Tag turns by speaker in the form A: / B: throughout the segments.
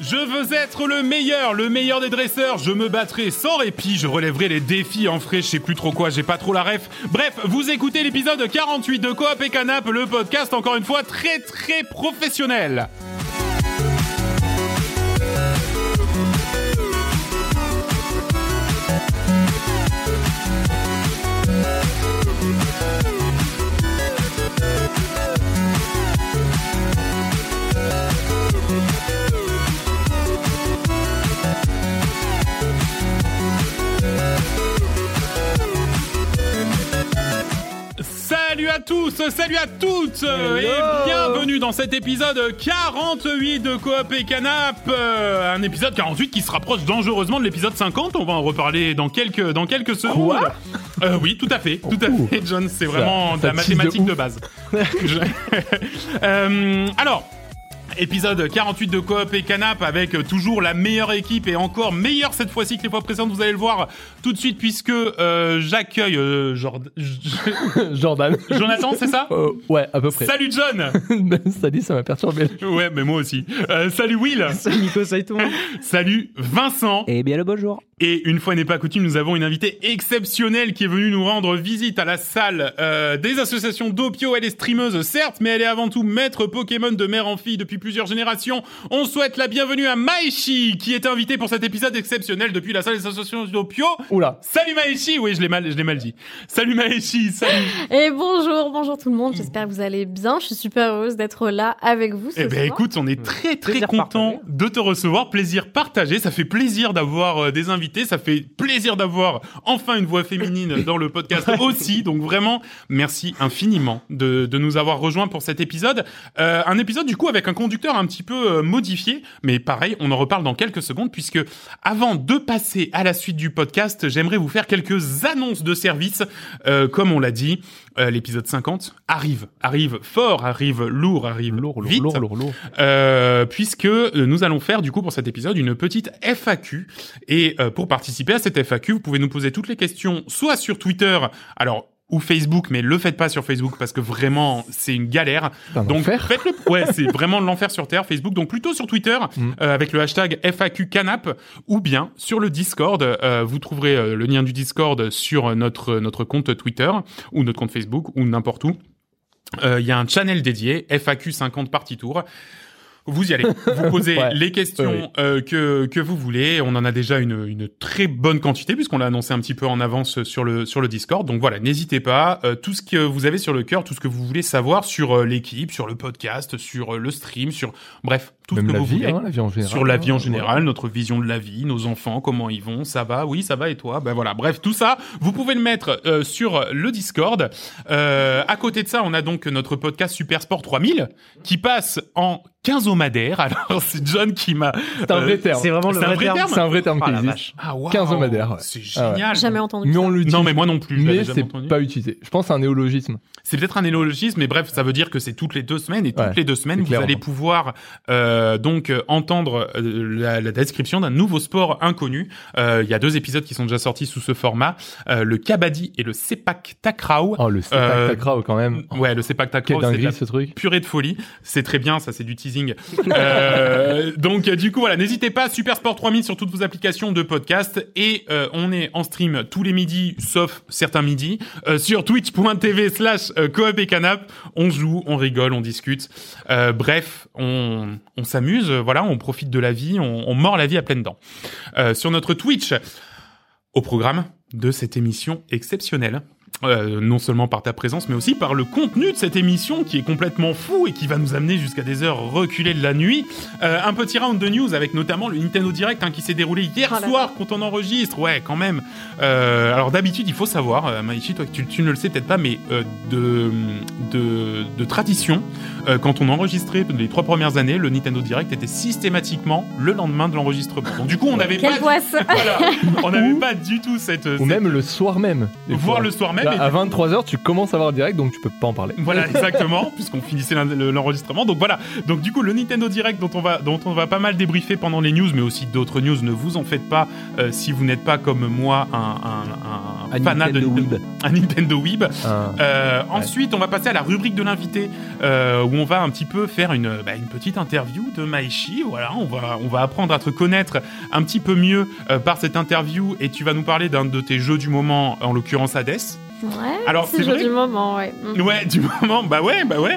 A: Je veux être le meilleur, le meilleur des dresseurs. Je me battrai sans répit, je relèverai les défis en frais, je sais plus trop quoi, j'ai pas trop la ref. Bref, vous écoutez l'épisode 48 de Coop et Canap, le podcast encore une fois très très professionnel. Salut à tous, salut à toutes euh, et bienvenue dans cet épisode 48 de Coop et Canap. euh, un épisode 48 qui se rapproche dangereusement de l'épisode 50. On va en reparler dans quelques dans quelques secondes. Euh, oui, tout à fait, tout à fait, John. C'est vraiment de la
B: fatigue de
A: mathématique de,
B: ouf.
A: base. Je- Euh, alors. Épisode 48 de Coop et Canap avec toujours la meilleure équipe et encore meilleure cette fois-ci que les fois précédentes. Vous allez le voir tout de suite puisque euh, j'accueille euh, Jordan-
B: Jordan.
A: Jonathan, c'est ça
B: Euh, ouais, à peu près. Ben,
A: Salut John
B: Ça dit, ça m'a perturbé.
A: Ouais, mais moi aussi. Euh, salut Will
C: Salut Nico, salut tout le monde.
A: Salut Vincent
C: Eh bien le bonjour.
A: Et une fois n'est pas coutume, nous avons une invitée exceptionnelle qui est venue nous rendre visite à la salle euh, des associations d'Opio. Elle est streameuse, certes, mais elle est avant tout maître Pokémon de mère en fille depuis plusieurs générations. On souhaite la bienvenue à Maishi, qui est invitée pour cet épisode exceptionnel depuis la salle des associations d'Opio.
B: Oula.
A: Salut Maishi Oui, je l'ai mal, je l'ai mal dit. Salut Maishi, salut
D: Et bonjour, bonjour tout le monde, j'espère que vous allez bien, je suis super heureuse d'être là avec vous ce
A: Eh ben
D: soir.
A: écoute, on
B: Hmm.
A: est très très
C: Plaisir
A: content
C: partagé.
A: de te recevoir, plaisir partagé, ça fait plaisir d'avoir euh, des invités, ça fait plaisir d'avoir enfin une voix féminine dans le podcast aussi, donc vraiment merci infiniment de, de nous avoir rejoints pour cet épisode. Euh, un épisode du coup avec un conducteur un petit peu euh, modifié, mais pareil, on en reparle dans quelques secondes puisque avant de passer à la suite du podcast, j'aimerais vous faire quelques annonces de service. Euh, comme on l'a dit, euh, l'épisode 50 arrive, arrive fort, arrive lourd, arrive
B: Lourd, lourd,
A: vite.
B: lourd, lourd, lourd.
A: Euh, puisque euh, nous allons faire du coup pour cet épisode une petite FAQ et euh, pour participer à cette FAQ vous pouvez nous poser toutes les questions soit sur Twitter alors ou Facebook mais le faites pas sur Facebook parce que vraiment c'est une galère
B: Putain,
A: donc
B: l'enfer.
A: faites-le ouais c'est vraiment l'enfer sur terre Facebook donc plutôt sur Twitter
B: Mm.
A: euh, avec le hashtag FAQ canap ou bien sur le Discord Euh, vous trouverez euh, le lien du Discord sur euh, notre euh, notre compte Twitter ou notre compte Facebook ou n'importe où euh, il y a un channel dédié, FAQ 50 party tour. Vous y allez, vous posez
B: Ouais.
A: les questions
B: Oui, oui.
A: euh, que, que vous voulez. On en a déjà une, une très bonne quantité puisqu'on l'a annoncé un petit peu en avance sur le, sur le Discord. Donc voilà, n'hésitez pas. Euh, tout ce que vous avez sur le cœur, tout ce que vous voulez savoir sur euh, l'équipe, sur le podcast, sur euh, le stream, sur bref, tout
B: Même
A: ce que
B: la
A: vous
B: vie,
A: voulez.
B: hein, la vie en général.
A: Sur la vie en
B: Ouais.
A: général, notre vision de la vie, nos enfants, comment ils vont, ça va, oui, ça va, et toi Ben voilà, bref, tout ça, vous pouvez le mettre euh, sur le Discord. Euh, à côté de ça, on a donc notre podcast Super Sport 3000 qui passe en quinzomadaire. Alors, c'est John qui m'a...
B: C'est un
A: Euh,
B: vrai terme.
C: C'est vraiment le
A: C'est un
C: vrai
A: vrai
C: terme.
B: C'est un vrai terme
C: Ah,
B: qui
C: la
B: existe.
C: vache.
A: Ah, waouh,
B: Quinzomadaire, ouais.
A: C'est
B: Ah ouais.
A: génial
D: Jamais entendu
B: Mais
D: ça.
B: on l'utilise.
A: Non, mais moi non plus, je l'avais
B: Mais
A: jamais
B: c'est
A: entendu.
B: pas utilisé. Je pense que c'est un néologisme.
A: C'est peut-être un néologisme, mais bref, ça veut dire que c'est toutes les deux semaines et toutes
B: Ouais,
A: les deux semaines,
B: c'est
A: vous
B: clair.
A: allez pouvoir euh, donc euh, entendre euh, la, la description d'un nouveau sport inconnu. Euh, Il y a deux épisodes qui sont déjà sortis sous ce format, euh, le kabaddi et le sepak takraw.
B: Oh, le
A: Euh,
B: spectacle quand même. Oh,
A: Ouais, le sepak
B: Quelle
A: takraw, c'est de la
B: dinguerie ce truc.
A: purée de folie. C'est très bien, ça c'est du teasing. Euh, donc euh, du coup voilà, n'hésitez pas, Super Sport 3000 sur toutes vos applications de podcast et euh, on est en stream tous les midis, sauf certains midis, euh, sur twitch.tv slash euh, coop et canap. On joue, on rigole, on discute. Euh, bref, on, on s'amuse, euh, voilà, on profite de la vie, on, on mord la vie à pleines dents. Euh, sur notre Twitch, au programme de cette émission exceptionnelle. Euh, non seulement par ta présence, mais aussi par le contenu de cette émission qui est complètement fou et qui va nous amener jusqu'à des heures reculées de la nuit. Euh, un petit round de news avec notamment le Nintendo Direct hein, qui s'est déroulé hier
D: Oh là
A: soir quand on enregistre. Ouais, quand même. Euh, alors d'habitude, il faut savoir, euh, Maïchi, toi tu, tu ne le sais peut-être pas, mais euh, de, de, de tradition, euh, quand on enregistrait les trois premières années, le Nintendo Direct était systématiquement le lendemain de l'enregistrement. Donc du coup, on n'avait pas
D: Quelle poisse
A: voilà, on n'avait pas du tout cette.
B: Ou
A: cette-
B: même le soir même. des
A: voir
B: fois.
A: le soir même, Ouais, mais-
B: à 23h, tu commences à voir le direct, donc tu peux pas en parler.
A: Voilà, exactement, puisqu'on finissait l'en- le- l'enregistrement. Donc voilà. Donc du coup, le Nintendo Direct dont on va, dont on va pas mal débriefer pendant les news, mais aussi d'autres news, ne vous en faites pas euh, si vous n'êtes pas comme moi un, un, un
C: Un
A: fanat de
C: Nintendo
A: Nintendo-
C: Weeb.
A: Un Nintendo Weeb.
B: Ah.
A: Euh, Ensuite, on va passer à la rubrique de l'invité, euh, où on va un petit peu faire une, bah, une petite interview de Maishi. Voilà, on va, on va apprendre à te connaître un petit peu mieux euh, par cette interview, et tu vas nous parler d'un de tes jeux du moment, en l'occurrence Hades.
D: Ouais,
A: Alors,
D: c'est
A: c'est
D: le jeu
A: vrai
D: du moment, ouais. Mm.
A: Ouais, du moment, bah ouais, bah ouais,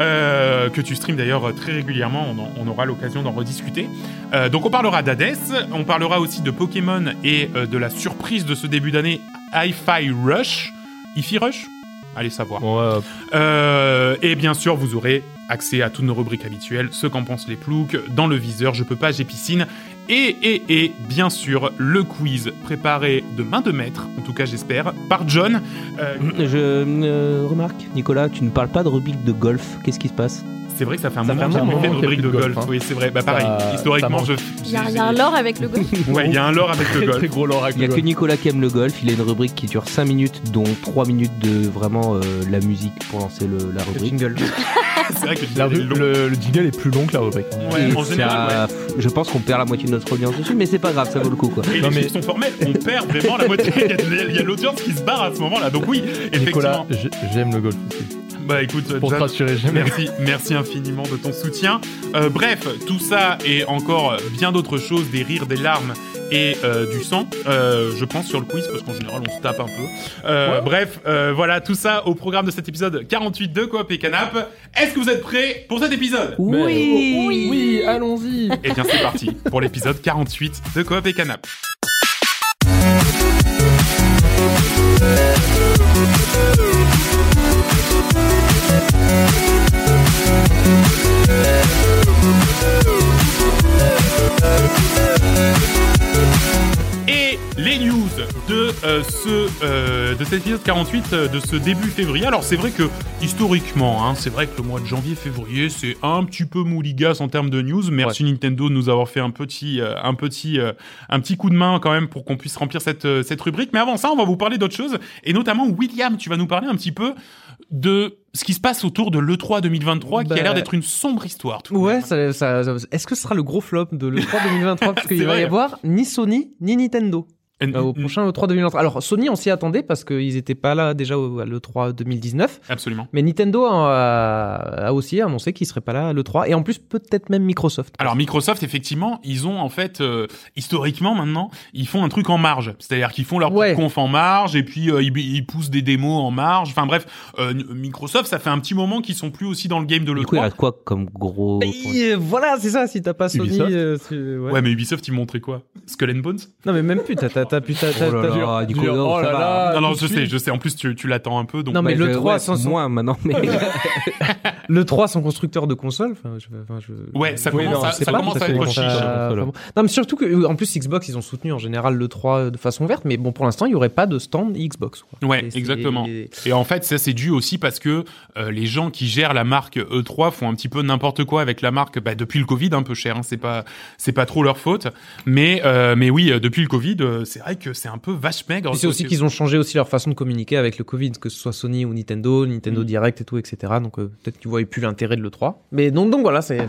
A: Euh, que tu streams d'ailleurs très régulièrement, on, en- on aura l'occasion d'en rediscuter. Euh, donc on parlera d'Hades, on parlera aussi de Pokémon et euh, de la surprise de ce début d'année, Hi-Fi Rush, Hi-Fi Rush Allez savoir.
B: Ouais,
A: Euh, et bien sûr, vous aurez accès à toutes nos rubriques habituelles, ce qu'en pensent les ploucs, dans le viseur, je peux pas, j'ai piscine, et, et, et, bien sûr, le quiz préparé de main de maître, en tout cas j'espère, par John. Euh,
C: Je euh, remarque, Nicolas, tu ne parles pas de rubrique de golf. Qu'est-ce qui se passe
A: c'est vrai que ça fait un
B: Ça
A: moment
B: fait un
A: qu'on
B: moment
A: fait une
B: qu'il y a
A: rubrique
B: plus
A: de
B: de
A: golf,
B: golf, hein.
A: oui c'est vrai, bah
B: Ça-
A: pareil,
B: ça
A: historiquement
B: manque.
A: je...
D: Il y a, il y a un lore avec le golf.
A: Ouais, il y a un lore avec le
B: très,
A: golf.
B: très gros lore avec
C: Il n'y a
B: le
C: que
B: golf.
C: Nicolas qui aime le golf. Il a une rubrique qui dure 5 minutes, dont 3 minutes de vraiment euh, la musique pour lancer le- la rubrique.
A: C'est vrai que
B: La
A: le
B: ru- le, le jingle est plus long que la rubrique.
A: Ouais,
C: Et
A: en général, ouais.
C: ça- Je pense qu'on perd la moitié de notre audience dessus, mais c'est pas grave, ça vaut le coup. Quoi.
A: Et
B: Non,
A: les
B: mais-
A: chiffres sont formels, on perd vraiment la moitié. Il y a- Il y a l'audience qui se barre à ce moment-là. Donc oui,
B: Nicolas,
A: effectivement.
B: j'ai- j'aime le golf aussi.
A: Bah écoute,
B: Pour te
A: John,
B: rassurer, j'aime le golf.
A: Merci, merci infiniment de ton soutien. Euh, bref, tout ça et encore bien d'autres choses, des rires, des larmes et euh, du sang, euh, je pense, sur le quiz, parce qu'en général, on se tape un peu. Euh, Bref, euh, voilà, tout ça au programme de cet épisode 48 de Coop et Canap. Est-ce que vous êtes prêts pour cet épisode
C: Oui,
D: Oui.
B: oh, Oui, allons-y
A: Eh bien, c'est parti pour l'épisode 48 de Coop et Canap. Et les news de euh, ce euh, de cet épisode 48 euh, de ce début février. Alors c'est vrai que historiquement, hein, c'est vrai que le mois de janvier-février c'est un petit peu mouligas en termes de news. Merci Nintendo de nous avoir fait un petit euh, un petit euh, un petit coup de main quand même pour qu'on puisse remplir cette euh, cette rubrique. Mais avant ça, on va vous parler d'autres choses et notamment William, tu vas nous parler un petit peu de ce qui se passe autour de l'E3 2023 qui a
E: Bah,
A: l'air d'être une sombre histoire. tout de
E: Ouais,
A: même.
E: ça, ça- ça- est-ce que ce sera le gros flop de l'E3 2023 Parce
A: C'est
E: qu'il va y
A: vrai.
E: avoir ni Sony ni Nintendo
A: Euh,
E: euh, au prochain E3 2023. Alors, Sony, on s'y attendait parce qu'ils n'étaient pas là déjà au- à l'E3 2019.
A: Absolument.
E: Mais Nintendo a, a aussi annoncé qu'ils ne seraient pas là à l'E3. Et en plus, peut-être même Microsoft.
A: Alors Microsoft, effectivement, ils ont en fait euh, historiquement maintenant, ils font un truc en marge, c'est-à-dire qu'ils font leur petite
E: Ouais.
A: conf en marge et puis euh, ils, ils poussent des démos en marge. Enfin bref, euh, Microsoft, ça fait un petit moment qu'ils sont plus aussi dans le game de
C: Du coup, il
A: l'E3.
C: reste quoi comme gros. point
E: Et, euh, voilà, c'est ça, si t'as pas Sony.
B: Ubisoft.
E: euh, tu- ouais.
A: Ouais. mais Ubisoft, ils montraient quoi Skull and Bones
E: Non, mais même plus, t'as. t'as- t'as- t'as- t'as-
C: Oh là
E: t'as-
C: là. Ah, Nicolas,
B: Dur. oh
C: ça
B: là
C: va.
B: là
A: Non, non,
B: tout de
A: je sais,
B: suite.
A: je sais. En plus, tu, tu l'attends un peu, donc.
E: Non, mais
C: Ouais,
E: le
C: je-
E: 3,
C: ouais,
E: sans- sans-
C: moins maintenant, mais.
E: L'E3, son constructeur de console. enfin, je- enfin, je-
A: Ouais, ça
B: Oui,
A: commence,
B: non,
A: à,
B: je sais
A: ça
B: pas,
A: commence
B: ça
A: à
B: fait
A: être hein.
B: comment
A: chiche.
B: ça-
E: Euh,
B: Voilà.
E: enfin bon. Non, mais surtout que, en plus, Xbox, ils ont soutenu en général le 3 de façon ouverte, mais bon, pour l'instant, il n'y aurait pas de stand Xbox. quoi.
A: Ouais,
E: Et c'est-
A: exactement.
E: et-
A: Et en fait, ça c'est dû aussi parce que euh, les gens qui gèrent la marque E3 font un petit peu n'importe quoi avec la marque bah, depuis le Covid, un peu cher. Hein, c'est pas c'est pas trop leur faute, mais euh, mais oui, euh, depuis le Covid, euh, c'est vrai que c'est un peu vache maigre. hein,
E: Puis c'est aussi qu'ils ont changé aussi leur façon de communiquer avec le Covid, que ce soit Sony ou Nintendo,
A: Mm.
E: Nintendo Direct et tout, etc. Donc euh, peut-être qu'ils voyaient plus l'intérêt de l'E3. Mais donc, donc voilà, c'est. c'est-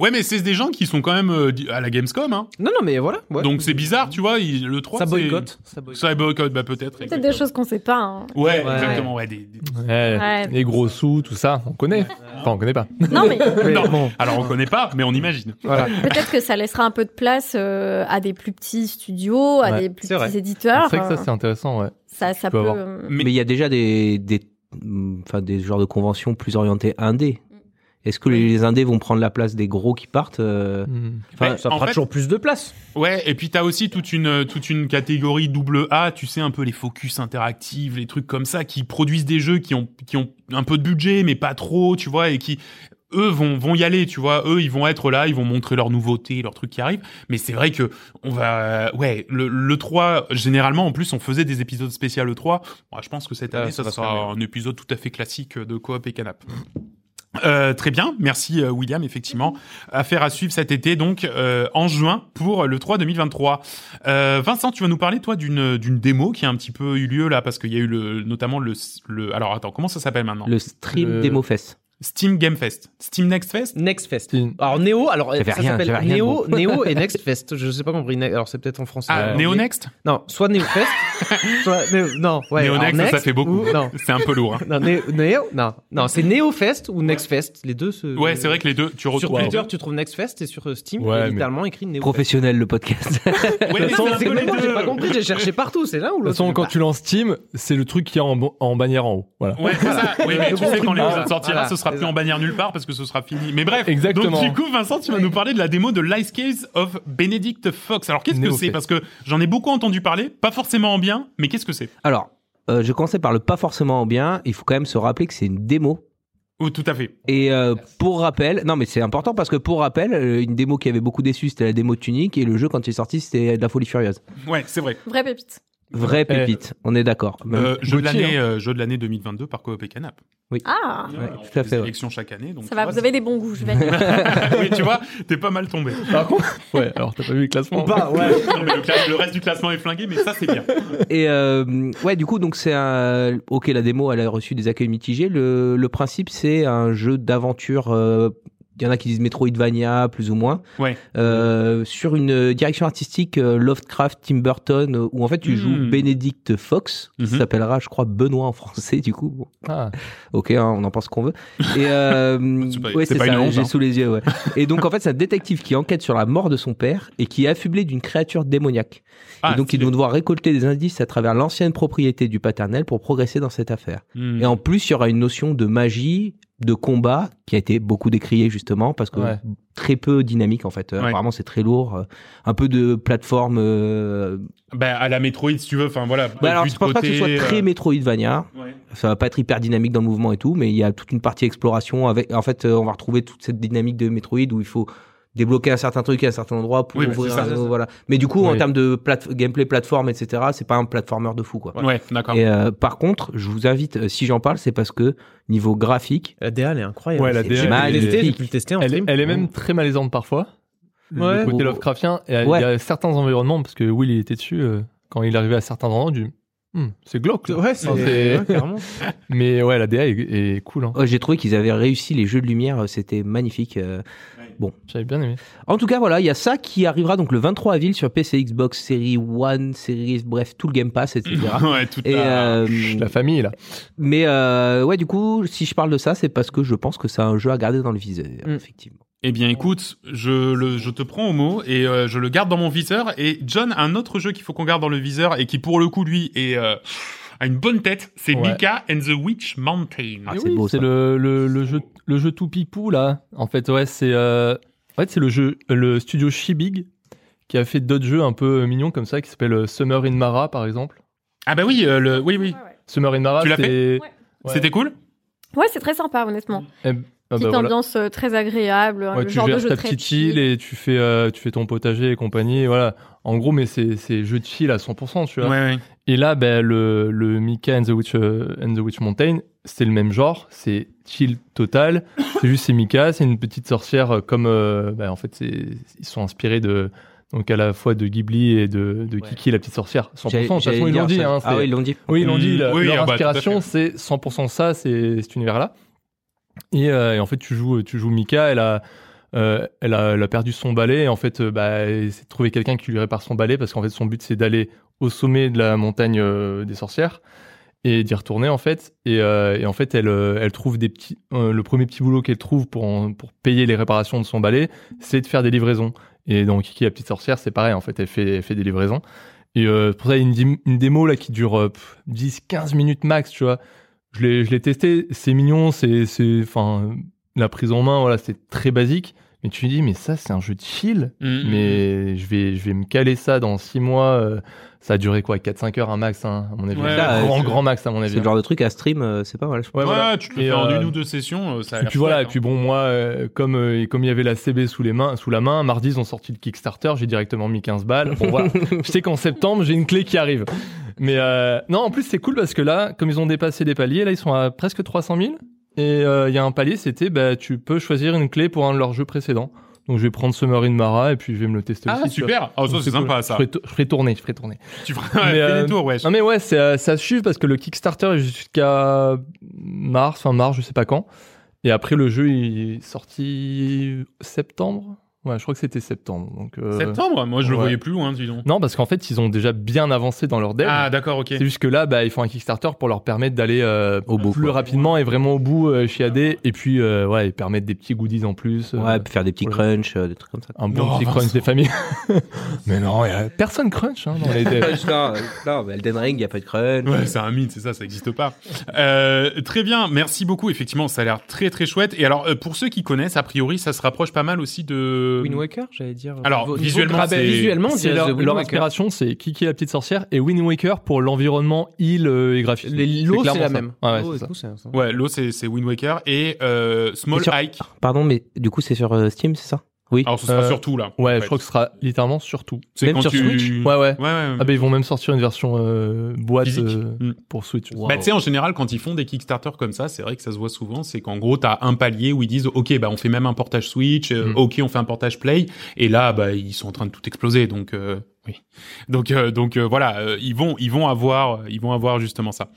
A: Ouais, mais c'est des gens qui sont quand même euh, di- à la Gamescom, hein.
E: Non, non, mais voilà. ouais.
A: donc c'est bizarre, tu vois. il- le 3
E: ça
A: c'est-
E: boycotte. Ça boycotte.
A: Ça boycotte, bah peut-être.
D: Peut-être des choses qu'on sait pas. hein.
A: Ouais,
E: Ouais.
A: exactement. Ouais, des- des-
B: Ouais,
D: Ouais.
B: Les gros sous, tout ça, on connaît. Enfin, on connaît pas.
D: Non, mais
E: Mais
A: Non.
E: bon,
A: Alors on connaît pas, mais on imagine.
E: voilà.
D: peut-être que ça laissera un peu de place euh, à des plus petits studios, à
B: Ouais,
D: des plus
E: c'est
D: petits
E: vrai.
D: éditeurs.
B: C'est vrai que ça,
D: Euh,
B: c'est intéressant, ouais.
D: ça, ça
B: peux
D: peut.
B: avoir.
D: euh,
A: Mais-
C: Mais il y a déjà des, des, mm, enfin, des genres de conventions plus orientées indé. Est-ce que les, les indés vont prendre la place des gros qui partent euh,
B: Hmm.
C: enfin,
A: Ouais.
E: ça
A: en
E: fera
A: fait-
E: toujours plus de place.
A: Ouais, et puis t'as aussi toute une euh, toute une catégorie double A, tu sais un peu les focus interactifs, les trucs comme ça qui produisent des jeux qui ont qui ont un peu de budget mais pas trop, tu vois, et qui eux vont vont y aller, tu vois, eux ils vont être là, ils vont montrer leurs nouveautés, leurs trucs qui arrivent, mais c'est vrai que on va ouais, le, le 3 généralement en plus on faisait des épisodes spéciaux le 3. Moi, je pense que cette
E: Ah,
A: année
E: ça
A: ça,
E: va se
A: sera
E: faire,
A: un épisode tout à fait classique de Coop et Canap. Euh, très bien, merci euh, William, effectivement. Affaire à suivre cet été, donc euh, en juin pour le 3 2023. Euh, Vincent, tu vas nous parler, toi, d'une d'une démo qui a un petit peu eu lieu là, parce qu'il y a eu le, notamment le, le... Alors attends, comment ça s'appelle maintenant
C: Le stream
B: Le-
C: Demo Fest.
A: Steam Game Fest. Steam Next Fest
E: Next Fest.
B: Steam.
E: Alors Neo, alors
C: J'avais
E: ça
C: rien,
E: s'appelle
C: j'avais rien,
E: Neo,
C: bon.
E: Neo et Next Fest. Je sais pas compris. Ne- Alors c'est peut-être en français.
A: Ah,
E: Alors,
A: Neo
E: mais-
A: Next
E: Non, soit Neo Fest, soit Neo- non, ouais,
A: Neo
E: alors
A: Next, ça fait beaucoup.
E: ou- non,
A: C'est un peu lourd. hein.
E: non, Neo, Neo- non, non, c'est Neo Fest ou Next Fest, les deux. se-
A: Ouais, c'est vrai que les deux, tu
E: Sur
A: retrouves les
E: Twitter,
A: deux.
E: tu trouves Next Fest et sur euh, Steam,
B: Ouais,
E: il est
B: mais-
E: littéralement écrit Neo. Fest.
C: Professionnel, le podcast.
A: Ouais, mais
E: Mais
A: c'est un
E: c'est
A: peu les
E: exactement, j'ai
A: deux.
E: pas compris, j'ai cherché partout, c'est là
B: De
E: ou
B: toute
E: l'autre
B: façon, quand tu lances Steam, c'est le truc qui est en, ban- en bannière en haut. Voilà.
A: Ouais, c'est ça. Oui, mais
E: Le
A: tu
E: bon
A: sais,
E: truc
A: quand
E: blanc.
A: l'épisode sortira,
E: Voilà,
A: ce sera
E: c'est
A: plus
E: ça.
A: en bannière nulle part parce que ce sera fini. Mais bref.
B: Exactement.
A: Donc, du coup, Vincent, tu vas nous parler de la démo de Life Case of Benedict Fox. Alors, qu'est-ce que
B: Néo
A: c'est
B: fait.
A: Parce que j'en ai beaucoup entendu parler, pas forcément en bien, mais qu'est-ce que c'est
C: Alors, euh, je commençais par le pas forcément en bien. Il faut quand même se rappeler que c'est une démo.
A: Oh, tout à fait.
C: Et euh, pour rappel, non mais c'est important parce que pour rappel, euh, une démo qui avait beaucoup déçu, c'était la démo de Tunic et le jeu quand il est sorti, c'était de la folie furieuse.
A: Ouais, c'est vrai.
D: Vraie pépite.
C: Vraie pépite, on est d'accord. Même-
A: Euh, jeu, de
B: Gauthier,
A: l'année, euh, jeu de l'année 2022 par Coop et Canap.
D: Ah
C: Ouais,
A: Alors,
C: tout à
A: des
C: fait, ouais.
A: élections chaque année. Donc,
D: Ça va,
A: tu
D: vous
A: vois,
D: avez des bons goûts, je vais.
A: c'est- oui, tu vois, t'es pas mal tombé.
B: Par contre, ouais, alors t'as pas vu le classement.
E: ouais.
A: Non, mais le, classe- le reste du classement est flingué, mais ça, c'est bien.
C: Et euh, ouais, du coup, donc c'est un. Ok, la démo, elle a reçu des accueils mitigés. Le, le principe, c'est un jeu d'aventure. euh, Il y en a qui disent Metroidvania, plus ou moins.
A: Ouais.
C: Euh, sur une direction artistique euh, Lovecraft, Tim Burton, euh, où en fait tu
A: Mhm.
C: joues Benedict Fox, qui
A: Mhm.
C: s'appellera, je crois, Benoît en français, du coup. Bon,
B: Ah,
C: ok, hein, on en pense qu'on veut. Et euh,
A: C'est pas-
C: ouais,
A: c'est
C: c'est
A: pas une
C: ça,
A: honte,
C: j'ai
A: hein.
C: sous les yeux. Ouais. Et donc en fait, c'est un détective qui enquête sur la mort de son père et qui est affublé d'une créature démoniaque
A: Ah,
C: et donc, ils
A: stylé.
C: vont devoir récolter des indices à travers l'ancienne propriété du paternel pour progresser dans cette affaire.
A: Hmm.
C: Et en plus, il y aura une notion de magie, de combat, qui a été beaucoup décriée justement, parce que
B: Ouais.
C: très peu dynamique en fait. Euh,
A: Ouais.
C: Apparemment, c'est très lourd. Euh, Un peu de plateforme. euh,
A: Bah, à la Metroid, si tu veux. Enfin, voilà.
C: Bah, alors,
A: vue
C: je
A: de
C: pense pas que ce
A: côté,
C: soit très
A: euh,
C: Metroidvania.
A: ouais.
C: Ça va pas être hyper dynamique dans le mouvement et tout, mais il y a toute une partie exploration avec. En fait, euh, on va retrouver toute cette dynamique de Metroid où il faut débloquer un certain truc à un certain endroit pour
A: Oui, bah,
C: ouvrir
A: c'est ça,
C: un-
E: c'est ça.
C: voilà mais du coup en
B: Oui.
C: termes de plate- gameplay plateforme etc c'est pas un platformer de fou quoi
A: Ouais, d'accord.
C: Et euh, par contre, je vous invite, euh, si j'en parle, c'est parce que niveau graphique,
E: La DA, elle est incroyable.
B: Ouais, la
E: J'ai
B: DA,
E: pu
C: elle
E: le tester,
C: est-
E: J'ai pu le tester en
B: elle, est-
E: stream.
B: elle est même très malaisante parfois.
E: Ouais.
B: Le côté
C: Oh.
B: Lovecraftien. Et Il
C: Ouais.
B: y a certains environnements, parce que Will, il était dessus, euh, quand il arrivait à certains endroits, du. Hmm, c'est glauque. là.
E: Ouais, c'est
B: Enfin, Ah, c'est-
E: ouais, carrément.
B: Mais ouais, la DA est, est cool. Hein.
C: oh, j'ai trouvé qu'ils avaient réussi les jeux de lumière, euh, c'était magnifique. euh.
B: J'avais bien aimé.
C: En tout cas, voilà, il y a ça qui arrivera donc le 23 avril sur PC, Xbox, Series One, Series, bref, tout le Game Pass, etc.
A: ouais, tout
C: Et
A: à-
C: euh,
B: La famille, là.
C: mais euh, ouais, du coup, si je parle de ça, c'est parce que je pense que c'est un jeu à garder dans le viseur,
E: Mm.
C: effectivement.
A: Eh bien, écoute, je, le, je te prends au mot et euh, je le garde dans mon viseur. Et John, un autre jeu qu'il faut qu'on garde dans le viseur et qui, pour le coup, lui, est, euh, a une bonne tête, c'est
B: Ouais.
A: Mika and the Witch Mountain.
C: Ah,
B: Mais
C: c'est beau,
B: Eh C'est
C: ça.
B: le, le, le jeu le jeu tout pipou là. En fait, ouais, c'est euh, en fait c'est le jeu le studio Shibig qui a fait d'autres jeux un peu mignons comme ça qui s'appelle euh, Summer in Mara par exemple.
A: Ah bah oui, euh, le, oui, oui.
B: Summer in Mara,
A: Tu l'as
B: c'est
D: Ouais.
B: Ouais.
A: C'était cool
D: Ouais, c'est très sympa, honnêtement.
B: Ah, bah,
D: Petite
B: voilà.
D: ambiance euh, très agréable,
B: Ouais,
D: le
B: tu
D: genre de
B: gères
D: jeu
B: ta
D: très
B: petite
D: chill.
B: île et tu fais euh, tu fais ton potager et compagnie, voilà. En gros, mais c'est c'est jeu de chill à 100%, tu vois.
A: ouais.
B: Et là, ben, le, le Mika and the Witch, euh, and the Witch Mountain, c'est le même genre, c'est chill total. C'est juste c'est Mika, c'est une petite sorcière euh, comme, euh, ben, en fait, c'est, ils sont inspirés de, donc à la fois de Ghibli et de, de
C: Ouais.
B: Kiki la petite sorcière. 100%.
C: J'allais-
B: De toute façon,
C: j'allais
B: ils l'ont
C: dire
B: dit.
C: ça.
B: hein,
C: ah
B: c'est-
C: oui, ils l'ont dit.
B: oui, ils l'ont dit.
A: Mm,
B: la-
A: oui,
B: leur
A: ah bah, tout à
B: inspiration, c'est 100% ça, c'est cet univers-là. Et, euh, et en fait, tu joues, tu joues Mika, elle a, euh, elle, a, elle a perdu son balai. Et en fait, euh, bah, elle essaie de trouver quelqu'un qui lui répare son balai parce qu'en fait, son but, c'est d'aller au sommet de la montagne euh, des sorcières et d'y retourner en fait et, euh, et en fait elle euh, elle trouve des petits euh, le premier petit boulot qu'elle trouve pour en- pour payer les réparations de son balai c'est de faire des livraisons et donc Kiki la petite sorcière c'est pareil en fait elle fait elle fait des livraisons et euh, pour ça il y a une, dim- une démo là qui dure euh, 10 15 minutes max tu vois je l'ai je l'ai testé c'est mignon c'est c'est enfin euh, la prise en main voilà c'est très basique mais tu te dis mais ça c'est un jeu de chill
A: Mm.
B: mais je vais, je vais me caler ça dans 6 mois. euh, Ça a duré quoi 4-5 heures à max, hein, à mon avis.
A: Ouais,
C: ouais,
B: grand,
A: c'est-
B: grand max, à mon
C: C'est
B: avis. hein.
C: le genre de truc à stream, euh, c'est pas mal. Je pense.
A: Ouais,
B: Ouais, voilà.
A: tu te le
B: Et,
A: fais en
B: euh,
A: une ou deux sessions, euh, ça a
B: Et
A: l'air
B: puis voilà, et
A: chouette,
B: puis
A: hein.
B: bon, moi, euh, comme, euh, et comme il y avait la CB sous, les mains, sous la main, mardi, ils ont sorti le Kickstarter, j'ai directement mis 15 balles. Bon, voilà. je sais qu'en septembre, j'ai une clé qui arrive. Mais euh, non, en plus, c'est cool parce que là, comme ils ont dépassé des paliers, là, ils sont à presque 300 000. Et euh, il y a un palier, c'était bah, tu peux choisir une clé pour un de leurs jeux précédents. Donc je vais prendre Summer in Mara et puis je vais me le tester
A: Ah,
B: aussi. tu vois.
A: super. Ah, ça,
B: Donc,
A: c'est
B: cool.
A: sympa,
B: Je
A: ça.
B: ferai, tou- je ferai tourner, je ferai tourner.
A: Tu feras
B: Mais,
A: fais
B: euh,
A: les tours, ouais.
B: Non mais ouais, c'est, euh, ça se suit parce que le Kickstarter est jusqu'à mars, fin mars, je sais pas quand. Et après le jeu il est sorti septembre. Ouais, je crois que c'était septembre. Donc euh,
A: Septembre Moi, je le
B: ouais.
A: voyais plus loin, dis donc.
B: Non, parce qu'en fait ils ont déjà bien avancé dans leur dev.
A: Ah, d'accord, ok.
B: C'est juste que là, bah, ils font un Kickstarter pour leur permettre d'aller euh,
C: Au bout,
B: plus
C: quoi.
B: rapidement et vraiment au bout euh, chez AD. Et puis, euh, ouais, ils permettent des petits goodies en plus. euh,
C: Ouais, puis faire des petits
B: ouais.
C: crunchs, euh, des trucs comme ça.
B: un bon
A: Non,
B: petit
A: Vincent.
B: crunch des familles. mais non, y a personne crunch hein, dans les devs.
C: non, non, mais Elden Ring, il n'y a pas de crunch.
A: Ouais, c'est un mythe, c'est ça, ça n'existe pas. Euh, très bien, merci beaucoup. Effectivement, ça a l'air très très chouette. Et alors, euh, pour ceux qui connaissent, a priori, ça se rapproche pas mal aussi de.
E: Wind Waker, j'allais dire.
A: Alors,
E: Niveau- niveau
A: visuellement,
E: graphique.
A: c'est-
E: visuellement, on
B: C'est
E: dirait
B: leur,
E: The Wind
B: leur
E: Waker.
B: inspiration, c'est Kiki la petite sorcière et Wind Waker pour l'environnement, île euh, et graphisme.
E: Les lots, c'est
B: clairement
E: la
B: ça.
E: même.
B: Ouais, ouais,
E: L'eau
B: c'est
E: et
B: ça.
E: tout, c'est ça.
A: Ouais, l'eau, c'est c'est Wind Waker et euh, Small
C: Et sur-
A: Hike.
C: Pardon, mais du coup, c'est sur euh, Steam, c'est ça Oui.
A: Alors, ce sera
B: Euh,
A: sur tout là.
B: Ouais,
A: en
B: je
A: fait.
B: crois que ce sera littéralement sur tout.
A: c'est
C: même
A: quand
C: sur
A: tu-
C: Switch
A: Ouais,
B: Ouais, ouais.
A: ouais. ouais.
B: Ah, bah, ils vont même sortir une version euh, boîte
A: Physique.
B: euh,
A: Mm.
B: pour Switch.
A: Bah, tu sais, en général, quand ils font des Kickstarter comme ça, c'est vrai que ça se voit souvent, c'est qu'en gros, t'as un palier où ils disent, OK, bah, on fait même un portage Switch, euh,
B: Mm.
A: OK, on fait un portage Play, et là, bah, ils sont en train de tout exploser, donc, euh, oui. Donc, euh, donc, euh, voilà, euh, ils vont, ils vont avoir, euh, ils vont avoir justement ça.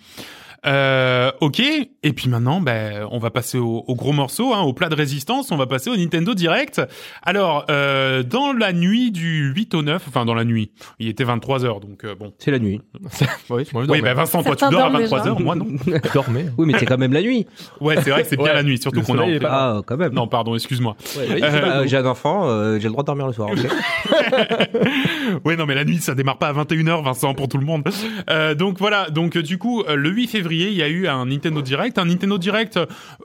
A: Euh, ok, et puis maintenant, bah, on va passer au, au gros morceau, hein, au plat de résistance, on va passer au Nintendo Direct. Alors, euh, dans la nuit du 8 au 9, enfin dans la nuit, il était 23h, donc euh, bon.
C: C'est la nuit.
B: oui, moi, je
A: Oui,
B: dormais.
A: bah Vincent, toi tu
D: Certains
A: dors à
D: dorment
A: 23h,
D: déjà.
A: moi non.
B: Je dormais. hein.
C: Oui, mais c'est quand même la nuit.
A: Ouais, c'est vrai que c'est bien
B: Ouais.
A: la nuit, surtout
B: Le
A: qu'on a.
B: soleil est pas-
C: Ah, quand même.
A: Non, pardon, excuse-moi.
C: Euh,
A: Euh,
C: j'ai un enfant, euh, j'ai le droit de dormir le soir. ok
A: Ouais, non, mais la nuit, ça démarre pas à 21h, Vincent, pour tout le monde. Euh, donc voilà, donc euh, du coup, euh, le 8 février, il y a eu un Nintendo Direct, un Nintendo Direct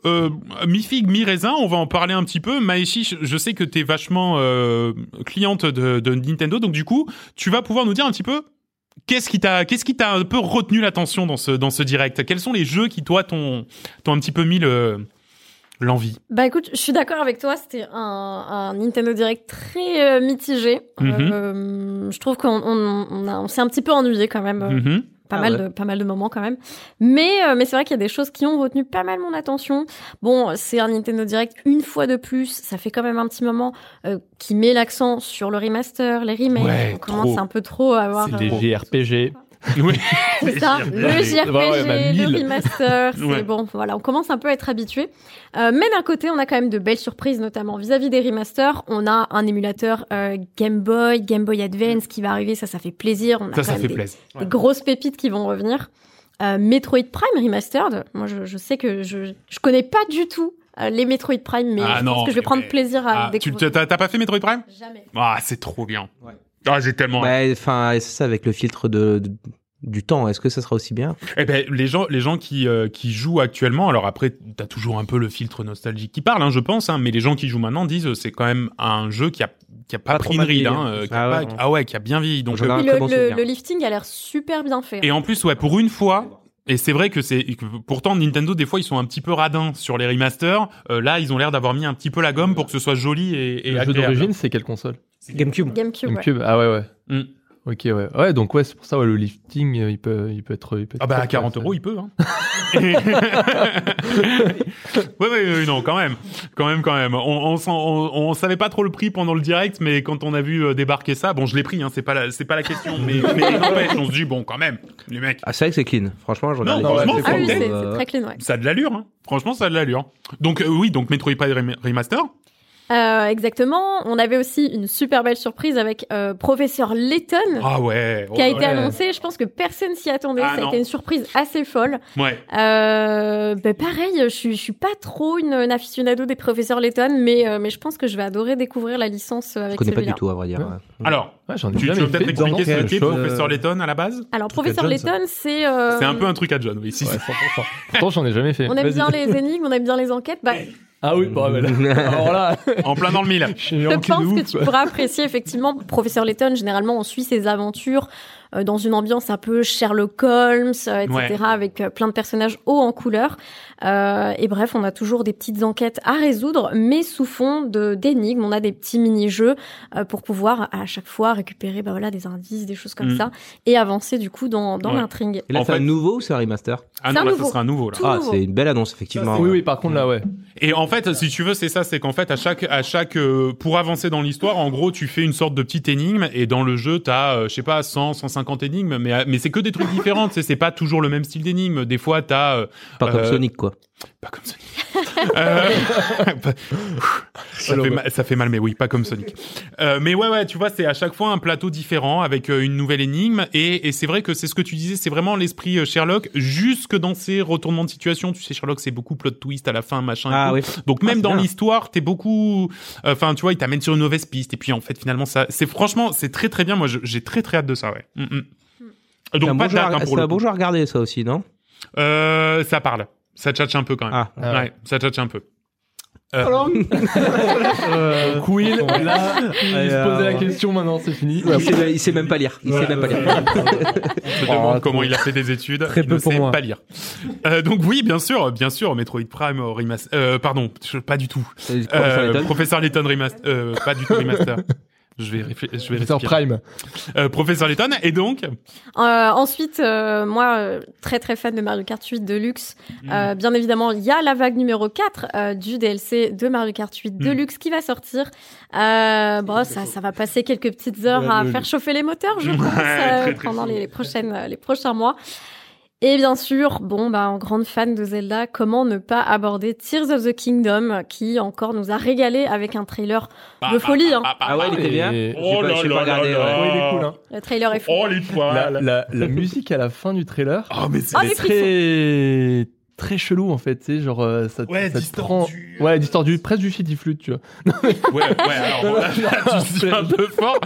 A: euh, mi-figue, mi-raisin, on va en parler un petit peu. Maeshi, je- je sais que t'es vachement euh, cliente de, de Nintendo, donc du coup, tu vas pouvoir nous dire un petit peu qu'est-ce qui t'a qu'est-ce qui t'a un peu retenu l'attention dans ce, dans ce Direct Quels sont les jeux qui, toi, t'ont t'ont un petit peu mis le l'envie
D: Bah écoute, je suis d'accord avec toi, c'était un, un Nintendo Direct très euh, mitigé.
A: Mhm.
D: Euh, je trouve qu'on on, on a- on s'est un petit peu ennuyé quand même. euh,
A: Mhm.
D: pas
C: Ah
D: mal
C: ouais.
D: de pas mal de moments quand même mais euh, mais c'est vrai qu'il y a des choses qui ont retenu pas mal mon attention bon c'est un Nintendo Direct une fois de plus ça fait quand même un petit moment euh, qui met l'accent sur le remaster les remakes
A: Ouais,
D: on commence
A: trop.
D: un peu trop à avoir
B: C'est des
D: euh,
B: JRPG.
A: Oui.
D: c'est ça, le JRPG,
B: Ouais, ouais, bah,
D: le
B: mille.
D: remaster, c'est
A: Ouais.
D: bon, voilà, on commence un peu à être habitué. Euh, mais d'un côté, on a quand même de belles surprises, notamment vis-à-vis des remasters. On a un émulateur euh, Game Boy, Game Boy Advance qui va arriver, ça, ça fait plaisir. On a
A: Ça,
D: quand
A: ça
D: même
A: fait
D: des-
A: plaisir.
D: des grosses pépites qui vont revenir. Euh, Metroid Prime Remastered. Moi, je, je sais que je, je connais pas du tout euh, les Metroid Prime, mais
A: Ah
D: je
A: non,
D: pense que je vais
A: mais-
D: prendre
A: mais-
D: plaisir à
A: Ah, tu
D: découvrir.
A: t'as- t'as pas fait Metroid Prime
D: Jamais.
A: Ah, c'est trop bien.
C: Ouais.
A: Ah, j'ai tellement. hâte.
C: Ouais, Enfin, c'est ça avec le filtre de, de- du temps. Est-ce que ça sera aussi bien
A: Eh ben, les gens, les gens qui euh, qui jouent actuellement, alors après, t'as toujours un peu le filtre nostalgique qui parle, hein, je pense, hein, mais les gens qui jouent maintenant disent euh, c'est quand même un jeu qui a qui a pas,
C: Pas
A: pris une
C: trop mal
A: ride,
C: vieilli,
A: hein,
C: hein.
A: euh, qui
C: Ah
A: a
C: ouais.
A: pas- ah ouais, qui a bien vieilli. Donc
C: J'en ai
A: euh,
C: un
D: Puis
C: très
D: le,
C: bon
D: le-
C: souvenir.
D: le lifting a l'air super bien fait.
A: et en plus, ouais, pour une fois. Et c'est vrai que c'est que pourtant Nintendo des fois ils sont un petit peu radins sur les remasters. Euh, là ils ont l'air d'avoir mis un petit peu la gomme pour que ce soit joli et, et
B: le jeu
A: agréable.
B: d'origine, c'est quelle console
C: GameCube.
D: hein. GameCube, ouais.
B: GameCube. Ah ouais, ouais.
A: Mm.
B: Ok, ouais. Ouais, donc ouais, c'est pour ça, ouais, le lifting, euh, il peut, il peut être. il peut être
A: Ah bah
B: top,
A: à
B: ouais,
A: 40
B: ça.
A: euros il peut. Hein. ouais, ouais, ouais, non quand même, quand même, quand même. On, on, s'en- on, on savait pas trop le prix pendant le direct, mais quand on a vu euh, débarquer ça, bon je l'ai pris, hein, c'est pas la, c'est pas la question, mais, mais n'empêche, on se dit bon quand même, les mecs.
C: Ah, c'est vrai que c'est clean. Franchement, je regarde.
A: Non,
C: les-
A: franchement,
C: les
A: c'est
D: Ah oui,
C: photos,
A: Nintendo,
D: c'est c'est
C: euh,
D: très clean, ouais.
A: Ça a de l'allure, hein. franchement ça a de l'allure. Donc euh, oui, donc Metroid Prime Rem- Remaster.
D: Euh, exactement. On avait aussi une super belle surprise avec euh, Professeur Layton.
A: Ah ouais.
D: qui a
A: ouais,
D: été annoncé, je pense que personne s'y attendait,
A: Ah
D: ça a
A: non.
D: été une surprise assez folle.
A: Ouais.
D: Euh, ben pareil, je suis, je suis pas trop une, une aficionado des professeurs Letton, mais, euh, mais je pense que je vais adorer découvrir la licence euh,
C: Je
D: avec
C: connais pas
D: celui-là.
C: du tout, à vrai dire.
B: Ouais.
A: Alors.
B: Ouais, j'en ai
A: Tu, tu
B: jamais
A: veux peut-être
B: fait.
A: m'expliquer ce
E: Dans
A: que c'est,
E: quel-
A: Professeur Letton, à la base
D: Alors,
E: Truc à
D: professeur
E: John, ça.
D: Letton, c'est... euh,
A: C'est un peu un truc à John, oui. Si, si.
B: Ouais, 100%. Pourtant, j'en ai jamais fait.
D: On aime
B: Vas-y.
D: bien les énigmes, on aime bien les enquêtes. Bah,
B: Ah oui, bah, voilà. Alors là,
A: En plein dans le mille.
B: je suis
D: je
B: en cul de
D: pense
B: ouf,
D: que tu
B: quoi.
D: pourras apprécier effectivement professeur Letton. Généralement, on suit ses aventures euh, dans une ambiance un peu Sherlock Holmes, euh, etc.,
A: Ouais.
D: avec euh, plein de personnages hauts en couleur. Euh, et bref, on a toujours des petites enquêtes à résoudre, mais sous fond de d'énigmes. On a des petits mini-jeux euh, pour pouvoir à chaque fois récupérer bah, voilà, des indices, des choses comme
A: Mm.
D: ça, et avancer du coup dans, dans
A: Ouais.
D: l'intrigue.
C: Et là,
A: En
C: c'est
A: fait-
C: un nouveau ou c'est un remaster
A: Ah
D: C'est
A: non,
D: un
A: là, ça
D: nouveau.
A: sera un nouveau, là.
D: Tout
C: Ah,
D: nouveau.
C: c'est une belle annonce, effectivement.
B: Oui, oui, par contre, là, ouais.
A: Et en fait, si tu veux, c'est ça, c'est qu'en fait, à chaque, à chaque, euh, pour avancer dans l'histoire, en gros, tu fais une sorte de petite énigme, et dans le jeu, t'as, euh, je sais pas, 100, 150 énigmes, mais, euh, mais c'est que des trucs différents, tu sais, c'est pas toujours le même style d'énigme. Des fois, t'as, euh,
C: Pas comme
A: Euh,
C: Sonic, quoi.
A: pas comme Sonic. Euh, pas- ça, fait mal, ça fait mal, mais oui, pas comme Sonic. Euh, mais ouais, ouais, tu vois, c'est à chaque fois un plateau différent avec euh, une nouvelle énigme. Et, et c'est vrai que c'est ce que tu disais, c'est vraiment l'esprit euh, Sherlock, jusque dans ses retournements de situation. Tu sais, Sherlock, c'est beaucoup plot twist à la fin, machin. et
C: Ah
A: tout.
C: oui.
A: Donc même
C: c'est
A: dans
C: bien.
A: l'histoire, t'es beaucoup. Enfin, tu vois, il t'amène sur une mauvaise piste. Et puis en fait, finalement, ça, c'est franchement, c'est très très bien. Moi, je- j'ai très très hâte de ça. Ouais. Mm, mm.
C: C'est
A: Donc
C: un
A: pas
C: bon
A: de
C: jeu à-
A: date, hein, pour
C: c'est
A: le
C: un bon
A: coup.
C: jeu à regarder, ça aussi, non
A: Euh, ça parle, ça tchatche un peu quand même.
C: Ah.
B: Ah
A: ouais, ça tchatche un peu. Euh,
B: Quill, là, il se posait la question maintenant, c'est fini.
C: Il sait, il sait même pas lire. Il sait même pas lire.
A: Je me
E: Oh,
A: demande
E: attends.
A: comment il a fait des études.
E: Très
A: il
E: peu
A: ne
E: pour
A: sait
E: moi.
A: pas lire. Euh, donc oui, bien sûr, bien sûr, Metroid Prime, euh, remas- euh, pardon, je- pas du tout.
C: C'est-
A: Euh,
C: ça m'étonne.
A: Professeur Layton remaster, euh, pas du tout remaster. Je vais, réfl- je vais
B: Professeur
A: respirer.
B: Prime.
A: Euh, Professeur Layton, et donc,
D: Euh, ensuite, euh, moi, euh, très très fan de Mario Kart 8 Deluxe.
A: Mmh. Bah,
D: Euh, bien évidemment, il y a la vague numéro 4 euh, du DLC de Mario Kart 8
A: Mmh.
D: Deluxe qui va sortir. Euh, bon, ça, ça va passer quelques petites heures à faire chauffer les moteurs, je
A: Mmh. Ouais,
D: pense, euh,
A: très, très
D: pendant
A: chaud.
D: les, les prochaines, euh, les prochains mois. Et bien sûr, bon, bah, en grande fan de Zelda, comment ne pas aborder Tears of the Kingdom, euh, qui encore nous a régalé avec un trailer.
A: bah,
D: De folie,
A: bah,
D: hein.
A: bah, bah,
C: Ah ouais, il
A: bah,
C: était bien.
B: Et-
A: Oh
C: J'ai pas-
A: là
C: j'ai pas
A: là
C: regardé,
A: là là.
C: ouais.
B: Ouais, il est cool, hein.
D: Le trailer est fou.
A: Oh les poils.
B: La, la- Euh, bah, la musique à la fin du trailer,
A: Oh mais c'est
D: Oh,
A: les-
D: les-
B: très très chelou en fait, tu sais, genre euh, ça,
A: ouais,
B: ça te
A: distordu.
B: prend- Ouais, distordu, presque du flûte tu vois.
A: Ouais, ouais, alors là,
B: Ah,
A: là, tu dis un peu fort.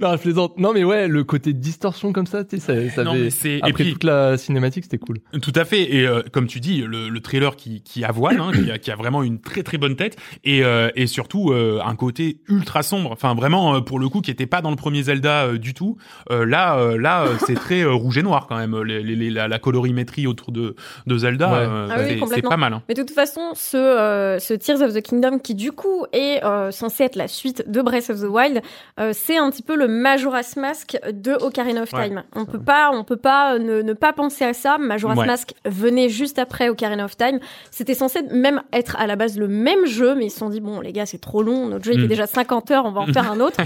B: non, je plaisante. Non, mais ouais, le côté distorsion comme ça, tu sais, ça, ça
A: Non,
B: avait-
A: mais c'est- et
B: Après
A: puis-
B: toute la cinématique, c'était cool.
A: Tout à fait. Et euh, comme tu dis, le, le trailer qui, qui avoine, hein, qui, a, qui a vraiment une très très bonne tête, et, euh, et surtout euh, un côté ultra sombre. Enfin, vraiment euh, pour le coup, qui était pas dans le premier Zelda euh, du tout. Euh, là, euh, là, euh, c'est très euh, rouge et noir quand même. Les, les- les- la, la colorimétrie autour de, de Zelda,
B: Ouais.
A: euh,
D: Ah oui,
A: c'est- c'est
D: complètement.
A: pas mal. hein.
D: Mais de toute façon, ce, euh, ce Tears of the Kingdom, qui du coup est euh, censé être la suite de Breath of the Wild, euh, c'est un petit peu le Majora's Mask de Ocarina of
A: Ouais.
D: Time. On peut pas, on peut pas euh, ne, ne pas penser à ça. Majora's
A: Ouais.
D: Mask venait juste après Ocarina of Time. C'était censé même être à la base le même jeu, mais ils se sont dit bon les gars c'est trop long, notre jeu il
A: Mm.
D: fait déjà 50 heures, on va en faire un autre.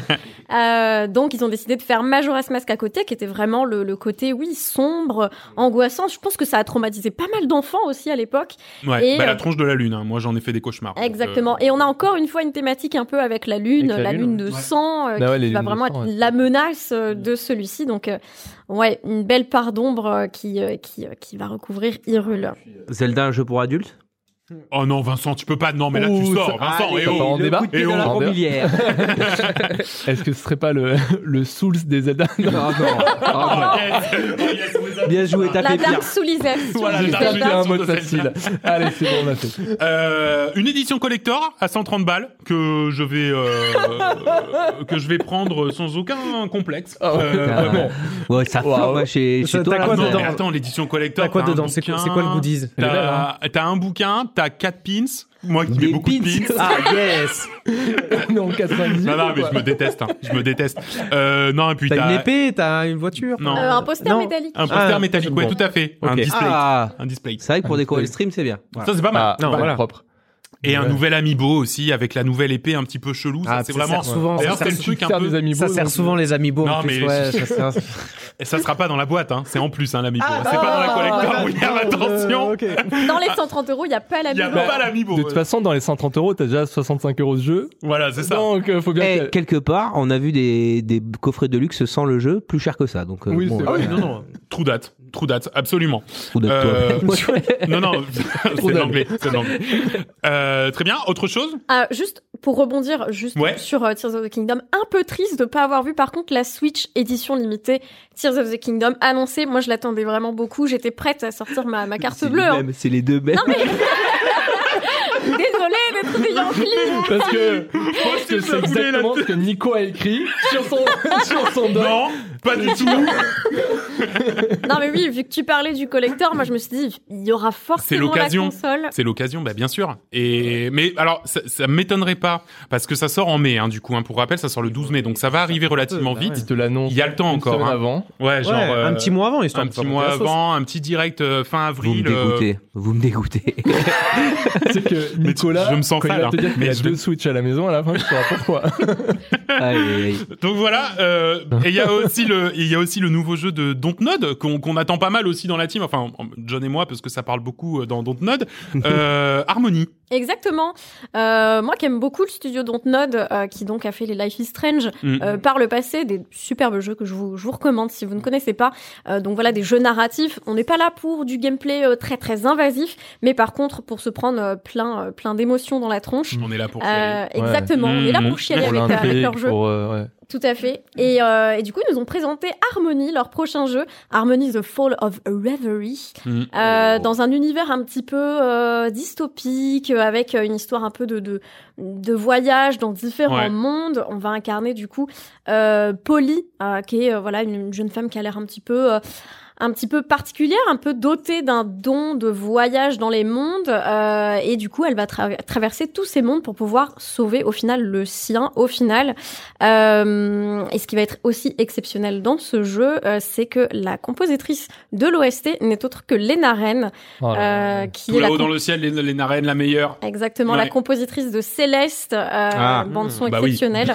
D: Euh, donc ils ont décidé de faire Majora's Mask à côté, qui était vraiment le, le côté oui sombre, angoissant. Je pense que ça a traumatisé pas mal d'enfants aussi à l'époque.
A: Ouais.
D: Et,
A: Bah, la
D: euh,
A: tronche de la lune. hein. Moi, j'en ai fait des cauchemars. donc, euh,
D: Exactement. Et on a encore une fois une thématique un peu avec la lune,
E: Avec la
D: la, lune,
E: lune,
D: de sang, euh,
B: Bah ouais, les
D: qui va
B: lunes de
D: vraiment
B: sang,
D: être
B: ouais.
D: la menace euh, de celui-ci. Donc, euh, ouais, une belle part d'ombre euh, qui, euh, qui, euh, qui va recouvrir Hyrule.
C: Zelda, un jeu pour adultes
A: Oh non, Vincent, tu peux pas. Non, mais là, tu
B: Ouh,
A: sors, Vincent.
B: allez,
A: eh oh.
B: part en débat.
C: coup de pied
A: Eh
C: dans
A: oh.
C: la fourmilière.
B: Est-ce que ce serait pas le, le Souls des Zelda
C: Non, non,
A: Oh,
C: non.
A: yes. Oh, yes, on les a-
C: Bien joué, t'as
D: La
C: fait
D: Dark
C: pire.
D: Soulisation
A: Voilà, la
D: du
A: Dark
B: J'ai
D: Zelda.
B: un
A: Souls
B: mode
A: de
B: facile.
A: Zelda.
B: Allez, c'est bon, on l'a fait.
A: Euh, une édition collector à 130 balles que je vais euh, que je vais prendre sans aucun complexe.
B: Ah ouais,
A: Euh,
C: putain.
A: vraiment.
C: Ah, Ouais, ça
B: Waouh.
C: flotte, moi, chez, chez
E: Ça,
C: toi.
E: t'as
C: là,
E: quoi
A: Non,
C: Zelda.
A: mais attends, l'édition collector.
E: T'as quoi
A: un
E: dedans C'est quoi
A: bouquin,
E: c'est quoi le goodies
A: T'as t'as un bouquin, t'as quatre pins. Moi qui mets
C: Des
A: beaucoup de
C: pins.
A: pins.
C: Ah, yes
B: On est en 98.
A: Non, non, mais
B: quoi.
A: je me déteste. hein. Je me déteste. Euh, non, et puis
E: T'as
A: t'as
E: une épée, t'as une voiture.
A: Non.
D: Euh, un poster
E: Non.
D: métallique.
A: un poster
E: Ah,
A: métallique. Ouais,
E: bon.
A: tout à fait. Un
E: Ok.
A: display.
C: Ah
A: Un display.
C: C'est vrai que pour décorer le stream, c'est bien.
A: Ça, c'est pas mal.
B: Ah,
E: Non,
B: ouais,
E: voilà.
B: propre.
A: Et un
B: Ouais.
A: nouvel amiibo aussi avec la nouvelle épée un petit peu chelou. ça,
E: Ah,
A: c'est
E: ça
A: vraiment.
E: sert souvent,
A: D'ailleurs,
E: ça
A: c'est le
E: sert
A: truc un
B: Faire
A: peu.
B: des amiibo,
E: Ça sert
B: donc,
E: souvent les amiibo
A: Non,
E: en plus.
A: mais-
E: Ouais, ça sert-
A: Et ça sera pas dans la boîte, hein. C'est en plus, hein, l'amiibo.
E: Ah,
A: c'est pas dans la collector.
E: ah,
A: William,
B: bah, euh,
A: attention.
E: ok.
D: Dans les 130 euros, il n'y a pas la
A: Il y a
E: bah,
D: Bible.
A: pas l'amiibo.
B: De toute façon, dans les 130 euros, t'as déjà 65 euros de jeu.
A: Voilà, c'est ça.
B: Donc, euh, faut bien.
C: Et
B: que-
C: Eh, quelque part, on a vu des, des coffrets de luxe sans le jeu plus cher que ça. Donc, euh,
B: Oui,
C: bon,
B: c'est
E: Ah
B: vrai.
E: oui, non, non.
A: True date. True date, absolument.
C: trou de toi.
A: Euh, non, non, c'est de
B: date.
A: l'anglais. C'est de l'anglais. Euh, très bien. Autre chose
D: Ah, juste pour rebondir juste
A: Ouais.
D: sur euh, Tears of the Kingdom, un peu triste de pas avoir vu par contre la Switch édition limitée Tears of the Kingdom annoncée. Moi, je l'attendais vraiment beaucoup. J'étais prête à sortir ma, ma carte hein.
C: C'est les
D: bleue. hein.
C: mêmes, C'est les deux mêmes.
D: Désolée d'être Jean-Philippe
B: Parce que je pense que c'est exactement ce que Nico a écrit sur son, sur son doc.
A: Non, pas du tout.
D: Non, mais oui, vu que tu parlais du collector, moi je me suis dit, il y aura forcément la
A: l'occasion.
D: console.
A: C'est l'occasion, bah bien sûr. Et mais alors, ça, ça m'étonnerait pas parce que ça sort en mai, hein, du coup. Hein, pour rappel, ça sort le 12 mai, donc ça va arriver relativement
E: bah ouais.
A: vite.
B: te l'annonce.
A: Il y a le temps
B: une
A: encore.
B: semaine
A: hein.
B: avant.
A: Ouais, genre
E: Ouais,
A: euh,
E: un petit mois avant, histoire
A: un
E: de
A: petit
E: faire
A: mois
E: monter la sauce.
A: avant, un petit direct euh, fin
C: Vous me
A: avril. euh,
C: dégoûtez. Vous me dégoûtez.
B: C'est que
A: Mais
B: Nicolas,
A: je me sens
B: quand il
A: mal,
B: va te
A: hein.
B: dire qu'il y
A: Mais
B: a
A: je-
B: deux Switch à la maison, à la fin, je saurais pourquoi.
C: Aïe, aïe, aïe.
A: Donc voilà, euh, et il y a aussi le, il y a aussi le nouveau jeu de Dontnod qu'on qu'on attend pas mal aussi dans la team. Enfin, John et moi parce que ça parle beaucoup euh, dans Dontnod. Euh, Harmony.
D: Exactement. Euh, moi qui aime beaucoup le studio Dontnod, euh, qui donc a fait les Life is Strange
A: Mm.
D: euh, par le passé, des superbes jeux que je vous, je vous recommande si vous ne connaissez pas. Euh, donc voilà, des jeux narratifs. On n'est pas là pour du gameplay euh, très très invasif, mais par contre pour se prendre euh, plein euh, plein d'émotions dans la tronche.
A: On est là Mm. pour.
D: Euh,
A: chialer.
D: exactement, on est là
A: Mm.
D: pour chialer
B: pour
D: avec, euh, avec
B: l'intrigue,
D: leur jeu.
B: pour, euh, ouais.
D: Tout à fait. Et, euh, et du coup, ils nous ont présenté Harmony, leur prochain jeu, Harmony The Fall of a Reverie,
A: Mm.
D: euh, dans un univers un petit peu euh, dystopique, euh, avec euh, une histoire un peu de, de, de voyage dans différents
A: Ouais.
D: mondes. On va incarner du coup euh, Polly, euh, qui est euh, voilà une, une jeune femme qui a l'air un petit peu... euh, un petit peu particulière, un peu dotée d'un don de voyage dans les mondes, euh, et du coup elle va tra- traverser tous ces mondes pour pouvoir sauver au final le sien. Au final, euh, et ce qui va être aussi exceptionnel dans ce jeu, euh, c'est que la compositrice de l'OST n'est autre que Lena Ren,
A: Ah,
B: Oh là là.
D: euh, qui
A: Tout
D: est la
A: là-haut
D: com-
A: dans le ciel, les, les narines, la meilleure.
D: exactement
A: Ouais.
D: la compositrice de Céleste, euh,
C: Ah,
D: bande son
A: bah oui.
D: exceptionnelle.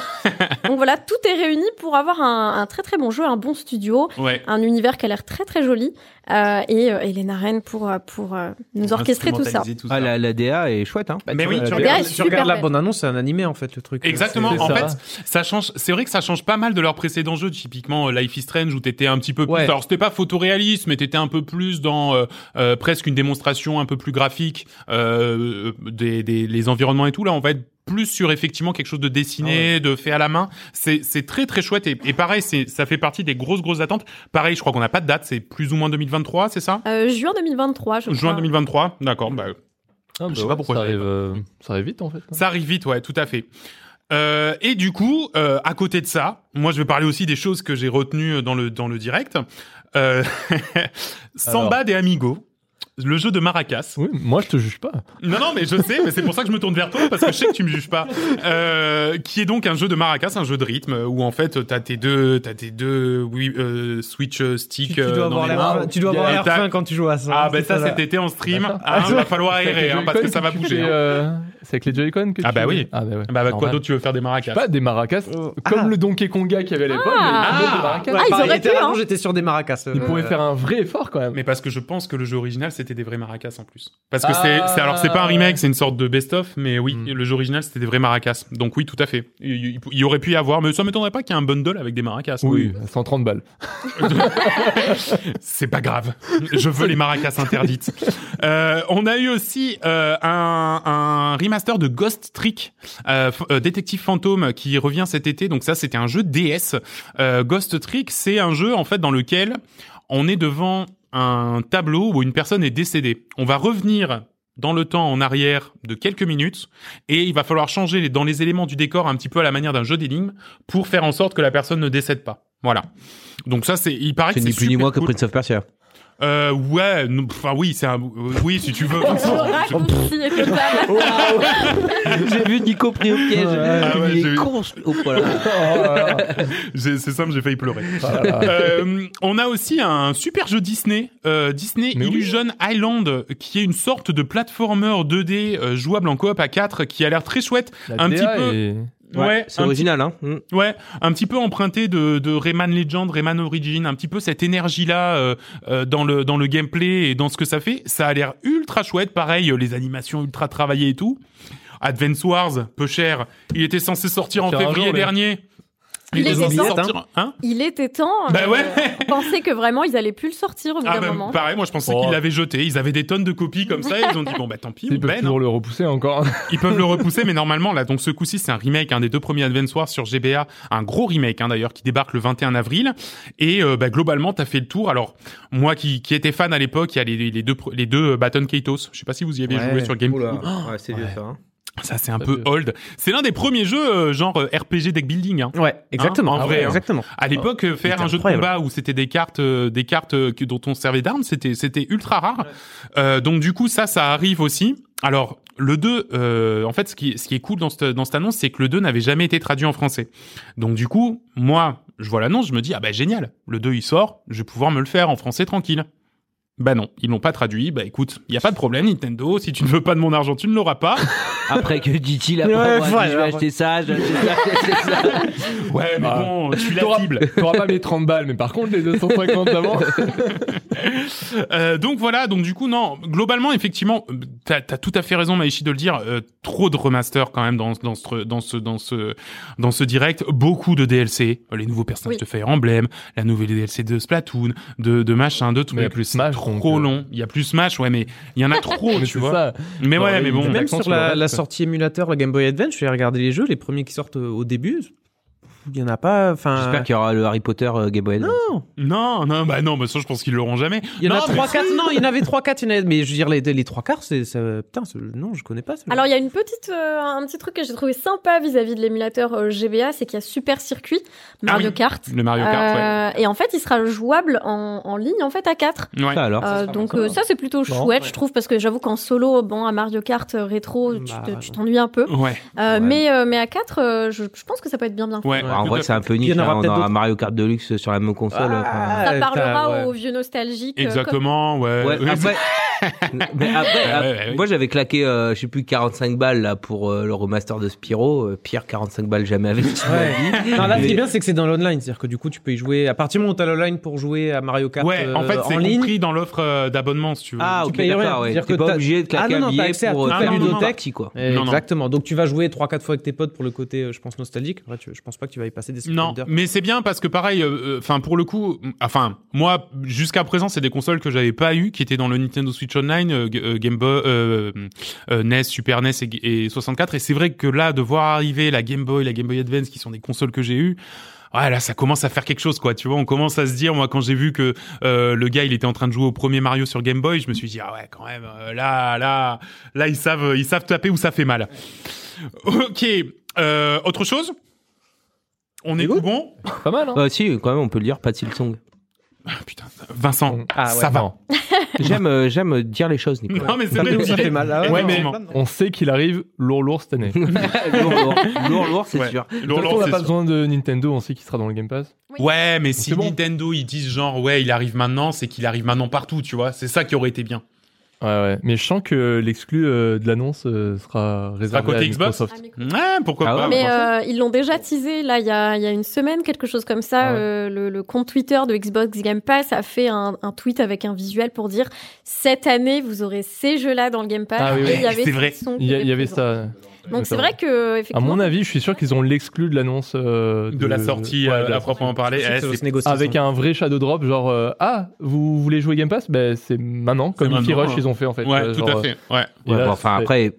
D: Donc voilà, tout est réuni pour avoir un, un très très bon jeu, un bon studio.
A: Ouais.
D: Un univers qui a l'air très très joli euh, et euh, Elena Ren pour euh, pour euh, nous orchestrer tout ça.
A: Instrumentaliser tout
C: Ah,
A: ça.
C: la, la DA est chouette, hein.
A: Mais oui, tu
E: tu
D: regardes-
E: regardes,
D: est super
E: la
D: belle.
E: bonne annonce, c'est un animé en fait le truc.
A: Exactement.
E: C'est-
A: En
B: C'est
A: fait,
B: ça.
A: ça change. C'est vrai que ça change pas mal de leurs précédents jeux, typiquement euh, Life is Strange, où t'étais un petit peu plus.
E: Ouais.
A: Alors c'était pas photoréaliste, mais t'étais un peu plus dans euh, euh, presque une démonstration un peu plus graphique euh, des, des les environnements et tout. Là, on va être plus sur effectivement quelque chose de dessiné, de fait à la main. C'est c'est très très chouette et, et pareil, c'est ça fait partie des grosses grosses attentes. Pareil, je crois qu'on n'a pas de date. C'est plus ou moins 2023, c'est ça
D: Euh, juin 2023, je
A: Juin
D: crois.
A: 2023. D'accord. Bah,
B: Ah, bah
A: je sais
B: ouais,
A: pas pourquoi
B: Ça
A: j'avais
B: arrive, euh, ça arrive vite en fait.
A: Ça arrive vite, ouais, tout à fait. Euh, et du coup, euh, à côté de ça, moi je vais parler aussi des choses que j'ai retenues dans le, dans le direct. Euh, Samba des Amigos, le jeu de Maracas.
B: Oui, moi je te juge pas.
A: Non, non, mais je sais, mais c'est pour ça que je me tourne vers toi, parce que je sais que tu me juges pas. Euh, qui est donc un jeu de Maracas, un jeu de rythme, où en fait t'as tes deux, t'as tes deux oui, euh, Switch euh,
E: Tu,
A: stick
E: tu
A: euh,
E: dois
A: dans
E: avoir
A: les
E: l'air
A: mains.
E: fin- tu dois avoir
A: Et
E: l'air
A: t'as-
E: fin quand tu joues à ça.
A: Ah, ben
E: c'est
A: ça,
E: là.
A: cet été en stream,
B: D'accord.
A: hein, va falloir
B: C'est avec
A: aérer,
B: les
A: hein, parce que
B: Joy-Con
A: ça va
B: tu
A: bouger.
B: fais,
A: hein.
B: euh, C'est avec les Joy-Con que
A: Ah,
B: tu
A: bah
B: fais-
A: oui.
B: Ah
E: euh,
B: bah ouais.
A: Bah, bah, quoi
B: normal.
A: d'autre tu veux faire des Maracas
B: Pas des maracas,
E: Oh.
B: comme
E: Ah.
B: le Donkey Konga qu'il y avait à l'époque.
D: Ah.
B: mais des
E: Ouais,
B: maracas.
D: Ah, ils
E: pareil,
D: auraient pu,
E: littéralement,
D: hein.
E: J'étais sur des maracas. euh,
B: Ils pourraient faire un vrai effort quand même.
A: Mais parce que je pense que le jeu original c'était des vrais maracas en plus. Parce que
B: Ah.
A: c'est, c'est- alors c'est pas un remake, c'est une sorte de best-of, mais oui,
B: Hmm.
A: le jeu original c'était des vrais maracas. Donc oui, tout à fait. Il, il- il y aurait pu y avoir, mais ça m'étonnerait pas qu'il y ait un bundle avec des maracas.
B: Oui, 130 balles.
A: C'est pas grave. Je veux les maracas interdites. Euh, on a eu aussi euh, un, un remaster de Ghost Trick, euh, f- euh, détective fantôme, qui revient cet été. Donc ça, c'était un jeu DS. Euh, Ghost Trick, c'est un jeu en fait dans lequel on est devant un tableau où une personne est décédée. On va revenir dans le temps en arrière de quelques minutes et il va falloir changer les- dans les éléments du décor un petit peu à la manière d'un jeu d'énigmes pour faire en sorte que la personne ne décède pas. Voilà. Donc ça c'est il paraît
C: C'est
A: que Ah, c'est
C: ni plus ni
A: super
C: moins que
A: cool.
C: Prince of Persia.
A: Euh, ouais, non, enfin oui, c'est un, euh, oui si tu veux. Oh,
D: Raccourci et total.
C: J'ai vu Nico pris au piège.
A: Ah ouais,
C: Il
A: j'ai
C: est
A: vu.
C: con. ce- Oh, voilà.
B: Oh là là.
A: J'ai- c'est simple, j'ai failli pleurer.
B: Oh là là.
A: Euh, on a aussi un super jeu Disney, euh, Disney
B: Mais oui.
A: Illusion Island, qui est une sorte de platformer 2D euh, jouable en coop à 4, qui a l'air très chouette.
B: La
A: un
B: DA
A: petit peu-
B: est-
A: Ouais,
C: C'est
A: un petit,
C: original, hein. Mm.
A: ouais, un petit peu emprunté de, de Rayman Legend, Rayman Origin, un petit peu cette énergie-là euh, euh, dans le dans le gameplay et dans ce que ça fait. Ça a l'air ultra chouette, pareil, euh, les animations ultra travaillées et tout. Advance Wars, peu cher. Il était censé sortir en
B: Faire un
A: février
B: jour, mais-
A: dernier.
D: Il
A: était
D: est
A: censé
D: sorti.
A: sortir, hein
D: Il était temps.
A: Bah
D: euh,
A: ouais.
D: on pensait que vraiment ils allaient plus le sortir au bout
A: Ah
D: d'un
A: bah,
D: moment.
A: pareil, moi je pensais
B: Oh.
A: qu'ils l'avaient jeté. Ils avaient des tonnes de copies comme ça. et ils ont dit bon bah tant pis, on
B: Ils peuvent
A: baigne.
B: toujours le repousser encore.
A: Ils peuvent le repousser, mais normalement là donc ce coup-ci c'est un remake, un des deux premiers Advance Wars sur GBA, un gros remake hein, d'ailleurs qui débarque le 21 avril. Et euh, bah, globalement t'as fait le tour. Alors moi qui, qui étais fan à l'époque, il y a les, les deux pr- les deux euh, Baton Kaitos. Je sais pas si vous y avez joué sur GameCube.
C: Oula. Ouais, c'est vieux ça. hein.
A: Ça, c'est un peu old. C'est l'un des premiers jeux euh, genre euh, RPG deck building. hein.
E: Ouais, exactement.
A: en vrai, hein.
E: exactement.
A: À l'époque, euh, faire
E: c'était
A: un jeu de
E: incroyable.
A: combat où c'était des cartes, euh, des cartes euh, que- dont on servait d'armes, c'était c'était ultra rare. Euh, donc du coup, ça, ça arrive aussi. Alors le 2, euh, en fait, ce qui, ce qui est cool dans cette, dans cette annonce, c'est que le 2 n'avait jamais été traduit en français. Donc du coup, moi, je vois l'annonce, je me dis ah bah génial, le 2 il sort, je vais pouvoir me le faire en français tranquille. Bah non, ils l'ont pas traduit. Bah écoute, il y a pas de problème Nintendo, si tu ne veux pas de mon argent, tu ne l'auras pas.
C: Après que dit-il, après,
E: Ouais,
C: moi,
E: ouais,
C: je
E: ouais,
C: vais
E: ouais.
C: acheter ça, je vais acheter ça, je vais acheter ça.
A: Ouais, mais
B: Ah.
A: bon, je suis la
B: T'auras
A: cible.
B: t'auras pas mes 30 balles, mais par contre, les 250 d'avant.
A: Euh, donc voilà, donc du coup, non, globalement, effectivement, euh, t'as as tout à fait raison, Maïchi, de le dire, euh, trop de remasters quand même dans, dans, ce, dans, ce, dans, ce, dans ce direct, beaucoup de DLC, euh, les nouveaux personnages
D: Oui.
A: de Fire Emblem, la nouvelle DLC de Splatoon, de, de machin, de tout,
B: Mais il y a
A: mais
B: plus Smash,
A: trop
B: donc, euh,
A: long, il y a plus Smash, ouais, mais il y en a trop,
B: Mais
A: tu
B: c'est
A: vois.
B: ça.
A: Mais
B: Non,
A: ouais, mais
B: il-
A: bon.
B: il y a
E: Même
B: L'accent
E: sur
B: sur le
E: la,
B: reste.
E: la sortie émulateur, la Game Boy Advance, je vais regarder les jeux, les premiers qui sortent euh, au début, il y en a pas. Enfin,
C: J'espère qu'il y aura le Harry Potter euh, Game Boy Advance.
A: Non, non, bah non, bah ça, je pense qu'ils l'auront jamais.
E: il y en a
A: Non, mais
E: 3 4 non, il y en avait 3 4, il y en avait mais je veux dire les les 3 quarts c'est ça putain ce- non, je connais pas ce
D: Alors il y a une petite, euh, un petit truc que j'ai trouvé sympa vis-à-vis de l'émulateur euh, GBA, c'est qu'il y a Super Circuit, Mario
A: oui.
D: Kart.
A: Le Mario Kart, ouais.
D: Euh, Et en fait, il sera jouable en, en ligne en fait à 4.
A: Ouais.
C: Ah, Ça alors.
D: donc euh, ça c'est plutôt
B: Non,
D: chouette
E: ouais.
D: je trouve parce que j'avoue qu'en solo bon à Mario Kart euh, rétro tu
E: Bah,
D: te-
E: ouais.
D: tu t'ennuies un peu
A: Ouais,
D: Euh,
E: Ouais.
D: mais euh, mais à 4 je, je pense que ça peut être bien bien
A: ouais.
E: Ouais,
C: Ah, en
A: tout
C: vrai,
A: à
C: c'est un peu niche.
E: Il y en aura
C: hein, on
E: peut-être
C: aura
E: d'autres.
C: Mario Kart Deluxe sur la même console. enfin.
D: ça
E: Ah,
D: parlera
E: t'as- ouais.
D: aux vieux nostalgiques euh,
A: Exactement, ouais.
C: Ouais,
A: Ouais,
C: après- mais après,
A: euh, Ouais,
C: après-
A: ouais, ouais.
C: moi j'avais claqué, euh, je sais plus, 45 balles là pour euh, le remaster de Spyro. Euh, pire 45 balles jamais investi.
E: Ouais. non, là, ce qui est bien, c'est que c'est dans l'online. C'est-à-dire que du coup, tu peux y jouer. À partir du moment où t'as l'online pour jouer à Mario Kart
A: Ouais, en
E: euh,
A: fait, c'est
E: ligne,
A: compris dans l'offre euh, d'abonnement, si tu veux.
C: Ah,
E: Mm. Tu
C: ok,
E: payes rien,
C: d'accord, ouais.
E: c'est-à-dire
C: T'es
E: que
C: pas
E: t'as-
C: obligé de
E: Ah,
C: claquer
E: non, non,
C: un
E: t'as
C: billet
E: accès à
C: pour euh,
E: toute
A: la
C: faire une
A: ludothèque.
C: partie, quoi.
E: Eh,
A: Non, non.
E: Exactement. Donc tu vas jouer 3-4 fois avec tes potes pour le côté, euh, je pense, nostalgique. Ouais, tu- je pense pas que tu vas y passer des
A: Non,
E: secondes d'heures.
A: mais c'est bien parce que pareil, euh, enfin pour le coup, m- enfin moi jusqu'à présent c'est des consoles que j'avais pas eu, qui étaient dans le Nintendo Switch Online, euh, G- euh, Game Boy, euh, euh, NES, Super NES et, G- et 64. Et c'est vrai que là de voir arriver la Game Boy, la Game Boy Advance, qui sont des consoles que j'ai eues. Ouais, là, ça commence à faire quelque chose, quoi. Tu vois, on commence à se dire, moi, quand j'ai vu que euh, le gars, il était en train de jouer au premier Mario sur Game Boy, je me suis dit, ah ouais, quand même, euh, là, là, là, ils savent, ils savent taper où ça fait mal. Ok. Euh, autre chose On est tout bon
B: Pas mal, hein.
C: Ah, si, quand même, on peut le dire, pas de Silsong.
A: Ah, Putain, Vincent,
E: Ah ouais,
A: ça va.
C: J'aime, euh, j'aime dire les choses, Nico.
A: Non, mais c'est
E: Ça,
A: vrai,
E: fait- ça
A: il est-
E: fait mal. Ah
A: Ouais,
E: non,
A: mais-
E: c'est pas- non.
B: On sait qu'il arrive lourd lourd cette année. De
C: lourd, lourd, lourd, lourd, c'est
A: Ouais.
C: sûr.
A: Lourd,
B: toute façon,
A: lourd,
B: on n'a
A: c'est
B: pas
A: sûr.
B: besoin de Nintendo, on sait qu'il sera dans le Game Pass.
A: Ouais, mais si
B: C'est bon.
A: Nintendo ils disent genre ouais, il arrive maintenant, c'est qu'il arrive maintenant partout, tu vois. C'est ça qui aurait été bien.
B: Ouais, ouais. Mais je sens que l'exclu euh, de l'annonce euh, sera réservé
A: côté
B: à
A: Xbox
B: Microsoft.
D: nostalgiques.
A: Ouais, pourquoi
C: Ah ouais,
A: pas.
D: Mais euh, ils l'ont déjà teasé, là, il y a, il y a une semaine, quelque chose comme ça.
B: Ah ouais.
D: euh, le, le compte Twitter de Xbox Game Pass a fait un, un tweet avec un visuel pour dire Cette année, vous aurez ces jeux-là dans le Game Pass.
B: Ah oui,
D: Et
B: oui.
D: il y avait
A: C'est vrai.
D: ce son qui
B: Il y, a- il y avait
D: présent.
B: ça.
D: Donc
B: Ça
D: c'est
B: va.
D: vrai que,
B: À
D: effectivement.
B: mon avis, je suis sûr qu'ils ont l'exclu de l'annonce euh,
A: de la sortie
B: ouais,
A: euh,
B: de la
A: à proprement parler,
E: Ça,
A: eh,
E: ça
A: c'est-
E: se négocie,
B: avec
E: ça.
B: un vrai shadow drop genre euh, ah vous voulez jouer Game Pass ben c'est maintenant comme
A: C'est
B: Infi
A: maintenant,
B: Rush
A: hein.
B: ils ont fait en fait
A: ouais,
B: Euh,
A: tout
B: genre,
A: à fait. Ouais.
B: euh, et
C: Ouais,
B: là,
C: bon, enfin,
B: c'est-
C: après,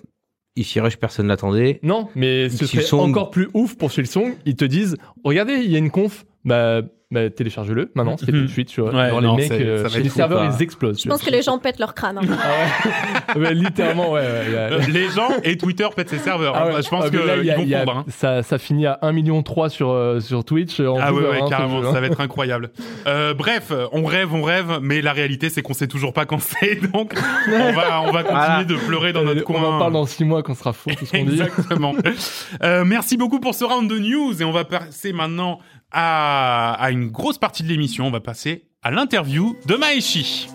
C: ici Rush, personne l'attendait.
B: euh, non mais ce serait
C: Silksong.
B: encore plus ouf pour Silksong ils te disent regardez il y a une conf bah, bah, télécharge-le maintenant c'est tout de
A: Mhm.
B: suite tu vois
A: Ouais,
B: genre
A: non,
B: les mecs
A: c'est-
B: euh,
A: ça va
B: chez
A: être
B: les
C: fou,
B: serveurs
C: quoi.
B: ils explosent
D: Je pense que les gens pètent leur crâne. hein.
B: Ah ouais. Ouais, littéralement ouais, ouais, y a-
A: Euh, Les gens et Twitter pètent ses serveurs.
B: Ah
A: hein.
B: ouais.
A: Bah, Je pense
B: Ah, mais là,
A: qu'ils
B: y a-
A: vont
B: y a-
A: prendre. hein.
B: ça, ça finit à 1,3 million sur, euh, sur Twitch. euh, en
A: Ah ouais,
B: double,
A: ouais,
B: hein, ce
A: carrément,
B: jeu, hein.
A: ça va être incroyable. Euh, bref, on rêve, on rêve, mais la réalité c'est qu'on sait toujours pas quand c'est, donc on va, on va continuer
E: Voilà.
A: de pleurer dans notre
B: hein. on
A: coin.
B: en parle dans 6 mois quand ce sera faux tout ce qu'on dit.
A: Exactement. Euh, merci beaucoup pour ce round de news et on va passer maintenant à, à une grosse partie de l'émission. On va passer à l'interview de Maeshi.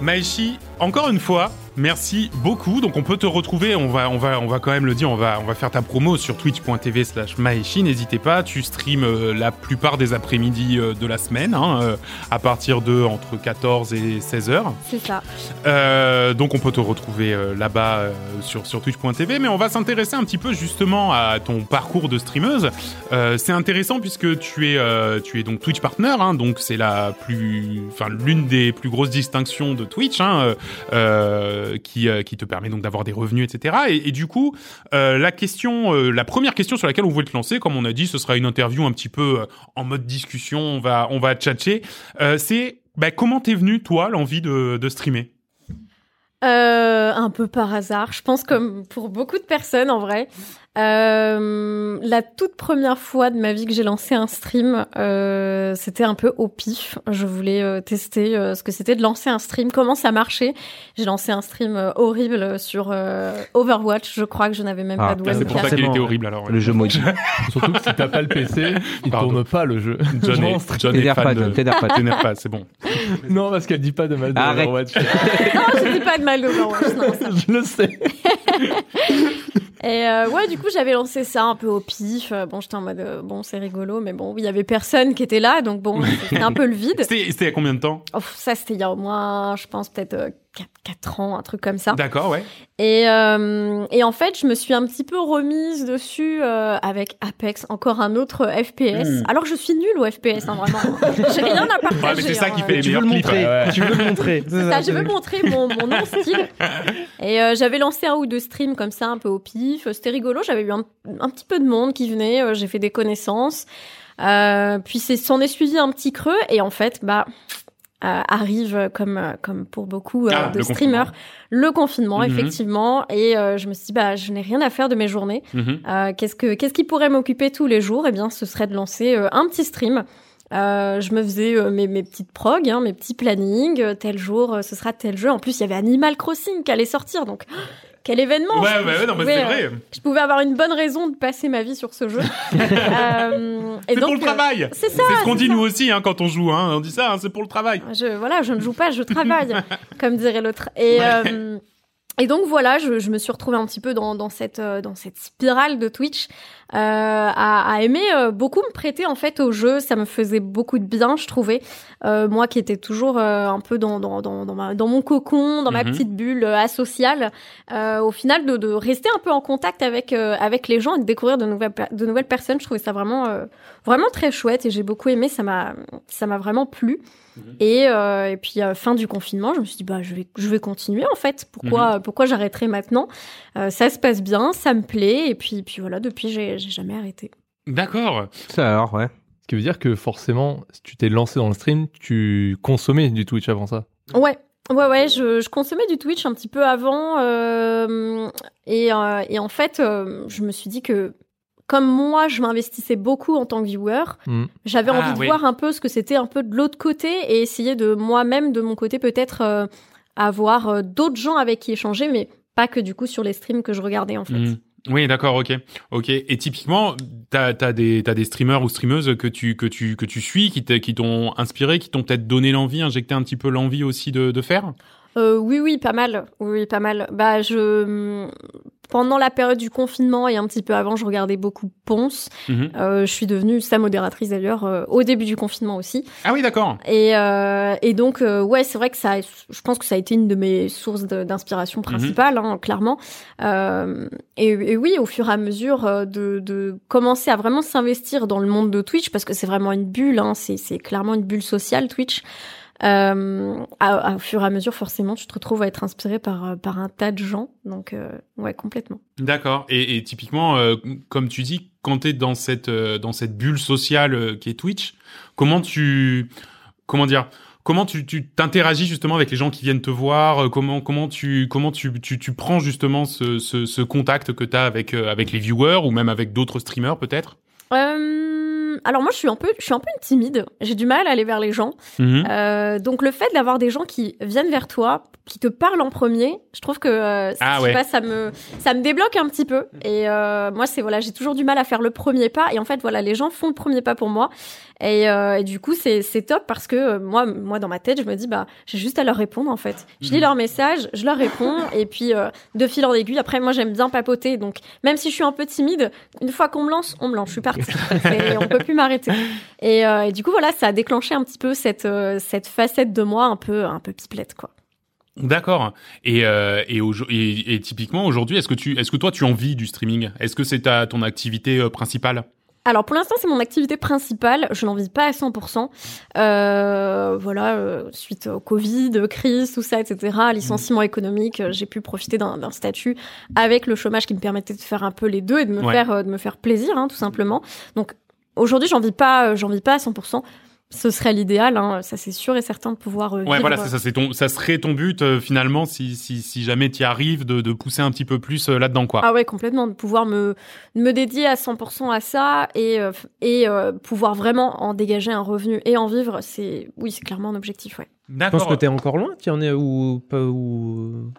A: Maeshi, encore une fois, merci beaucoup. Donc on peut te retrouver, on va, on va, on va quand même le dire, on va, on va faire ta promo sur twitch.tv slash Maeshi. N'hésitez pas, tu streams euh, la plupart des après-midi euh, de la semaine, hein, euh, à partir de entre 14 et 16 heures.
D: C'est ça.
A: Euh, donc on peut te retrouver euh, là-bas euh, sur, sur twitch.tv, mais on va s'intéresser un petit peu justement à ton parcours de streameuse. Euh, c'est intéressant puisque tu es, euh, tu es donc Twitch partner, hein, donc c'est la plus, enfin l'une des plus grosses distinctions de Twitch. hein, euh, euh, qui, euh, qui te permet donc d'avoir des revenus, etc. Et, et du coup, euh, la question, euh, la première question sur laquelle on voulait te lancer, comme on a dit, ce sera une interview un petit peu euh, en mode discussion, on va, on va tchatcher, euh, c'est bah, comment t'es venu, toi, l'envie de, de streamer
D: Euh, un peu par hasard, je pense comme pour beaucoup de personnes en vrai. Euh, la toute première fois de ma vie que j'ai lancé un stream, euh, c'était un peu au pif. Je voulais euh, tester euh, ce que c'était de lancer un stream, comment ça marchait. J'ai lancé un stream euh, horrible sur euh, Overwatch, je crois que je n'avais même
C: Ah,
D: pas de
A: Là, c'est pour
D: webcam.
A: ça qu'il
C: forcément,
A: était
C: ouais.
A: horrible, alors. ouais.
C: Le jeu maudit.
B: Surtout que si t'as pas le PC, il
A: Pardon.
B: tourne pas le jeu.
A: John est, John est
C: T'énerve pas,
A: fan
C: John,
A: de...
C: t'énerve pas.
A: T'énerve pas, c'est bon.
B: Non, parce qu'elle dit pas de mal de
C: Arrête.
B: Overwatch.
D: Non, je dis pas de mal d'Overwatch, non, ça
B: Je le sais.
D: Et euh, ouais, du coup, j'avais lancé ça un peu au pif. Euh, Bon, j'étais en mode euh, bon, c'est rigolo, mais bon, il y avait personne qui était là, donc bon, c'était un peu le vide.
A: C'était c'était il y a combien de temps
D: Oh, ça, c'était il y a au moins, je pense, peut-être 4, ans, un truc comme ça.
A: D'accord, ouais.
D: Et, euh, et en fait, je me suis un petit peu remise dessus euh, avec Apex, encore un autre FPS.
A: Mm.
D: Alors, je suis nulle au FPS, hein, vraiment. J'ai rien à partager.
A: Ouais, mais c'est ça qui
D: hein.
A: fait les
E: Tu
A: meilleurs
E: veux le
A: clips.
E: montrer,
A: ouais.
E: tu veux le montrer.
D: C'est ça, je veux montrer mon, mon nom style. Et euh, j'avais lancé un ou deux streams comme ça, un peu au pif. C'était rigolo, j'avais eu un, un petit peu de monde qui venait, euh, j'ai fait des connaissances. Euh, puis c'est s'en est suivi un petit creux et en fait, bah euh, arrive euh, comme euh, comme pour beaucoup euh,
A: Ah,
D: de
A: le
D: streamers le confinement
A: Mhm.
D: effectivement et euh, je me suis dit, bah je n'ai rien à faire de mes journées
A: Mhm.
D: euh, qu'est-ce que qu'est-ce qui pourrait m'occuper tous les jours Eh bien, ce serait de lancer euh, un petit stream. Euh, je me faisais euh, mes, mes petites prog, hein, mes petits plannings. euh, tel jour, euh, ce sera tel jeu. En plus, il y avait Animal Crossing qui allait sortir, donc quel événement
A: Ouais,
D: Je-
A: ouais,
D: je
A: ouais, non, mais
D: pouvais,
A: c'est
D: euh,
A: vrai.
D: Je pouvais avoir une bonne raison de passer ma vie sur ce jeu. Euh, et
A: C'est pour le
D: euh,
A: travail.
D: c'est ça.
A: C'est ce qu'on
D: c'est
A: dit
D: ça.
A: nous aussi hein, quand on joue. Hein, on dit ça, hein, c'est pour le travail.
D: Je, voilà, je ne joue pas, je travaille, comme dirait l'autre. Et, euh, et donc voilà, je, je me suis retrouvée un petit peu dans, dans, cette, euh, dans cette spirale de Twitch, euh, à, à aimer euh, beaucoup me prêter en fait au jeu. Ça me faisait beaucoup de bien, je trouvais. Euh, moi qui étais toujours euh, un peu dans, dans, dans, dans, ma- dans mon cocon, dans ma
A: Mhm.
D: petite bulle euh, asociale, euh, au final de, de rester un peu en contact avec, euh, avec les gens et de découvrir de nouvelles, per- de nouvelles personnes, je trouvais ça vraiment, euh, vraiment très chouette et j'ai beaucoup aimé. Ça m'a ça m'a vraiment plu. Et, euh, et puis, euh, fin du confinement, je me suis dit, bah, je, vais, je vais continuer en fait. Pourquoi, pourquoi j'arrêterai maintenant Euh, Ça se passe bien, ça me plaît. Et puis, puis voilà, depuis, j'ai j'ai jamais arrêté.
A: D'accord.
C: Ça alors, ouais.
B: Ce qui veut dire que forcément, si tu t'es lancé dans le stream, tu consommais du Twitch avant ça.
D: Ouais. Ouais, ouais, je, je consommais du Twitch un petit peu avant. euh, et, euh, et en fait, euh, je me suis dit que comme moi, je m'investissais beaucoup en tant que viewer,
B: Mm.
D: j'avais
A: Ah,
D: envie de
A: oui.
D: voir un peu ce que c'était un peu de l'autre côté et essayer de moi-même, de mon côté, peut-être euh, avoir euh, d'autres gens avec qui échanger, mais pas que du coup sur les streams que je regardais en fait.
A: Mhm. Oui, d'accord, ok, ok. Et typiquement, t'as as des t'as des streamers ou streameuses que tu que tu que tu suis, qui t'a- qui t'ont inspiré, qui t'ont peut-être donné l'envie, injecté un petit peu l'envie aussi de, de faire.
D: Euh, oui, oui, pas mal. Oui, oui, pas mal. Bah, je pendant la période du confinement et un petit peu avant, je regardais beaucoup Ponce.
A: Mhm.
D: Euh, je suis devenue sa modératrice d'ailleurs euh, au début du confinement aussi.
A: Ah oui, d'accord.
D: Et, euh, et donc euh, ouais, c'est vrai que ça, je pense que ça a été une de mes sources de- d'inspiration principales, hein, clairement. Euh, et, et oui, au fur et à mesure euh, de, de commencer à vraiment s'investir dans le monde de Twitch, parce que c'est vraiment une bulle, hein, c'est c'est clairement une bulle sociale Twitch. Euh, à- à- au fur et à mesure, forcément, tu te retrouves à être inspiré par, euh, par un tas de gens. Donc, euh, ouais, complètement.
A: D'accord. Et, et typiquement, euh, comme tu dis, quand t'es dans cette euh, dans cette bulle sociale euh, qui est Twitch, comment tu comment dire comment tu tu t'interagis justement avec les gens qui viennent te voir euh, Comment comment tu comment tu tu, tu prends justement ce, ce, ce contact que t'as avec euh, avec les viewers ou même avec d'autres streamers peut-être
D: Euh, alors moi, je suis un peu, je suis un peu une timide. J'ai du mal à aller vers les gens.
A: Mhm.
D: Euh, donc, le fait d'avoir des gens qui viennent vers toi, qui te parlent en premier, je trouve que euh,
A: Ah
D: je
A: ouais.
D: sais pas, ça me, ça me débloque un petit peu. Et euh, moi, c'est voilà, j'ai toujours du mal à faire le premier pas. Et en fait, voilà, les gens font le premier pas pour moi. Et, euh, et du coup, c'est c'est top parce que euh, moi, moi dans ma tête, je me dis bah, j'ai juste à leur répondre en fait. Je lis
A: Mhm.
D: leur message, je leur réponds, et puis euh, de fil en aiguille. Après, moi, j'aime bien papoter, donc même si je suis un peu timide, une fois qu'on me lance, on me lance. Je suis partie, C'est- on peut plus m'arrêter. Et, euh, et du coup, voilà, ça a déclenché un petit peu cette euh, cette facette de moi un peu un peu pipelette quoi.
A: D'accord. Et, euh, et, aujo- et, et typiquement aujourd'hui, est-ce que tu est-ce que toi tu en vis du streaming Est-ce que c'est ta ton activité euh, principale
D: Alors pour l'instant, c'est mon activité principale. Je n'en vis pas à 100%. Euh, voilà, euh, suite au Covid, crise, tout ça, etc.,
A: Mmh.
D: licenciement économique, euh, j'ai pu profiter d'un d'un statut avec le chômage qui me permettait de faire un peu les deux et de me
A: Ouais.
D: faire euh, de me faire plaisir, hein, tout simplement. Donc aujourd'hui, j'en vis pas, euh, j'en vis pas à 100%. Ce serait l'idéal, hein, ça c'est sûr et certain de pouvoir. euh,
A: Ouais,
D: vivre,
A: voilà, c'est ça, c'est ton, ça serait ton but euh, finalement si, si, si jamais tu arrives de, de pousser un petit peu plus euh, là-dedans quoi.
D: Ah ouais, complètement, de pouvoir me, me dédier à 100% à ça et, euh, f- et euh, pouvoir vraiment en dégager un revenu et en vivre, c'est oui, c'est clairement un objectif, ouais.
E: Je pense
A: D'accord.
E: que t'es encore loin, tu en es ou pas ou.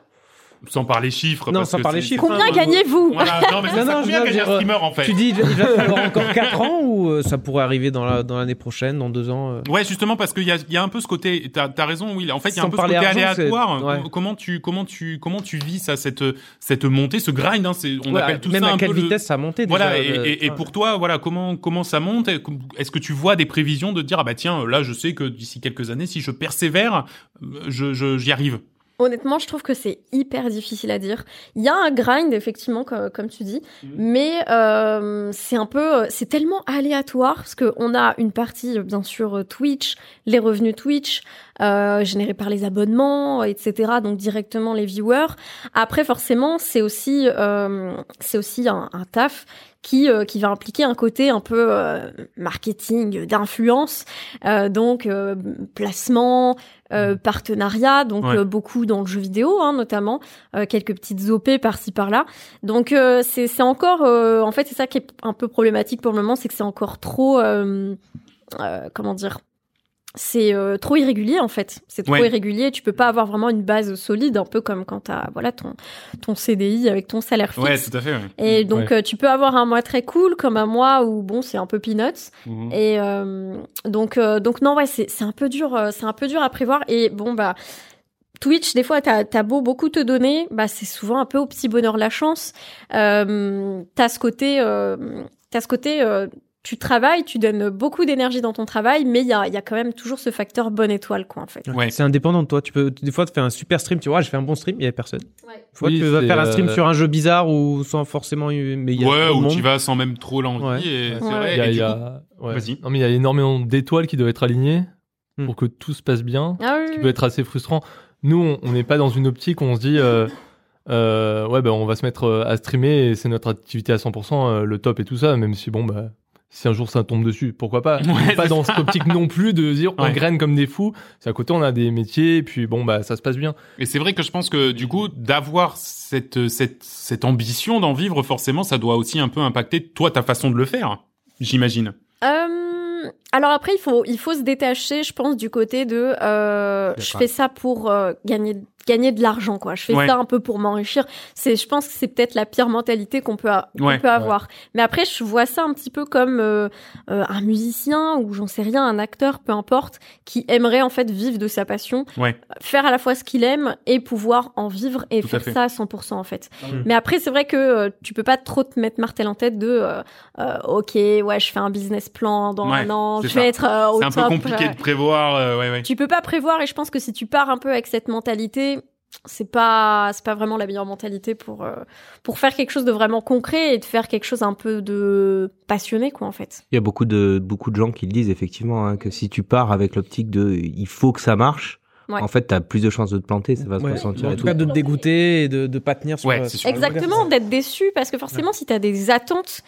A: Sans parler chiffres.
E: Non,
A: parce
E: sans
A: que
E: parler
A: c'est-
E: chiffres.
D: Combien
E: euh,
D: gagnez-vous
A: Voilà, non, mais c'est
E: Non,
A: ça,
E: non, je
A: combien
E: veux
A: gagne un
E: dire, euh,
A: streamer en fait
E: Tu dis, il va- il va falloir encore 4 ans ou euh, ça pourrait arriver dans la- dans l'année prochaine, dans 2 ans euh
A: Ouais, justement, parce qu'il y a, il y a un peu ce côté. T'as as raison, oui. En fait, il y a un
E: Sans
A: peu ce côté
E: parler argent, c'est-
A: aléatoire.
E: ouais.
A: Com- Comment tu, comment tu, comment tu vis ça, cette, cette montée, ce grind hein, c'est- On
E: Ouais,
A: appelle tout
E: Même
A: ça
E: à
A: un
E: quelle
A: peu le-
E: vitesse ça a monté
A: Voilà. Et,
E: déjà, le-
A: et- et
E: ouais.
A: pour toi, voilà, comment, comment ça monte Et com- Est-ce que tu vois des prévisions de dire ah bah tiens, là, je sais que d'ici quelques années, si je persévère, euh, je, je- j'y arrive.
D: Honnêtement, je trouve que c'est hyper difficile à dire. Il y a un grind, effectivement, co- comme, tu dis,
A: Mhm.
D: mais euh, c'est un peu, c'est tellement aléatoire parce que on a une partie, euh, bien sûr, euh, Twitch, les revenus Twitch euh, générés par les abonnements, euh, etc. Donc directement les viewers. Après, forcément, c'est aussi, euh, c'est aussi un, un taf. Qui, euh, qui va impliquer un côté un peu euh, marketing, euh, d'influence, euh, donc euh, placement, euh, partenariat, donc
A: Mmh. Ouais.
D: euh, beaucoup dans le jeu vidéo hein, notamment, euh, quelques petites OP par-ci par-là. Donc euh, c'est c'est encore, euh, en fait c'est ça qui est un peu problématique pour le moment, c'est que c'est encore trop, euh, euh, comment dire, c'est euh, trop irrégulier en fait. C'est trop
A: Ouais.
D: irrégulier, tu peux pas avoir vraiment une base solide, un peu comme quand t'as voilà ton ton CDI avec ton salaire fixe.
A: Ouais, tout à fait. Mm, ouais.
B: Mm.
D: Et donc euh, tu peux avoir un mois très cool comme un mois où bon c'est un peu peanuts
A: Mhm.
D: et euh, donc euh, donc non ouais c'est c'est un peu dur euh, c'est un peu dur à prévoir et bon bah Twitch des fois t'as as beau beaucoup te donner bah c'est souvent un peu au petit bonheur la chance euh, t'as ce côté euh, t'as ce côté euh, tu travailles, tu donnes beaucoup d'énergie dans ton travail, mais il y a, il y a quand même toujours ce facteur bonne étoile, quoi, en fait.
A: Ouais.
E: C'est indépendant de toi. Tu peux, des fois, tu fais un super stream, tu vois, je fais un bon stream, il y a personne. Des fois,
B: Oui,
E: tu vas
B: c'est,
E: faire un stream
B: euh,
E: sur un jeu bizarre ou sans forcément, eu- mais il y a
A: Ouais,
E: trop de
A: ou
E: monde.
A: tu vas sans même trop l'envie.
E: Ouais.
A: Et c'est
D: Ouais.
A: vrai.
B: Il y a,
A: Eh, et
B: il
A: du
B: y
A: coup-
B: a- ouais.
A: Vas-y.
B: Non, mais il y a énormément d'étoiles qui doivent être alignées
E: Hmm.
B: pour que tout se passe bien.
D: Ah oui,
B: Ce qui
A: Mm.
D: oui,
B: peut être assez frustrant. Nous, on- on n'est pas dans une optique où on se dit, euh, euh, ouais, ben on va se mettre euh, à streamer et c'est notre activité à 100%, euh, le top et tout ça, même si bon, bah. Si un jour ça tombe dessus, pourquoi pas On n'est
A: Ouais,
B: Pas
A: c'est
B: dans cette optique non plus de dire on
A: Ouais.
B: graine comme des fous. C'est à côté on a des métiers et puis bon bah ça se passe bien.
A: Et c'est vrai que je pense que du coup, d'avoir cette, cette, cette ambition d'en vivre, forcément, ça doit aussi un peu impacter toi, ta façon de le faire, j'imagine.
D: Euh, alors après, il faut, il faut se détacher, je pense, du côté de euh, je
E: D'accord.
D: fais ça pour euh, gagner gagner de l'argent quoi je fais
A: Ouais.
D: ça un peu pour m'enrichir c'est je pense que c'est peut-être la pire mentalité qu'on peut a- qu'on
A: Ouais.
D: peut avoir mais après je vois ça un petit peu comme euh, euh, un musicien ou j'en sais rien un acteur peu importe qui aimerait en fait vivre de sa passion
A: Ouais.
D: faire à la fois ce qu'il aime et pouvoir en vivre et
A: Tout à
D: faire
A: fait.
D: ça à 100% en fait
E: Mhm.
D: mais après c'est vrai que euh, tu peux pas trop te mettre martel en tête de euh, euh, ok ouais je fais un business plan dans
A: Ouais,
D: un an
A: c'est
D: je vais être euh, au
A: C'est un peu
D: top,
A: compliqué
D: ouais.
A: de prévoir. euh, ouais, ouais.
D: tu peux pas prévoir et je pense que si tu pars un peu avec cette mentalité c'est pas c'est pas vraiment la meilleure mentalité pour euh, pour faire quelque chose de vraiment concret et de faire quelque chose un peu de passionné quoi en fait
C: Il y a beaucoup de beaucoup de gens qui le disent effectivement hein, que si tu pars avec l'optique de il faut que ça marche,
D: Ouais.
C: en fait t'as plus de chances de te planter, ça va se
E: Ouais.
C: ressentir.
E: En
C: et
E: tout
C: tout.
E: cas, de te dégoûter et de, de pas tenir sur
A: Ouais,
E: la-
A: c'est sûr.
E: sur la longueur.
D: exactement d'être déçu parce que forcément si t'as des attentes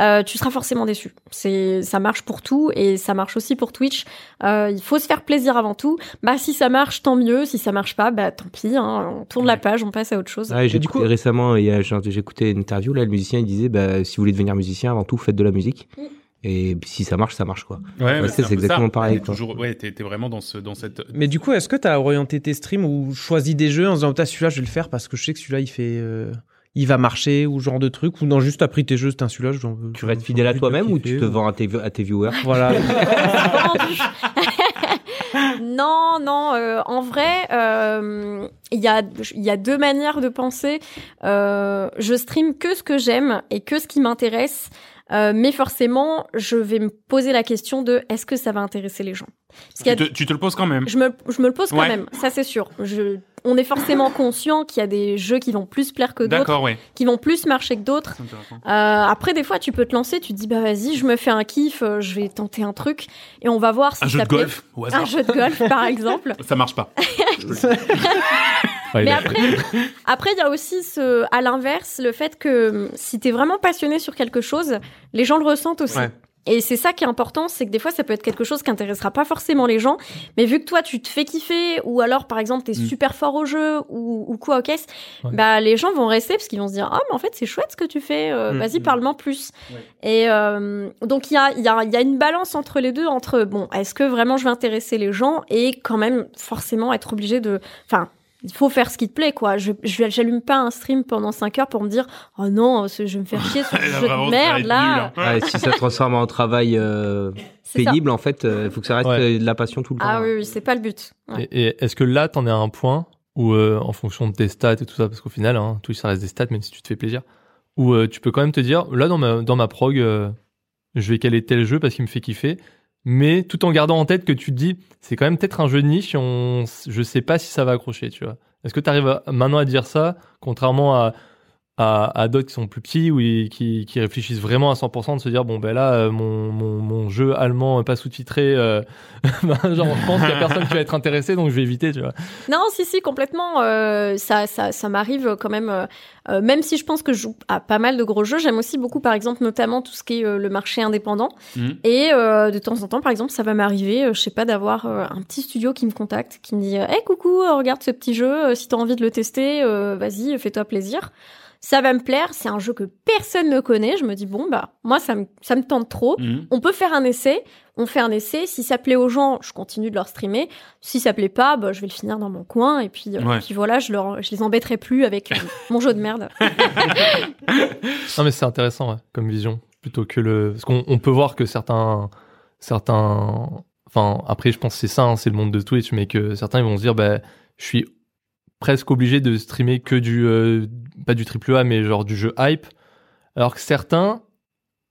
D: euh, tu seras forcément déçu c'est ça marche pour tout et ça marche aussi pour Twitch Euh, il faut se faire plaisir avant tout bah si ça marche tant mieux si ça marche pas bah tant pis hein, on tourne la page on passe à autre chose
C: Ouais, Ah, j'ai
E: Et du
C: écouté-
E: coup-
C: récemment, il y a- j'ai j'ai écouté une interview là, le musicien il disait bah si vous voulez devenir musicien, avant tout faites de la musique.
D: Mm.
C: Et si ça marche, ça marche quoi.
A: Ouais,
C: bah, c'est
A: un peu
C: exactement
A: ça.
C: pareil,
A: T'es
C: quoi.
A: toujours, ouais, t'es, t'es vraiment dans ce, dans cette.
E: Mais du coup, est-ce que t'as orienté tes streams ou choisi des jeux en se disant, putain, celui-là, je vais le faire parce que je sais que celui-là, il fait, euh, il va marcher ou genre de truc ou non, juste t'as pris tes jeux, c'est un celui-là, j'en veux.
C: Tu restes
E: j'en
C: fidèle à
E: veux
C: toi-même ou tu
E: kiffer,
C: te vends à tes, à tes viewers
E: Voilà.
D: non, non. euh, en vrai, euh, il y a il y a deux manières de penser. Euh, je stream que ce que j'aime et que ce qui m'intéresse. euh, mais forcément, je vais me poser la question de est-ce que ça va intéresser les gens Parce qu'il y a
A: Tu te, tu te le poses quand même.
D: je me, je me le pose quand
A: Ouais.
D: même, ça c'est sûr. Je, on est forcément conscient qu'il y a des jeux qui vont plus plaire que d'autres,
A: D'accord, ouais.
D: qui vont plus marcher que d'autres.
A: C'est intéressant.
D: Euh, après, des fois, tu peux te lancer, tu te dis, bah vas-y, je me fais un kiff, euh, je vais tenter un truc, et on va voir si
A: Un jeu
D: ça
A: de
D: plaît.
A: golf, au
D: Un
A: hasard.
D: jeu de golf, par exemple.
A: Ça marche pas.
B: Ouais, Ah, il
D: Mais
B: a-
D: après, après, il y a aussi ce, à l'inverse, le fait que hum, si t'es vraiment passionné sur quelque chose, les gens le ressentent aussi.
E: Ouais.
D: Et c'est ça qui est important, c'est que des fois, ça peut être quelque chose qui intéressera pas forcément les gens, mais vu que toi, tu te fais kiffer, ou alors, par exemple, t'es
A: Mm.
D: super fort au jeu, ou, ou quoi, ok,
B: Ouais.
D: bah, les gens vont rester parce qu'ils vont se dire, ah, mais en fait, c'est chouette ce que tu fais, euh,
E: Mm.
D: vas-y,
E: Mm.
D: parle-moi plus.
A: Ouais.
D: Et euh, donc, il y a, il y, a, il y a une balance entre les deux, entre, bon, est-ce que vraiment je vais intéresser les gens, et quand même, forcément, être obligé de, enfin, il faut faire ce qui te plaît, quoi. Je, je j'allume pas un stream pendant 5 heures pour me dire, oh non, ce- je vais me faire chier sur ce jeu
A: Vraiment,
D: de
A: ça va
D: merde,
A: être
D: là.
A: nul, hein.
C: Ouais, Ah, si ça se transforme en travail euh,
D: C'est ça.
C: pénible, en fait, il faut que ça reste
B: Ouais.
C: euh, de la passion tout le temps.
D: Ah oui, oui, c'est pas le but. Ouais.
B: Et, et est-ce que là, t'en es à un point où, euh, en fonction de tes stats et tout ça, parce qu'au final, hein, Twitch, ça reste des stats, même si tu te fais plaisir, où euh, tu peux quand même te dire, là, dans ma, dans ma prog, euh, je vais caler tel jeu parce qu'il me fait kiffer, mais tout en gardant en tête que tu te dis, c'est quand même peut-être un jeu de niche, et on, je sais pas si ça va accrocher, tu vois. Est-ce que tu arrives maintenant à dire ça, contrairement à, à, à d'autres qui sont plus petits ou ils- qui, qui réfléchissent vraiment à 100% de se dire bon ben là euh, mon, mon, mon jeu allemand euh, pas sous-titré euh, ben, genre en France il y a personne qui va être intéressé donc je vais éviter tu vois
D: Non, si, si, complètement. euh, ça, ça, ça m'arrive quand même. euh, euh, même si je pense que je joue à pas mal de gros jeux, j'aime aussi beaucoup, par exemple, notamment tout ce qui est euh, le marché indépendant.
A: Mhm.
D: Et euh, de temps en temps, par exemple, ça va m'arriver, euh, je sais pas, d'avoir euh, un petit studio qui me contacte, qui me dit euh, Hey, coucou, euh, regarde ce petit jeu, euh, si t'as envie de le tester, euh, vas-y, fais-toi plaisir. Ça va me plaire, c'est un jeu que personne ne connaît. Je me dis bon bah moi ça me ça me tente trop.
A: Mhm.
D: On peut faire un essai, on fait un essai. Si ça plaît aux gens, je continue de leur streamer. Si ça plaît pas, bah, je vais le finir dans mon coin et puis, euh,
A: Ouais.
D: puis voilà, je, leur, je les embêterai plus avec euh, mon jeu de merde.
B: non mais c'est intéressant ouais, comme vision plutôt que le parce qu'on on peut voir que certains certains enfin après je pense que c'est ça hein, c'est le monde de Twitch mais que certains ils vont se dire ben je suis presque obligé de streamer que du euh, pas du triple A mais genre du jeu hype alors que certains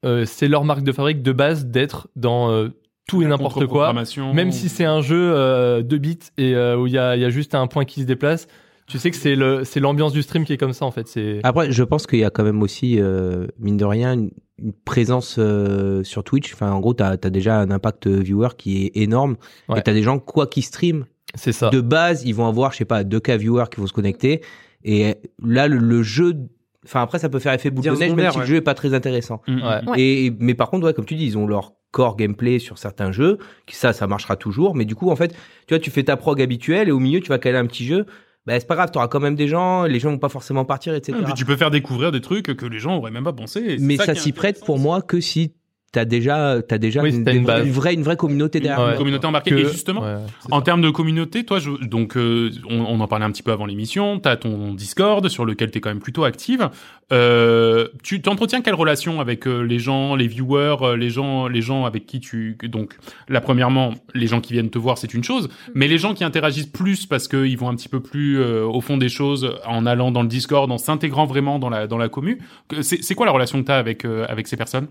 B: euh, c'est leur marque de fabrique de base d'être dans euh, tout et n'importe quoi
A: Contre-programmation.
B: même si c'est un jeu euh, de bits et euh, où il y a, il y a juste un point qui se déplace tu sais que c'est le c'est l'ambiance du stream qui est comme ça en fait c'est
C: Après, je pense qu'il y a quand même aussi, euh, mine de rien, une, une présence euh, sur Twitch. Enfin, en gros, t'as as déjà un impact euh, viewer qui est énorme.
B: Ouais.
C: Et t'as des gens, quoi qu'ils stream,
B: c'est ça
C: de base, ils vont avoir, je sais pas, 2K viewers qui vont se connecter. Et là, le, le jeu... Enfin, après, ça peut faire effet boule de
E: Dire
C: neige, même
E: secondaire,
C: si le
E: ouais.
C: jeu est pas très intéressant.
A: Mhm.
B: Ouais.
D: Ouais.
C: Et, mais par contre, ouais, comme tu dis, ils ont leur corps gameplay sur certains jeux, qui ça, ça marchera toujours. Mais du coup, en fait, tu vois, tu fais ta prog habituelle et au milieu, tu vas caler un petit jeu. Bah, c'est pas grave, t'auras quand même des gens, les gens vont pas forcément partir, etc.
A: Et puis tu peux faire découvrir des trucs que les gens auraient même pas pensé. et c'est
C: mais ça
A: qui est
C: s'y prête pour moi que si t'as déjà, t'as déjà
B: Oui, si
C: une,
B: t'as
C: des-
B: une base.
C: une vraie, une vraie communauté
A: Une
C: derrière.
B: Ouais.
A: communauté embarquée.
B: Que-
A: Et justement,
B: ouais, c'est
A: en
B: ça.
A: termes de communauté, toi, je, donc euh, on, on en parlait un petit peu avant l'émission. T'as ton Discord sur lequel t'es quand même plutôt active. Euh, tu t'entretiens quelle relation avec euh, les gens, les viewers, euh, les gens, les gens avec qui tu donc là premièrement les gens qui viennent te voir c'est une chose, mais les gens qui interagissent plus parce qu'ils vont un petit peu plus euh, au fond des choses en allant dans le Discord, en s'intégrant vraiment dans la dans la commu. que- C'est c'est quoi la relation que t'as avec euh, avec ces personnes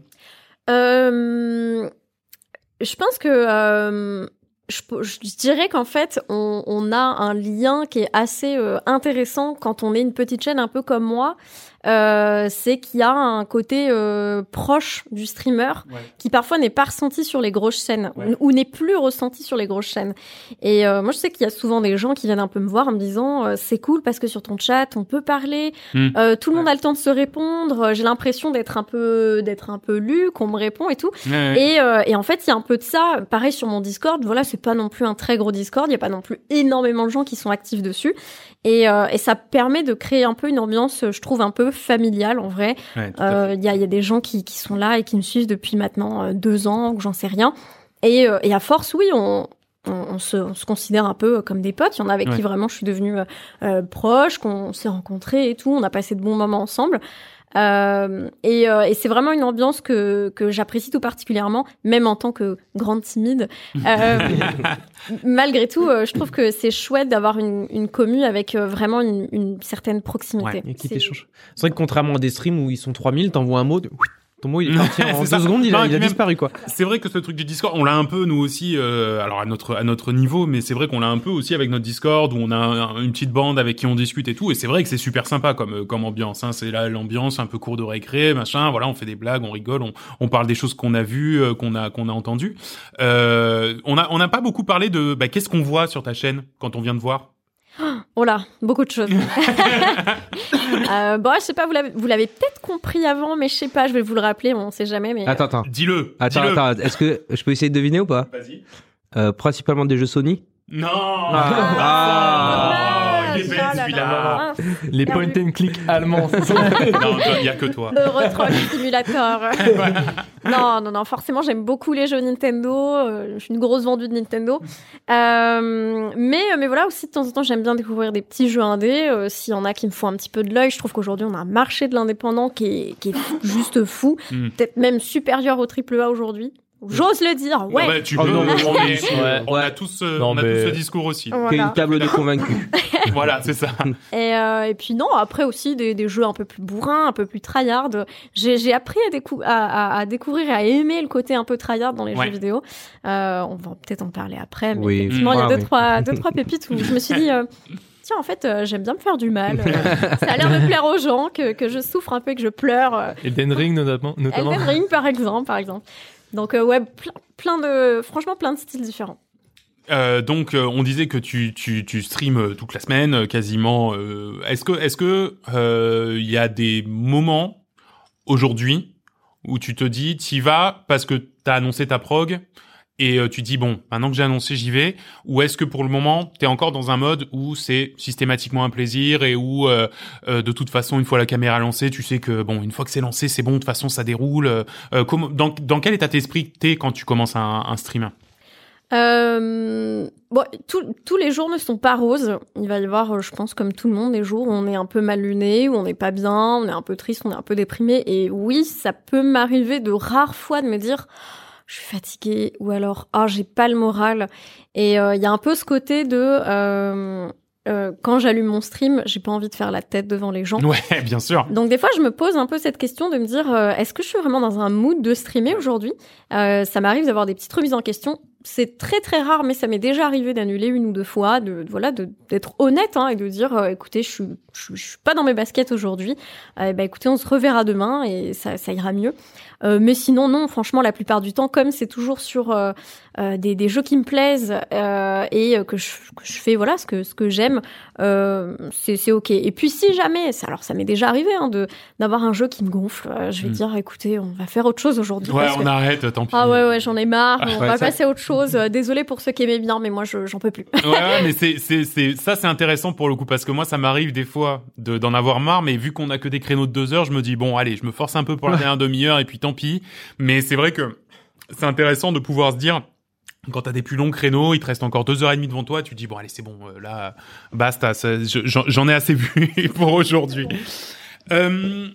D: Euh, je pense que euh, je, peux- je dirais qu'en fait, on, on a un lien qui est assez euh, intéressant quand on est une petite chaîne un peu comme moi. Euh, c'est qu'il y a un côté euh, proche du streamer
A: Ouais.
D: qui parfois n'est pas ressenti sur les grosses chaînes
A: Ouais.
D: ou n'est plus ressenti sur les grosses chaînes. Et euh, moi, je sais qu'il y a souvent des gens qui viennent un peu me voir en me disant euh, c'est cool parce que sur ton chat, on peut parler,
A: Mm.
D: euh, tout le monde a le temps de se répondre. euh, J'ai l'impression d'être un peu d'être un peu lu, qu'on me répond et tout. Et, euh, et en fait, il y a un peu de ça. Pareil sur mon Discord, voilà, c'est pas non plus un très gros Discord, il y a pas non plus énormément de gens qui sont actifs dessus. Et, euh, et ça permet de créer un peu une ambiance, je trouve, un peu familiale en vrai.
A: Ouais, tout à
D: Euh, Il y, a, il y a des gens qui, qui sont là et qui me suivent depuis maintenant euh, deux ans ou j'en sais rien. Et, euh, et à force, oui, on, on, on se, on se considère un peu euh, comme des potes. Il y en a avec
A: Ouais.
D: qui vraiment je suis devenue euh, euh, proche, qu'on s'est rencontrés et tout, on a passé de bons moments ensemble. Euh, et euh, et c'est vraiment une ambiance que, que j'apprécie tout particulièrement, même en tant que grande timide. Euh, malgré tout, euh, je trouve que c'est chouette d'avoir une, une commu avec euh, vraiment une, une certaine proximité.
E: Et qui
D: C'est-
E: t'échange. C'est vrai que contrairement à des streams où ils sont 3000, t'envoies un mot, de... Ton mot, il est parti en
A: C'est
E: deux
A: ça.
E: secondes, il
A: Non,
E: a,
A: et
E: il a
A: puis même-
E: disparu, quoi.
A: C'est vrai que ce truc du Discord, on l'a un peu nous aussi, euh, alors à notre à notre niveau, mais c'est vrai qu'on l'a un peu aussi avec notre Discord où on a un- une petite bande avec qui on discute et tout. Et c'est vrai que c'est super sympa comme euh, comme ambiance. Hein. C'est là l'ambiance un peu cours de récré, machin. Voilà, on fait des blagues, on rigole, on, on parle des choses qu'on a vues, euh, qu'on a qu'on a entendues. Euh, on a on n'a pas beaucoup parlé de bah, qu'est-ce qu'on voit sur ta chaîne quand on vient te voir.
D: Oh là, beaucoup de choses. Euh, bon, je sais pas, vous l'avez vous l'avez peut-être compris avant, mais je sais pas, je vais vous le rappeler, on sait jamais. Mais
C: Attends, attends.
A: Dis-le.
C: Attends,
A: dis-le.
C: attends. Est-ce que je peux essayer de deviner ou pas
A: Vas-y.
C: Euh, Principalement des jeux Sony.
A: Non.
D: Ah,
A: Oh, il est
D: dommage.
A: bête,
D: Oh là
A: celui-là.
D: là.
B: Les point
D: Perdu.
B: and click allemands. c'est ça
A: Non, il y a que toi.
D: Le retroll simulator. non, non, non, forcément, j'aime beaucoup les jeux Nintendo. euh, Je suis une grosse vendue de Nintendo. Euh, mais, mais voilà, aussi de temps en temps, j'aime bien découvrir des petits jeux indés. euh, S'il y en a qui me font un petit peu de l'œil, je trouve qu'aujourd'hui, on a un marché de l'indépendant qui est, qui est juste fou.
A: Mm.
D: Peut-être même supérieur au AAA aujourd'hui. J'ose le dire, ouais.
A: Ah bah, tu
E: Oh
A: peux,
E: non, mais
A: on, est-
E: ouais.
A: on a
C: Ouais.
A: tous, euh,
B: Non,
A: on a
B: mais-
A: tous ce discours aussi.
D: Voilà.
C: Qu'il y a une table de convaincus.
A: voilà, c'est ça.
D: Et, euh, et puis non, après aussi des, des jeux un peu plus bourrins, un peu plus tryhard. J'ai j'ai appris à, décou- à, à- à découvrir et à aimer le côté un peu tryhard dans les
A: Ouais.
D: jeux vidéo. Euh, on va peut-être en parler après, mais
C: Oui.
D: effectivement, il y a
C: Ah,
D: deux,
C: oui.
D: trois, deux, trois pépites où je me suis dit... euh, Tiens, en fait, euh, j'aime bien me faire du mal. Euh, ça a l'air de plaire aux gens, que, que je souffre un peu, que je pleure. Euh,
B: Elden Ring notamment. notamment.
D: Elden Ring, par exemple. Par exemple. Donc, euh, ouais, plein, plein de... Franchement, plein de styles différents.
A: Euh, donc, euh, on disait que tu, tu, tu streames euh, toute la semaine, euh, quasiment. euh, est-ce que, est-ce que euh, il y a des moments aujourd'hui où tu te dis, t'y vas parce que t'as annoncé ta prog et euh, tu dis bon, maintenant que j'ai annoncé, j'y vais. Ou est-ce que pour le moment, t'es encore dans un mode où c'est systématiquement un plaisir et où euh, euh, de toute façon, une fois la caméra lancée, tu sais que bon, une fois que c'est lancé, c'est bon. De toute façon, ça déroule. Euh, euh, comment- dans, dans quel état d'esprit t'es quand tu commences un, un stream
D: Euh, bon, tout- tous les jours ne sont pas roses. Il va y avoir, euh, je pense, comme tout le monde, des jours où on est un peu mal luné, où on n'est pas bien, on est un peu triste, on est un peu déprimé. Et oui, ça peut m'arriver de rares fois de me dire, je suis fatiguée, ou alors, ah, j'ai pas le moral. Et euh, il y a un peu ce côté de, euh, euh, quand j'allume mon stream, j'ai pas envie de faire la tête devant les gens.
A: Ouais, bien sûr.
D: Donc des fois, je me pose un peu cette question de me dire, euh, est-ce que je suis vraiment dans un mood de streamer aujourd'hui Euh, Ça m'arrive d'avoir des petites remises en question. C'est très très rare, mais ça m'est déjà arrivé d'annuler une ou deux fois, de de- voilà, de- d'être honnête hein, et de dire, euh, écoutez, je suis, je, suis- je suis pas dans mes baskets aujourd'hui. Euh, bah écoutez, on se reverra demain et ça, ça ira mieux. Euh, mais sinon, non, franchement, la plupart du temps, comme c'est toujours sur euh, euh, des, des jeux qui me plaisent euh, et euh, que je, que je fais voilà ce que ce que j'aime, euh, c'est c'est ok. Et puis si jamais, ça- alors ça m'est déjà arrivé hein, de d'avoir un jeu qui me gonfle, euh, je vais
A: Mm. dire
D: dire écoutez, on va faire autre chose aujourd'hui.
A: Ouais,
D: parce
A: on
D: que-
A: arrête, tant pis.
D: Ah ouais ouais, j'en ai marre, on
C: ouais,
D: va
C: ça-
D: passer à autre chose. Euh, Désolé pour ceux qui aimaient bien, mais moi je- j'en peux plus.
A: Ouais, ouais, mais c'est, c'est, c'est, ça, c'est intéressant pour le coup, parce que moi, ça m'arrive des fois de, d'en avoir marre, mais vu qu'on a que des créneaux de deux heures, je me dis, bon, allez, je me force un peu pour la dernière demi-heure, et puis tant pis. Mais c'est vrai que c'est intéressant de pouvoir se dire, quand t'as des plus longs créneaux, il te reste encore deux heures et demie devant toi, tu te dis, bon, allez, c'est bon, euh, là, basta, ça- je- j'en, j'en ai assez vu pour aujourd'hui. Euh,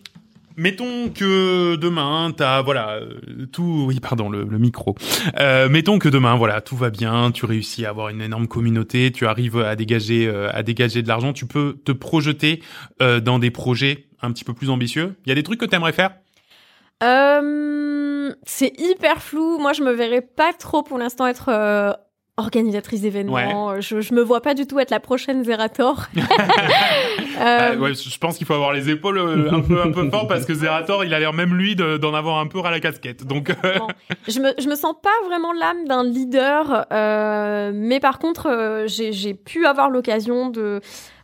A: Mettons que demain, t'as voilà euh, tout. Oui, pardon, le, le micro. Euh, mettons que demain, voilà, tout va bien, tu réussis à avoir une énorme communauté, tu arrives à dégager, euh, à dégager de l'argent, tu peux te projeter euh, dans des projets un petit peu plus ambitieux. Il y a des trucs que t'aimerais faire.
D: Euh, c'est hyper flou. Moi je me verrais pas trop pour l'instant être euh, organisatrice d'événements. Je, je me vois pas du tout être la prochaine Zerator. Euh,
C: Ah,
A: Bah, ouais, je pense qu'il faut avoir les épaules euh, un peu, un peu fort parce que Zerator, il a l'air même lui de- d'en avoir un peu à la casquette. Donc, euh,
D: Bon, je me je me sens pas vraiment l'âme d'un leader, euh, mais par contre euh, j'ai j'ai pu avoir l'occasion de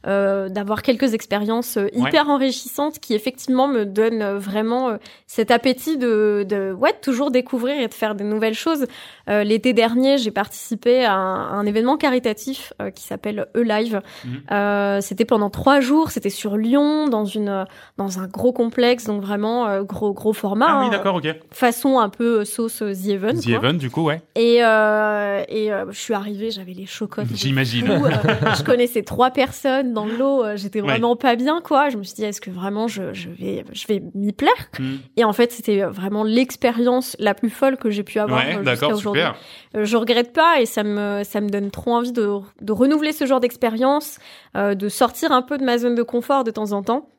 D: euh, d'avoir quelques expériences euh, hyper enrichissantes qui effectivement me donnent euh, vraiment euh, cet appétit de de ouais de toujours découvrir et de faire des nouvelles choses. Euh, L'été dernier j'ai participé à un, un événement caritatif euh, qui s'appelle E Live.
A: Mhm.
D: Euh, c'était pendant trois jours, c'était sur Lyon dans une dans un gros complexe donc vraiment euh, gros gros format.
A: ah oui,
D: hein
A: d'accord, ok.
D: façon un peu sauce euh, The Even.
A: The
D: quoi.
A: Event, du coup, ouais.
D: Et, euh, et euh, je suis arrivée, j'avais les chocottes. de
A: J'imagine.
D: fou, euh, je connaissais trois personnes dans l'eau, euh, j'étais
A: Ouais.
D: vraiment pas bien quoi. Je me suis dit est-ce que vraiment je, je vais je vais m'y plaire
A: Hmm.
D: Et en fait c'était vraiment l'expérience la plus folle que j'ai pu avoir euh,
A: Ouais,
D: jusqu'à
A: d'accord,
D: aujourd'hui.
A: super.
D: Euh, je regrette pas et ça me ça me donne trop envie de de renouveler ce genre d'expérience, euh, de sortir un peu de ma zone de confort de temps en temps.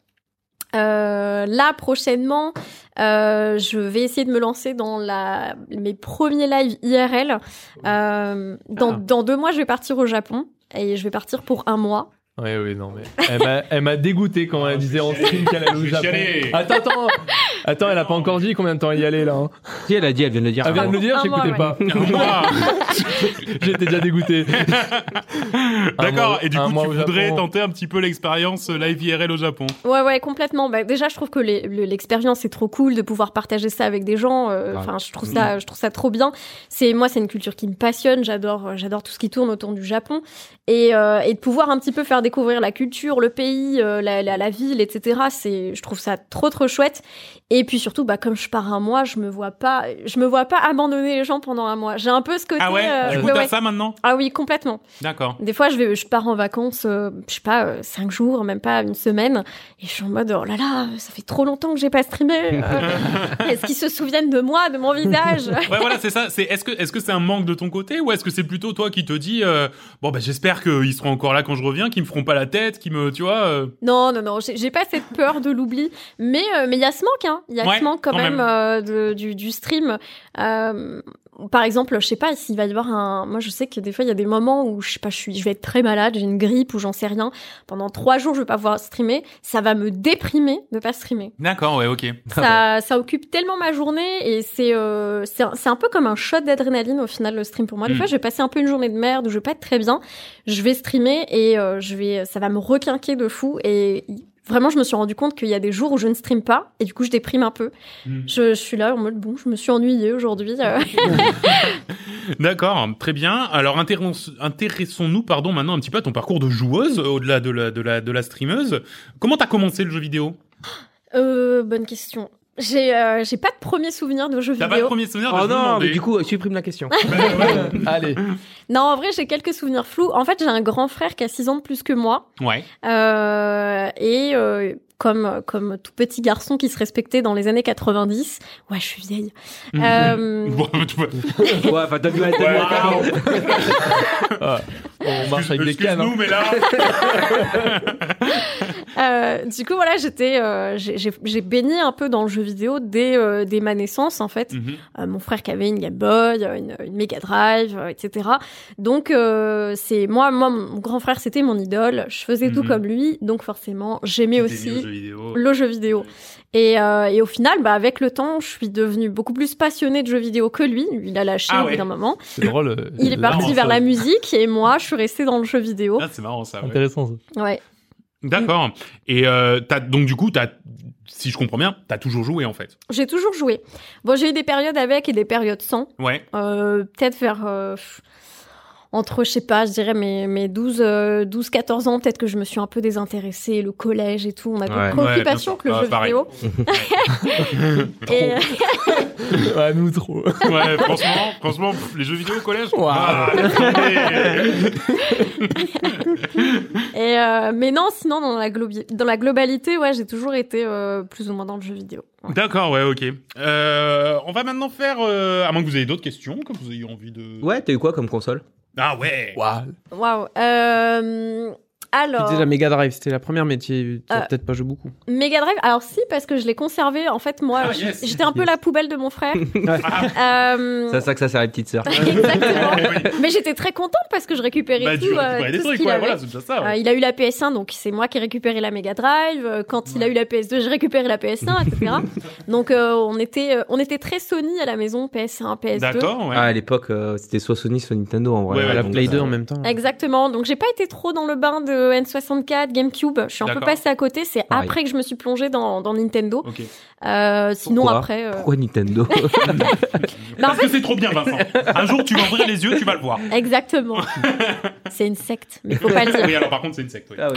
D: Euh, là prochainement, euh, je vais essayer de me lancer dans la, mes premiers lives IRL. Euh, dans,
E: Ah.
D: dans deux mois, je vais partir au Japon et je vais partir pour un mois.
B: Ouais, ouais, non, mais elle m'a- elle m'a dégoûté quand elle
A: je
B: disait
A: vais
B: en stream qu'elle allait
A: Je
B: au
A: vais
B: Japon. Ah.
A: chialer.
B: Attends, attends, attends, elle a pas encore dit combien de temps elle y allait là. hein.
C: Si, elle a dit, elle vient de le dire.
B: Elle vient de le dire,
D: Un
B: j'écoutais
D: mois,
B: pas. J'étais déjà dégoûté.
A: D'accord. Et du
B: Un
A: coup,
B: mois
A: tu
B: au
A: voudrais
B: Japon.
A: tenter un petit peu l'expérience euh, live IRL au Japon.
D: Ouais, ouais, complètement. Bah, déjà, je trouve que les- le- l'expérience est trop cool de pouvoir partager ça avec des gens. euh,
C: Ouais.
D: Enfin, je
A: Mm.
D: trouve ça, je trouve ça trop bien. C'est moi, c'est une culture qui me passionne. J'adore, euh, j'adore tout ce qui tourne autour du Japon et, euh, et de pouvoir un petit peu faire découvrir la culture, le pays, euh, la, la, la ville, etc. C'est, je trouve ça trop, trop chouette. Et puis surtout, bah, comme je pars un mois, je me vois pas, je me vois pas abandonner les gens pendant un mois. J'ai un peu ce côté.
A: Ah ouais.
D: euh,
A: du coup,
D: ouais,
A: t'as
D: ouais.
A: ça maintenant.
D: Ah oui, complètement.
A: D'accord.
D: Des fois, je, vais, je pars en vacances, euh, je sais pas, euh, cinq jours, même pas une semaine, et je suis en mode, oh là là, ça fait trop longtemps que j'ai pas streamé. euh, Est-ce qu'ils se souviennent de moi, de mon visage
A: Ouais, voilà, c'est ça. C'est est-ce que est-ce que c'est un manque de ton côté ou est-ce que c'est plutôt toi qui te dis euh, bon bah j'espère qu'ils seront encore là quand je reviens, qu'ils me feront pas la tête, qu'ils me tu vois. euh,
D: Non, non, non, j'ai j'ai pas cette peur de l'oubli, mais euh, mais il y a ce manque, hein. Il y a
A: Ouais,
D: ce manque quand,
A: quand
D: même,
A: même.
D: euh, de- du, du stream. Euh, par exemple, je sais pas s'il va y avoir un. Moi, je sais que des fois, il y a des moments où je sais pas, je suis, je vais être très malade, j'ai une grippe ou j'en sais rien. Pendant trois jours, je vais pas pouvoir streamer. Ça va me déprimer de pas streamer.
A: D'accord, Ah ouais, ok.
D: ça, ça occupe tellement ma journée et c'est euh, c'est un, c'est un peu comme un shot d'adrénaline au final le stream pour moi. Des
A: Mm.
D: fois, je vais passer un peu une journée de merde où je vais pas être très bien. Je vais streamer et euh, je vais, ça va me requinquer de fou et y- vraiment, je me suis rendu compte qu'il y a des jours où je ne stream pas et du coup, je déprime un peu.
A: Mm.
D: Je, je suis là en mode bon, je me suis ennuyée aujourd'hui. euh.
A: D'accord, très bien. Alors intérons- intéressons-nous pardon maintenant un petit peu à ton parcours de joueuse euh, au-delà de la de la de la streameuse. Comment t'as commencé le jeu vidéo
D: Euh, bonne question. J'ai euh, j'ai pas de premier souvenir de jeux
A: T'as pas le
D: vidéo.
A: premier souvenir de
C: Oh
A: je me
C: non,
A: demandais.
C: mais du coup, supprime la question.
B: Allez,
D: Non, en vrai, j'ai quelques souvenirs flous. En fait, j'ai un grand frère qui a 6 ans de plus que moi.
A: Ouais.
D: Euh, et euh, comme, comme tout petit garçon qui se respectait dans les années 90, ouais, je suis vieille. Euh,
A: Mhm. Bon, tu vois,
C: ouais, enfin, t'as vu la tête.
A: waouh.
B: on marche avec des
A: Excuse-
B: cannes. hein.
A: Excuse-nous, mais là.
D: euh, du coup, voilà, j'étais, euh, j'ai- j'ai j'ai baigné un peu dans le jeu vidéo dès, euh, dès ma naissance, en fait.
A: Mhm.
D: Euh, mon frère qui avait une Game Boy, euh, une, une Mega Drive, euh, etc. Donc euh, c'est moi, moi, mon grand frère, c'était mon idole. Je faisais tout
A: Mhm.
D: comme lui, donc forcément, j'aimais
A: Des
D: aussi.
A: vidéos, jeux vidéo.
D: le jeu
A: Mm.
D: vidéo. Et, euh, et au final, bah, avec le temps, je suis devenue beaucoup plus passionnée de jeux vidéo que lui. Il a lâché
A: Ah
D: au bout
A: ouais.
D: d'un moment.
B: C'est drôle. euh,
D: Il est
B: marrant,
D: parti vers
B: ça.
D: la musique et moi, je suis restée dans le jeu vidéo.
A: Ah, c'est marrant ça. ouais.
B: Intéressant ça.
A: Ah.
D: Ouais.
A: D'accord. Et euh, t'as- donc du coup, t'as, si je comprends bien, t'as toujours joué en fait.
D: J'ai toujours joué. Bon, j'ai eu des périodes avec et des périodes sans.
A: Ouais.
D: Euh, Peut-être vers... euh, pff, entre, je sais pas, je dirais mes, mes 12, euh, 12, 14 ans, peut-être que je me suis un peu désintéressée, le collège et tout. On a
C: Ouais.
D: d'autres
A: Ouais,
D: préoccupations
A: bien sûr.
D: que le
A: Ah,
D: jeu
A: pareil.
D: vidéo. et, euh,
B: Ah, nous trop.
A: Ouais. franchement, franchement, pff, les jeux vidéo au collège.
B: Waouh.
A: ah, attendez.
D: et, euh, mais non, sinon, dans la, globi- dans la globalité, ouais, j'ai toujours été euh, plus ou moins dans le jeu vidéo.
A: D'accord. Ouais. Ok. Euh, on va maintenant faire. euh, à moins que vous ayez d'autres questions, que vous ayez envie de.
C: Ouais, t'as eu quoi comme console
A: Ah ouais.
B: Waouh.
D: Waouh. Euh, alors,
E: C'était la Mega Drive, c'était la première, mais tu t'as
D: Euh.
E: peut-être pas joué beaucoup.
D: Mega Drive, alors si, parce que je l'ai conservé. En fait, moi,
A: Ah,
D: j-
A: yes.
D: j'étais un peu
E: Yes.
D: la poubelle de mon frère. Euh,
C: C'est à ça que ça sert les petites sœurs.
D: exactement.
A: Oui.
D: Mais j'étais très contente parce que je récupérais
A: Bah,
D: tout.
A: tu
D: euh,
A: récupérais des
D: tout ce
A: trucs.
D: qu'il
A: Ouais.
D: avait.
A: Voilà, c'est déjà ça.
D: Euh,
A: ouais.
D: il a eu la PS1, donc c'est moi qui ai récupéré la Mega Drive. euh, Quand il a eu la PS2, j'ai récupéré la PS1, etc. donc euh, on était, euh, on était très Sony à la maison, PS1, PS2.
A: D'accord. Ouais.
C: Ah, à l'époque, euh, c'était soit Sony, soit Nintendo en vrai.
A: Ouais, ouais,
E: la
C: Donc,
E: Play
C: euh,
E: 2 en même temps.
D: Exactement. Donc j'ai pas été trop dans le bain de N64, GameCube. Je suis un peu
A: D'accord.
D: passée à côté. C'est
C: Pareil.
D: après que je me suis plongée dans, dans Nintendo.
A: Ok.
D: Euh, sinon
C: Pourquoi
D: après. euh,
C: Pourquoi Nintendo
D: Bah, en
A: Parce que c'est trop bien, Vincent. Un jour, tu vas ouvrir les yeux, tu vas le voir.
D: Exactement. c'est une secte, mais faut pas le dire. Euh,
A: Oui, alors par contre, c'est une secte. oui.
C: Ah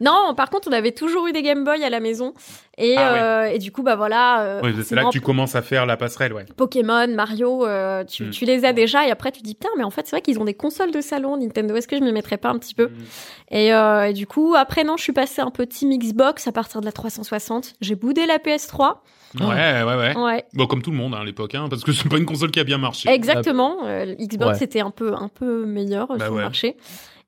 D: Non, par contre, on avait toujours eu des Game Boy à la maison. Et,
A: Ah ouais.
D: euh, et du coup, bah voilà. euh,
A: Ouais, c'est là
D: forcément,
A: que tu commences à faire la passerelle, ouais.
D: Pokémon, Mario, euh, tu,
A: Mm.
D: tu les as déjà. Et après, tu te dis, putain, mais en fait, c'est vrai qu'ils ont des consoles de salon, Nintendo. Est-ce que je m'y mettrais pas un petit peu
A: Hmm.
D: et, euh, et du coup, après, non, je suis passée un peu team Xbox à partir de la 360. J'ai boudé la PS3.
A: Ouais, ouais, ouais.
D: Ouais.
A: Bon, comme tout le monde hein, à l'époque, hein, parce que c'est pas une console qui a bien marché.
D: Exactement. euh, Xbox
B: Ouais.
D: était un peu un peu meilleur euh,
A: Bah
D: sur
A: ouais.
D: le marché.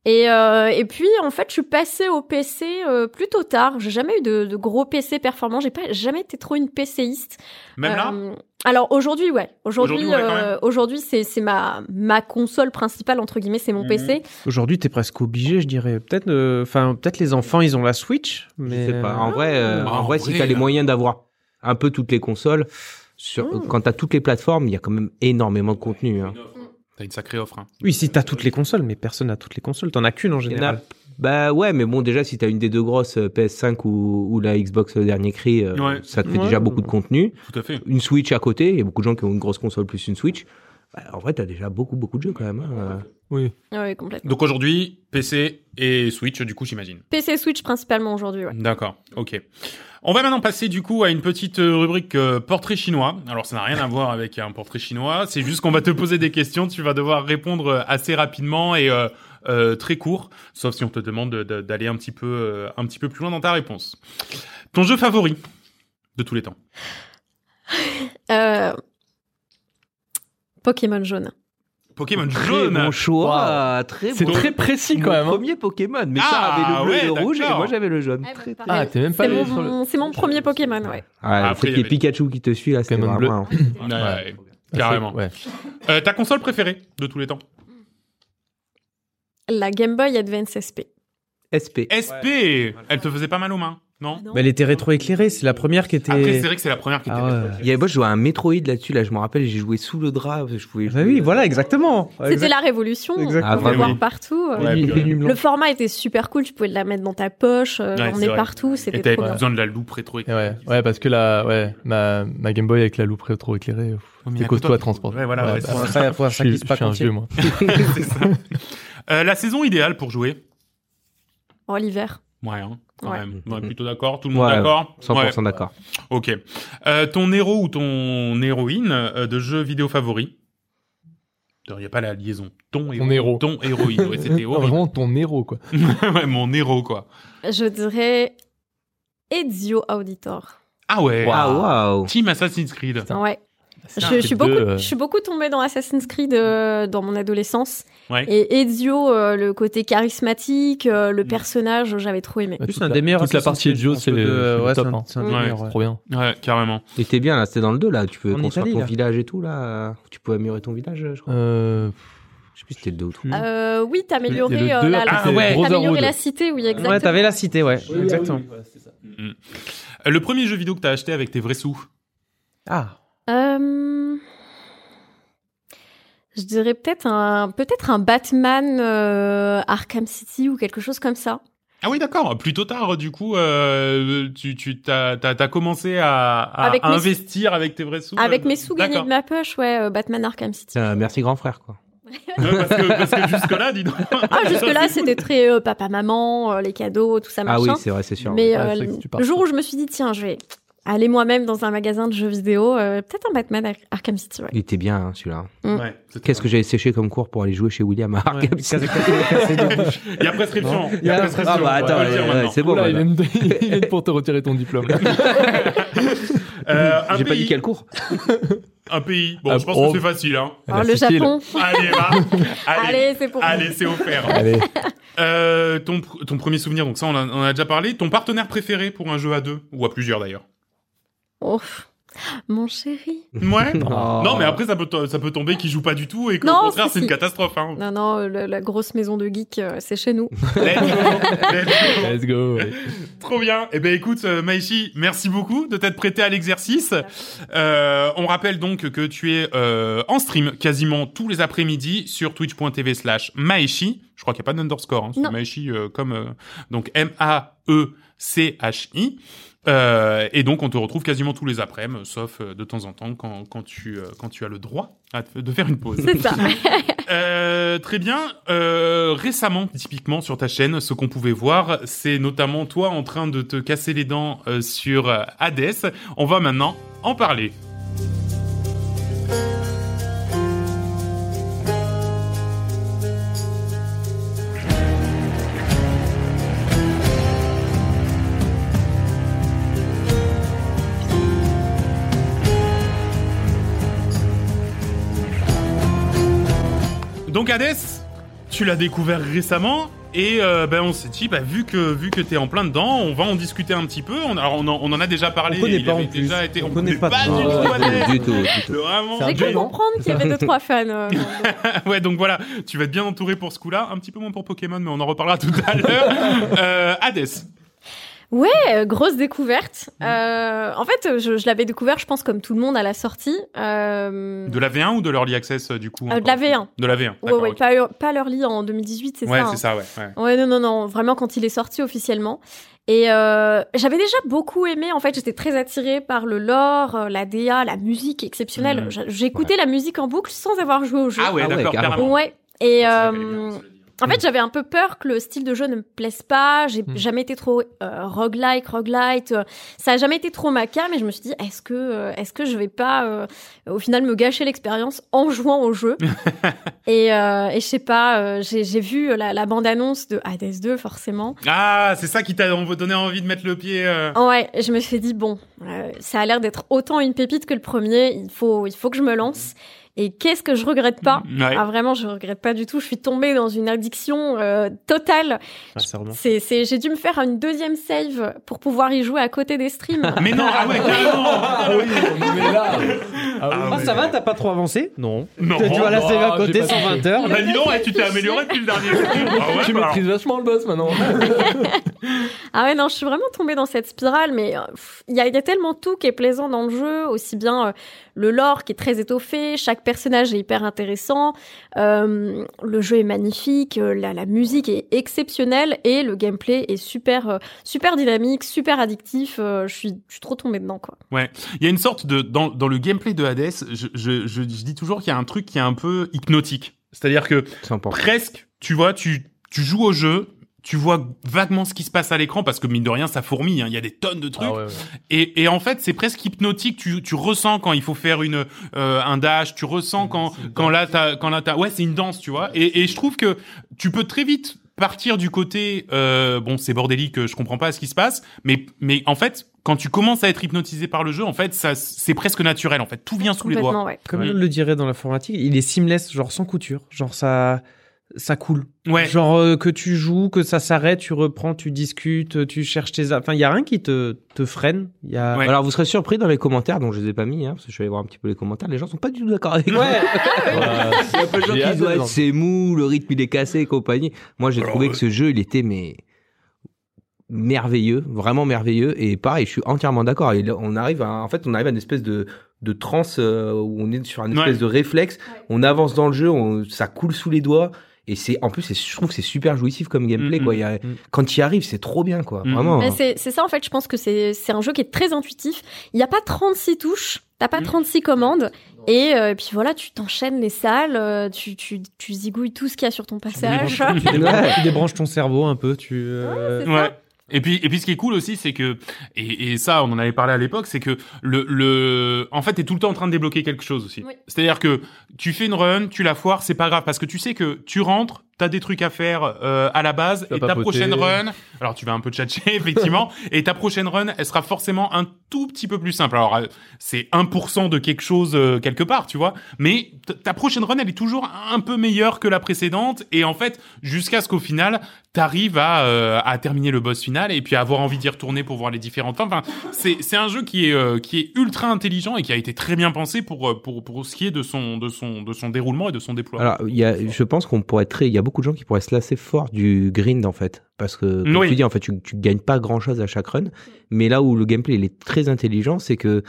D: Et, euh, et puis, en fait, je suis passée au PC euh, plutôt tard. J'ai jamais eu de, de gros PC performants. J'ai pas jamais été trop une PCiste.
A: Même là
D: Euh, alors aujourd'hui, ouais. Aujourd'hui,
A: Aujourd'hui, ouais, quand
D: euh, aujourd'hui, c'est c'est ma ma console principale entre guillemets, c'est mon
A: Mhm.
D: PC.
E: Aujourd'hui, t'es presque obligé, je dirais. Peut-être, euh, enfin, peut-être les enfants, ils ont la Switch, mais
C: Je sais pas. En vrai, euh,
A: Ah,
C: en vrai,
A: en
C: si
A: vrai,
C: t'as les
A: là.
C: moyens d'avoir un peu toutes les consoles, sur,
D: Mm.
C: quand t'as toutes les plateformes, il y a quand même énormément de contenu. hein.
A: T'as une sacrée offre. hein.
E: oui, si t'as toutes les consoles, mais personne n'a toutes les consoles. T'en as qu'une en
C: Il y en a-
E: général.
C: Bah ouais, mais bon, déjà, si t'as une des deux grosses euh, PS5 ou, ou la Xbox euh, dernier cri, euh,
A: Ouais.
C: ça te fait
E: Ouais.
C: déjà beaucoup de contenu.
A: Tout à fait.
C: Une Switch à côté, il y a beaucoup de gens qui ont une grosse console plus une Switch. Bah, en vrai, t'as déjà beaucoup, beaucoup de jeux quand même. hein. Euh,
B: Oui.
D: Ah Ouais, complètement.
A: Donc aujourd'hui, PC et Switch, du coup, j'imagine.
D: PC Switch principalement aujourd'hui, ouais.
A: D'accord, ok. On va maintenant passer du coup à une petite euh, rubrique euh, portrait chinois. Alors ça n'a rien à voir avec un portrait chinois, c'est juste qu'on va te poser des questions, tu vas devoir répondre euh, assez rapidement et euh, euh, très court, sauf si on te demande de- de- d'aller un petit peu euh, un petit peu plus loin dans ta réponse. Ton jeu favori de tous les temps.
D: Euh, Pokémon jaune.
A: Pokémon
C: Très
A: jaune.
C: bon choix, très
B: C'est
C: bon
B: très précis
C: Mon
B: quand même. hein.
C: premier Pokémon, mais ça
A: Ah,
C: avait le bleu et le
A: ouais,
C: rouge, et
A: d'accord.
C: moi j'avais le jaune.
D: Ah, bah,
C: Très, très-
D: pareil.
B: Ah, t'es même pas
D: C'est
B: allé
D: mon,
B: sur le-
D: c'est mon premier Pokémon, ouais.
A: Après,
C: Ah, le fait
A: il y
C: qu'il y ait
A: avait-
C: Pikachu qui te suit là, c'est
B: Pokémon
C: vraiment...
B: bleu.
A: Ouais, ouais,
B: Ah,
A: carrément.
B: c'est- ouais.
A: Euh, ta console préférée de tous les temps.
D: La Game Boy Advance SP.
C: SP.
A: SP. Elle te faisait pas mal aux mains, non
E: Mais elle était rétroéclairée. C'est la première qui était.
A: Après c'est vrai que c'est la première qui était.
E: Ah ouais.
A: rétroactive.
C: Il y avait, moi, je jouais à un Metroid là-dessus, là, je me rappelle, j'ai joué sous le drap, je pouvais... euh,
E: Bah oui, voilà, exactement.
D: C'était la révolution. hein.
E: Exactement.
C: Ah,
D: On peut
C: vraiment.
D: voir partout. euh.
A: Ouais,
E: Les-
B: euh,
A: puis,
E: les lumes
D: Le
E: blanches.
D: format était super cool. Tu pouvais la mettre dans ta poche,
A: Ouais,
D: euh,
A: c'est
D: l'emmener
A: vrai.
D: partout.
A: Et
D: C'était
A: t'avais
D: trop
A: pas
D: bien.
A: besoin de la loupe rétro
B: Et ouais. Ouais, parce que la, ouais, ma, ma Game Boy avec la loupe rétro éclairée, pff,
A: mais
B: c'est
A: à
B: costaud
A: côté-
B: à transporter.
A: Ouais, voilà, ouais,
B: bah,
A: c'est
E: Faut ça- faut
B: je
E: ça
B: suis,
E: glisse
B: je
E: pas
B: suis un
E: quand il-
B: vieux, moi.
A: C'est ça. Euh, la saison idéale pour jouer
D: Oh, l'hiver.
A: Ouais, hein, quand
D: Ouais.
A: même. On est plutôt d'accord Tout le monde
C: Ouais,
A: d'accord
C: 100% d'accord.
A: Ouais, Ok. Euh, ton héros ou ton héroïne euh, de jeu vidéo favori Il n'y a pas la liaison. Ton héros.
B: Mon héros.
A: Ton héroïne. Ouais, c'était
B: Non,
A: horrible.
B: vraiment ton héros, quoi.
A: Ouais, mon héros, quoi.
D: Je dirais Ezio Auditor.
A: Ah ouais.
C: Ah, waouh
A: Team Assassin's Creed.
B: Putain.
D: Ouais.
B: C'est un
D: Je, je suis
B: truc
D: beaucoup,
B: de, euh,
D: je suis beaucoup tombée dans Assassin's Creed euh, dans mon adolescence.
A: Ouais.
D: Et Ezio, euh, le côté charismatique, euh, le
A: Mm.
D: personnage, j'avais trop aimé.
B: bah,
E: Plus
B: toute
E: un
B: la-
E: des meilleurs.
B: Toute la
E: Assassin's
B: partie de
E: Creed,
B: Joe,
E: je
B: c'est
E: pense, de-
B: le c'est
E: ouais, c'est
B: le top.
E: un-
B: hein.
E: c'est un
A: Ouais.
E: des meilleurs, ouais.
B: Trop bien.
A: Ouais, carrément.
C: Et t'es bien là, c'était dans le 2 là, tu peux
E: En
C: construire
E: Italie,
C: ton
E: là.
C: village et tout là, tu peux améliorer ton village je crois.
B: Euh,
C: Je sais plus si c'était le 2 ou 3.
B: plus-
D: Euh, oui, t'as amélioré,
B: Il y a Mm. le
D: euh,
B: deux
D: la,
B: après,
D: la-
A: Ah
B: c'est
E: ouais.
D: t'as
B: Brotherhood.
D: amélioré la cité, oui, exactement.
E: Ouais, t'avais la cité, ouais. Exactement.
A: Euh, Le premier jeu vidéo que t'as acheté avec tes vrais sous
E: Ah.
D: Euh, Je dirais peut-être un, peut-être un Batman euh, Arkham City ou quelque chose comme ça.
A: ah oui d'accord plutôt tard du coup euh, tu tu t'as t'as t'as commencé à, à
D: Avec mes sous.
A: investir avec tes vrais sous
D: Avec
A: euh,
D: mes sous gagnés
A: d'accord.
D: de ma poche, ouais, euh, Batman Arkham City.
C: Euh, merci grand frère quoi.
A: Ouais, parce que, parce que jusque-là, dis donc.
D: Ah, jusque-là, c'était très euh, papa-maman, euh, les cadeaux, tout ça,
C: Ah oui
D: machin.
C: c'est vrai c'est sûr.
D: Mais
B: Ah,
D: euh,
B: c'est vrai que tu pars
D: le jour où je me suis dit, tiens, je vais aller moi-même dans un magasin de jeux vidéo, euh, peut-être un Batman Ar- Arkham City, ouais.
C: Il était bien hein, celui-là.
A: Ouais, c'était
C: Qu'est-ce que
A: vrai.
C: j'avais séché comme cours pour aller jouer chez William à
D: Ah,
E: Ouais.
C: Arkham
E: Casser-
C: City
E: casser- casser des bouches.
A: Il y a prescription. Il y a
E: Ah,
A: prescription.
C: bah, attends,
A: on peut le dire
C: ouais,
A: maintenant.
C: ouais, c'est bon.
B: Oula, il
C: voilà.
B: vient de- il vient de pour te retirer ton diplôme.
A: Euh, un,
C: J'ai pas
A: pays,
C: dit quel cours.
A: un pays. Bon,
B: Ah,
A: je pense
B: oh.
A: que c'est facile. Hein.
D: Alors, le
B: Facile.
D: Japon,
A: Allez, va. Allez,
D: allez, c'est pour
A: allez c'est offert.
B: Allez.
A: Euh, ton, pr- ton premier souvenir, donc ça, on en a, on en a déjà parlé. Ton partenaire préféré pour un jeu à deux Ou à plusieurs, d'ailleurs.
D: Ouf. Mon chéri.
A: Ouais.
E: Ah.
C: Oh.
A: Non, mais après, ça peut, to- ça peut tomber qu'il joue pas du tout et qu'au
D: Non,
A: contraire,
D: si,
A: c'est une
D: si.
A: catastrophe. Hein.
D: Non, non, euh, la, la grosse maison de geek, euh, c'est chez nous.
A: Let's go. Let's go.
B: Let's go. ouais.
A: Trop bien. Eh ben écoute, euh, Maïchi, merci beaucoup de t'être prêté à l'exercice. Euh, on rappelle donc que tu es euh, en stream quasiment tous les après-midi sur twitch.tv slash Maïchi. Je crois qu'il n'y a pas d'underscore. Hein, c'est
D: Non.
A: Maïchi euh, comme... euh, donc E M-A-E-C-H-I. Euh, et donc on te retrouve quasiment tous les après-midi, sauf euh, de temps en temps quand, quand, tu, euh, quand tu as le droit à te- de faire une pause.
D: C'est ça.
A: Euh, très bien. Euh, récemment, typiquement sur ta chaîne, ce qu'on pouvait voir, c'est notamment toi en train de te casser les dents euh, sur euh, Hades. On va maintenant en parler. Donc Hades, tu l'as découvert récemment et euh, ben on s'est dit bah, vu que vu que t'es en plein dedans, on va en discuter un petit peu. On, alors, on, en, on en a déjà parlé.
E: On connaît
A: il
E: pas,
A: avait
E: en plus.
A: déjà été.
E: On connaît pas.
A: du
E: Ah,
A: tout
E: ouais,
A: Alex.
C: du tout, du tout.
A: Vraiment.
B: C'est un
D: J'ai cru
B: duel.
D: comprendre qu'il y avait deux trois fans. euh, dans-
A: Ouais, donc voilà, tu vas être bien entouré pour ce coup-là, un petit peu moins pour Pokémon, mais on en reparlera tout à l'heure. Euh, Hades.
D: Euh, grosse découverte. Euh, en fait, je, je l'avais découvert, je pense, comme tout le monde à la sortie. Euh,
A: De la V1 ou de l'Early Access, euh, du coup
D: euh, de la V1.
A: De la V1.
D: Ouais,
A: d'accord,
D: ouais,
A: ok.
D: pas, pas l'early en 2018, c'est
A: Ouais,
D: ça. hein.
A: c'est ça, ouais. ouais.
D: Ouais, non, non, non, vraiment quand il est sorti officiellement. Et euh, j'avais déjà beaucoup aimé, en fait, j'étais très attirée par le lore, euh, la DA, la musique exceptionnelle.
A: Mhm.
D: J'a- J'écoutais la musique en boucle sans avoir joué au jeu.
A: Ah ouais,
C: Ah ouais,
A: d'accord,
C: carrément.
A: carrément.
D: Ouais. Et
A: C'est vrai qu'elle est bien,
D: euh,
A: cela dit.
D: en fait, j'avais un peu peur que le style de jeu ne me plaise pas. J'ai
B: Mm.
D: jamais été trop euh, roguelike, roguelite. euh, ça a jamais été trop ma cam. Et je me suis dit, est-ce que, euh, est-ce que je vais pas, euh, au final, me gâcher l'expérience en jouant au jeu Et, euh, et je sais pas. euh, j'ai, j'ai vu la, la bande-annonce de Hades 2, forcément.
A: Ah, c'est ça qui t'a en- donné envie de mettre le pied. euh.
D: Ouais, je me suis dit bon, euh, ça a l'air d'être autant une pépite que le premier. Il faut, il faut que je me lance. Et qu'est-ce que je regrette pas
A: Mm. Ouais.
D: Ah vraiment, je regrette pas du tout. Je suis tombée dans une addiction euh, totale.
A: Hein
E: Sincèrement.
D: C'est, c'est, j'ai dû me faire une deuxième save pour pouvoir y jouer à côté des streams.
A: Mais non, ah ouais, carrément
B: Ah oui, on est là. Ah
A: Ah
B: oui.
E: Ah, ça va, t'as pas trop avancé Non.
A: Non
E: T'as dû à la
B: non,
E: save à
B: j'ai
E: côté,
B: pas
E: 120 heures.
A: Bah dis donc, ouais, tu t'es amélioré depuis le dernier. ah ouais,
B: tu
A: bah,
B: maîtrises vachement le boss maintenant.
D: ah ouais, non, je suis vraiment tombée dans cette spirale. Mais euh, pff, il y, a- il y a tellement tout qui est plaisant dans le jeu, aussi bien euh, le lore qui est très étoffé, chaque personnage est hyper intéressant, euh, le jeu est magnifique, euh, la, la musique est exceptionnelle et le gameplay est super, euh, super dynamique, super addictif. euh, je suis, je suis trop tombée dedans quoi.
A: Il y a une sorte de dans, dans le gameplay de Hades, je, je, je, je dis toujours qu'il y a un truc qui est un peu hypnotique. C'est-à-dire que
C: 100%.
A: presque, tu vois, tu, tu joues au jeu, tu vois vaguement ce qui se passe à l'écran parce que mine de rien, ça fourmille. hein, Il y a des tonnes de trucs.
B: Ah ouais, ouais.
A: Et, et en fait, c'est presque hypnotique. Tu, tu ressens quand il faut faire une euh, un dash. Tu ressens quand quand là t'as quand là t'as ouais, c'est une danse, tu vois. Et, et je trouve que tu peux très vite partir du côté euh, bon, c'est bordélique, je comprends pas ce qui se passe, mais mais en fait, quand tu commences à être hypnotisé par le jeu, en fait, ça c'est presque naturel. En fait, tout vient sous les doigts.
D: Complètement, ouais.
E: Comme
A: Ouais.
E: on le dirait dans l'informatique, il est seamless, genre sans couture. Genre ça, ça coule.
A: Ouais.
E: Genre euh, que tu joues, que ça s'arrête, tu reprends, tu discutes, euh, tu cherches tes... a- Enfin, il y a rien qui te, te freine. Il Y a...
A: Ouais.
C: Alors vous serez surpris dans les commentaires, donc je les ai pas mis, hein, parce que je suis allé voir un petit peu les commentaires. Les gens sont pas du tout d'accord avec moi.
B: Voilà.
C: Il y a plein de gens
B: Ah, J'ai
C: qui
B: hâte
C: disent, ouais,
B: d'entendre.
C: c'est mou, le rythme il est cassé et compagnie. Moi j'ai
A: Alors, euh,
C: trouvé
A: ouais.
C: que ce jeu il était mais merveilleux, vraiment merveilleux. Et pareil, je suis entièrement d'accord. Et là, on arrive à, en fait, on arrive à une espèce de de transe euh, où on est sur une espèce
A: Ouais.
C: de réflexe.
D: Ouais.
C: On avance dans le jeu, on, ça coule sous les doigts. Et c'est en plus, c'est- je trouve que c'est super jouissif comme gameplay.
A: Mhm.
C: quoi. Il y a- Quand tu y arrives, c'est trop bien, quoi.
A: Mhm.
C: Vraiment.
D: Mais c'est c'est ça, en fait, je pense que c'est c'est un jeu qui est très intuitif. Il n'y a pas 36 touches, t'as pas
A: Mm.
D: 36 commandes. Et, euh, et puis voilà, tu t'enchaînes les salles, euh, tu, tu, tu zigouilles tout ce qu'il y a sur ton passage.
E: Tu,
C: Ouais.
E: débranches, tu débranches ton cerveau un peu, tu... euh,
D: c'est ça.
A: Ouais. Et puis, et puis, ce qui est cool aussi, c'est que, et, et ça, on en avait parlé à l'époque, c'est que le, le, en fait, t'es tout le temps en train de débloquer quelque chose aussi.
D: Oui.
A: C'est-à-dire que tu fais une run, tu la foires, c'est pas grave, parce que tu sais que tu rentres, t'as des trucs à faire euh, à la base,
B: vas
A: et ta
B: papoter.
A: prochaine run, alors tu vas un peu tchatcher, effectivement, et ta prochaine run, elle sera forcément un tout petit peu plus simple. Alors, euh, c'est 1% de quelque chose euh, quelque part, tu vois, mais t- ta prochaine run, elle est toujours un peu meilleure que la précédente, et en fait, jusqu'à ce qu'au final, t'arrives à, euh, à terminer le boss final et puis à avoir envie d'y retourner pour voir les différentes fins. Enfin, c'est c'est un jeu qui est euh, qui est ultra intelligent et qui a été très bien pensé pour euh, pour pour ce qui est de son de son de son déroulement et de son déploiement.
C: Alors, il y a, je pense qu'on pourrait très, il y a beaucoup de gens qui pourraient se lasser fort du grind en fait, parce que comme
A: Oui.
C: tu dis en fait, tu, tu gagnes pas grand chose à chaque run, mais là où le gameplay il est très intelligent, c'est que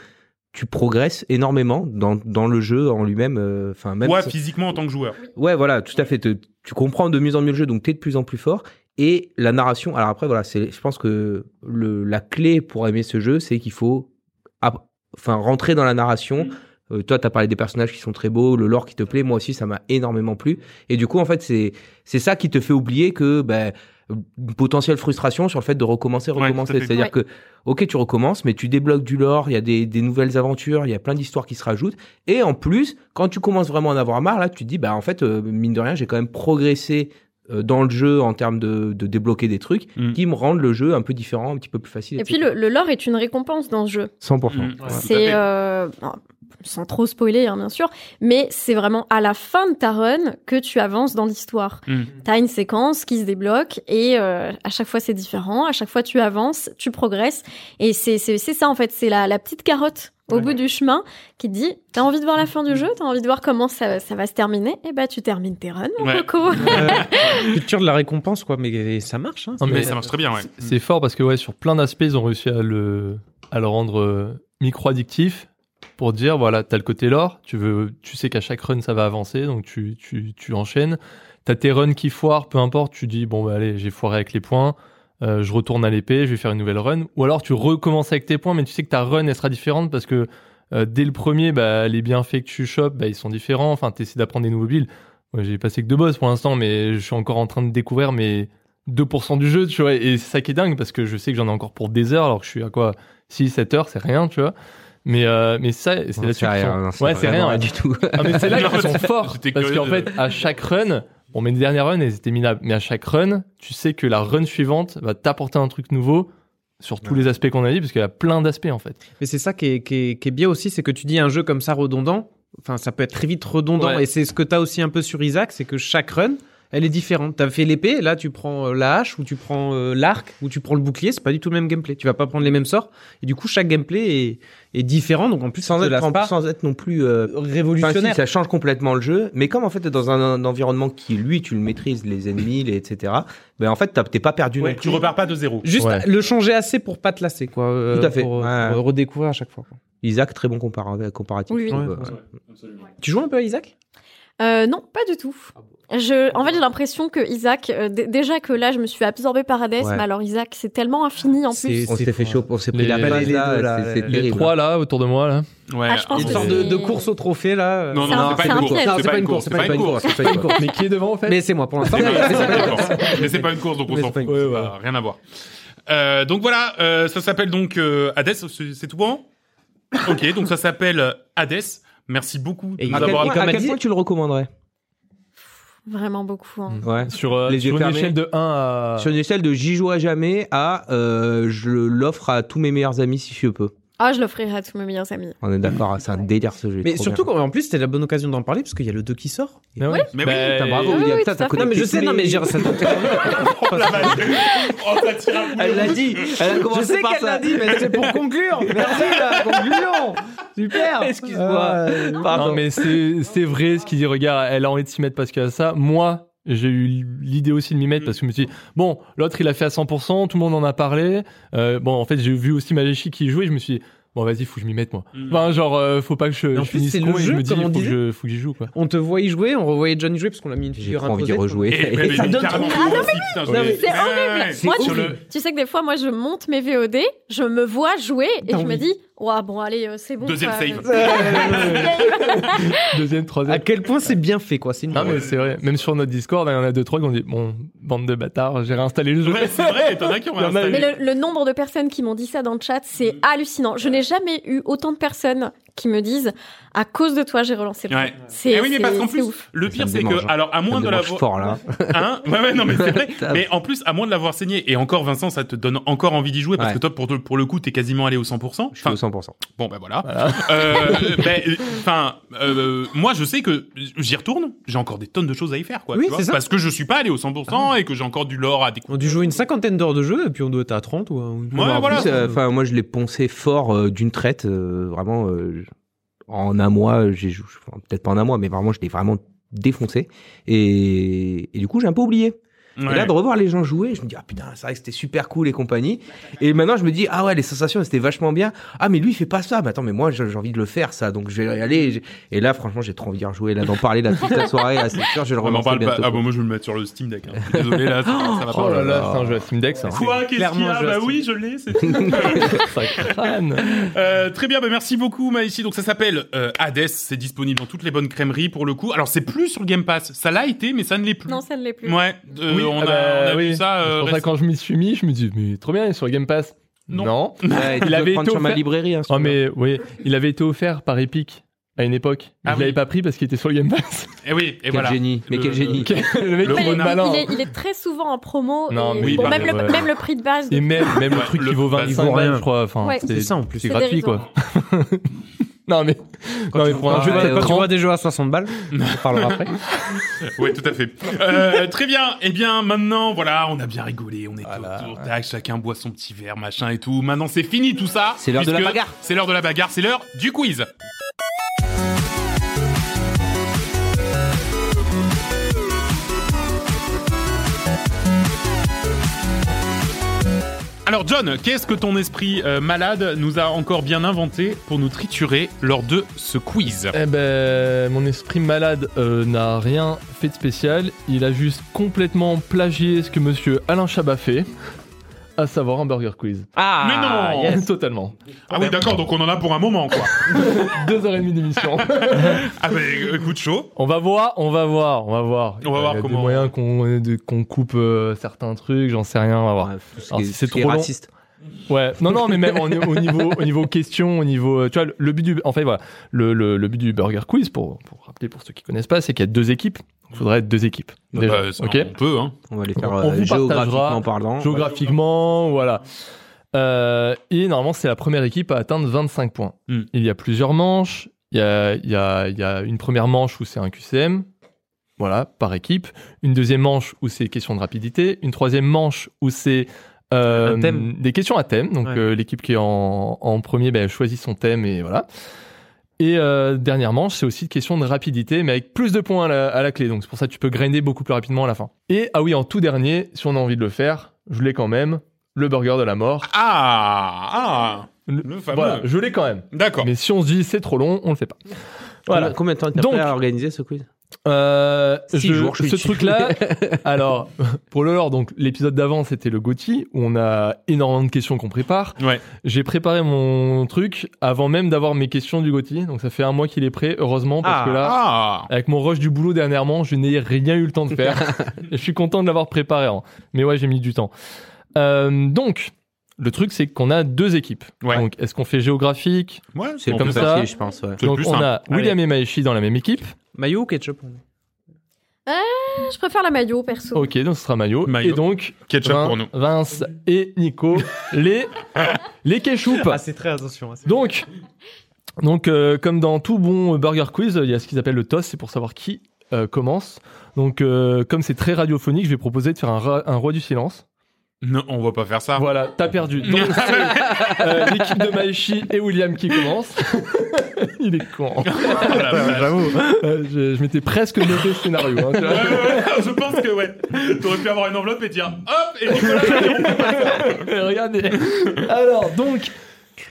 C: tu progresses énormément dans, dans le jeu en lui-même, euh, enfin même
A: Toi,
C: si-
A: physiquement en tant que joueur.
C: Ouais, voilà, tout à fait. Te- tu comprends de mieux en mieux le jeu, donc t'es de plus en plus fort. Et la narration, alors après, voilà, c'est, je pense que le, la clé pour aimer ce jeu, c'est qu'il faut app- enfin, rentrer dans la
A: Mm.
C: narration. Euh, toi, t'as parlé des personnages qui sont très beaux, le lore qui te plaît. Moi aussi, ça m'a énormément plu. Et du coup, en fait, c'est, c'est ça qui te fait oublier que, ben, une potentielle frustration sur le fait de recommencer,
A: Ouais,
C: recommencer.
A: tout à fait.
C: C'est-à-dire
D: Ouais.
C: que, ok, tu recommences, mais tu débloques du lore, il y a des, des nouvelles aventures, il y a plein d'histoires qui se rajoutent. Et en plus, quand tu commences vraiment à en avoir marre, là, tu te dis, bah, en fait, euh, mine de rien, j'ai quand même progressé euh, dans le jeu en termes de, de débloquer des trucs
A: Mm.
C: qui me rendent le jeu un peu différent, un petit peu plus facile.
D: Et puis
C: etc.
D: le, le lore est une récompense dans ce jeu.
A: Mm,
C: 100%.
A: ouais, tout à fait.
D: C'est euh, sans trop spoiler, hein, bien sûr, mais c'est vraiment à la fin de ta run que tu avances dans l'histoire.
A: Mm.
D: T'as une séquence qui se débloque et euh, à chaque fois c'est différent, à chaque fois tu avances, tu progresses et c'est c'est c'est ça en fait, c'est la, la petite carotte au
A: Ouais. Hmm.
D: bout du chemin qui te dit t'as envie de voir la fin du jeu, t'as envie de voir comment ça, ça va se terminer, et bah tu termines tes runs, mon
A: Ouais.
D: coco.
E: euh, Culture de la récompense, quoi. Mais ça marche. Hein,
B: Non,
A: Mais
B: mais-
A: ça marche très bien, ouais.
B: C'est fort parce que ouais, sur plein d'aspects, ils ont réussi à le, à le rendre euh, micro-addictif pour dire voilà, t'as le côté lore, tu, veux, tu sais qu'à chaque run ça va avancer, donc tu, tu, tu enchaînes. T'as tes runs qui foirent, peu importe, tu dis bon, bah, allez, j'ai foiré avec les points, euh, je retourne à l'épée, je vais faire une nouvelle run. Ou alors tu recommences avec tes points, mais tu sais que ta run elle sera différente parce que euh, dès le premier, bah, les bienfaits que tu chopes, bah, ils sont différents. Enfin, t'essaies d'apprendre des nouveaux builds. Moi, j'ai passé que deux boss pour l'instant, mais je suis encore en train de découvrir mes 2% du jeu, tu vois. Et c'est ça qui est dingue, parce que je sais que j'en ai encore pour des heures, alors que je suis à quoi 6, 7 heures, c'est rien, tu vois. Mais, euh, mais ça, c'est
C: Non,
B: là-dessus.
C: c'est
B: qu'ils
C: rien,
B: sont-
C: non,
B: ouais, c'est
C: vraiment
B: rien.
C: du tout.
B: Ah, mais c'est là
A: Non,
B: qu'ils sont
A: c'est-
B: forts.
A: j'étais
B: Parce
A: curieux
B: qu'en
A: de-
B: fait, à chaque run, bon, mes dernières runs, elles étaient minables. Mais à chaque run, tu sais que la run suivante va t'apporter un truc nouveau sur tous les aspects qu'on a dit, parce qu'il y a plein d'aspects, en fait.
E: Mais c'est ça qui est, qui, est, qui est bien aussi, c'est que tu dis un jeu comme ça redondant, enfin ça peut être très vite redondant,
B: Ouais.
E: et c'est ce que tu as aussi un peu sur Isaac, c'est que chaque run, elle est différente. Tu as fait l'épée, là tu prends euh, la hache, ou tu prends euh, l'arc, ou tu prends le bouclier, c'est pas du tout le même gameplay, tu vas pas prendre les mêmes sorts, et du coup chaque gameplay est, est différent, donc en plus ça
C: sans,
E: te lasse
C: être,
E: pas
C: sans être non plus euh, Enfin,
E: révolutionnaire.
C: si, ça change complètement le jeu, mais comme en fait t'es dans un, un environnement qui lui tu le maîtrises, les ennemis, les, etc. Ben en fait t'as- t'es pas perdu.
A: Ouais,
C: non
A: tu
C: plus.
A: repars pas de zéro.
E: Juste
B: Ouais.
E: le changer assez pour pas te lasser, quoi. euh,
C: Tout à fait.
E: Pour, euh,
C: Ouais.
E: pour redécouvrir à chaque fois. quoi.
C: Isaac très bon compara- comparatif.
D: Oui, oui.
C: je trouve.
E: Ouais,
C: Euh,
E: Tu joues un peu à Isaac
D: Euh, non, pas du tout. Je, en fait, j'ai l'impression que Isaac, euh, d- déjà que là, je me suis absorbée par Hades,
C: Ouais.
D: mais alors Isaac, c'est tellement infini en plus.
E: C'est-
C: On s'est fait
E: fou,
C: chaud, on s'est pris
B: Les-
C: la
B: les
C: base
E: deux, là,
C: là, c'est- c'est
E: les
B: Les
C: terrible.
B: trois, là, autour de moi, là.
A: Ouais.
D: Ah, je pense
E: Une
D: que
E: sorte
D: c'est-
E: de, de course au trophée, là. euh,
A: Oh, Non,
D: C'est un-
A: non, c'est
D: c'est
A: pas
D: un
A: une course.
D: piège.
E: Non,
A: C'est pas une course.
E: c'est pas une course,
A: C'est pas une course.
B: Mais qui est devant, en fait
E: Mais c'est moi pour l'instant.
A: C'est pas une course. Mais c'est pas une course, donc on
E: Mais
A: s'en
E: c'est pas
A: fout.
E: une
A: ça n'a Rien à voir. Euh, donc voilà, euh, ça s'appelle donc euh, Hades, c'est c'est tout bon Ok, donc ça s'appelle euh, Hades. Merci beaucoup de
E: Et
A: nous
E: à quel
A: avoir
E: point-
A: accompagnés.
E: à quel point
C: tu le recommanderais
D: Vraiment beaucoup. hein.
C: Ouais.
B: Sur, euh,
C: Les
B: sur
C: yeux
B: une
C: fermés.
B: échelle de 1 à.
C: Sur une échelle Euh, de j'y joue à jamais à euh, je l'offre à tous mes meilleurs amis si je peux.
D: Ah, je l'offrirai à tous mes meilleurs amis.
C: On est d'accord, c'est un délire ce jeu.
E: Mais surtout qu'en en plus, c'était la bonne occasion d'en parler parce qu'il y a le 2 qui sort.
B: Ah ouais
A: Mais
B: Bah,
A: oui,
C: Putain, bravo,
D: Oui,
C: William,
D: oui,
C: putain,
D: tout
C: t'as
D: à fait.
C: connecté
E: Non, mais je sais,
C: tous
E: non, mais
C: les-
E: genre, ça te-
A: oh la vache Oh, ça tire à
E: Ah,
A: bout.
C: Elle l'a dit, elle a
E: Je
C: commencé
E: sais
C: par
E: qu'elle
C: ça.
E: l'a dit, mais c'est pour conclure. Merci la conclusion. Super. Euh,
C: Excuse-moi.
E: Ah,
C: Pardon.
B: Non, mais c'est c'est vrai ce qu'il dit. Regarde, elle a envie de s'y mettre parce qu'il y a ça. Moi, j'ai eu l'idée aussi de m'y
A: Mm.
B: mettre parce que je me suis dit, bon, l'autre, il a fait à 100%, tout le monde en a parlé. Euh, bon, en fait, j'ai vu aussi Maléchi qui jouait. Je me suis dit, bon, vas-y, faut que je m'y mette, moi.
A: Mm.
B: Enfin, genre, euh, faut pas que je,
E: Mais en
B: je
E: plus,
B: finisse
E: c'est le
B: con et je
E: jeu,
B: me dis,
E: comme on
B: faut que,
E: disait.
B: je, faut que j'y joue, quoi.
E: On te voyait jouer, on revoyait John jouer parce qu'on a mis une
C: J'ai
E: figure
C: trop envie de
E: imposée.
C: rejouer.
A: Et- mais-
C: Et
A: mais
C: ça donne
A: carrément,
D: Ah, non,
A: aussi, putain, je
C: Non, mais
A: l'ai-
D: c'est
A: Ouais,
D: horrible.
A: ouais, ouais.
D: Moi,
A: Sur
D: tu,
A: le-
D: tu sais que des fois, moi, je monte mes VOD, je me vois jouer et
E: T'as
D: je me
E: envie.
D: dis, ouah, bon, allez, euh, c'est bon.
A: Deuxième
D: ça,
A: save.
D: euh,
B: Deuxième,
E: À
B: troisième.
E: quel point c'est bien fait, quoi. C'est une
B: Non, mais c'est vrai. Même sur notre Discord, il y en a deux, trois qui ont dit, bon, bande de bâtards, j'ai réinstallé le jeu.
A: Ouais, c'est vrai, t'en as qui ont
B: Il y en a-
A: installé.
D: Mais le, le nombre de personnes qui m'ont dit ça dans le chat, c'est
A: Mm.
D: hallucinant. Je n'ai jamais eu autant de personnes qui me disent à cause de toi, j'ai relancé le jeu.
A: Ouais.
D: C'est
A: Eh oui, mais parce
D: c'est-
A: qu'en
D: c'est
A: plus,
D: ouf.
A: le
C: Ça
A: pire,
C: me
A: c'est
C: démange,
A: que,
C: hein.
A: alors, à
C: Ça
A: moins
C: me
A: de l'avoir.
C: démange fort là.
A: Hein ouais, ouais, non, mais c'est vrai.
C: Putain.
A: mais en plus, à moins de l'avoir saigné, et encore, Vincent, ça te donne encore envie d'y jouer parce
C: Ouais.
A: que toi, pour, te- pour le coup, t'es quasiment allé au 100%.
C: Je suis
A: Enfin,
C: au 100%.
A: bon, ben voilà. Euh, ben, euh, Enfin, euh, moi, je sais que j'y retourne, j'ai encore des tonnes de choses à y faire, quoi.
E: Oui,
A: tu vois,
E: c'est ça.
A: parce que je suis pas allé au 100% et que j'ai encore du lore à découvrir.
E: On a dû jouer une cinquantaine d'heures de jeu et puis on doit être à 30 ou. ou-
A: Ouais,
E: ou-
A: voilà.
C: plus, euh, enfin, moi, je l'ai poncé fort euh, d'une traite, euh, vraiment. euh, je- en un mois, euh, j'ai joué, enfin, peut-être pas en un mois, mais vraiment, je l'ai vraiment défoncé. Et, et du coup, j'ai un peu oublié. Et
A: Ouais.
C: là, de revoir les gens jouer, je me dis, ah putain, c'est vrai que c'était super cool et compagnie. Et maintenant, je me dis, ah ouais, les sensations, c'était vachement bien. Ah, mais lui, il fait pas ça. Mais attends, mais moi, j'ai j'ai envie de le faire, ça. Donc, je vais y aller. J'ai- Et là, franchement, j'ai trop envie de rejouer, là, d'en parler, là, toute la soirée, là, c'est sûr, je vais le
A: On en
C: relancer
A: parle pas.
C: bientôt.
A: Ah bon, moi je vais le mettre sur le Steam Deck. hein. Je suis Désolé là, ça, ça va
B: Oh
A: pas.
B: là là, c'est un jeu à Steam Deck, ça.
A: Quoi Qu'est-ce qu'il y
E: Clairement,
A: a
E: je
A: Bah
E: l'assume.
A: oui, je l'ai. C'est
B: Ça crâne.
A: Euh, très bien, bah merci beaucoup Maïchi. Donc ça s'appelle euh, Hades, c'est disponible dans toutes les bonnes crèmeries pour le coup. Alors c'est plus sur le Game Pass, ça l'a été mais ça ne l'est plus.
D: Non, ça ne l'est plus.
A: Ouais, euh,
B: Oui,
A: on,
B: ah
A: a,
B: bah,
A: on a vu
B: oui.
A: ça.
B: C'est
A: euh,
B: pour ça,
A: récemment.
B: quand je m'y suis mis, je me dis, mais trop bien, il est sur Game Pass.
A: Non.
B: non.
C: Ouais, tu
B: Il
C: peux
B: avait
C: prendre
B: été
C: sur ma
B: offert-
C: librairie. hein, si
B: Ah
C: tu veux.
B: mais oui, il avait été offert par Epic à une époque.
A: Ah
B: je
A: oui.
B: l'avais pas pris parce qu'il était sur le Game Pass.
A: Eh oui, et
C: Quel
A: voilà.
C: génie. Mais
A: Le-
C: quel génie.
B: le mec
A: Le
B: il est
A: renard.
B: malin.
D: Il est, il est très souvent en promo.
B: Non,
D: et
A: mais oui,
D: bon,
A: bah,
D: même, le,
B: ouais.
D: même le prix de base.
B: Et même, même le
A: Ouais,
B: truc
A: le-
B: qui vaut
A: bah,
B: 25
E: ils vont
B: balles,
E: rien.
B: je crois. Enfin,
D: Ouais.
E: C'est ça, en plus.
B: C'est
D: C'est
B: gratuit
D: dérisoire.
B: quoi. Non, mais, non, mais pour un jeu
E: Quand
C: ouais,
B: de
E: tu vois
B: 30,
E: des jeux à 60 balles, on parlera après.
A: Oui, tout à fait. Euh, très bien. Eh bien, maintenant, voilà, on a bien rigolé. On était
B: Voilà.
A: autour. Tac, chacun boit son petit verre, machin et tout. Maintenant, c'est fini tout ça.
C: C'est l'heure de la
A: puisque
C: bagarre.
A: C'est l'heure de la bagarre. C'est l'heure du quiz. Alors John, qu'est-ce que ton esprit euh, malade nous a encore bien inventé pour nous triturer lors de ce quiz
B: Eh ben, mon esprit malade euh, n'a rien fait de spécial. Il a juste complètement plagié ce que monsieur Alain Chabat fait, à savoir un burger quiz.
E: Ah,
A: Mais non
E: yes.
B: Totalement.
A: Ah
C: ben
A: oui, d'accord, donc on en a pour un moment, quoi.
B: Deux heures et demie d'émission.
A: ah bah écoute, chaud.
B: on va voir, on va voir, on va voir.
A: On va voir
B: Il y a des
A: comment-
B: moyens qu'on de- qu'on coupe euh, certains trucs, j'en sais rien, on va voir.
C: Ouais, tout ce
B: Alors,
C: qui
B: si
C: est-
B: Oh, c'est
C: tout ce qui est
B: trop long-
C: raciste.
B: Ouais, non, non, mais même au, au niveau, au niveau questions, au niveau, euh, tu vois, le- le but du, en fait, voilà, le, le- le but du Burger Quiz, pour, pour rappeler pour ceux qui connaissent pas, c'est qu'il y a deux équipes. Il faudrait être deux équipes. déjà,
A: Bah, ça,
B: ok.
A: On peut, hein.
C: On va les faire
B: On- on
C: euh,
B: vous partagera-
C: géographiquement parlant.
B: Géographiquement, voilà. Euh, et normalement, c'est la première équipe à atteindre 25 points.
A: Hmm.
B: Il y a plusieurs manches. Il y a, il y a- il y a une première manche où c'est un QCM, voilà, par équipe. Une deuxième manche où c'est question de rapidité. Une troisième manche où c'est euh,
E: Un thème.
B: des questions à thème. Donc
E: Ouais.
B: euh, l'équipe qui est en, en premier ben, choisit son thème et voilà. Et euh, dernière manche, c'est aussi question de rapidité, mais avec plus de points à la, à la clé. Donc c'est pour ça que tu peux grinder beaucoup plus rapidement à la fin. Et ah oui, en tout dernier, si on a envie de le faire, je l'ai quand même, le burger de la mort.
A: Ah, ah,
B: Le-
A: le fameux.
B: Voilà, je l'ai quand même.
A: D'accord.
B: Mais si on se dit c'est trop long, on le fait pas. Voilà.
C: Combien- Combien de temps t'as
B: Donc-
C: pris à organiser ce quiz
B: Euh,
C: Six
B: je-
C: jours, je suis
B: ce
C: dessus.
B: truc-là, alors pour le lore, donc l'épisode d'avant c'était le Gotti, où on a énormément de questions qu'on prépare.
A: Ouais.
B: J'ai préparé mon truc avant même d'avoir mes questions du Gotti, donc ça fait un mois qu'il est prêt, heureusement parce
E: Ah.
B: que là,
A: Ah,
B: Avec mon rush du boulot dernièrement, je n'ai rien eu le temps de faire. je suis content de l'avoir préparé. hein. Mais ouais, j'ai mis du temps. Euh, donc, le truc, c'est qu'on a deux équipes.
A: Ouais.
B: Donc, est-ce qu'on fait géographique
A: ouais,
C: C'est
A: on
C: le
B: comme
A: peut
C: plus
A: faire
B: ça.
C: facile, je pense. ouais.
A: C'est le
B: Donc,
A: plus
B: on
A: simple.
B: a William et Maeshi dans la même équipe.
E: Mayo ou ketchup on est
D: Je préfère la maillot, perso.
B: Ok, donc ce sera Mayo.
A: Mayo.
B: Et donc,
A: ketchup
B: Vin-
A: pour nous.
B: Vince et Nico, les, les ketchup.
E: Ah, c'est très attention. hein, c'est-
B: Donc, donc euh, comme dans tout bon euh, burger quiz, euh, il y a ce qu'ils appellent le toss, c'est pour savoir qui euh, commence. Donc, euh, comme c'est très radiophonique, je vais proposer de faire un, ra- un roi du silence.
A: Non, on va pas faire ça.
B: Voilà, t'as perdu. Donc, c'est, euh, l'équipe de Maeshi et William qui commence. il est con. hein.
A: Ah, la vache.
B: Euh, je je m'étais presque noté le scénario. hein, tu vois.
A: Ouais, ouais, ouais, je pense que ouais. T'aurais pu avoir une enveloppe et dire hop et Nicolas.
E: Euh,
B: Regardez. Alors, donc,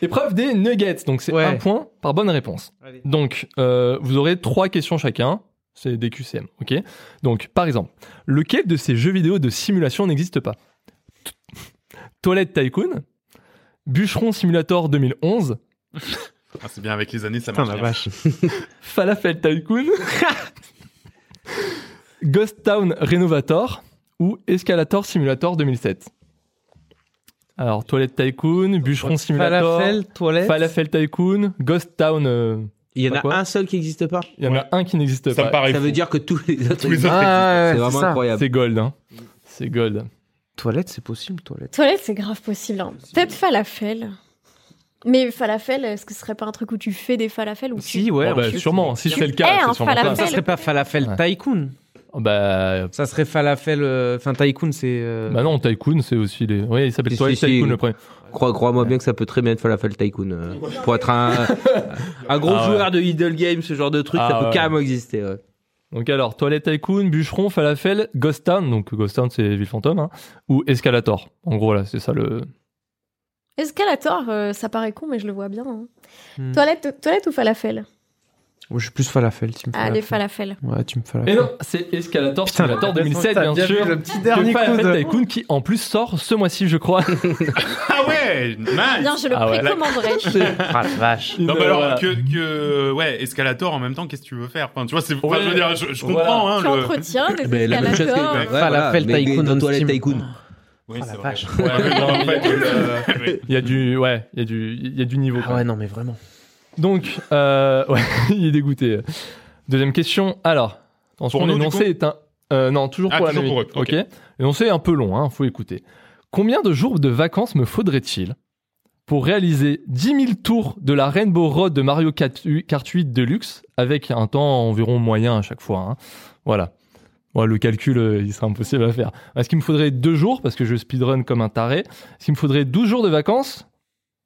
B: épreuve des nuggets. Donc, c'est
E: Ouais.
B: un point par bonne réponse.
E: Allez.
B: Donc, euh, vous aurez trois questions chacun. C'est des QCM, ok Donc, par exemple, lequel de ces jeux vidéo de simulation n'existe pas T- Toilette Tycoon Bûcheron Simulator 2011
A: Ah, c'est bien avec les années, ça
E: Putain,
A: marche.
E: la
A: bien.
E: vache.
B: Falafel Tycoon Ghost Town Renovator ou Escalator Simulator 2007 Alors, Toilette Tycoon, Bûcheron Simulator...
E: Falafel, toilette.
B: Falafel Tycoon, Ghost Town, euh,
C: Il y en
B: Pas quoi
C: a un seul qui n'existe pas.
B: il y en
A: Ouais.
B: a un qui n'existe
A: Ça me
B: pas.
A: paraît.
C: Ça
A: fou.
C: veut dire que tous les
A: Ah,
C: autres.
A: Tous les autres.
E: Ah,
C: C'est
E: ouais, ouais,
C: vraiment
E: c'est ça.
C: incroyable.
B: C'est gold, hein. C'est gold.
E: Toilette, c'est possible, toilette.
D: Toilette, c'est grave possible. hein. Peut-être falafel. Mais falafel, est-ce que ce serait pas un truc où tu fais des falafels ou
E: Si,
D: tu...
E: ouais.
B: Oh, bah,
E: on-
B: sûrement, si
D: tu
B: c'est le cas,
D: es un
B: c'est sûrement
E: Comme ça
D: falafel.
B: ça.
E: serait pas Eh, falafel
B: Ouais.
E: tycoon.
B: Oh, Bah,
E: Ça serait falafel. euh, Enfin, tycoon, c'est. euh,
B: bah non, Tycoon, c'est aussi les. Oui, il s'appelle
C: Si,
B: Toilette
C: si, si.
B: Tycoon le premier.
C: Crois- Crois-moi bien que ça peut très bien être Falafel Tycoon. euh, pour être un, un gros
B: Ah ouais.
C: joueur de Idle Game, ce genre de truc,
B: Ah
C: ça peut
B: ouais.
C: carrément exister. ouais.
B: Donc alors, Toilette Tycoon, Bûcheron, Falafel, Ghost Town, donc Ghost Town c'est Ville Fantôme, hein, ou Escalator. En gros, là, c'est ça le.
D: Escalator, euh, ça paraît con, mais je le vois bien. hein.
E: hmm.
D: Toilette, toilette ou falafel
E: Moi, je suis plus falafel, team
D: Ah, les falafels.
E: Ouais, tu me
B: Et
E: falafel.
B: Eh non, c'est Escalator
E: Putain,
B: Simulator 2007,
E: t'as
B: bien,
E: bien
B: sûr.
E: vu le petit dernier
B: que Falafel
E: coup de-
B: Tycoon qui en plus sort ce mois-ci, je crois.
A: Ah ouais,
D: Bien,
A: nice.
D: je le
B: Ah ouais.
D: précommanderais.
E: Ah, la vache.
A: Non, mais
B: Euh,
A: alors
B: voilà.
A: que, que ouais, escalator en même temps, qu'est-ce que tu veux faire Enfin, tu vois, c'est. enfin,
B: Ouais.
A: je veux dire, je, je
B: Voilà.
A: comprends. Hein,
D: tu
A: le-
D: entretiens des
C: Mais Eh ben, la même chose que-
D: escalators.
C: ouais,
E: Falafel
C: voilà, mais-
E: Tycoon
C: mais
E: on
C: Toilette
E: Steam.
C: Tycoon.
A: Oui,
E: Ah,
A: c'est
B: Oh,
E: la
A: vrai.
E: vache.
A: Ouais, mais non, en fait, euh, oui.
B: Il y a du. Ouais, il y a du, il y a du niveau. quoi.
E: Ah ouais, non, mais vraiment.
B: Donc, euh, ouais, il est dégoûté. Deuxième question. Alors, attention,
A: Pour nous, du
B: l'énoncé est un. euh, non, toujours
A: Ah,
B: pour la
A: toujours
B: même
A: pour
B: équipe.
A: eux, ok.
B: ok. L'énoncé est un peu long, hein, faut écouter. Combien de jours de vacances me faudrait-il pour réaliser 10 000 tours de la Rainbow Road de Mario Kart 8 Deluxe avec un temps environ moyen à chaque fois. hein. Voilà. Bon, le calcul, euh, il sera impossible à faire. Est-ce qu'il me faudrait deux jours parce que je speedrun comme un taré Est-ce qu'il me faudrait 12 jours de vacances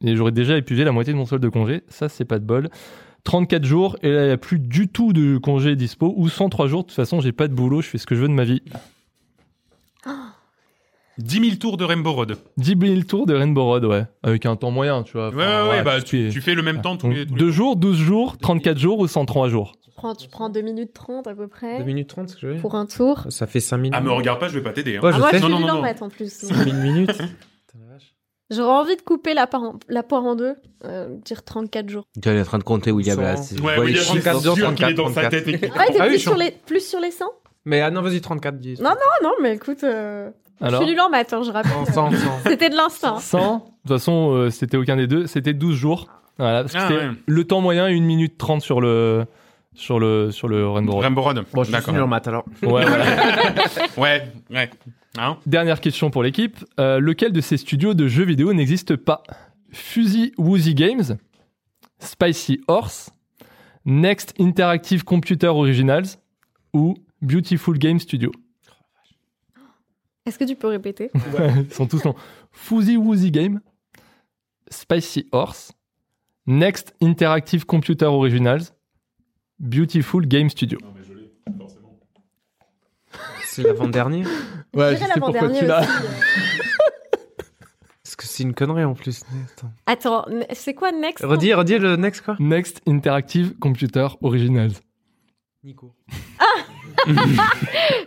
B: Et j'aurais déjà épuisé la moitié de mon solde de congé. Ça, c'est pas de bol. 34 jours et là, il n'y a plus du tout de congé dispo ou 103 jours. De toute façon, j'ai pas de boulot, je fais ce que je veux de ma vie.
A: 10 000 tours de Rainbow Road.
B: 10 000 tours de Rainbow Road, ouais. Avec un temps moyen, tu vois.
A: Ouais,
B: Enfin,
A: ouais, ouais,
B: voilà,
A: bah,
B: tout
A: tu,
B: est-
A: tu fais le même temps tous
B: donc,
A: les, tous les-
B: deux jours, 12 jours, 34 jours ou 103 jours.
D: Tu prends, tu prends 2 minutes 30 à peu
E: 2
D: près
E: minutes 30, ce que j'avais.
D: pour un tour.
E: Ça fait 5 minutes.
A: Ah, me regarde pas, je vais pas t'aider. hein.
E: Ouais,
D: Ah,
E: je
D: moi,
E: sais.
D: je suis
A: Non, non,
D: nulle
A: non,
D: en
A: non.
D: maths en plus.
E: 5 minutes.
D: J'aurais envie de couper la, part en- la poire en deux, euh, dire 34 jours.
C: Tu es en train de compter, William. Là, c'est- je
A: Ouais,
C: vois les
A: William,
C: chiffres.
A: c'est
E: 34
A: sûr
E: jours,
A: qu'il est dans sa
E: 34.
A: tête. et-
D: Ah, t'es
E: Ah oui,
D: plus,
E: je
D: sur
E: suis-
D: les, plus sur les 100
E: Mais ah non, vas-y, 34, 10.
D: Non, Ah non, mais écoute, euh, je
B: Alors,
D: suis nulle hein. en maths, hein, je rappelle.
E: 100, 100.
D: C'était de l'instinct.
B: 100, de toute façon, euh, c'était aucun des deux, c'était 12 jours. Voilà, parce que
A: Ah,
B: c'était
A: ouais.
B: le temps moyen, 1 minute 30 sur le, sur le, sur le Rainbow Road.
A: Rainbow Road.
E: Bon, je suis
A: D'accord.
E: nul en maths alors.
B: Ouais, voilà.
A: Ouais, ouais. Hein
B: Dernière question pour l'équipe. Euh, lequel de ces studios de jeux vidéo n'existe pas Fuzzy Woozy Games, Spicy Horse, Next Interactive Computer Originals ou Beautiful Game Studio
D: Est-ce que tu peux répéter
B: Ils sont tous longs. Fuzzy Woozy Game, Spicy Horse, Next Interactive Computer Originals, Beautiful Game Studio.
E: C'est l'avant-dernier.
D: Je dirais l'avant-dernier aussi. euh.
E: Parce que c'est une connerie en plus. mais Attends.
D: Attends, ne- c'est quoi Next
E: Redis, redis le next quoi.
B: Next Interactive Computer Originals.
E: Nico.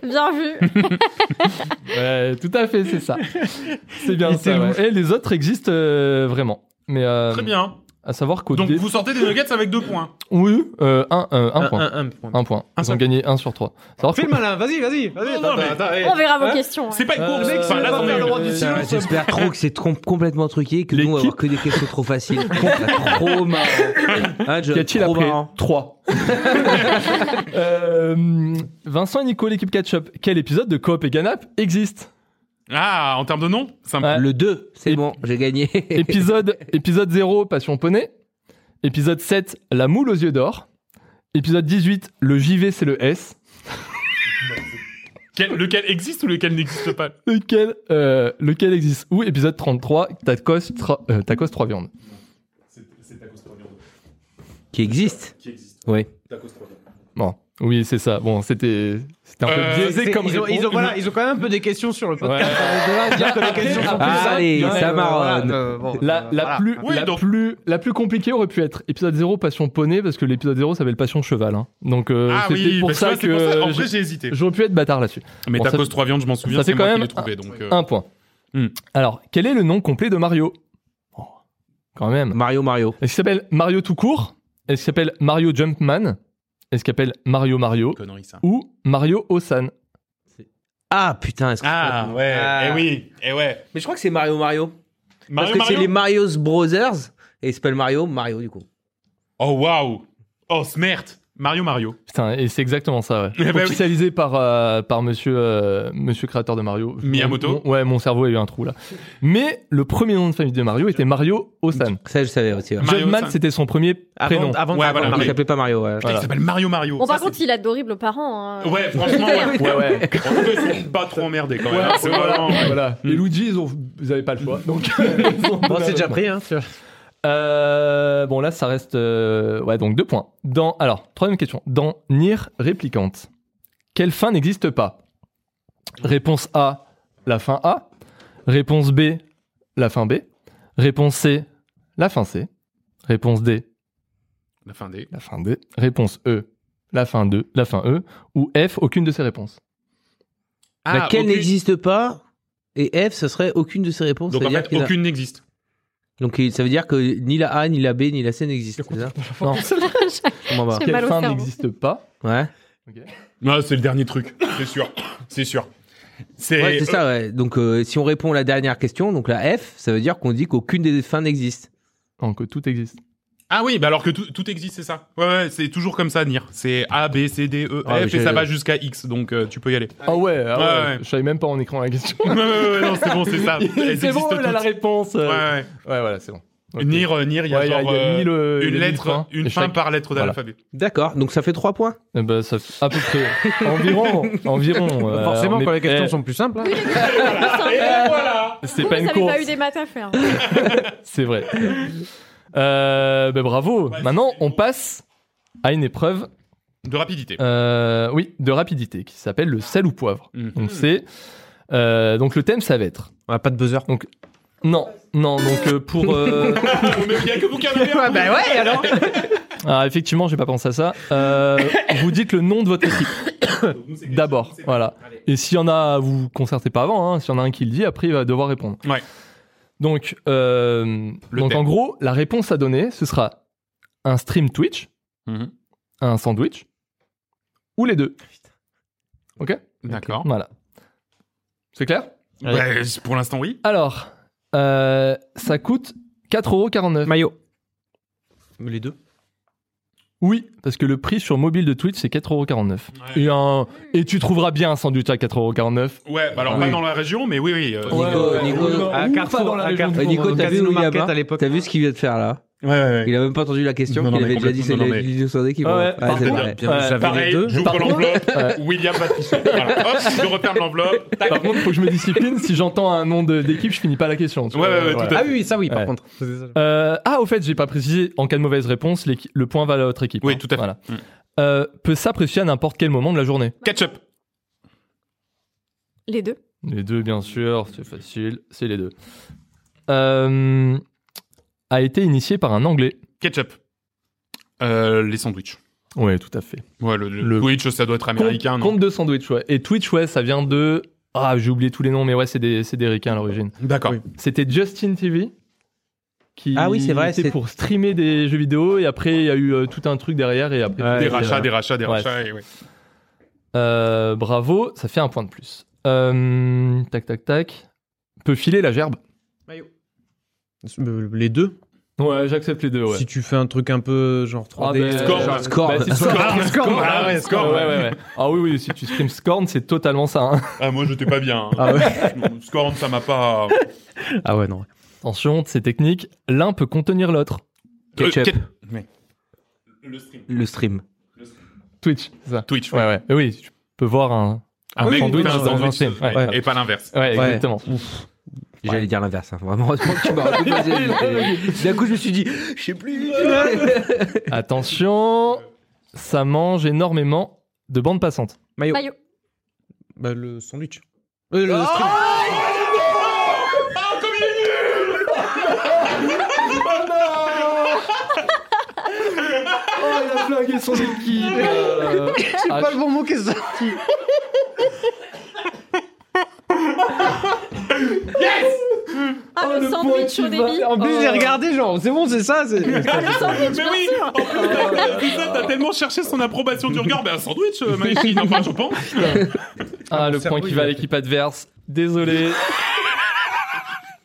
D: Bien vu.
B: Ouais, tout à fait, c'est ça. C'est bien
E: Il était
B: ça. ouais.
E: louche.
B: Et les autres existent euh, vraiment. Mais euh,
A: Très bien.
B: à savoir qu'au
A: Donc
B: dé-
A: vous sortez des nuggets avec deux points.
B: Oui, euh, un, euh, un point.
E: Un, un point.
B: Un point.
A: Un
B: Ils ont
A: seul
B: gagné 1 sur 3. Savoir
E: Fais
B: qu'au-
E: le malin, vas-y, vas-y, vas-y.
A: Non, non, mais-
D: On verra vos
E: Hein
D: questions.
A: C'est pas une
E: Euh,
A: course. Enfin, là,
E: c'est
A: c'en
E: pas
A: est
E: le droit
A: une.
E: du
C: Putain,
E: silence.
C: J'espère trop que c'est trom- complètement truqué, que nous on va avoir que des questions trop faciles. C'est trop marrant. Hein, John,
B: Qu'y a-t-il
C: trop
B: après
C: marrant.
B: 3. Euh, Vincent et Nico, l'équipe Ketchup, quel épisode de Coop et Ganap existe
A: Ah, en termes de nom, simple.
B: Ouais.
C: Le 2, c'est
B: Et-
C: bon, j'ai gagné.
B: épisode, épisode 0, Passion Poney. Épisode 7, La moule aux yeux d'or. Épisode 18, Le JV, c'est le S.
A: Quel- lequel existe ou lequel n'existe pas
B: Lequel, euh, lequel existe Ou épisode 33, Tacos, tra- euh, tacos 3 viandes.
C: Qui existe
A: Qui existe
C: Oui.
B: Bon, oui, c'est ça. Bon, c'était c'était un
A: Euh,
B: peu
E: C'est-
B: biaisé
E: c'est-
B: comme
E: ils, ont,
B: réponse.
E: ils ont- voilà, ils ont quand même un peu des questions sur le
B: Ouais.
E: podcast. De là, dire que les questions sont plus
A: Ah,
B: après,
E: simples,
C: allez,
E: il y en a,
C: ça
E: euh,
C: marronne.
E: voilà, euh, bon,
B: La,
E: euh,
B: la,
E: voilà.
B: plus,
A: Oui,
B: la,
A: donc-
B: plus, la plus compliquée aurait pu être épisode 0, Passion Poney, parce que l'épisode 0 s'appelle Passion Cheval. hein. Donc, euh,
A: Ah
B: c'était
A: oui,
B: pour,
A: bah, tu
B: ça
A: vois, c'est pour ça.
B: que
A: En
B: j'ai-
A: vrai, j'ai hésité.
B: j'aurais pu être bâtard là-dessus.
A: Mais
B: Bon,
A: ta
B: ça-
A: cause 3 viandes, je m'en souviens,
B: ça fait
A: c'est moi
B: quand
A: qui l'ai trouvé.
B: même
A: Donc, euh,
B: Un point.
A: Hmm.
B: Alors, quel est le nom complet de Mario Oh, Quand même.
C: Mario, Mario.
B: Est-ce qu'il s'appelle Mario tout court Est-ce qu'il s'appelle Mario Jumpman Est-ce qu'il s'appelle Mario Mario
A: connerie, ça.
B: Ou Mario Osan
C: Ah putain, est-ce que
A: Ah, ouais,
C: Ah.
A: eh oui, eh ouais.
C: Mais je crois que c'est Mario Mario.
A: Mario,
C: Parce que c'est
A: Mario
C: les Mario's Brothers et ils s'appellent Mario Mario du coup.
A: Oh, waouh. Oh, smert. Mario, Mario.
B: Putain, et c'est exactement ça, ouais.
A: Eh ben oui.
B: Officialisé par, euh, par monsieur, euh, monsieur créateur de Mario.
A: Miyamoto.
B: Mon- ouais, mon cerveau a eu un trou là. Mais le premier nom de famille de Mario était Mario Osan.
C: Ça je savais aussi. ouais.
A: Mario
B: Jumpman,
A: Osan.
B: c'était son premier
E: Avant,
B: prénom.
E: avant
A: Ouais,
E: avant-
A: voilà.
E: avant-
C: Il s'appelait pas Mario. ouais.
A: Putain,
B: Voilà.
A: Il s'appelle Mario, Mario.
D: Bon,
A: Ça,
D: par contre, il a d'horribles parents. hein.
A: c'est- Ouais, franchement, ouais.
B: Ouais, ouais.
A: En tout cas, ils sont pas trop emmerdés quand même.
B: Voilà,
A: C'est vraiment-
B: voilà.
A: Mm.
B: Et Luigi, ils ont, vous avez pas le choix. Donc, ils ont-
E: Bon, c'est déjà pris, hein. tu vois.
B: Euh, bon, là, ça reste. euh, ouais, donc deux points. Dans, alors, troisième question. Dans Nier Réplicante, quelle fin n'existe pas Réponse A, la fin A. Réponse B, la fin B. Réponse C, la fin C. Réponse D,
A: La fin des.
B: la fin D. Réponse E, la fin 2, la fin E. Ou F, aucune de ces réponses.
C: Laquelle
A: aucune-
C: n'existe pas et F, ce serait aucune de ces réponses.
A: Donc
C: ça
A: en
C: veut dire
A: fait,
C: qu'il y en a-
A: aucune n'existe.
C: Donc il- ça veut dire que ni la A, ni la B, ni la C n'existent. c'est ça
B: Non,
C: Comment on va
D: J'ai
B: quelle
D: mal au
B: fin
D: cerveau.
B: n'existe pas
C: Ouais.
A: Non, Ah, c'est le dernier truc, c'est sûr. C'est sûr. C'est
C: Ouais, c'est ça. Ouais. Donc euh, si on répond à la dernière question, donc la F, ça veut dire qu'on dit qu'aucune des fins n'existe.
B: Donc, tout existe.
A: Ah oui, bah alors que tout, tout existe, c'est ça. Ouais, ouais, c'est toujours comme ça, Nir. C'est A, B, C, D, E, F,
C: Ah, mais
A: et
C: j'ai-
A: ça va jusqu'à X, donc euh, tu peux y aller.
B: Ah ouais, ah
A: Ouais, Ah,
B: ouais.
A: ouais.
B: je savais même pas en écran la question.
A: ouais, ouais, ouais, non, c'est bon, c'est ça. Elles
B: C'est bon,
A: existent
B: elle a la
A: toutes.
B: réponse. euh.
A: Ouais, ouais.
B: Ouais, voilà, c'est bon. Ok.
A: Nir, euh, Nir, il y a
B: Ouais,
A: genre euh,
B: mille, euh, il
A: une
B: y a mille
A: lettre,
B: fins,
A: une
B: et
A: fin
B: chaque-
A: par lettre
B: Voilà.
A: d'alphabet.
C: D'accord, donc ça fait 3 points.
B: Eh ben, ça fait à peu près. environ. environ euh,
E: Forcément,
B: on est-
E: quand les questions
B: eh,
E: sont plus simples. hein.
A: Et voilà
B: C'est
D: Vous
B: pas une
D: n'avez
B: course.
D: pas eu des maths à faire.
B: C'est vrai. Euh, ben, bravo.
A: Ouais,
B: Maintenant,
A: c'est
B: on
A: bon.
B: passe à une épreuve
A: De rapidité.
B: euh, oui, de rapidité qui s'appelle le sel ou poivre.
A: Mhm.
B: Donc, c'est. euh, donc, le thème, ça va être.
E: On a pas de buzzer.
B: Non, non, donc euh, pour. euh,
A: Mais il y a que vous qui avez un
E: Ah bah ouais, alors
B: Ah, effectivement, j'ai pas pensé à ça. Euh, vous dites le nom de votre équipe d'abord, voilà. Et s'il y en a, vous vous concertez pas avant. Hein. S'il y en a un qui le dit, après il va devoir répondre.
A: Ouais.
B: Donc, euh,
A: Le
B: donc
A: thème.
B: en gros, la réponse à donner, ce sera un stream Twitch,
A: Mhm.
B: un sandwich, ou les deux. Ok.
A: D'accord.
B: Voilà. C'est clair
A: Ouais, pour l'instant, oui.
B: Alors, euh, ça coûte 4,49€.
E: Maillot. Les deux.
B: Oui, parce que le prix sur mobile de Twitch, c'est 4,49€. Et, un- et tu trouveras bien un sandwich à 4,49€.
A: Ouais, bah alors
B: Ah
A: pas
B: oui.
A: dans la région, mais oui, oui. euh,
C: Nico,
B: ouais,
C: Nico,
B: ouais, ouais.
E: à
B: Ou
E: Carrefour,
B: pas dans la
E: à
B: région du
E: Carrefour.
C: Eh,
B: monde.
E: Nico,
C: Nico,
E: Au
C: t'as vu
E: Casino
C: où il y a
E: Market,
C: bas
E: à l'époque.
C: T'as vu ce qu'il vient de faire là
A: Ouais, ouais, ouais.
C: Il a même pas entendu la question
A: Non, non,
C: qu'il
A: mais
C: avait déjà dit c'est
A: complètement, non, mais- Ah
C: l'illusion son équipe.
B: Ouais, ouais,
C: Ouais, c'est
B: parfait.
C: vrai.
E: Bien,
B: Ouais.
E: j'avais
A: Pareil,
E: les deux.
A: j'ouvre
B: Par contre-
A: l'enveloppe,
B: Ouais.
A: William va toucher. Voilà. Hop, je referme l'enveloppe. Tac.
B: Par contre, faut que je me discipline. Si j'entends un nom de- d'équipe, je finis pas la question. tu
A: Ouais,
B: vois,
A: ouais, ouais,
B: voilà.
A: tout à
E: Ah
A: fait.
E: oui, ça oui,
B: Ouais.
E: par contre. C'est ça.
B: Euh, ah, au fait, j'ai pas précisé. En cas de mauvaise réponse, l'équi- le point va à votre équipe.
A: Oui,
B: hein.
A: tout à fait.
B: Voilà.
A: Mm.
B: Euh, peut s'apprécier à n'importe quel moment de la journée.
A: Ketchup.
D: Les deux.
B: Les deux, bien sûr, c'est facile, c'est les deux. Euh, a été initié par un Anglais.
A: Ketchup. Euh, les sandwichs.
B: Oui, tout à fait.
A: Ouais, le, le
B: Le-
A: Twitch, ça doit être américain,
B: compte,
A: non
B: compte de sandwich, ouais. Et Twitch, ouais, ça vient de. Ah, j'ai oublié tous les noms, mais ouais, c'est des, c'est des ricains à l'origine.
A: D'accord.
E: Oui.
B: C'était Justin TV qui
E: Ah oui, c'est vrai,
B: était
E: c'est-
B: pour streamer des jeux vidéo et après il y a eu euh, tout un truc derrière et après
E: Ouais,
A: Des
B: Euh,
A: rachats, des rachats, des
B: Ouais.
A: rachats. et ouais.
B: euh, bravo, ça fait un point de plus. Euh, tac tac tac. Peut filer la gerbe.
E: Euh, Les deux.
B: Ouais, j'accepte les deux. Ouais.
E: Si tu fais un truc un peu genre 3D.
B: ben,
E: genre-
A: Scorn.
C: Scorn.
B: Bah, c'est Scorn.
A: Scorn, Scorn,
E: ah ouais,
A: Scorn.
B: Ouais, ouais, ouais. Ah oui, oui, si tu streams Scorn, c'est totalement ça. hein.
A: Ah, moi, j'étais pas bien. hein.
E: Ah
A: Scorn, ça m'a pas.
E: Ah ouais, non.
B: Attention, de ces techniques, l'un peut contenir l'autre.
C: Ketchup.
A: Euh, ket- Ouais. Le stream.
C: Le stream.
B: Twitch, c'est ça.
A: Twitch.
B: Ouais, ouais. Et Oui, tu peux voir un,
A: Un mec
E: Oui, oui,
A: qui fait un
E: oui,
A: sandwich,
B: un stream,
A: ouais,
B: ouais.
A: Et pas l'inverse.
B: Ouais,
E: Ouais.
B: exactement.
C: J'allais dire l'inverse. hein. Vraiment, heureusement que tu m'as rappelé. euh, D'un coup, je me suis dit, je sais plus.
B: Attention, ça mange énormément de bandes passantes.
E: Maillot.
D: Maillot.
E: Bah, le sandwich. Euh, le stream.
B: Oh, il a flingué son équipe
E: C'est pas le bon mot que ça.
B: Oh,
D: Ah,
E: Oh,
D: le sandwich au début.
E: En plus, j'ai regardé, genre, c'est bon, c'est ça. c'est-
D: Ah, le sandwich,
A: Mais
D: bien
A: oui,
D: sûr.
A: en plus, t'as- t'as- t'as tellement cherché son approbation du regard. Ben, un sandwich, euh, Maïchine, enfin, je pense.
B: Ah,
E: mon
B: le
E: cerveau,
B: point qui
E: il
B: va à
E: a-
B: l'équipe adverse. Désolé.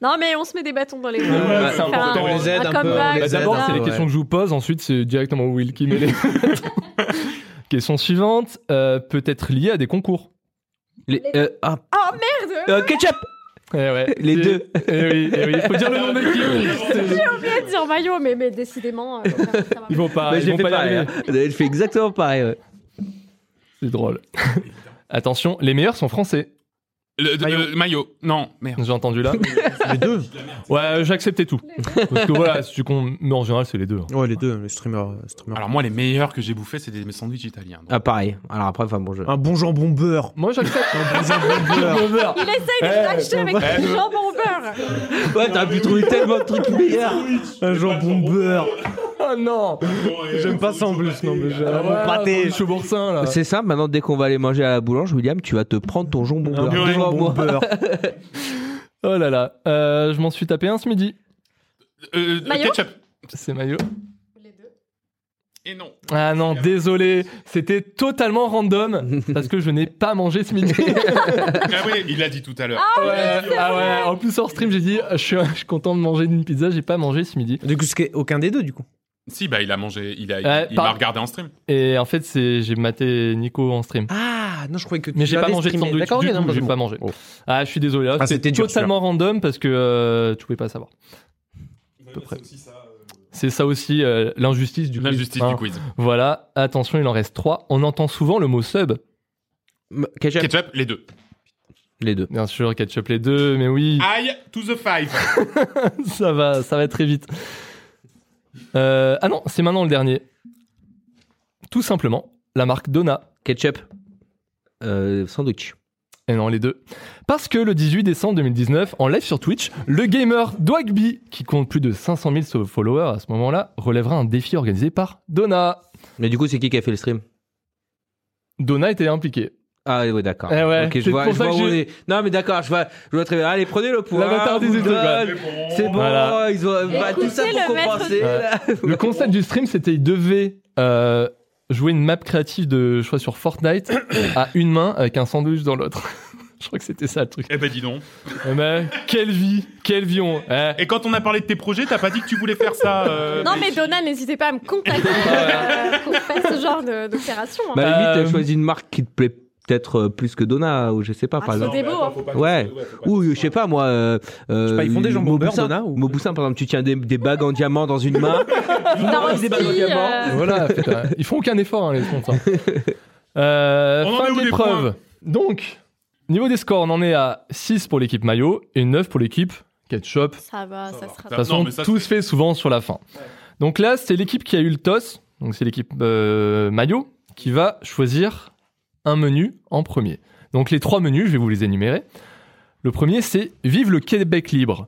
D: Non, mais on se met des bâtons dans les roues.
A: Ouais,
D: On va
A: c'est
D: faire
A: important.
D: un-
A: On
E: les aide un peu, on
D: comeback,
B: Bah,
E: les aide
B: D'abord,
E: un
B: c'est
E: peu.
B: les
E: Ah, ouais.
B: questions que je vous pose. Ensuite, c'est directement Will qui met les. Question suivante. euh, peut être liée à des concours.
C: Les- euh, ah,
D: Oh merde
C: euh, ketchup.
B: Eh ouais.
C: Les
B: Et-
C: deux.
B: Eh oui, eh oui. Il faut dire le nom d'équipe.
A: J'ai
D: Je vais dire maillot, mais, mais décidément. euh, ça va
B: Ils vont pas,
C: Bah,
B: Ah, ils
C: j'ai
B: vont
C: fait
B: pas y
C: pareil.
B: arriver.
C: hein. Elle fait exactement pareil. ouais.
B: C'est drôle. Attention, les meilleurs sont français.
A: Le,
E: Maillot.
A: le- maillot. Non, merde.
B: J'ai entendu là.
E: Les deux.
B: Ouais, j'acceptais tout. Parce que voilà, si tu comptes. Mais en général, c'est les deux. hein.
E: Ouais, les deux, les streamers. euh, streamers.
A: Alors, moi, les meilleurs que j'ai bouffés, c'est des sandwichs italiens. donc.
C: Ah, pareil. Alors après, enfin, bon, je.
E: Un bon jambon beurre.
B: Moi, j'accepte.
E: Un bon jambon beurre.
B: Over.
D: Il essaye de l'acheter avec du jambon au beurre.
B: Ah,
C: Ouais, t'aurais pu trouver tellement de trucs meilleurs.
E: Un jambon beurre.
B: Oh non
E: J'aime pas ça en plus, non, mais j'ai
B: Ah
E: un bon
B: ouais,
E: pâté.
B: Chaud boursin là.
C: C'est simple, maintenant dès qu'on va aller manger à la boulange, William, tu vas te prendre ton jambon
E: Un
C: beurre
E: bon
C: devant
E: jambon
C: moi.
E: beurre.
B: Oh là là, euh, je m'en suis tapé un ce midi.
A: Euh,
D: Maillot
A: ketchup.
B: C'est maillot.
A: Et non.
B: Ah non, désolé, c'était totalement random parce que je n'ai pas mangé ce midi.
A: Ah oui, il l'a dit tout à l'heure.
B: Ouais, ah ouais, en plus hors stream, j'ai dit je suis, je suis content de manger une pizza, j'ai pas mangé ce midi.
E: Du coup, ce qui est aucun des deux, du coup.
A: Si, bah, il a mangé, il a, il-
B: Ouais,
A: il
B: par-
A: m'a regardé en stream.
B: Et en fait, c'est j'ai maté Nico en stream.
E: Ah, non, je croyais que tu
B: Mais j'ai pas
E: l'avais
B: mangé de
E: streamé.
B: sandwich
E: D'accord,
B: du
E: ok,
B: tout,
E: non,
B: j'ai
E: bon.
B: pas mangé.
E: Oh.
B: Ah, je suis désolé, là,
E: Ah, c'était
B: c'était
E: dur,
B: totalement random parce que euh, tu pouvais pas savoir. peu près. C'est ça aussi euh, l'injustice du quiz.
A: L'injustice
B: Hein,
A: du quiz.
B: Voilà, attention, il en reste trois. On entend souvent le mot sub.
C: Ketchup.
A: Ketchup, les deux.
C: Les deux.
B: Bien sûr, ketchup les deux, mais oui,
A: Aïe to the five.
B: ça va, ça va très vite. Euh, ah non, c'est maintenant le dernier. Tout simplement, la marque Donna.
C: Ketchup. Euh, sandwich.
B: Et non, les deux. Parce que le 18 décembre 2019, en live sur Twitch, le gamer Dwagby, qui compte plus de 500 000 followers à ce moment-là, relèvera un défi organisé par Donna.
C: Mais du coup, c'est qui qui a fait le stream
B: Donna était impliquée.
C: Ah oui, d'accord.
B: Eh ouais,
C: Ok, je
B: c'est
C: vois,
B: pour
C: je
B: ça
C: vois
B: que
C: où
B: j'ai-
C: on est. Non, mais d'accord, je vois, je vois très bien. Allez, prenez le pouvoir.
B: L'avatar des
C: vous
B: étoiles.
C: donne. Ah, C'est bon,
B: Voilà.
C: ils ont bah, tout ça
D: Écoutez
C: pour
D: le maître
C: compenser.
B: de-
C: là.
B: Le concept du stream, c'était il devait euh, jouer une map créative de choix sur Fortnite à une main avec un sandwich dans l'autre. Je crois que c'était ça le truc.
A: Eh ben dis donc.
B: Eh ben, quelle vie, quelle vie on. eh.
A: Et quand on a parlé de tes projets, t'as pas dit que tu voulais faire ça. euh,
D: Non, mais Donna, n'hésitez pas à me contacter euh, pour faire ce genre de- d'opération. hein.
C: Bah,
B: Bah,
C: limite,
B: euh,
C: choisis une marque qui te plaît peut-être euh, plus que Donna, ou je sais pas,
D: Ah,
C: par
D: c'est
C: exemple.
D: des beaux, hein.
C: Ouais. Ou je sais pas moi. Euh, je
E: sais pas, ils font des jambons beurre, Donna, ou-
C: Mauboussin, par exemple, tu tiens des, des bagues en diamant dans une main.
D: Darosti,
C: des bagues en diamant.
D: euh,
B: Voilà, putain, ils font aucun effort, hein, les sponsors. Euh,
A: On en est
B: fin
A: où
B: de
A: des
B: l'épreuve.
A: points
B: Donc, niveau des scores, on en est à 6 pour l'équipe maillot et 9 pour l'équipe ketchup.
D: Ça va, ça, sera.
B: De toute façon,
A: Non, mais ça,
B: tout
A: c'est-
B: se fait souvent sur la fin. Donc là, c'est l'équipe qui a eu le toss, donc c'est l'équipe euh, maillot, qui va choisir un menu en premier. Donc les trois menus, je vais vous les énumérer. Le premier, c'est Vive le Québec libre.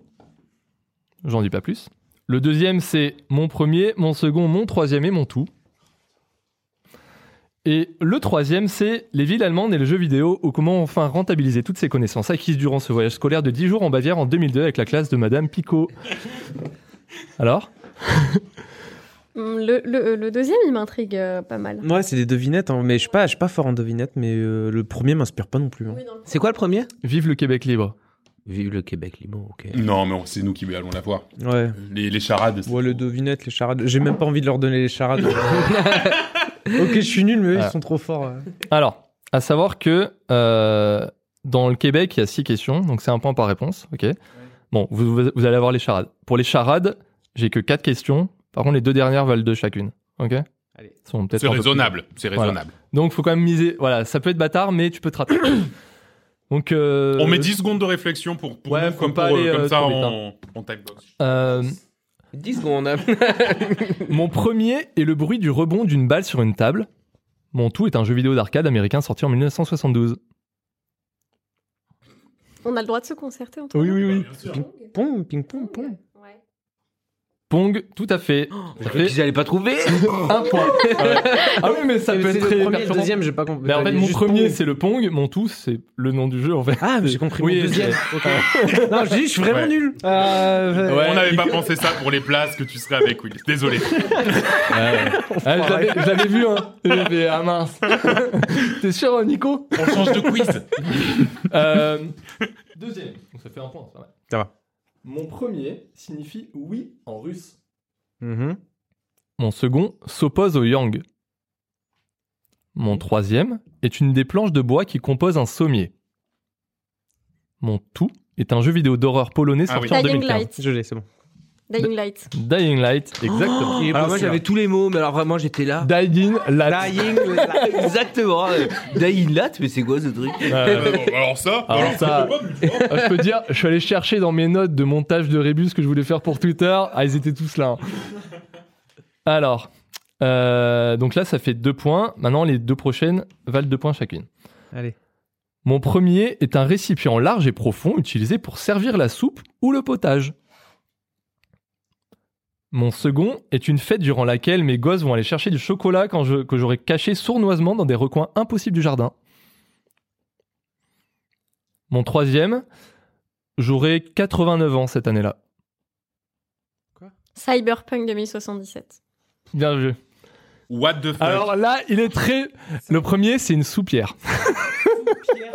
B: J'en dis pas plus. Le deuxième, c'est Mon premier, mon second, mon troisième et mon tout. Et le troisième, c'est les villes allemandes et le jeu vidéo, ou comment enfin rentabiliser toutes ces connaissances acquises durant ce voyage scolaire de 10 jours en Bavière en 2002 avec la classe de Madame Picot. Alors
D: Hum, Le, euh, le- le deuxième, il m'intrigue euh, pas mal.
E: Ouais, c'est des devinettes, hein, mais je suis pas, je suis pas fort en devinettes, mais euh, le premier m'inspire pas non plus. hein.
C: C'est quoi le premier
B: Vive le Québec libre.
C: Vive le Québec libre, ok.
A: Non, mais on- c'est nous qui allons la voir.
E: Ouais.
A: Les, les charades. c'est-
E: Ouais, les devinettes, les charades. J'ai même pas envie de leur donner les charades. ok, je suis nul, mais eux,
B: Ah.
E: ils sont trop forts. ouais.
B: Alors, à savoir que euh, dans le Québec, il y a six questions, donc c'est un point par réponse. Ok. Bon, vous, vous- vous allez avoir les charades. Pour les charades, j'ai que quatre questions. Par contre, les deux dernières valent deux chacune. Ok.
E: Allez.
B: Elles sont peut-être
A: C'est
B: un peu plus-
A: raisonnable. C'est
B: Voilà.
A: raisonnable.
B: Donc, faut quand même miser. Voilà, ça peut être bâtard, mais tu peux te rattraper. donc, euh,
A: On met 10 secondes de réflexion pour, pour
B: Ouais,
A: nous,
B: faut
A: comme,
B: pas
A: pour eux,
B: aller,
A: comme
B: euh,
A: ça
B: trop vite,
A: on, on timebox.
B: euh,
C: 10 secondes. hein.
B: Mon premier est le bruit du rebond d'une balle sur une table. Mon tout est un jeu vidéo d'arcade américain sorti en 1972.
D: On a le droit de se concerter entre
B: Oui, oui, oui.
E: Pong, ping pong, pong.
D: Ouais.
B: Pong, tout à fait.
E: Oh,
B: Ça fait
C: Ils allaient pas trouver.
B: un point. Ah oui, mais ça
E: Mais
B: peut
E: c'est
B: être très
E: le premier, le
B: perturbant.
E: deuxième, j'ai pas compris.
B: Mais en fait,
E: Juste
B: mon premier,
E: Pong.
B: c'est le Pong. Mon tout, c'est le nom du jeu, en fait.
E: Ah, mais j'ai compris
B: Oui,
E: mon deuxième. ok. non, je dis, je suis vraiment
A: Ouais.
E: nul.
C: Ah.
B: Ouais.
A: On n'avait pas pensé ça pour les places que tu serais avec Willis. Désolé.
B: Ah, je l'avais- je l'avais vu, hein. Je l'avais- ah mince. T'es sûr, hein, Nico
A: On change de quiz.
B: Euh, Deuxième. Donc ça fait un point, ça va.
E: Ça va.
B: Mon premier signifie oui en russe.
E: Mhm.
B: Mon second s'oppose au yang. Mon troisième est une des planches de bois qui compose un sommier. Mon tout est un jeu vidéo d'horreur polonais
A: Ah
B: sorti en
D: Dying
B: 2015.
D: Light.
E: Je l'ai, c'est bon.
D: Dying Light.
B: Dying Light, exactement.
C: Alors moi j'avais tous les mots, mais alors vraiment j'étais là.
B: Dying Light.
C: Dying Light. Exactement. euh, Dying Light, mais c'est quoi ce truc
B: Euh,
A: Euh, bon, alors ça.
B: Alors ça- Ah, je peux dire, je suis allé chercher dans mes notes de montage de Rebus que je voulais faire pour Twitter. Ah, ils étaient tous là. hein. Alors, euh, donc là, ça fait deux points. Maintenant, les deux prochaines valent deux points chacune.
E: Allez.
B: Mon premier est un récipient large et profond utilisé pour servir la soupe ou le potage. Mon second est une fête durant laquelle mes gosses vont aller chercher du chocolat quand je- que j'aurai caché sournoisement dans des recoins impossibles du jardin. Mon troisième, j'aurai 89 ans cette année-là.
D: Cyberpunk 2077.
B: Bien vu.
A: What the fuck
B: Alors là, il est très... Le premier, c'est une soupière.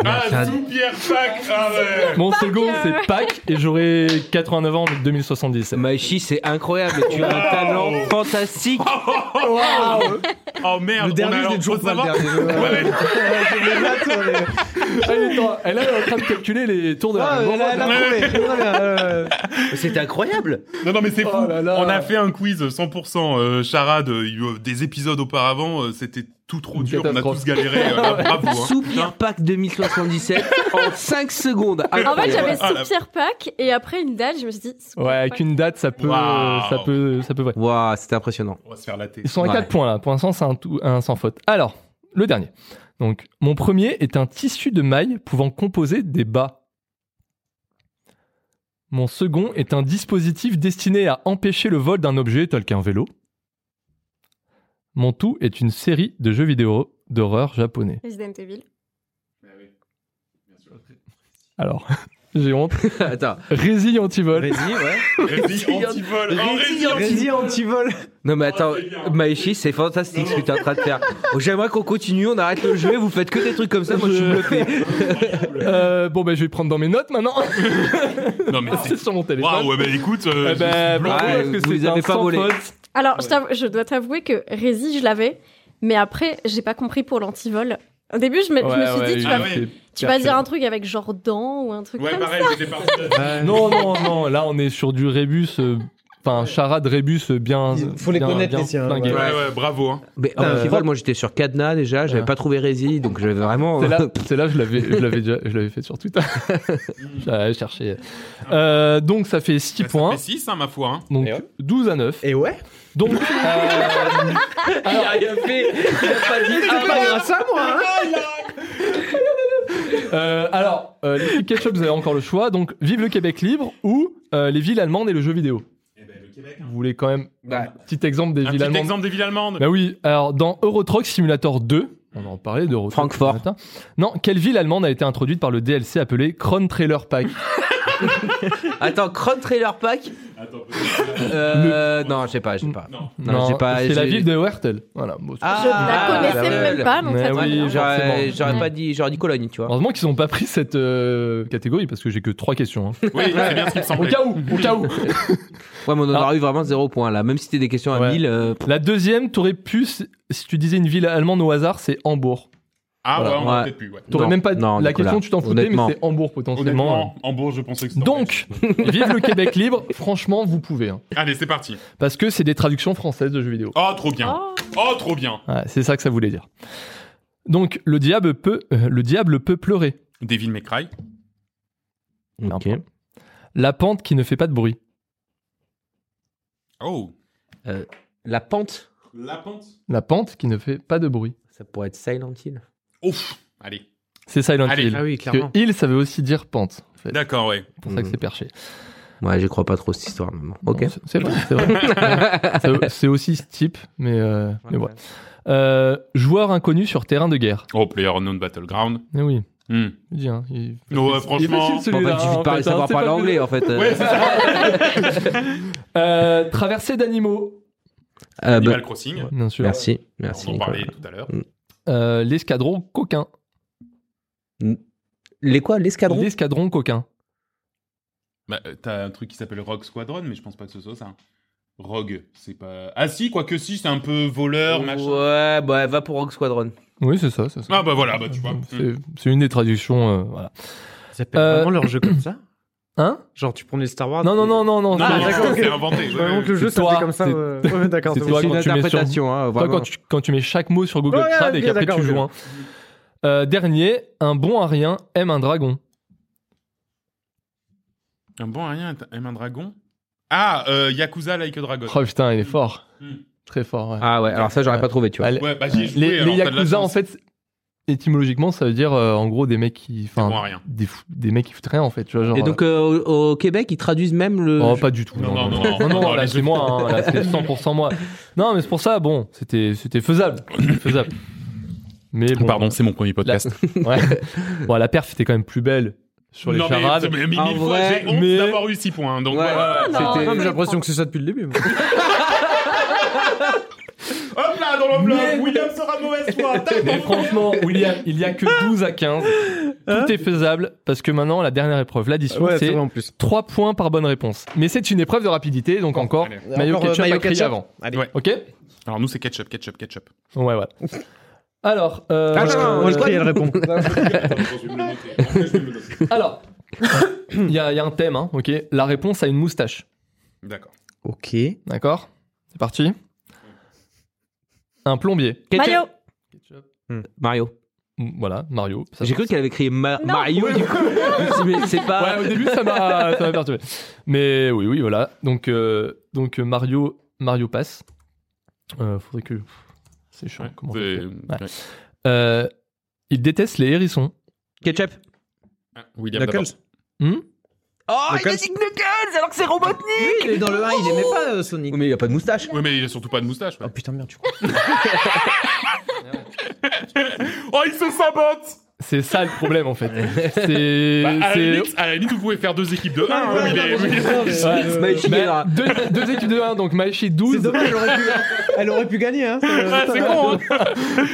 A: Ah,
C: ça-
A: Pierre Pack Ah ouais
B: Mon second,
D: euh.
B: c'est Pâques et j'aurai 89 ans en 2077.
C: Maïchi, c'est incroyable. Tu as un
A: Wow.
C: Oh, talent fantastique.
B: Waouh
A: Oh merde,
E: Le
A: on a
E: dernier, je l'ai
A: alors-
E: toujours
A: faut
E: pas, le
A: savoir-
E: dernier. Ouais, ouais.
A: Ouais, ouais.
E: Je l'ai là, toi, les-
B: Elle est en- elle est en train de calculer les tours de la
E: Ah,
B: Bon,
E: elle a- elle a trouvé. Très bien, euh,
C: C'était incroyable.
A: Non, non, mais c'est fou.
B: Oh là là.
A: On a fait un quiz 100% euh, charade euh, il y a eu des épisodes auparavant. euh, C'était tout trop
B: Une
A: dur. On a
B: catastrophe.
A: tous galéré. euh, là, bravo. hein.
C: Soupir Pack 2077 en 5 secondes.
D: En fait, j'avais
A: Ah, la-
D: Soupir Pack et après une dalle, je me suis dit. Soupir
B: Ouais, avec
D: Pack.
B: une date, ça peut,
A: Waouh.
B: ça peut, ça peut. ouais.
C: Waouh, c'était impressionnant.
A: On va se faire la tête.
B: Ils sont à
C: Ouais.
B: 4 points là. Pour l'instant, c'est un, tout- un sans faute. Alors, le dernier. Donc, mon premier est un tissu de maille pouvant composer des bas. Mon second est un dispositif destiné à empêcher le vol d'un objet tel qu'un vélo. Mon tout est une série de jeux vidéo d'horreur japonais.
D: Resident Evil.
B: Alors, j'ai honte.
C: Attends.
B: Résil antivol.
E: Vas-y, ouais.
A: Résil antivol. Oh, Résil antivol.
E: Vas-y, antivol.
C: Non mais attends,
A: c'est bien.
C: Maeshi, c'est fantastique ce que t'es en train de faire. Oh, J'aimerais qu'on continue, on arrête le jeu, vous faites que des trucs comme ça, moi je suis
B: Je-
C: bluffé.
B: Euh, bon, ben, je vais prendre dans mes notes maintenant.
A: Non, mais
B: c'est
A: c'est.
B: sur mon téléphone.
A: Waouh, ouais, bah écoute. euh,
B: Eh ben, bravo,
C: Ouais,
B: parce que
C: vous
B: c'est
C: avez
B: un
C: pas
B: sans
C: volé.
B: faute.
D: Alors, je, t'avoue- je dois t'avouer que Rési, je l'avais, mais après, j'ai pas compris pour l'antivol. Au début, je me, je me suis dit, tu,
A: ouais.
D: vas, tu vas dire un truc avec genre dents ou un truc
A: Ouais,
D: comme ça.
A: pareil, j'étais parti. de-
B: Non, non, non, là on est sur du rébus, euh, enfin charade rébus euh, bien.
E: Il faut les
B: bien-
E: connaître,
B: bien
E: les siens,
B: flingué.
A: Ouais, ouais, bravo. Hein.
C: Mais en
E: Euh,
C: festival, moi j'étais sur Cadenas déjà, j'avais
B: Ouais.
C: pas trouvé Rési, donc j'avais vraiment...
B: C'est là, c'est là, je l'avais, je l'avais déjà, je l'avais fait sur Twitter. J'avais cherché. Euh, donc ça fait 6 points,
A: 6, hein, ma foi. Hein.
B: donc
E: Et ouais.
B: 12 à 9.
E: Et ouais.
B: Donc euh,
C: Il a rien fait, il a pas dit...
E: C'est pas grâce à moi, hein.
B: euh, alors euh, les Free ketchup, vous avez encore le choix. Donc vive le Québec libre ou euh, les villes allemandes et le jeu vidéo.
A: Eh ben, le Québec.
B: Vous voulez quand même
C: Bah,
B: petit exemple des
A: Un
B: villes
A: petit
B: allemandes.
A: exemple des villes allemandes.
B: Bah oui, alors dans Eurotruck Simulator 2, on en parlait d'Eurotruck. ce
C: Francfort.
B: matin. Non, quelle ville allemande a été introduite par le DLC appelé Kron Trailer Pack
C: attends, Chrome Trailer Pack
A: Attends,
C: euh, Non, je sais pas, je sais pas.
A: non.
C: Non, j'ai pas-
B: c'est la
C: j'ai- Ah.
B: ville de Wertel. Voilà. bon, c'est-
D: Je la connaissais
C: bah,
D: même pas, donc
B: Mais
D: ça tombe
B: oui,
D: bien.
B: genre-
C: J'aurais
B: forcément.
C: j'aurais
D: Ouais.
C: pas dit, j'aurais dit Cologne, tu vois.
B: Heureusement qu'ils n'ont pas pris cette euh, catégorie parce que j'ai que trois questions. hein.
A: Oui, c'est bien ce qui me
B: Au
A: semblait.
B: cas où, au cas où.
C: Ouais, mais on en
B: Ah.
C: aurait eu vraiment zéro point là, même si c'était des questions à
B: Ouais.
C: 1000. euh,
B: La deuxième, t'aurais pu, si si tu disais une ville allemande au hasard, c'est Hambourg.
A: Ah ouais,
C: Voilà.
A: on aurait
C: Ouais.
A: peut-être plus. Ouais.
B: T'aurais
C: Non,
B: même pas
C: non,
B: la
C: Nicolas,
B: question, tu t'en foutais, mais
C: honnêtement.
B: c'est Hambourg potentiellement.
A: Honnêtement, en bourg, je pensais que c'était. en
B: Donc, vive le Québec libre. Franchement, vous pouvez, hein.
A: Belgique. Allez, c'est parti.
B: parce que c'est des traductions françaises de jeux vidéo.
A: Oh, trop bien.
D: Oh,
A: Oh, trop bien.
B: Ouais, c'est ça que ça voulait dire. Donc le diable peut, euh, le diable peut pleurer.
A: Devil May Cry.
C: Ok.
B: La pente qui ne fait pas de bruit.
A: Oh.
C: La pente,
A: La pente.
B: La pente qui ne fait pas de bruit.
C: ça pourrait être Silent Hill.
A: Ouf. Allez.
B: C'est Silent
A: Allez.
B: Hill.
E: Ah oui,
B: Parce
E: clairement.
B: que hill, ça veut aussi dire pente. en fait.
A: D'accord, ouais.
B: C'est pour ça que
C: Mhm.
B: c'est perché.
C: Ouais, j'y crois pas trop cette histoire, maman. Ok.
B: Non, c'est- C'est vrai. C'est, vrai. C'est- c'est aussi ce type, mais, euh, mais voilà. Euh, joueur inconnu sur terrain de guerre.
A: Oh, Player Unknown Battleground.
B: Eh oui.
A: Hmm.
B: je dis, hein, il-
A: Ouais,
B: il est
A: franchement.
B: facile,
C: Bon, en
B: celui-là,
C: fait, il suffit
B: hein,
C: de parler-
B: fait, hein,
C: savoir
B: c'est
C: parler
B: pas-
C: anglais, en fait. euh.
A: Ouais, c'est ça.
B: Ah, bah. Euh, traversée d'animaux.
C: Euh, bah,
A: Animal Crossing.
B: Bien sûr.
C: Merci, merci
A: on en
C: Nicolas.
A: parlait tout à l'heure.
B: Euh, l'escadron coquin.
C: Les quoi L'escadron
B: L'escadron coquin.
A: Bah, euh, t'as un truc qui s'appelle Rogue Squadron, mais je pense pas que ce soit ça. Rogue, c'est pas. Ah si, quoi que si, c'est un peu voleur, machin.
C: Ouais, bah va pour Rogue Squadron.
B: Oui, c'est ça. C'est ça.
A: Ah bah voilà, bah tu vois.
B: C'est, Euh, c'est une des traductions. euh, voilà.
E: Ils appellent
B: Euh,
E: vraiment leur jeu comme ça
B: Hein
E: Genre, tu prends les Star Wars.
B: Non, non, non, non, non.
A: Non,
E: Ah,
A: non,
E: d'accord,
A: c'est
E: ok.
A: inventé.
E: Je vois vraiment que le jeu
B: C'est toi,
E: s'appelait comme ça.
B: c'est-
E: euh, Ouais, d'accord.
B: c'est
E: c'est
B: toi
E: bon.
B: quand tu mets sur- Toi,
C: hein, vraiment.
B: quand tu, quand tu mets chaque mot sur Google
E: Ouais, ouais,
B: Trad et
E: ok,
B: qu'après
E: d'accord,
B: tu
E: ok.
B: joins. Euh, dernier, un bon à rien aime un dragon.
A: Un bon à rien aime un dragon. Ah, euh, Yakuza Like a Dragon.
B: Oh putain, il est fort.
A: Hmm.
B: Très fort, ouais.
C: Ah ouais, alors ça j'aurais pas trouvé, tu vois.
B: Allez.
A: Ouais, bah j'y ai joué.
B: les les
A: alors t'as de la
B: Yakuza, en
A: chance.
B: fait, étymologiquement, ça veut dire euh, en gros des mecs qui.
A: C'est
B: Enfin,
A: bon à rien.
B: des, fou- des mecs qui foutent rien en fait. Tu vois, genre,
C: Et donc euh, au, au Québec, ils traduisent même le.
B: euh, Oh, pas du tout.
A: Non, non, non, non, non,
B: là,
A: les
B: c'est moi, hein, là, c'est 100% moi. Non, mais c'est pour ça, bon, c'était c'était faisable. C'était faisable. Mais bon,
A: Pardon, c'est mon premier podcast.
B: ouais. Bon, la perf était quand même plus belle sur les
A: non, mais,
B: charades.
A: mais, mais
C: En
A: mille fois,
C: vrai,
A: j'ai honte
B: mais-
A: d'avoir eu 6 points. hein, Donc
C: Ouais,
A: voilà.
C: ouais,
D: Ah, non,
C: c'était-
E: Non,
D: non,
E: mais j'ai
D: je
E: l'impression
D: comprends.
E: que c'est ça depuis le début. moi.
A: Hop là, dans l'enveloppe, William sera de mauvaise foi. Tac,
B: Mais
A: dans-
B: franchement, William, il y a que 12 à 15.
E: Hein
B: Tout est faisable parce que maintenant, la dernière épreuve, l'addition,
E: Ouais, c'est
B: c'est
E: vrai en plus.
B: 3 points par bonne réponse. Mais c'est une épreuve de rapidité, donc encore,
A: Allez.
B: maillot
E: Encore, euh,
B: ketchup
E: maillot
B: à crier
E: ketchup.
B: avant.
E: Allez.
A: Ouais.
B: Ok
A: Alors nous c'est ketchup, ketchup, ketchup.
B: Ouais, ouais. Alors, euh,
E: Ah, non, moi, je crie, elle répond.
B: alors, il y, a il y a un thème, hein, ok La réponse à une moustache.
A: D'accord.
E: Ok.
B: D'accord C'est parti. Un plombier.
D: Maillot.
C: Mario.
B: Mm, Voilà, Mario. ça
C: J'ai
B: marche.
C: cru qu'elle avait crié Ma-
D: Non.
C: Mario, du coup. Je me suis dit, mais c'est pas.
A: Ah,
B: Ouais, au début, ça m'a ça m'a perturbé. Mais oui, oui, voilà. Donc, euh, donc euh, Mario, Mario passe. Euh, faudrait que. pff, C'est chiant.
A: Ouais.
B: comment on
A: C'est-
B: fait
A: ouais.
B: Euh, il déteste les hérissons.
C: Ketchup.
A: Ah, William d'abord.
E: Knuckles.
B: Hmm
C: Oh,
E: Knuckles.
C: Knuckles alors que c'est Robotnik.
E: Oui, il est dans le 1, il aimait pas euh, Sonic.
C: Mais il a pas de moustache.
A: Oui mais il a surtout pas de moustache. ouais.
E: Oh putain, merde, tu crois.
A: Oh il se sabote.
B: c'est ça le problème en fait. C'est.
A: Bah, à, la
B: c'est-
A: limite, à la limite, vous pouvez faire deux équipes de hein, 1.
E: Ouais, ouais, non, mais je comprends, mais-
C: Euh, Smile
B: Mais
C: Shigeru.
B: deux, deux équipes de 1, donc Maeshi
E: C'est
B: 12.
E: dommage, elle aurait pu, elle aurait pu gagner. Hein, c'est-
A: c'est con, hein.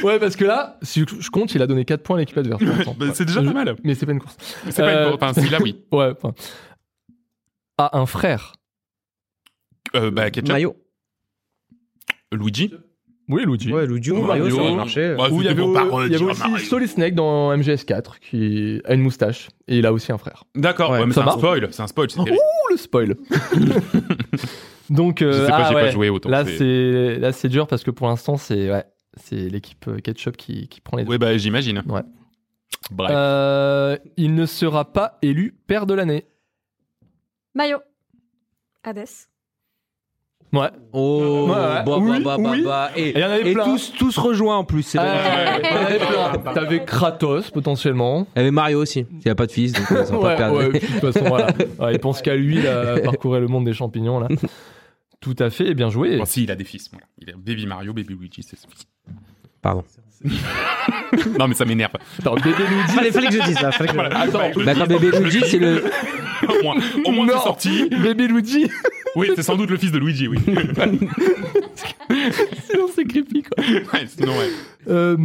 B: Ouais, parce que là, si je compte, il a donné 4 points à l'équipe adverse. pour l'instant.
A: Bah, c'est déjà
B: Je-
A: pas mal.
B: Mais c'est pas une course.
A: C'est pas une
B: Euh,
A: enfin, c'est là, oui.
B: Ouais, enfin. À un frère.
A: Euh, bah, ketchup,
E: Mario.
A: Luigi.
B: Oui, Luigi.
E: Ouais, Luigi ou
A: Ou
E: Mario, ça
A: Mario.
E: aurait marché. euh.
A: Bah,
B: Où il y
A: c'était
B: avait,
A: pour
B: il y
A: parodier
B: avait
A: un Mario.
B: aussi Solid Snake dans MGS4 qui a une moustache et il a aussi un frère.
A: D'accord,
B: Ouais,
A: ouais, mais
B: ça
A: c'est un
B: marche.
A: spoil. C'est un spoil. c'est terrible.
B: Ouh le spoil Donc euh,
A: Je sais pas,
B: ah
A: j'ai
B: ouais,
A: pas joué autant.
B: là
A: c'est-
B: c'est là c'est dur parce que pour l'instant c'est ouais, c'est l'équipe euh, Ketchup qui, qui prend les deux.
A: Ouais, bah, j'imagine.
B: Ouais.
A: Bref.
B: Euh, il ne sera pas élu père de l'année.
D: Maillot. Hades.
B: Ouais.
C: Oh,
B: Ouais, ouais.
C: bah, bah,
B: Oui,
C: bah, bah,
B: oui.
C: bah. Et,
B: Et il y en avait
C: et
B: plein.
C: tous, tous rejoints en plus. c'est vrai.
B: Euh,
D: Ouais.
B: t'en avais plein. T'avais Kratos potentiellement.
C: Il y avait Mario aussi. Il n'y a pas de fils, donc ils ont pas
B: Ouais,
C: perdu.
B: ouais, puis de toute façon voilà. Ouais, il pense qu'à lui là, parcourir le monde des champignons là. Tout à fait, bien joué.
A: Bon, si, il a des fils. Voilà. Il a Baby Mario, Baby Luigi, c'est son fils.
C: Pardon.
A: Non, mais ça m'énerve.
B: Attends, bébé Luigi.
E: Fallait, fallait que je dise ça. Fallait que je-
A: Voilà,
B: Attends.
A: bah, je le
C: Bah, quand
A: dis,
C: bébé
A: je le
C: Luigi,
A: dis.
C: c'est le.
A: Au moins, au moins
B: Non.
A: c'est sorti.
B: Bébé Luigi.
A: Oui, c'est sans doute le fils de Luigi, oui.
B: Sinon, c'est creepy quoi.
A: Ouais, sinon, ouais.
B: Euh,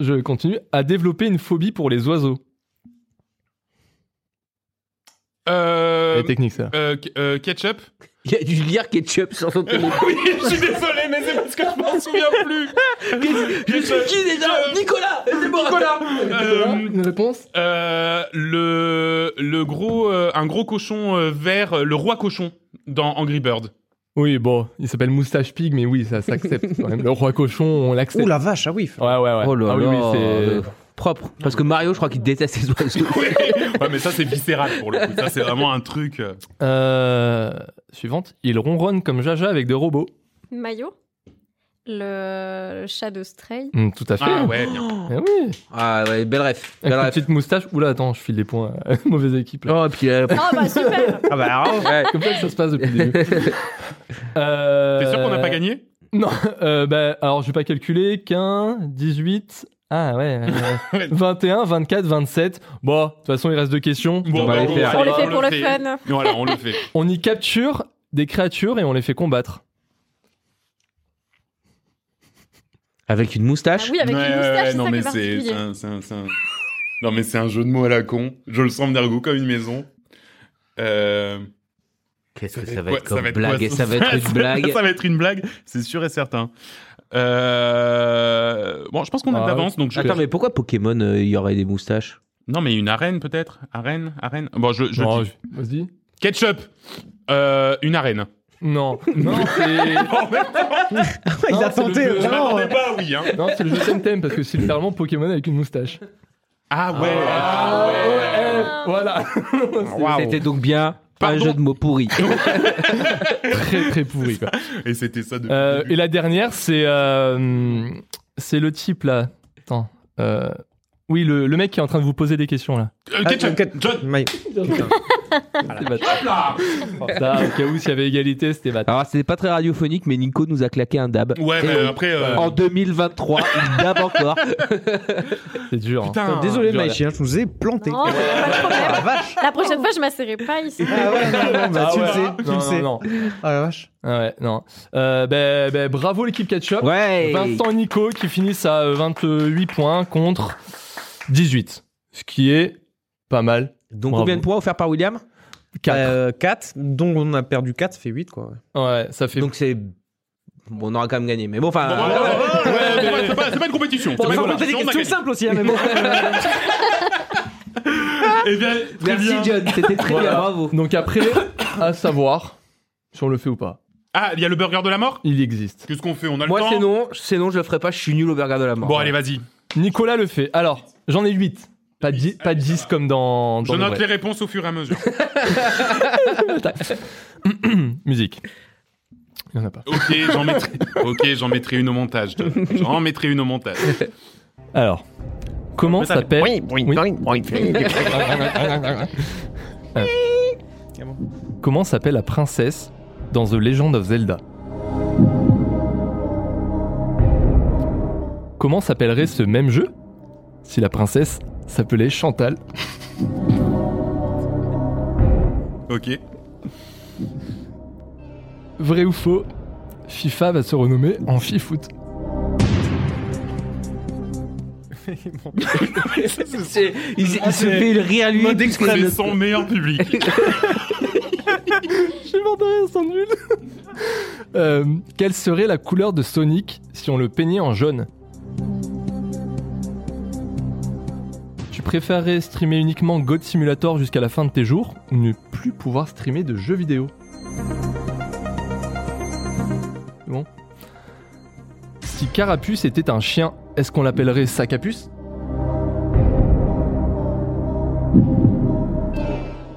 B: je continue. À développer une phobie pour les oiseaux.
A: Euh,
B: Les techniques, ça.
A: euh, ke- euh, ketchup
C: Il a dû lire ketchup sur son téléphone.
A: Oui, je suis désolé, mais c'est parce que je m'en souviens plus.
C: Je suis qui déjà Nicolas C'est bon
A: Nicolas Euh,
B: une réponse
A: Euh, le, le gros, euh, un gros cochon euh, vert, euh, le roi cochon dans Angry Bird.
B: Oui, bon, il s'appelle Moustache Pig, mais oui, ça s'accepte quand même. Le roi cochon, on
E: Ouh
B: l'accepte.
E: la vache, ah oui.
B: Ouais, ouais, ouais.
C: Oh là
B: ah oui, oui,
C: là, euh,
B: c'est.
C: propre. Parce que Mario, je crois qu'il déteste les oiseaux.
A: Ouais, mais ça, c'est viscéral pour le coup. Ça, c'est vraiment un truc. euh,
B: Euh, Suivante. Il ronronne comme Jaja avec des robots.
D: Maillot. Le chat de Stray.
B: Hum, tout à fait.
A: Ah ouais, bien.
B: Eh oui.
C: Ah ouais, belle ref.
B: Avec
C: Belle
B: une
C: ref.
B: petite moustache. Oula, attends, je file des points à mauvaise équipe. là.
C: Oh, et puis euh,
D: Oh bah super
E: Ah bah, alors,
C: ouais.
B: Comme ça que ça se passe depuis le début. Euh,
A: T'es sûr qu'on n'a pas gagné
B: Non, euh, bah, alors je vais pas calculer. 15, 18. Ah ouais, ouais, ouais. 21, 24, 27. Bon, de toute façon, il reste deux questions.
A: Bon, bah,
C: On va les faire.
D: On le
A: va,
D: fait pour le
A: fait.
D: fun.
A: Voilà, on le fait.
B: On y capture des créatures et on les fait combattre.
C: Avec une
D: Ah
C: moustache.
D: oui, avec
A: Ouais,
D: une
A: ouais,
D: moustache,
A: ouais,
D: c'est
A: non,
D: ça qui
A: mais
D: est
A: c'est c'est
D: particulier.
A: un, c'est un- c'est un- non, mais c'est un jeu de mots à la con. Je le sens venir goût comme une maison. Euh,
C: Qu'est-ce que
A: ça
C: ça va
A: va
C: être
A: être quoi- ça va
C: comme
A: être quoi,
C: blague
A: ça
C: Ça va être une blague.
A: ça va être une blague, c'est sûr et certain. Euh, Bon, je pense qu'on a
B: Ah,
A: de l'avance, donc je
C: Attends, mais pourquoi Pokémon, euh, il y aurait des moustaches
A: Non, mais une arène peut-être Arène Arène Bon, je, je
B: Non,
A: le dis.
B: je- Vas-y.
A: Ketchup euh, Une arène.
B: Non, non, c'est.
E: il a
B: c'est le
E: tenté.
B: jeu.
A: Je
E: vraiment.
A: m'attendais pas, oui. Hein.
B: Non, c'est le jeu Temtem parce que c'est littéralement Pokémon avec une moustache.
A: Ah ouais ah ouais.
B: eh, voilà.
C: C'était donc bien
A: Pardon
C: un jeu de mots pourri.
B: Très très pourri. Quoi.
A: Et c'était ça depuis
B: Euh,
A: le début.
B: et la dernière, c'est euh, c'est le type là. Attends. euh, oui, le, le mec qui est en train de vous poser des questions là.
A: Euh, ketchup
E: Ah, ket-
A: John
E: Maillot.
B: C'était bâtard. Ça, au cas où s'il y avait égalité, c'était bâtard.
C: Alors, c'était pas très radiophonique, mais Nico nous a claqué un dab.
A: Ouais,
C: Et Oh,
A: mais
C: oui,
A: après. euh,
C: En 2023, il dab encore.
B: C'est dur. hein.
A: Putain,
E: Désolé,
B: je
E: Maïchi, hein, je vous ai planté.
D: Non, pas de
E: Ah la
D: problème.
E: vache.
D: La prochaine fois, je m'asserai pas ici.
E: Ah ouais, non, non, bah,
B: Ah
E: tu
B: ouais.
E: le sais, tu
B: Non,
E: le
B: non,
E: sais.
B: non.
E: Ah la vache.
B: Ah ouais, non. Euh, ben, ben, bravo l'équipe Ketchup.
C: Ouais.
B: Vincent et Nico qui finissent à euh, 28 points contre 18. ce qui est pas mal.
E: Donc
B: Bravo.
E: combien de points offerts par William
B: Quatre.
E: 4. Donc Euh, on a perdu 4, ça fait 8 quoi.
B: Ouais, ça fait.
C: Donc c'est. Bon, on aura quand même gagné. Mais bon, enfin.
A: Bon, bah,
C: euh,
A: ouais, ouais, ouais, ouais, ouais, c'est pas- c'est pas une compétition. c'est pas une compétition, on a gagné.
E: simples aussi, hein, mais bon.
A: Eh bien, très
C: Merci
A: bien.
C: John, c'était très
B: Voilà.
C: bien, bravo.
B: Donc après, à savoir si on le fait ou pas.
A: Ah, il y a le burger de la mort
B: Il existe.
A: Qu'est-ce qu'on fait On a le
C: Moi,
A: temps
C: c'est non, c'est non, je le ferai pas, je suis nul au burger de la mort.
A: Bon, allez, vas-y.
B: Nicolas le fait. Alors, j'en ai 8. Pas 10, pas
A: Allez, ça
B: 10
A: va.
B: comme dans.
A: Je
B: dans le
A: note
B: vrai.
A: les réponses au fur et à mesure.
B: Musique. Il y en a pas.
A: Ok, j'en mettrai, ok, j'en mettrai une au montage. John. J'en mettrai une au montage.
B: Alors, comment
A: Mais ça-
B: s'appelle. Oui. Comment s'appelle la princesse dans The Legend of Zelda Comment s'appellerait ce même jeu si la princesse s'appelait Chantal
A: Ok.
B: Vrai ou faux FIFA va se renommer en FIFOOT.
C: C'est- Il, se- il se
E: c'est-
C: fait le rire à lui.
E: Mode
C: parce que-
A: C'est son meilleur public.
B: Je m'en sont nuls. Euh, quelle serait la couleur de Sonic si on le peignait en jaune Tu préférerais streamer uniquement God Simulator jusqu'à la fin de tes jours ou ne plus pouvoir streamer de jeux vidéo C'est Bon. Si Carapuce était un chien, est-ce qu'on l'appellerait Sacapuce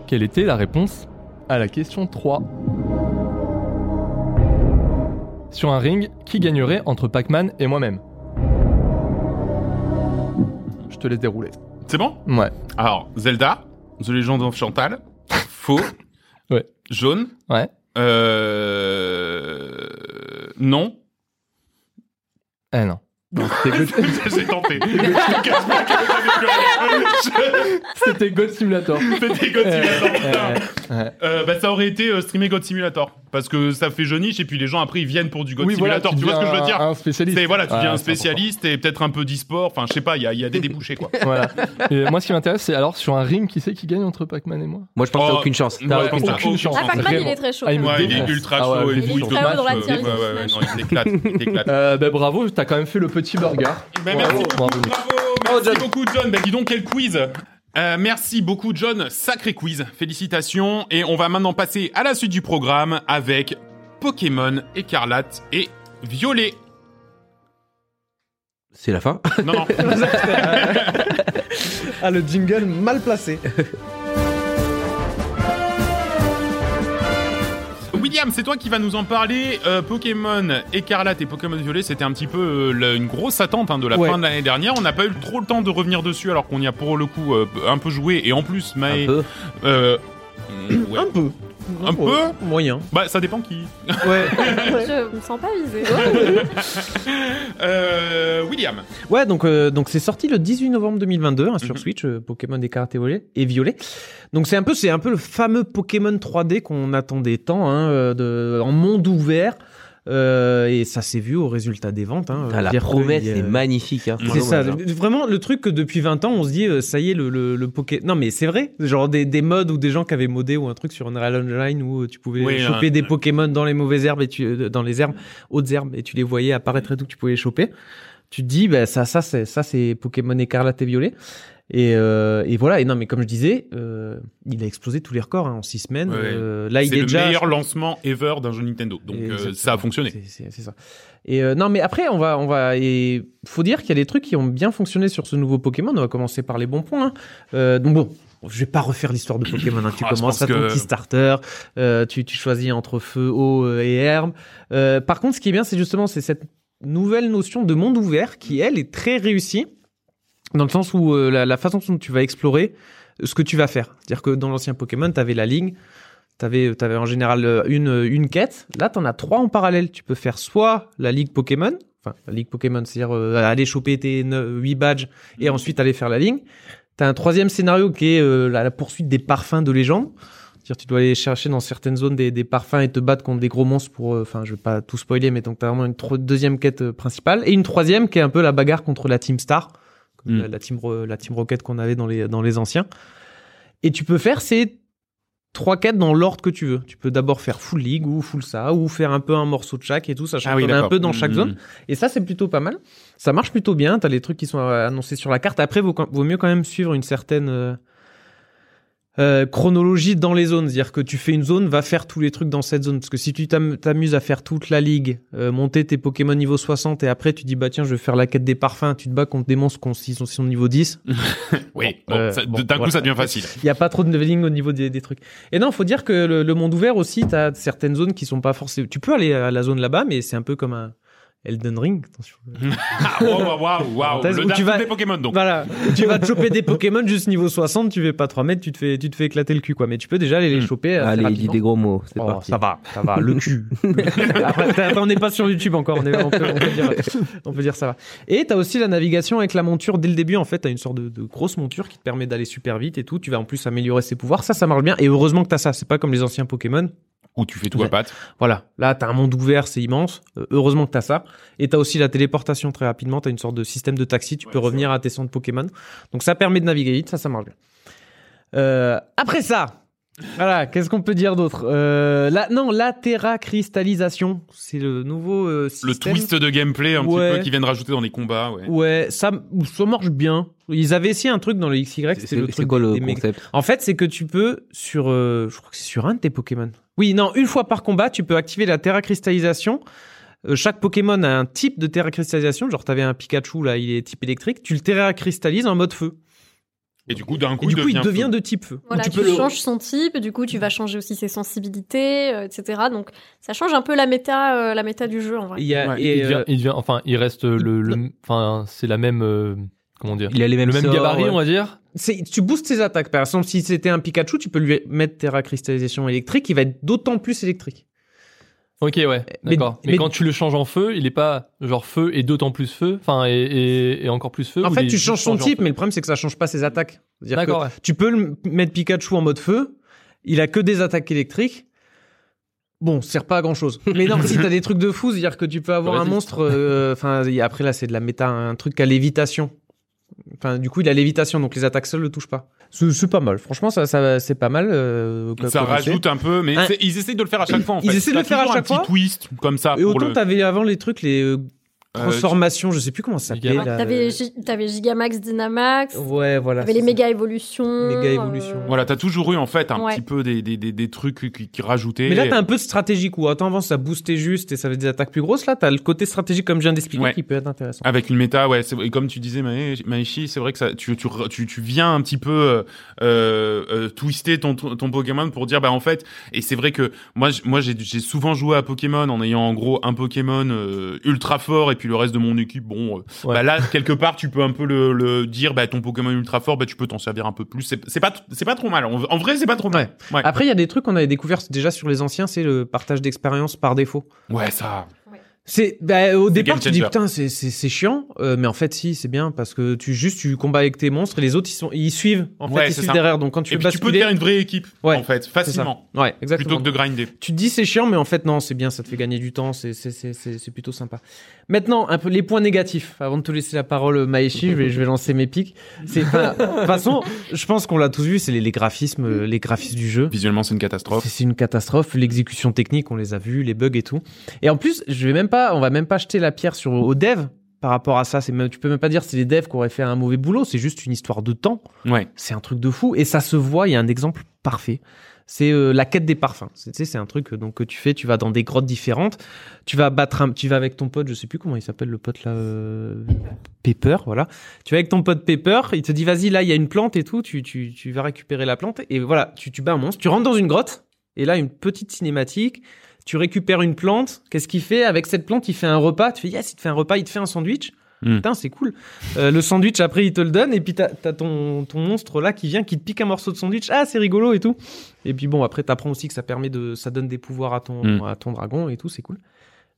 B: Quelle était la réponse à la question 3. Sur un ring, qui gagnerait entre Pac-Man et moi-même Je te laisse dérouler.
A: C'est bon
B: Ouais.
A: Alors, Zelda, The Legend of Chantal, faux.
B: Ouais.
A: Jaune.
B: Ouais.
A: Euh... Non.
B: Ah non. Non, c'était God-
A: J'ai tenté. Je te cache pas que j'avais plus
B: C'était God Simulator.
A: rien. C'était God Simulator. putain.
B: Euh, ouais.
A: Euh, bah, ça aurait été euh, streamer God Simulator. Parce que ça fait jeuniche et puis les gens après ils viennent pour du God
B: Oui, voilà,
A: Simulator. tu vois ce
B: deviens
A: que je veux dire
B: Un spécialiste.
A: C'est voilà, tu
B: Ouais,
A: deviens un
B: c'est important.
A: spécialiste et peut-être un peu d'e-sport. Enfin, je sais pas, il y a, il y a des débouchés quoi.
B: Voilà. Et moi, ce qui m'intéresse, c'est alors sur un ring, qui c'est qui gagne entre Pac-Man et moi
C: Moi, je pense que
A: Oh,
C: t'as aucune chance.
A: moi,
C: T'as
A: je
C: aucune
A: pense que-
C: chance.
A: aucune chance,
D: Ah, Pac-Man,
B: vraiment.
D: il est très chaud.
B: Ah, il me
A: Ouais, il est
B: défonce.
A: ultra
B: Ah
A: chaud
B: ouais,
A: et
B: il est
A: tout, il
B: ultra
A: te
D: haut dans la
A: mâche, euh,
D: tirelire,
A: ouais, ouais, ouais,
D: il se
A: non, il t'éclate, il t'éclate.
B: Euh, ben bravo, t'as quand même fait le petit burger.
A: Ben, merci
B: Bravo,
A: beaucoup,
B: bravo.
A: bravo, merci beaucoup John. Ben, dis donc quel quiz. Euh, merci beaucoup John, sacré quiz, félicitations et on va maintenant passer à la suite du programme avec Pokémon écarlate et violet.
C: C'est la fin.
A: Non non,
E: ah, le jingle mal placé.
A: William, c'est toi qui vas nous en parler. Euh, Pokémon écarlate et Pokémon violet, c'était un petit peu euh, la- une grosse attente hein, de la
E: Ouais.
A: fin de l'année dernière. On n'a pas eu trop le temps de revenir dessus alors qu'on y a pour le coup euh, un peu joué et en plus
C: Un
A: mais
C: peu.
A: euh, ouais.
E: Un peu.
A: Un peu
E: Moyen.
A: bah ça dépend qui.
E: Ouais.
D: Je me sens pas visée.
A: Euh, William.
E: Ouais, donc euh, donc c'est sorti le 18 novembre 2022 hein, sur
A: Mhm.
E: Switch, euh, Pokémon des et violet et violet. Donc c'est un peu c'est un peu le fameux Pokémon 3D qu'on attendait tant hein, euh, de, en monde ouvert euh, et ça s'est vu au résultat des ventes. Hein,
C: Ah, la
E: C'est-à-dire que
C: promesse
E: il y a-
C: est magnifique. hein.
A: C'est
E: C'est
C: Vraiment,
E: ça,
C: hein.
E: vraiment le truc que depuis 20 ans on se dit euh, ça y est le, le, le Poké. Non mais c'est vrai, genre des, des modes ou des gens qui avaient modé ou un truc sur Unreal Online où euh, tu pouvais
A: Oui,
E: choper
A: un-
E: des Pokémon dans les mauvaises herbes et tu euh, dans les herbes hautes herbes et tu les voyais apparaître et tout, tu pouvais les choper. Tu te dis bah ça ça c'est ça c'est Pokémon écarlate et violet. Et, euh, et voilà et non mais comme je disais, euh, il a explosé tous les records hein, en 6 semaines.
A: Ouais, ouais.
E: Euh, là il
A: C'est
E: est
A: le
E: déjà
A: meilleur lancement ever d'un jeu Nintendo. Donc euh,
E: Exactement.
A: ça a fonctionné.
E: c'est- C'est c'est ça. Et euh, non, mais après, on va, on va, et faut dire qu'il y a des trucs qui ont bien fonctionné sur ce nouveau Pokémon. On va commencer par les bons points. hein. Euh, donc bon. Je vais pas refaire l'histoire de Pokémon. hein. Tu
A: Ah, je
E: commences
A: pense
E: à ton
A: que-
E: petit starter, euh, tu, tu choisis entre feu, eau euh, et herbe. Euh, par contre, ce qui est bien, c'est justement c'est cette nouvelle notion de monde ouvert qui, elle, est très réussie dans le sens où euh, la, la façon dont tu vas explorer euh, ce que tu vas faire. C'est-à-dire que dans l'ancien Pokémon, tu avais la ligne, tu avais, en général euh, une, euh, une quête. Là, tu en as trois en parallèle. Tu peux faire soit la ligue Pokémon, enfin la ligue Pokémon, c'est-à-dire euh, aller choper tes 8 badges et ensuite aller faire la ligne. Tu as un troisième scénario qui est euh, la, la poursuite des parfums de légende. C'est-à-dire tu dois aller chercher dans certaines zones des, des parfums et te battre contre des gros monstres pour... euh, Enfin, je vais pas tout spoiler, mais donc tu as vraiment une tro- deuxième quête euh, principale. Et une troisième qui est un peu la bagarre contre la Team Star comme
A: Mm.
E: la, la team, Ro- la Team Rocket qu'on avait dans les, dans les anciens. Et tu peux faire ces trois quêtes dans l'ordre que tu veux. Tu peux d'abord faire full league ou full ça, ou faire un peu un morceau de chaque et tout,
A: Ah
E: sachant qu'on est un peu dans
A: Mm.
E: chaque zone. Et ça, c'est plutôt pas mal. Ça marche plutôt bien. T'as les trucs qui sont euh, annoncés sur la carte. Après, vaut, quand- vaut mieux quand même suivre une certaine euh, euh, chronologie dans les zones. C'est-à-dire que tu fais une zone, va faire tous les trucs dans cette zone. Parce que si tu t'am- t'amuses à faire toute la ligue, euh, monter tes Pokémon niveau 60 et après tu dis, bah tiens, je vais faire la quête des parfums, tu te bats contre des monstres qu'on- qui sont, qui sont niveau 10.
A: Oui,
E: Bon, euh,
A: bon, ça-
E: bon,
A: d'un coup
E: voilà.
A: ça devient facile.
E: Il n'y a pas trop de leveling au niveau des, des trucs. Et non, faut dire que le, le monde ouvert aussi, t'as certaines zones qui sont pas forcément. Tu peux aller à la zone là-bas, mais c'est un peu comme un Elden Ring. Attention.
A: Ah, waouh, waouh, waouh, waouh.
E: Thèse
A: Le
E: où
A: Dark
E: tu vas-
A: des Pokémon donc.
E: Voilà, tu vas te choper des Pokémon juste niveau 60, tu fais pas 3 mètres, tu te fais, tu te fais éclater le cul quoi. Mais tu peux déjà aller Hmm. Ah, les
A: Mm.
E: choper. euh, assez
C: Allez, dis
E: rapidement.
C: des gros mots, c'est
E: Oh,
C: parti.
E: ça va, ça va, le cul. Après, t'as- on n'est pas sur YouTube encore, on, est- on peut, on peut dire, on peut dire ça va. Et t'as aussi la navigation avec la monture dès le début. En fait, t'as une sorte de, de grosse monture qui te permet d'aller super vite et tout. Tu vas en plus améliorer ses pouvoirs. Ça, ça marche bien. Et heureusement que t'as ça. C'est pas comme les anciens Pokémon.
A: Où tu fais tout à
E: Ouais.
A: patte.
E: Voilà, là t'as un monde ouvert, c'est immense. Euh, heureusement que t'as ça. Et t'as aussi la téléportation très rapidement. T'as une sorte de système de taxi. Tu peux revenir à tes centres Pokémon. Donc ça permet de naviguer vite. Ça, ça marche bien. Euh, après ça, voilà, qu'est-ce qu'on peut dire d'autre Euh, Là, non, la terra-cristallisation, c'est le nouveau euh,
A: Le
E: système.
A: twist de gameplay un
E: Ouais.
A: petit peu qu'ils viennent rajouter dans les combats. Ouais.
E: Ouais, ça, ça marche bien. Ils avaient essayé un truc dans le XY.
C: C'est-
E: c'était le
C: c'est- C'est
E: truc
C: quoi
E: des-
C: le
E: des mecs-
C: concept
E: en fait, c'est que tu peux sur, euh, je crois que c'est sur un de tes Pokémon. Oui, non, une fois par combat, tu peux activer la Terra Cristallisation. Euh, chaque Pokémon a un type de Terra Cristallisation. Genre, t'avais un Pikachu là, il est type électrique. Tu le Terra Cristallises en mode feu.
A: Et du coup d'un coup,
E: Et du coup, il
A: fou.
E: devient de type feu.
D: Voilà,
E: Ou
D: tu,
E: peux le-
D: changes son type, du coup tu vas changer aussi ses sensibilités, euh, etc. Donc ça change un peu la méta, euh, la méta du jeu en vrai.
E: Il y a-
A: Ouais,
E: et,
B: il, devient,
E: euh,
B: il devient- enfin, il reste le, le- enfin, c'est la même, euh, comment dire,
C: Il a les mêmes
B: le même
C: sorts,
B: gabarit,
C: ouais.
B: on va dire.
E: c'est- tu boostes ses attaques. Par exemple, si c'était un Pikachu, tu peux lui mettre Terra Cristallisation électrique. Il va être d'autant plus électrique.
B: Ok, ouais,
E: Mais-
B: d'accord. Euh, Mais,
E: mais-
B: quand tu le changes en feu, il est pas genre feu et d'autant plus feu, enfin et, et- et encore plus feu.
E: En
B: ou
E: fait,
B: il est
E: tu
B: juste
E: changes son
B: changé en
E: type,
B: feu
E: mais le problème, c'est que ça change pas ses attaques. C'est-à-dire que
B: D'accord. ouais.
E: Tu peux le mettre Pikachu en mode feu. Il a que des attaques électriques. Bon, ça sert pas à grand chose. Mais non, si t'as des trucs de fou, c'est-à-dire que tu peux avoir un
B: Vas-y.
E: monstre. euh, Enfin, il y a- après là, c'est de la méta, un truc à lévitation. Enfin, du coup, il a lévitation, donc les attaques seules le touchent pas. C'est c'est pas mal. Franchement, ça, ça c'est pas mal. euh, comme-
A: Ça
E: comme
A: rajoute un peu, mais
E: Hein.
A: c'est- ils essayent de le faire à chaque fois. En
E: Ils
A: fait.
E: essaient de
A: T'as
E: le faire à
A: toujours
E: chaque
A: Un
E: fois.
A: petit twist comme ça.
E: fait. Et
A: pour
E: autant
A: le-
E: t'avais avant les trucs, les euh,
A: Euh,
E: transformations, je sais plus comment ça s'appelait.
B: Gigamax.
E: là. euh,
D: T'avais, Gi- t'avais Gigamax, Dynamax,
E: Ouais, voilà.
D: t'avais les
E: c'est ça.
D: méga évolutions.
E: Méga évolutions.
D: euh,
A: Voilà, t'as toujours eu en fait un
D: Ouais.
A: petit peu des, des, des, des trucs qui, qui rajoutaient.
E: Mais là, t'as un peu de stratégique où, attends, avant, ça boostait juste et ça fait des attaques plus grosses. Là, t'as le côté stratégique, comme je viens d'expliquer,
A: Ouais.
E: qui peut être intéressant.
A: Avec une méta, ouais, c'est- et comme tu disais, Maë- Maeshi, c'est vrai que ça, tu, tu, tu, tu viens un petit peu euh, euh, euh, twister ton, ton ton Pokémon pour dire, bah en fait, et c'est vrai que moi, j- moi j'ai j'ai souvent joué à Pokémon en ayant en gros un Pokémon euh, ultra fort et puis le reste de mon équipe, bon, euh,
B: Ouais.
A: bah là, quelque part, tu peux un peu le, le dire, bah ton Pokémon ultra fort, bah tu peux t'en servir un peu plus. C'est c'est pas, c'est pas trop mal. En, en vrai, c'est pas trop mal. Ouais,
E: Après, il y a des trucs qu'on avait découvert déjà sur les anciens, c'est le partage d'expérience par défaut.
A: ouais ça.
E: C'est bah, au départ
A: game
E: tu dis
A: changer.
E: putain c'est c'est c'est chiant euh, mais en fait si c'est bien parce que tu juste tu combats avec tes monstres et les autres ils sont ils suivent en
A: Ouais,
E: fait ils
A: c'est
E: suivent
A: ça.
E: derrière donc quand tu
A: et
E: fais
A: puis tu peux te faire une vraie équipe,
E: Ouais,
A: en fait, facilement,
E: ouais exactement
A: plutôt que de grinder.
E: tu te dis c'est chiant mais en fait non c'est bien ça te fait gagner du temps c'est c'est c'est c'est c'est plutôt sympa maintenant un peu les points négatifs avant de te laisser la parole Maeshi je vais je vais lancer mes pics c'est enfin, de toute façon je pense qu'on l'a tous vu c'est les, les graphismes euh, les graphismes du jeu
A: Visuellement, c'est une catastrophe.
E: c'est c'est une catastrophe, l'exécution technique, on les a vus, les bugs et tout. Et en plus, je vais même pas, on va même pas jeter la pierre sur aux devs par rapport à ça. C'est même, tu peux même pas dire c'est les devs qui auraient fait un mauvais boulot. C'est juste une histoire de temps.
A: Ouais.
E: C'est un truc de fou et ça se voit. Il y a un exemple parfait. C'est euh, la quête des parfums. C'est, tu sais, c'est un truc euh, donc que tu fais. Tu vas dans des grottes différentes. Tu vas battre un, tu vas avec ton pote. Je sais plus comment il s'appelle le pote là. euh, Pepper, voilà. Tu vas avec ton pote Pepper. Il te dit vas-y là il y a une plante et tout. Tu, tu, tu vas récupérer la plante et voilà. Tu, tu bats un monstre. Tu rentres dans une grotte et là une petite cinématique. Tu récupères une plante. Qu'est-ce qu'il fait avec cette plante Il fait un repas. Tu fais yes, il te fait un repas. Il te fait un sandwich.
A: Hmm.
E: Putain, c'est cool. Euh, le sandwich, après, il te le donne, et puis t'as t'as ton, ton monstre là qui vient, qui te pique un morceau de sandwich. Ah, c'est rigolo et tout. Et puis bon, après, t'apprends aussi que ça permet de, ça donne des pouvoirs à ton,
A: Mm.
E: à ton dragon et tout, c'est cool.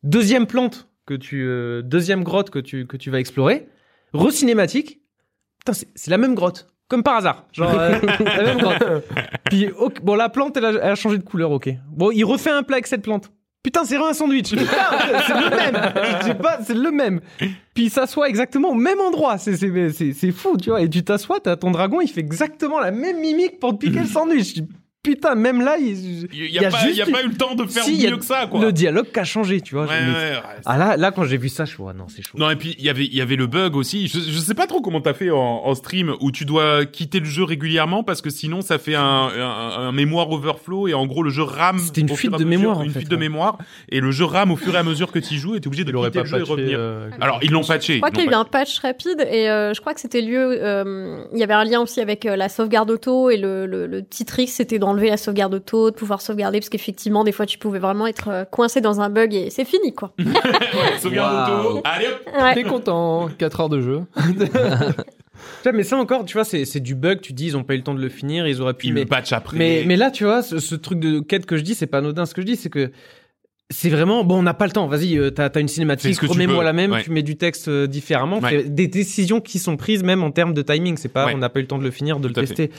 E: Deuxième plante que tu, euh, deuxième grotte que tu, que tu vas explorer, recinématique. Putain, c'est- c'est la même grotte. Comme par hasard. Genre, euh, la même grotte. Puis, ok, bon, la plante, elle a, elle a changé de couleur, ok. Bon, il refait un plat avec cette plante. Putain, c'est un sandwich. Putain, c'est le même. Je sais pas, c'est le même. Puis il s'assoit exactement au même endroit. C'est c'est mais c'est- c'est fou, tu vois. Et tu t'assois, t'as ton dragon, il fait exactement la même mimique pour te piquer le sandwich. Je dis, Putain, même là, il,
A: Il n'y a, pas-
E: juste-
A: y a pas eu le temps de faire
E: Si, y a
A: mieux que ça, quoi.
E: le dialogue qui a changé, tu vois.
A: Ouais,
E: Je me dis,
A: ouais, ouais.
E: Ah là, là, quand j'ai vu ça, je suis, ah non, c'est chaud.
A: Non, et puis il y avait- il y avait le bug aussi. Je, je sais pas trop comment t'as fait en, en stream où tu dois quitter le jeu régulièrement parce que sinon ça fait un, un- un mémoire overflow et en gros le jeu rame.
E: C'était une
A: au
E: fuite
A: fur et à
E: de
A: mesure-
E: mémoire, en
A: Une
E: fait,
A: fuite de
E: ouais.
A: mémoire et le jeu rame au fur et à mesure que tu joues et t'es obligé de
B: Il aurait
A: quitter le
B: pas
A: jeu et
B: patché.
A: revenir.
B: euh,
A: Alors ils l'ont patché.
D: Je crois
A: ils
D: qu'il y a
A: l'ont
D: eu un patch rapide et euh, je crois que c'était lieu. euh, Il y avait un lien aussi avec euh, la sauvegarde auto et le, le- le petit trick c'était d'enlever la sauvegarde auto, de pouvoir sauvegarder parce qu'effectivement des fois tu pouvais vraiment être euh, coincé dans un bug et c'est fini quoi.
A: patché. Sauvegarde
C: Waouh.
A: auto. Allez hop.
B: T'es content, 4 heures de jeu.
E: Tu vois, mais ça encore, tu vois, c'est c'est du bug. Tu dis, ils ont pas eu le temps de le finir, ils auraient pu.
A: Puis
E: mais-
A: le patch après.
E: Mais, mais là, tu vois, ce, ce truc de quête que je dis, c'est pas anodin ce que je dis, c'est que c'est vraiment bon, on n'a pas le temps. Vas-y, euh, t'as t'as une
A: Fais
E: cinématique,
A: ce que tu
E: remets-moi
A: peux.
E: la même,
A: Ouais.
E: tu mets du texte euh, différemment,
A: Ouais.
E: fais des décisions qui sont prises même en termes de timing. C'est pas,
A: Ouais.
E: on n'a pas eu le temps de le finir, de
A: Tout à
E: le tester,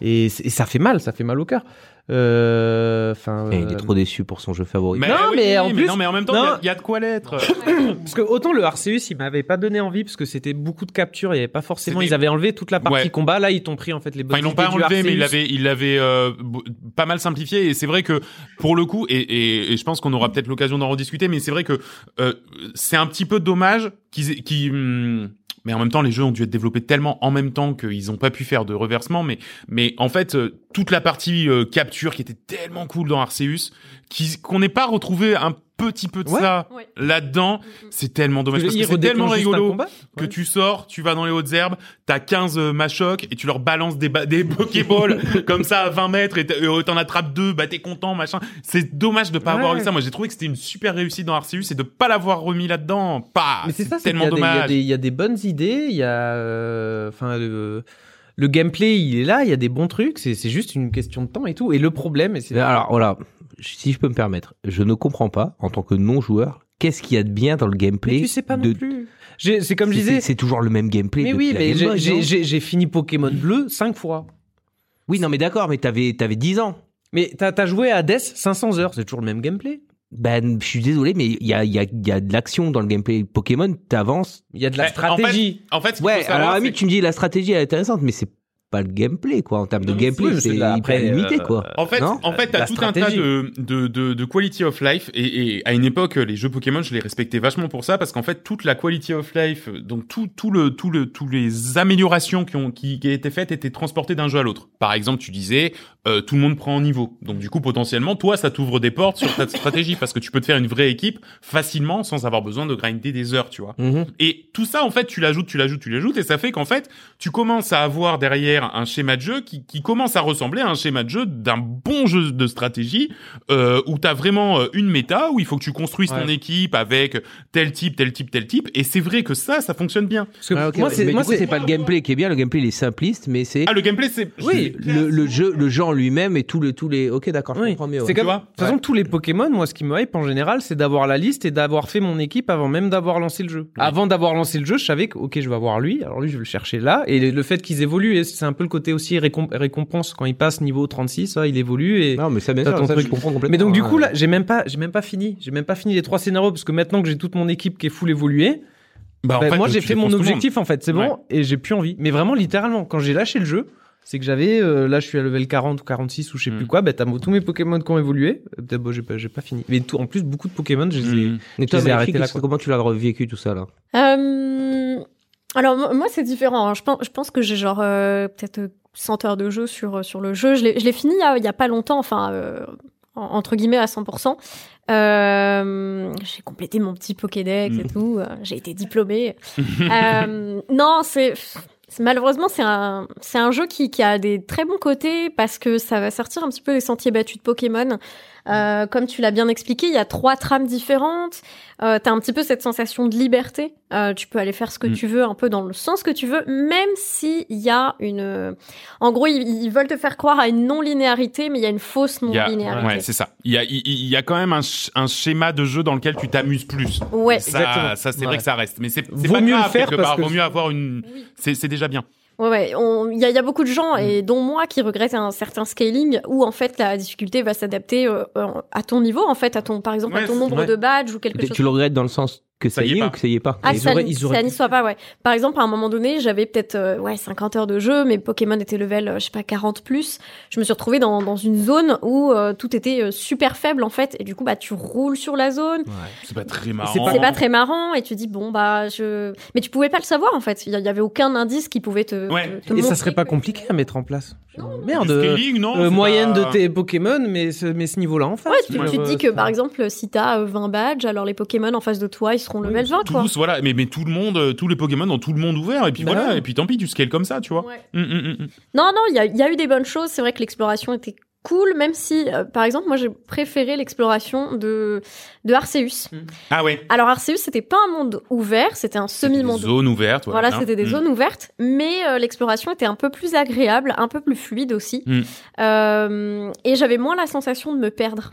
E: et, c'est- et ça fait mal, ça fait mal au cœur. Euh, Enfin,
C: Et Eh, il
E: euh,
C: est trop déçu pour son jeu favori.
A: Mais
E: Non,
A: oui,
E: mais en plus-
A: non, mais en même temps, il y
E: non.
A: a- il y, a de quoi l'être.
E: parce que autant le Arceus, il m'avait pas donné envie parce que c'était beaucoup de captures, il y avait pas forcément,
A: C'était-
E: ils avaient enlevé toute la partie
A: Ouais.
E: combat. Là, ils t'ont pris en fait les bonnes
A: Enfin, ils l'ont pas
E: idées du
A: enlevé, mais
E: Arceus.
A: il l'avait, il l'avait euh, b- pas mal simplifié. Et c'est vrai que pour le coup, et, et, et je pense qu'on aura peut-être l'occasion d'en rediscuter, mais c'est vrai que euh, c'est un petit peu dommage qu'ils, aient- qu'ils, hum, mais en même temps, les jeux ont dû être développés tellement en même temps qu'ils n'ont pas pu faire de reversement. Mais, mais en fait, euh, toute la partie euh, capture qui était tellement cool dans Arceus, qui- qu'on n'ait pas retrouvé un petit peu de
E: Ouais. Mm,
A: ça
D: Ouais.
A: là-dedans, c'est tellement dommage parce
E: Ils
A: que c'est
E: redéclenchent
A: tellement
E: juste un
A: rigolo
E: combat.
A: que tu sors, tu vas dans les hautes herbes, t'as 15 euh, machocs et tu leur balances des, ba- des pokéballs comme ça à 20 mètres et t'as- euh, t'en attrapes deux, bah t'es content, machin. C'est dommage de pas avoir
E: Ouais.
A: eu ça. Moi j'ai trouvé que c'était une super réussite dans Arceus et de pas l'avoir remis là-dedans. Pas.
E: Mais Ah, c'est ça, c'est
A: tellement
E: qu'il y a
A: dommage.
E: des- Il y, a des- il y a des bonnes idées, il y a, euh, enfin, le, le gameplay, il est là, il y a des bons trucs. C'est c'est juste une question de temps et tout. Et le problème, et c'est
C: Alors voilà, si je peux me permettre, je ne comprends pas, en tant que non-joueur, qu'est-ce qu'il y a de bien dans le gameplay
E: Mais tu sais pas non
C: de-
E: plus. J'ai- C'est comme je
C: C'est-
E: disais.
C: C'est toujours le même gameplay.
E: Mais
C: depuis
E: oui,
C: la
E: mais
C: Game
E: j'ai-
C: Boy, non
E: j'ai j'ai- j'ai fini Pokémon Bleu cinq fois.
C: Oui, non, mais d'accord, mais t'avais avais 10 ans.
E: Mais t'as as joué à Hades 500 heures, c'est toujours le même gameplay.
C: Ben, je suis désolé, mais il y a, il y a- il y a de l'action dans le gameplay Pokémon, t'avances.
E: Il y a de la
A: Eh, en fait,
E: stratégie.
A: En fait, ce qu'il faut
C: Ouais,
A: savoir,
C: alors,
A: c'est
C: ami, tu me dis la stratégie elle est intéressante, mais c'est pas le gameplay, quoi. En termes de
E: Non, mais oui,
C: gameplay,
E: mais
C: c'est
E: c'est de la-
C: hyper
E: après, euh,
C: limité, quoi.
A: En fait,
C: Non
A: en fait, t'as
E: La
A: tout un tas
E: stratégie.
A: de, de, de, de quality of life et, et à une époque, les jeux Pokémon, je les respectais vachement pour ça parce qu'en fait, toute la quality of life, donc tout, tout le, tout le, tous les améliorations qui ont, qui, qui étaient faites étaient transportées d'un jeu à l'autre. Par exemple, tu disais, euh, tout le monde prend en niveau. Donc du coup, potentiellement, toi, ça t'ouvre des portes sur ta stratégie parce que tu peux te faire une vraie équipe facilement sans avoir besoin de grinder des heures, tu vois.
C: Mhm.
A: Et tout ça, en fait, tu l'ajoutes, tu l'ajoutes, tu l'ajoutes, et ça fait qu'en fait, tu commences à avoir derrière un schéma de jeu qui, qui commence à ressembler à un schéma de jeu d'un bon jeu de stratégie euh, où t'as vraiment euh, une méta où il faut que tu construises ton
E: Ouais.
A: équipe avec tel type, tel type, tel type, et c'est vrai que ça, ça fonctionne bien.
E: Parce que
C: Ah, ok,
E: moi,
C: ouais.
E: c'est-
C: mais
E: moi,
C: du coup,
E: c'est
C: c'est pas le gameplay qui est bien. Le gameplay, il est simpliste, mais c'est
A: Ah, le gameplay, c'est
E: Oui,
C: le, le jeu, le jeu en lui-même et tous les, tous les. Ok, d'accord, je
E: Oui.
C: comprends mieux. ouais.
E: C'est comme,
A: Tu vois
E: de toute façon, tous les Pokémon, moi, ce qui me hype en général, c'est d'avoir la liste et d'avoir fait mon équipe avant même d'avoir lancé le jeu. Avant d'avoir lancé le jeu, je savais que, ok, je vais avoir lui, alors lui, je vais le chercher là. Et le- le fait qu'ils évoluent, et c'est un peu le côté aussi récom- récompense. Quand il passe niveau 36, hein, il évolue et...
C: Non, mais ça, bien
E: T'as
C: sûr,
E: ton
C: ça,
E: truc.
C: je comprends complètement.
E: Mais donc du
C: hein.
E: coup là, j'ai même pas, j'ai même pas fini, j'ai même pas fini les trois scénarios parce que maintenant que j'ai toute mon équipe qui est full évoluée,
A: Bah, en
E: bah,
A: fait,
E: moi
A: tu
E: j'ai fait mon
A: défonces tout le monde.
E: objectif en fait, c'est
A: Ouais.
E: bon et j'ai plus envie. Mais vraiment littéralement, quand j'ai lâché le jeu, c'est que j'avais euh, là je suis à level 40 ou 46 ou je sais
A: Mm.
E: plus quoi, bah t'as tous mes Pokémon qui ont évolué. Euh, Peut-être bon, j'ai pas, j'ai pas fini. Mais tout, en plus beaucoup de Pokémon, je les ai-
A: Mhm.
C: Mais
E: je les ai
C: toi, Maléfique,
E: arrêtés là,
C: qu'est-ce que-
E: quoi.
C: comment tu l'as revécu tout ça là
D: Mm. Euh, alors mo- moi c'est différent. hein. Je pense, je pense que j'ai genre euh, peut-être euh, 100 heures de jeu sur euh, sur le jeu. Je l'ai je l'ai fini hein, il y, a, il y a pas longtemps. Enfin euh, en- entre guillemets à 100%. Euh, j'ai complété mon petit Pokédex et
A: Mm.
D: tout. euh, J'ai été diplômée. Euh, non c'est c'est- Malheureusement, c'est un, c'est un jeu qui, qui a des très bons côtés parce que ça va sortir un petit peu des sentiers battus de Pokémon. Euh, comme tu l'as bien expliqué, il y a trois trames différentes. Euh, t'as un petit peu cette sensation de liberté. Euh, tu peux aller faire ce que
A: Mm.
D: tu veux, un peu dans le sens que tu veux, même s'il y a une. En gros, ils, ils veulent te faire croire à une non-linéarité, mais il y a une fausse
A: Il y a-
D: non-linéarité.
A: ouais, c'est ça. Il y a, il- il y a quand même un, sch- un schéma de jeu dans lequel tu t'amuses plus.
D: Ouais.
A: ça,
E: exactement.
A: ça c'est
E: Ouais.
A: vrai que ça reste. Mais c'est c'est
E: Vaut
A: pas
E: mieux le
A: grave,
E: faire
A: quelque
E: parce
A: part.
E: que-
A: Vaut mieux avoir une.
D: Oui.
A: C'est c'est déjà bien.
D: Ouais, ouais. On- Il y, a- il y a beaucoup de gens,
A: Mm.
D: et dont moi, qui regrettent un certain scaling où, en fait, la difficulté va s'adapter euh, euh, à ton niveau, en fait, à ton, par exemple,
A: Ouais,
D: à ton nombre
E: ouais.
D: de badges ou quelque chose.
C: Tu le regrettes dans le sens que ça, y est,
A: pas.
C: ou que ça y est pas
D: Ah,
E: Ils
D: ça,
E: auraient-
D: n'y-
E: ils auraient
D: ça
E: pu-
D: n'y soit pas, ouais. Par exemple, à un moment donné, j'avais peut-être euh, ouais, 50 heures de jeu, mes Pokémon étaient level, euh, je sais pas, 40 plus. Je me suis retrouvée dans, dans une zone où euh, tout était euh, super faible, en fait. Et du coup, bah, tu roules sur la zone,
A: C'est pas très marrant.
E: pas-
D: c'est pas très marrant, et tu dis, bon, bah, je. Mais tu pouvais pas le savoir, en fait. Il y, il y avait aucun indice qui pouvait te.
A: Ouais.
D: te- te
E: Et ça
D: montrer
E: serait pas
D: que-
E: compliqué à mettre en place.
A: Du
E: Merde. euh,
A: scaling, non
E: euh,
A: c'est
E: moyenne
A: pas-
E: de tes Pokémon, mais ce, mais ce niveau-là en face.
D: Ouais, tu,
A: Ouais,
D: tu te dis que par exemple, si t'as euh, 20 badges, alors les Pokémon en face de toi, ils seront level 20, quoi.
A: Tous, voilà, mais, mais tout le monde, euh, tous les Pokémon dans tout le monde ouvert, et puis
E: Bah
A: voilà,
E: ouais.
A: et puis tant pis, tu scales comme ça, tu vois.
D: Ouais.
A: Hum, hum, hum, hum.
D: Non, non, il y a, il y a eu des bonnes choses. C'est vrai que l'exploration était cool, même si, euh, par exemple, moi j'ai préféré l'exploration de, de Arceus.
A: Ah ouais.
D: Alors Arceus, c'était pas un monde ouvert, c'était un
A: Des
D: semi-monde
A: zones ouvertes.
D: Voilà,
A: hein.
D: c'était des
A: Hum.
D: zones ouvertes, mais euh, l'exploration était un peu plus agréable, un peu plus fluide aussi.
A: Mm.
D: Euh, et j'avais moins la sensation de me perdre.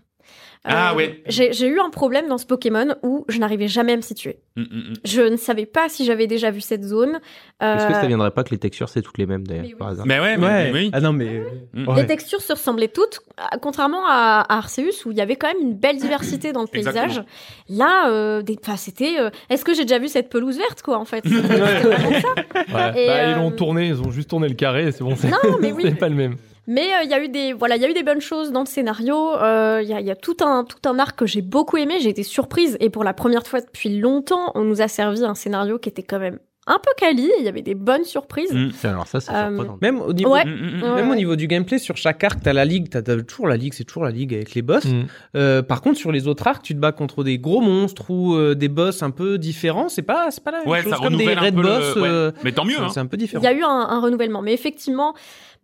D: Euh,
A: Ah ouais.
D: J'ai j'ai eu un problème dans ce Pokémon où je n'arrivais jamais à me situer.
A: Hum, hum, hum.
D: Je ne savais pas si j'avais déjà vu cette zone. Euh,
C: Est-ce que ça viendrait pas que les textures c'est toutes les mêmes d'ailleurs
D: Mais oui.
C: par hasard
A: Mais ouais, mais-
E: Ouais.
A: mais oui.
E: Ah non, mais.
A: Mm.
E: ouais.
D: Les textures se ressemblaient toutes, à- contrairement à, à Arceus où il y avait quand même une belle diversité dans le
A: Exactement.
D: paysage. Là, euh, des- enfin, c'était. euh, Est-ce que j'ai déjà vu cette pelouse verte, quoi, en fait C'était vraiment ça.
B: Ouais.
D: Et,
B: Bah,
D: euh,
B: Ils l'ont tourné, ils ont juste tourné le carré et c'est bon, c'est
D: Non, mais oui.
B: c'est pas le même.
D: Mais euh, il y a eu des voilà, il y a eu des bonnes choses dans le scénario. Euh, Il y, a, il y a tout un tout un arc que j'ai beaucoup aimé. J'ai été surprise et pour la première fois depuis longtemps, on nous a servi un scénario qui était quand même un peu quali. Il y avait des bonnes surprises.
A: Mm.
C: Ça, Alors ça, c'est
D: Euh,
C: surprenant.
E: Même au niveau.
D: Ouais.
A: Hum, hum, hum.
D: Ouais.
E: Même au niveau du gameplay, sur chaque arc, t'as la ligue, t'as t'as toujours la ligue, c'est toujours la ligue avec les boss.
B: Mm.
E: Euh, par contre, sur les autres arcs, tu te bats contre des gros monstres ou euh, des boss un peu différents. C'est pas, c'est pas la même
A: Ouais,
E: chose.
A: ça
E: Comme des
A: renouvelle un
E: red
A: peu le-
E: boss,
A: ouais.
E: euh,
A: Mais tant mieux, hein.
E: c'est un peu
D: Il
E: différent.
D: y a eu un, un renouvellement, mais effectivement,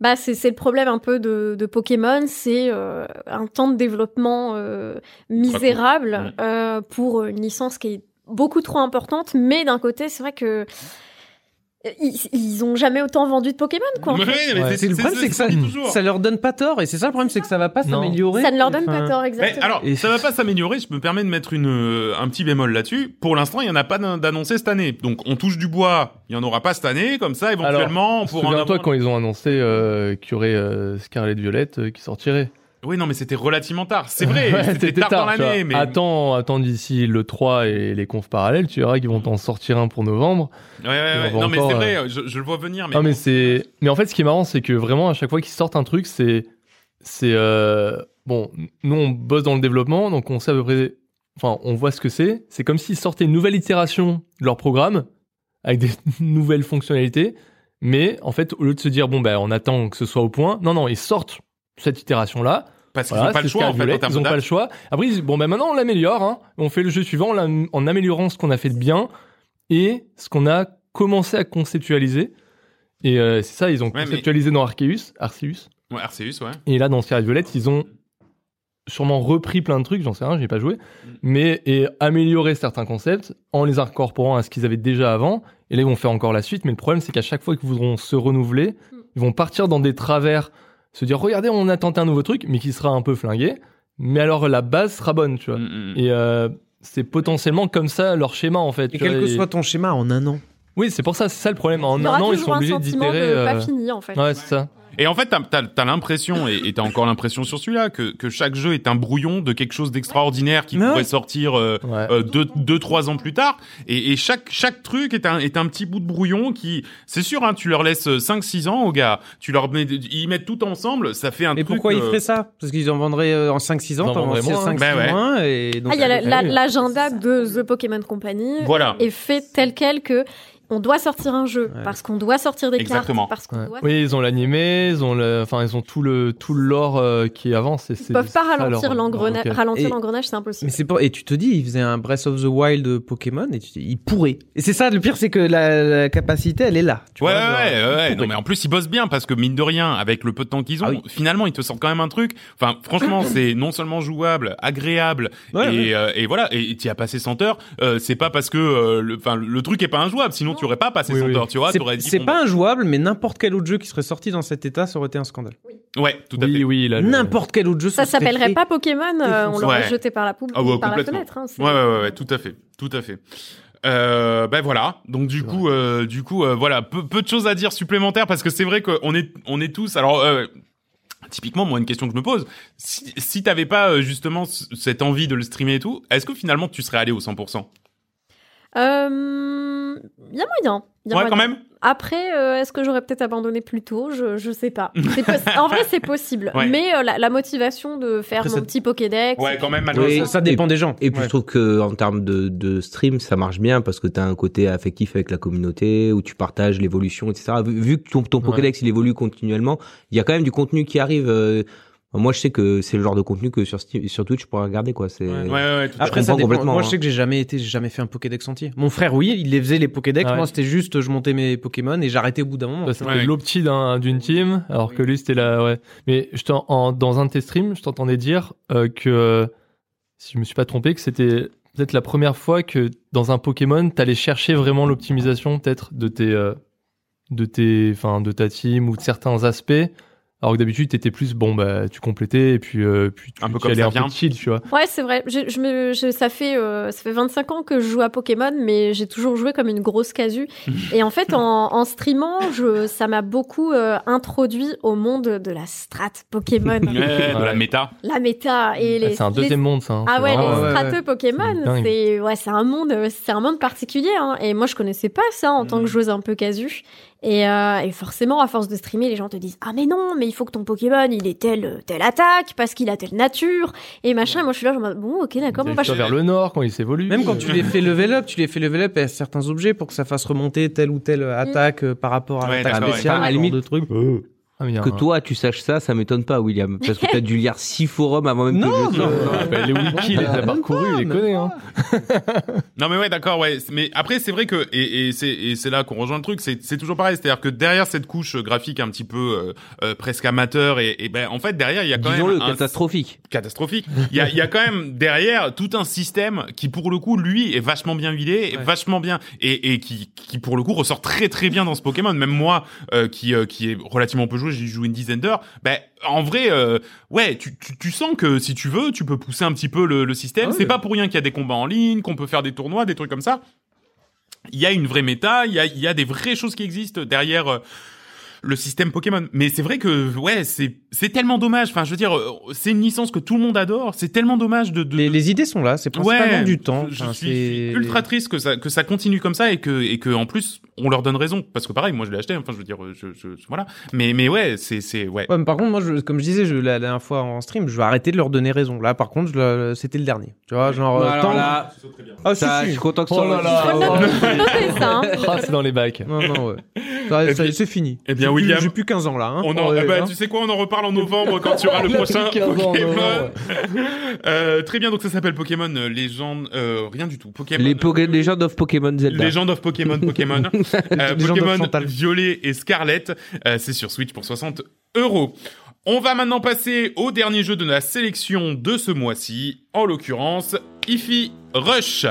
D: bah c'est c'est le problème un peu de, de Pokémon, c'est euh, un temps de développement euh, misérable euh, pour une licence qui est beaucoup trop importante. Mais d'un côté, c'est vrai que euh, ils, ils ont jamais autant vendu de Pokémon, quoi. en
A: Ouais,
D: fait.
A: mais
B: Ouais.
A: c'est-
E: C'est le problème, c'est que ça,
A: dit toujours.
E: ça leur donne pas tort. Et c'est ça le problème, c'est que ça va pas
B: Non.
E: s'améliorer.
D: Ça ne leur donne pas
E: Enfin,
D: tort,
A: Mais
D: exactement.
A: alors,
E: Et-
A: ça va pas s'améliorer. Je me permets de mettre une, euh, un petit bémol là-dessus. Pour l'instant, il y en a pas d'an- d'annoncé cette année. Donc, on touche du bois. Il y en aura pas cette année. Comme ça, éventuellement, on pourra en
B: Souviens-toi
A: avoir.
B: quand ils ont annoncé euh, qu'il y aurait euh, Scarlet Violette euh, qui sortirait.
A: Oui, non, mais c'était relativement tard. C'est vrai.
B: Ouais,
A: c'était tard, dans
B: tu vois.
A: l'année. Mais
B: Attends, attends d'ici le 3 et les confs parallèles, tu verras qu'ils vont t'en sortir un pour novembre.
A: Ouais, ouais, ouais.
B: On va
A: Non, mais
B: encore, euh,
A: c'est vrai. Je, je le vois venir. Mais,
B: Non, mais c'est. Mais en fait, ce qui est marrant, c'est que vraiment, à chaque fois qu'ils sortent un truc, c'est. C'est. euh, Bon, nous, on bosse dans le développement, donc on sait à peu près. Enfin, on voit ce que c'est. C'est comme s'ils sortaient une nouvelle itération de leur programme, avec des nouvelles fonctionnalités. Mais en fait, au lieu de se dire, bon, ben, on attend que ce soit au point, non, non, ils sortent cette itération-là.
A: parce qu'ils
B: Voilà,
A: ont pas le
B: c'est
A: choix. En
B: Scarlet
A: fait, en
B: Violet,
A: termes
B: ils ont
A: de
B: pas
A: date.
B: le choix. Après, ils disent, bon, ben maintenant, on l'améliore. hein. On fait le jeu suivant en l'am- en améliorant ce qu'on a fait de bien et ce qu'on a commencé à conceptualiser. Et euh, c'est ça, ils ont
A: Ouais, mais-
B: conceptualisé dans Arceus, Arceus.
A: Ouais, Arceus, ouais.
B: Et là, dans Sierra Violette, ils ont sûrement repris plein de trucs, j'en sais rien, j'ai pas joué,
A: Mm.
B: mais et amélioré certains concepts en les incorporant à ce qu'ils avaient déjà avant. Et là, ils vont faire encore la suite. Mais le problème, c'est qu'à chaque fois qu'ils voudront se renouveler,
D: Mm.
B: ils vont partir dans des travers, se dire regardez, on a tenté un nouveau truc, mais qui sera un peu flingué. Mais alors la base sera bonne, tu vois.
A: Mm, mm.
B: Et euh, c'est potentiellement comme ça leur schéma en fait. tu
E: Et
B: vois,
E: quel que
B: et-
E: soit ton schéma, en un an.
B: Oui, c'est pour ça, c'est ça le problème. En
D: Il y
B: un
D: aura
B: an, ils
D: toujours
B: sont
D: un
B: obligés
D: sentiment
B: d'itérer.
D: de pas
B: euh,
D: fini, en fait.
B: Ouais, c'est ça.
A: Et en fait, t'as as, l'impression, et et t'as encore l'impression sur celui-là, que, que chaque jeu est un brouillon de quelque chose d'extraordinaire qui
E: Ouais.
A: pourrait sortir euh,
B: Ouais.
A: euh, deux, deux, trois ans plus tard. Et, et chaque, chaque truc est un, est un petit bout de brouillon qui, c'est sûr, hein, tu leur laisses 5-6 ans aux gars, tu leur mets, ils mettent tout ensemble, ça fait un
E: Et
A: truc.
E: pourquoi ils
A: euh,
E: feraient ça Parce qu'ils en vendraient euh, en 5-6
B: Ils
E: ans,
B: en
E: t'en
B: vendraient
E: vendrais
B: moins, hein.
E: 5-6
A: Bah ouais.
E: moins. Et donc,
D: Ah, il y a la-
E: euh,
D: la- l'agenda de The Pokémon Company
A: Voilà.
D: est fait tel quel que on doit sortir un jeu
E: Ouais.
D: parce qu'on doit sortir des
A: Exactement.
D: cartes parce qu'on
B: Ouais.
D: doit
B: Oui, ils ont l'animé, ils ont le, enfin ils ont tout le tout l'or qui avance. Et
D: Ils peuvent pas ralentir l'engrenage.
B: l'engrenage.
E: Et-
D: Ralentir l'engrenage, c'est impossible.
E: Mais c'est pas... Et tu te dis, ils faisaient un Breath of the Wild euh, Pokémon et tu te dis, ils pourraient. Et c'est ça, le pire, c'est que la, la capacité, elle est là. Tu
A: ouais,
E: vois,
A: ouais,
E: genre-
A: ouais, ouais, ouais.
E: compris.
A: Non, mais en plus, ils bossent bien parce que mine de rien, avec le peu de temps qu'ils ont,
E: Ah oui.
A: finalement, ils te sortent quand même un truc. Enfin, franchement, c'est non seulement jouable, agréable,
E: Ouais,
A: et,
E: ouais.
A: euh, et voilà, et tu as passé 100 heures. euh, c'est pas parce que euh, le, enfin, le truc est pas injouable, sinon tu aurais pas passé
B: Oui,
A: 100
B: oui.
A: heures, tu vois.
E: C'est-
A: t'aurais dit,
E: c'est
A: bon,
E: pas injouable, mais n'importe quel autre jeu qui serait sorti dans cet état, ça aurait été un scandale.
A: Ouais, tout à fait.
B: Oui, oui, là, le-
E: N'importe quel autre jeu.
D: ça
E: serait
D: s'appellerait
E: fait-
D: pas Pokémon, euh, on l'aurait
A: Ouais.
D: jeté par la poubelle,
A: Ah ouais,
D: par la
A: complètement.
D: fenêtre. hein, c'est-
A: Ouais, ouais, ouais, ouais, tout à fait, tout à fait. Euh, ben voilà. Donc du coup, euh, du coup, euh, voilà, peu, peu de choses à dire supplémentaires parce que c'est vrai qu'on est, on est tous. Alors. Euh, Typiquement, moi, une question que je me pose, si, si t'avais pas euh, justement c- cette envie de le streamer et tout, est-ce que finalement tu serais allé au 100%
D: Euh, Il y a moyen. il y a
A: Ouais, quand
D: moyen.
A: même
D: Après, euh, est-ce que j'aurais peut-être abandonné plus tôt je, je sais pas. C'est possi- en vrai, c'est possible.
A: Ouais.
D: Mais euh, la, la motivation de faire
E: Après,
D: mon
E: ça-
D: petit Pokédex.
A: Ouais, quand même, malgré
E: Oui,
A: ça.
E: Ah, ça, dépend des gens.
C: Et puis
E: Ouais.
C: je trouve que en termes de, de stream, ça marche bien parce que tu as un côté affectif avec la communauté où tu partages l'évolution, etc. Vu, vu que ton, ton
B: Ouais.
C: Pokédex il évolue continuellement, il y a quand même du contenu qui arrive. euh, moi, je sais que c'est le genre de contenu que sur, Steam- sur Twitch, je pourrais regarder quoi. C'est
A: Ouais, ouais, ouais, tout à
E: Après,
C: comprends
E: ça dépend.
C: complètement,
E: Moi,
C: hein.
E: je sais que j'ai jamais été, j'ai jamais fait un Pokédex entier. Mon frère, oui, il les faisait les Pokédex.
B: Ouais.
E: Moi, c'était juste, je montais mes Pokémon et j'arrêtais au bout d'un moment.
B: Toi, c'était
A: Ouais.
B: l'opti d'un- d'une team, alors que lui, c'était la. Ouais. Mais je t'en- en- dans un de tes streams, je t'entendais dire euh, que, euh, si je me suis pas trompé, que c'était peut-être la première fois que dans un Pokémon, t'allais chercher vraiment l'optimisation, peut-être, de tes. euh, de tes. Enfin, de ta team ou de certains aspects. Alors que d'habitude, t'étais plus, bon, bah, tu complétais et puis, euh, puis tu,
A: Un peu
B: tu
A: comme
B: allais
A: ça
B: un peu
A: vient.
B: chill, tu vois.
D: Ouais, c'est vrai. Je, je me, je- ça, fait, euh, ça fait 25 ans que je joue à Pokémon, mais j'ai toujours joué comme une grosse casu. Et en fait, en, en streamant, je, ça m'a beaucoup euh, introduit au monde de la strat Pokémon,
A: fait. Ouais, de la
B: Ouais.
A: méta.
D: la méta et
B: Ah,
D: les.
B: c'est un
D: les-
B: deuxième monde, ça. hein.
D: Ah
B: C'est
D: ouais,
B: vraiment,
E: ouais,
D: les
E: ouais.
D: strateux
B: C'est
D: Pokémon,
B: dingue.
D: c'est ouais, c'est un monde, euh, c'est un monde particulier. hein. Et moi, je connaissais pas ça en tant
A: Mhm.
D: que joueuse un peu casu. Et, euh, et forcément, à force de streamer, les gens te disent ah mais non, mais il faut que ton Pokémon il ait telle euh, telle attaque parce qu'il a telle nature et machin. Et Moi, je suis là, je me dis bon, bah, ok, d'accord,
B: Il
D: on va.
B: va vers le nord quand il s'évolue.
E: Même quand tu
A: euh.
E: les fais level up, tu les fais level up à certains objets pour que ça fasse remonter telle ou telle
D: Mm.
E: attaque euh, par rapport à
A: Ouais,
E: l'attaque
A: d'accord,
E: spéciale,
C: ouais. À la
E: ce genre Euh.
C: limite,
E: de trucs.
B: Ah, mais il y a
C: que
B: un-
C: toi tu saches ça, ça m'étonne pas, William, parce que t'as dû lire six forums avant même
E: Non,
C: que je.
E: non.
B: Ah, bah, les wikis, il les a
E: Même pas,
B: parcourus, il les
E: même
B: connaît. Hein.
A: Non mais ouais d'accord ouais mais après c'est vrai que et, et c'est et c'est là qu'on rejoint le truc c'est c'est toujours pareil c'est-à-dire que derrière cette couche euh, graphique un petit peu euh, euh, presque amateur et, et ben en fait derrière il y a quand
C: Disons-le,
A: même un
C: catastrophique.
A: catastrophique il y a il y a quand même derrière tout un système qui pour le coup lui est vachement bien huilé est
E: Ouais.
A: vachement bien et et qui qui pour le coup ressort très très bien dans ce Pokémon même moi euh, qui euh, qui est relativement peu joué j'ai joué une dizaine d'heures ben en vrai euh, ouais tu, tu tu sens que si tu veux tu peux pousser un petit peu le, le système
E: Ah oui.
A: c'est pas pour rien qu'il y a des combats en ligne qu'on peut faire des tournois des trucs comme ça il y a une vraie méta, il y a, il y a des vraies choses qui existent derrière euh, le système Pokémon. Mais c'est vrai que ouais, c'est c'est tellement dommage. Enfin, je veux dire, euh, c'est une licence que tout le monde adore. C'est tellement dommage de, de,
E: Les,
A: de-
E: les idées sont là, c'est principalement
A: Ouais,
E: du temps.
A: Je
E: Enfin,
A: suis
E: c'est-
A: ultra triste que ça que ça continue comme ça et que et que en plus on leur donne raison parce que pareil, moi je l'ai acheté. Enfin, je veux dire, je, je- je- voilà. Mais mais ouais, c'est c'est ouais.
E: Ouais, mais par contre, moi, je- comme je disais je, la, dernière fois en stream, je vais arrêter de leur donner raison. Là, par contre, je le- c'était le dernier. Tu vois,
A: Oh
E: genre. euh, tant- Ah, si,
C: Ça, je
E: si.
C: suis content que
B: Oh
C: ça-
B: là là.
D: Faut
B: Ah,
D: noter- faut noter ça. hein.
B: Ah, c'est dans les bacs.
E: Non, non, ouais. Ça-
A: Eh
E: ça-
A: bien-
E: C'est fini.
A: eh bien,
E: J'ai plus-
A: William,
E: J'ai plus 15 ans là. hein.
A: On en,
E: Ouais,
A: eh ben,
E: hein.
A: tu sais quoi, on en reparle en novembre quand tu auras le prochain Pokémon. Euh, très bien, donc ça s'appelle Pokémon euh, Légende, euh, rien du tout. Pokémon. euh,
C: Les, Poké- les gens doivent Pokémon Zelda.
A: Legend of Pokémon Pokémon. Euh,
E: Legend of
A: Pokémon
E: Chantal.
A: Violet et Scarlet. Euh, c'est sur Switch pour 60 euros. On va maintenant passer au dernier jeu de la sélection de ce mois-ci. En l'occurrence, Ifi Rush.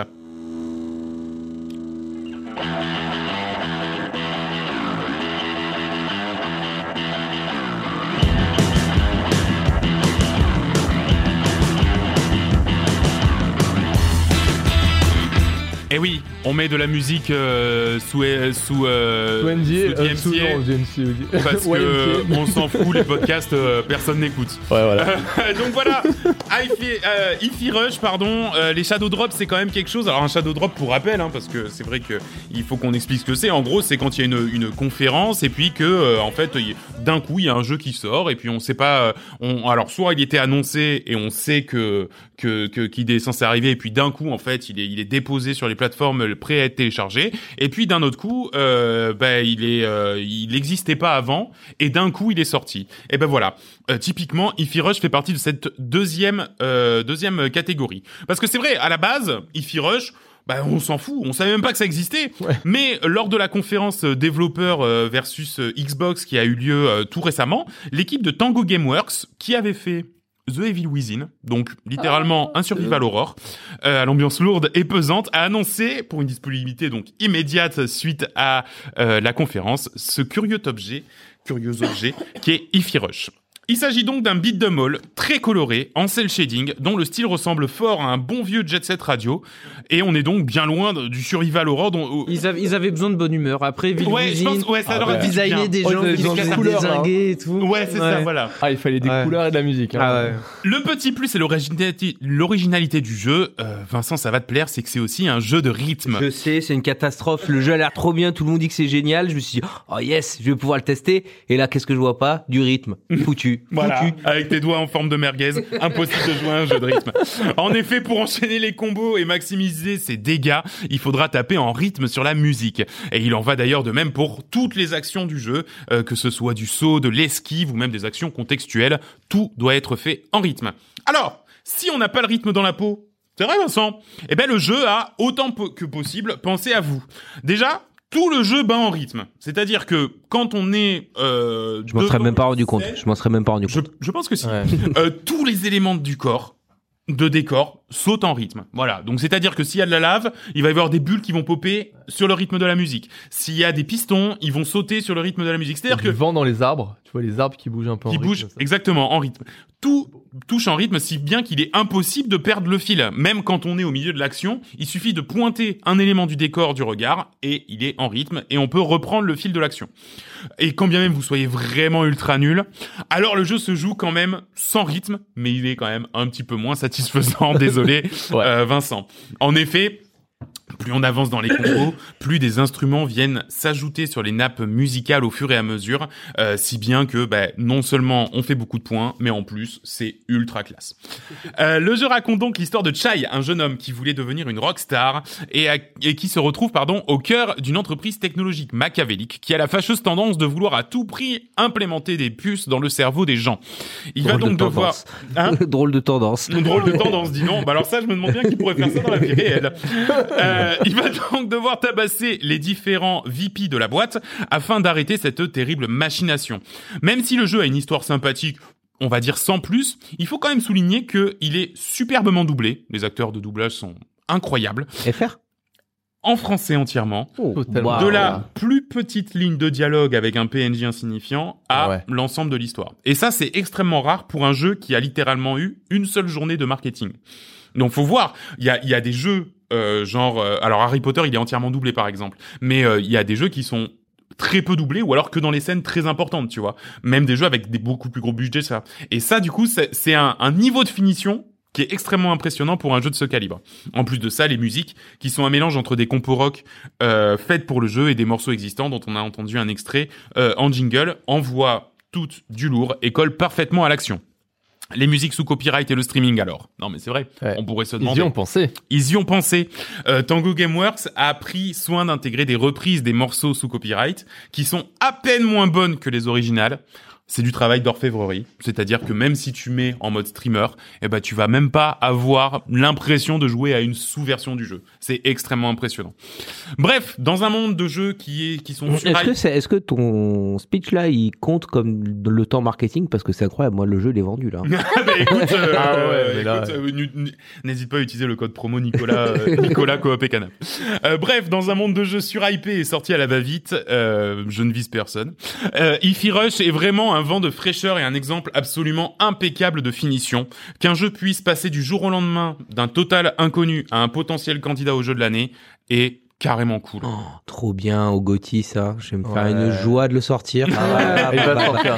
A: Eh oui, on met de la musique euh, sous euh, sous, euh,
B: Sous NDA,
A: sous
B: euh, sous-
A: DMCA,
B: non, DMCA, oui.
A: parce que
B: YMCA.
A: on s'en fout les podcasts, euh, personne n'écoute.
B: Ouais, voilà.
A: Euh, Donc voilà, Ify euh, Ify Rush, pardon, euh, les Shadow Drops, c'est quand même quelque chose. Alors un Shadow Drop, pour rappel, hein, parce que c'est vrai que il faut qu'on explique ce que c'est. En gros, c'est quand il y a une, une conférence et puis que, euh, en fait, il- d'un coup, il y a un jeu qui sort et puis on sait pas. euh, on, alors soit il était annoncé et on sait que que que- qu'il est censé arriver et puis d'un coup, en fait, il est il est déposé sur les plateformes euh, prêt à être téléchargé et puis d'un autre coup, euh, bah, il est euh, il n'existait pas avant et d'un coup, il est sorti. Et ben voilà. Euh, typiquement, Ify Rush fait partie de cette deuxième euh, deuxième catégorie. Parce que c'est vrai, à la base, Ify Rush, bah, on s'en fout, on savait même pas que ça existait.
B: Ouais.
A: Mais lors de la conférence euh, développeur euh, versus euh, Xbox qui a eu lieu euh, tout récemment, l'équipe de Tango Gameworks qui avait fait The Evil Within, donc littéralement un survival horror, euh, à l'ambiance lourde et pesante, a annoncé pour une disponibilité donc immédiate suite à euh, la conférence ce curieux objet, curieux objet qui est Ify Rush. Il s'agit donc d'un beat de all très coloré, en cel shading, dont le style ressemble fort à un bon vieux Jet Set Radio, et on est donc bien loin de- du survival horror dont... au-
E: Ils, avaient, ils avaient besoin de bonne humeur. Après, Ville
A: Ouais, je
E: Cuisine,
A: pense, ouais, ça
B: Ah
A: leur a
B: ouais.
A: fait du bien.
E: designer des
B: Oh,
E: gens
B: ils avaient
E: qui
B: besoin
E: se
B: de
E: faisaient
B: couleurs, là, hein.
E: dézinguer et tout.
A: Ouais, c'est ça,
E: Ouais.
A: voilà.
B: Ah, il fallait des
E: Ouais.
B: couleurs et de la musique. hein.
E: Ah ouais.
A: Le petit plus et l'originalité l'originalité du jeu, euh, Vincent, ça va te plaire, c'est que c'est aussi un jeu de rythme.
C: Je sais, c'est une catastrophe. Le jeu a l'air trop bien, tout le monde dit que c'est génial. Je me suis dit, oh yes, je vais pouvoir le tester. Et là, qu'est-ce que je vois pas Du rythme. Foutu.
A: Voilà,
C: Foutu.
A: avec tes doigts en forme de merguez, impossible de jouer à un jeu de rythme. En effet, pour enchaîner les combos et maximiser ses dégâts, il faudra taper en rythme sur la musique. Et il en va d'ailleurs de même pour toutes les actions du jeu, euh, que ce soit du saut, de l'esquive ou même des actions contextuelles, tout doit être fait en rythme. Alors, si on n'a pas le rythme dans la peau, c'est vrai Vincent, eh ben le jeu a autant po- que possible pensé à vous. Déjà, tout le jeu bat en rythme. C'est-à-dire que quand on est... Euh,
C: Je m'en serais
A: devant
C: même pas
A: le
C: rendu compte.
A: sel,
C: Je m'en serais même pas rendu
A: je,
C: compte.
A: je pense que si.
B: Ouais.
A: Euh, tous les éléments du corps, de décor, sautent en rythme. Voilà. Donc c'est-à-dire que s'il y a de la lave, il va y avoir des bulles qui vont popper sur le rythme de la musique. S'il y a des pistons, ils vont sauter sur le rythme de la musique.
B: Il y a
A: C'est-à-dire
B: du
A: que
B: vent dans les arbres, tu vois les arbres qui bougent un peu. en
A: qui
B: rythme,
A: bouge
B: ça.
A: exactement en rythme. Tout touche en rythme si bien qu'il est impossible de perdre le fil. Même quand on est au milieu de l'action, il suffit de pointer un élément du décor du regard et il est en rythme et on peut reprendre le fil de l'action. Et quand bien même vous soyez vraiment ultra nul, alors le jeu se joue quand même sans rythme, mais il est quand même un petit peu moins satisfaisant, désolé
B: Ouais.
A: euh, Vincent. En effet, plus on avance dans les combos, plus des instruments viennent s'ajouter sur les nappes musicales au fur et à mesure, euh, si bien que bah, non seulement on fait beaucoup de points, mais en plus c'est ultra classe. Euh, le jeu raconte donc l'histoire de Chai, un jeune homme qui voulait devenir une rockstar et, à- et qui se retrouve pardon au cœur d'une entreprise technologique machiavélique qui a la fâcheuse tendance de vouloir à tout prix implémenter des puces dans le cerveau des gens. Il va
C: Drôle
A: donc
C: de
A: devoir
C: tendance.
A: Hein
C: Drôle de tendance.
A: une drôle de tendance, dis non. Bah alors ça, je me demande bien qui pourrait faire ça dans la vie réelle. Euh, il va donc devoir tabasser les différents VP de la boîte afin d'arrêter cette terrible machination. Même si le jeu a une histoire sympathique, on va dire sans plus, il faut quand même souligner que il est superbement doublé. Les acteurs de doublage sont incroyables.
C: FR
A: En français entièrement.
B: Totalement.
C: Waouh.
A: De la plus petite ligne de dialogue avec un PNJ insignifiant à
B: Ouais.
A: l'ensemble de l'histoire. Et ça, c'est extrêmement rare pour un jeu qui a littéralement eu une seule journée de marketing. Donc, faut voir. Il y a, il y a des jeux euh, genre, euh, alors Harry Potter, il est entièrement doublé par exemple, mais euh, il y a des jeux qui sont très peu doublés ou alors que dans les scènes très importantes, tu vois. Même des jeux avec des beaucoup plus gros budgets, ça. Et ça, du coup, c'est c'est un, un niveau de finition qui est extrêmement impressionnant pour un jeu de ce calibre. En plus de ça, les musiques, qui sont un mélange entre des compos rock euh, faites pour le jeu et des morceaux existants dont on a entendu un extrait euh, en jingle envoie toutes du lourd et colle parfaitement à l'action. Les musiques sous copyright et le streaming alors. Non mais c'est vrai,
B: Ouais.
A: on pourrait se
B: Ils y
A: demander.
B: ont pensé.
A: Ils y ont pensé. Euh, Tango Gameworks a pris soin d'intégrer des reprises des morceaux sous copyright qui sont à peine moins bonnes que les originales. C'est du travail d'orfèvrerie, c'est-à-dire que même si tu mets en mode streamer, eh ben tu vas même pas avoir l'impression de jouer à une sous-version du jeu. C'est extrêmement impressionnant. Bref, dans un monde de jeux qui est qui sont sur
C: Est-ce que, c'est- est-ce que ton speech là, il compte comme le temps marketing Parce que c'est incroyable. Moi, le jeu, il est vendu là.
A: Ah bah écoute, euh,
B: Ah ouais, mais
A: écoute,
B: là-
A: euh, n- n- n'hésite pas à utiliser le code promo Nicolas euh, Nicolas Coop et Canap. Euh, bref, dans un monde de jeux surhypé et sorti à la va-vite, euh, je ne vise personne. Euh, Ify Rush est vraiment un vent de fraîcheur et un exemple absolument impeccable de finition. Qu'un jeu puisse passer du jour au lendemain d'un total inconnu à un potentiel candidat au jeu de l'année est carrément cool.
C: Oh, trop bien au Gotti ça. Je vais me faire
B: Ouais.
C: une joie de le sortir.
B: Ah, il va
C: Bah, bah, bah.
B: sortir.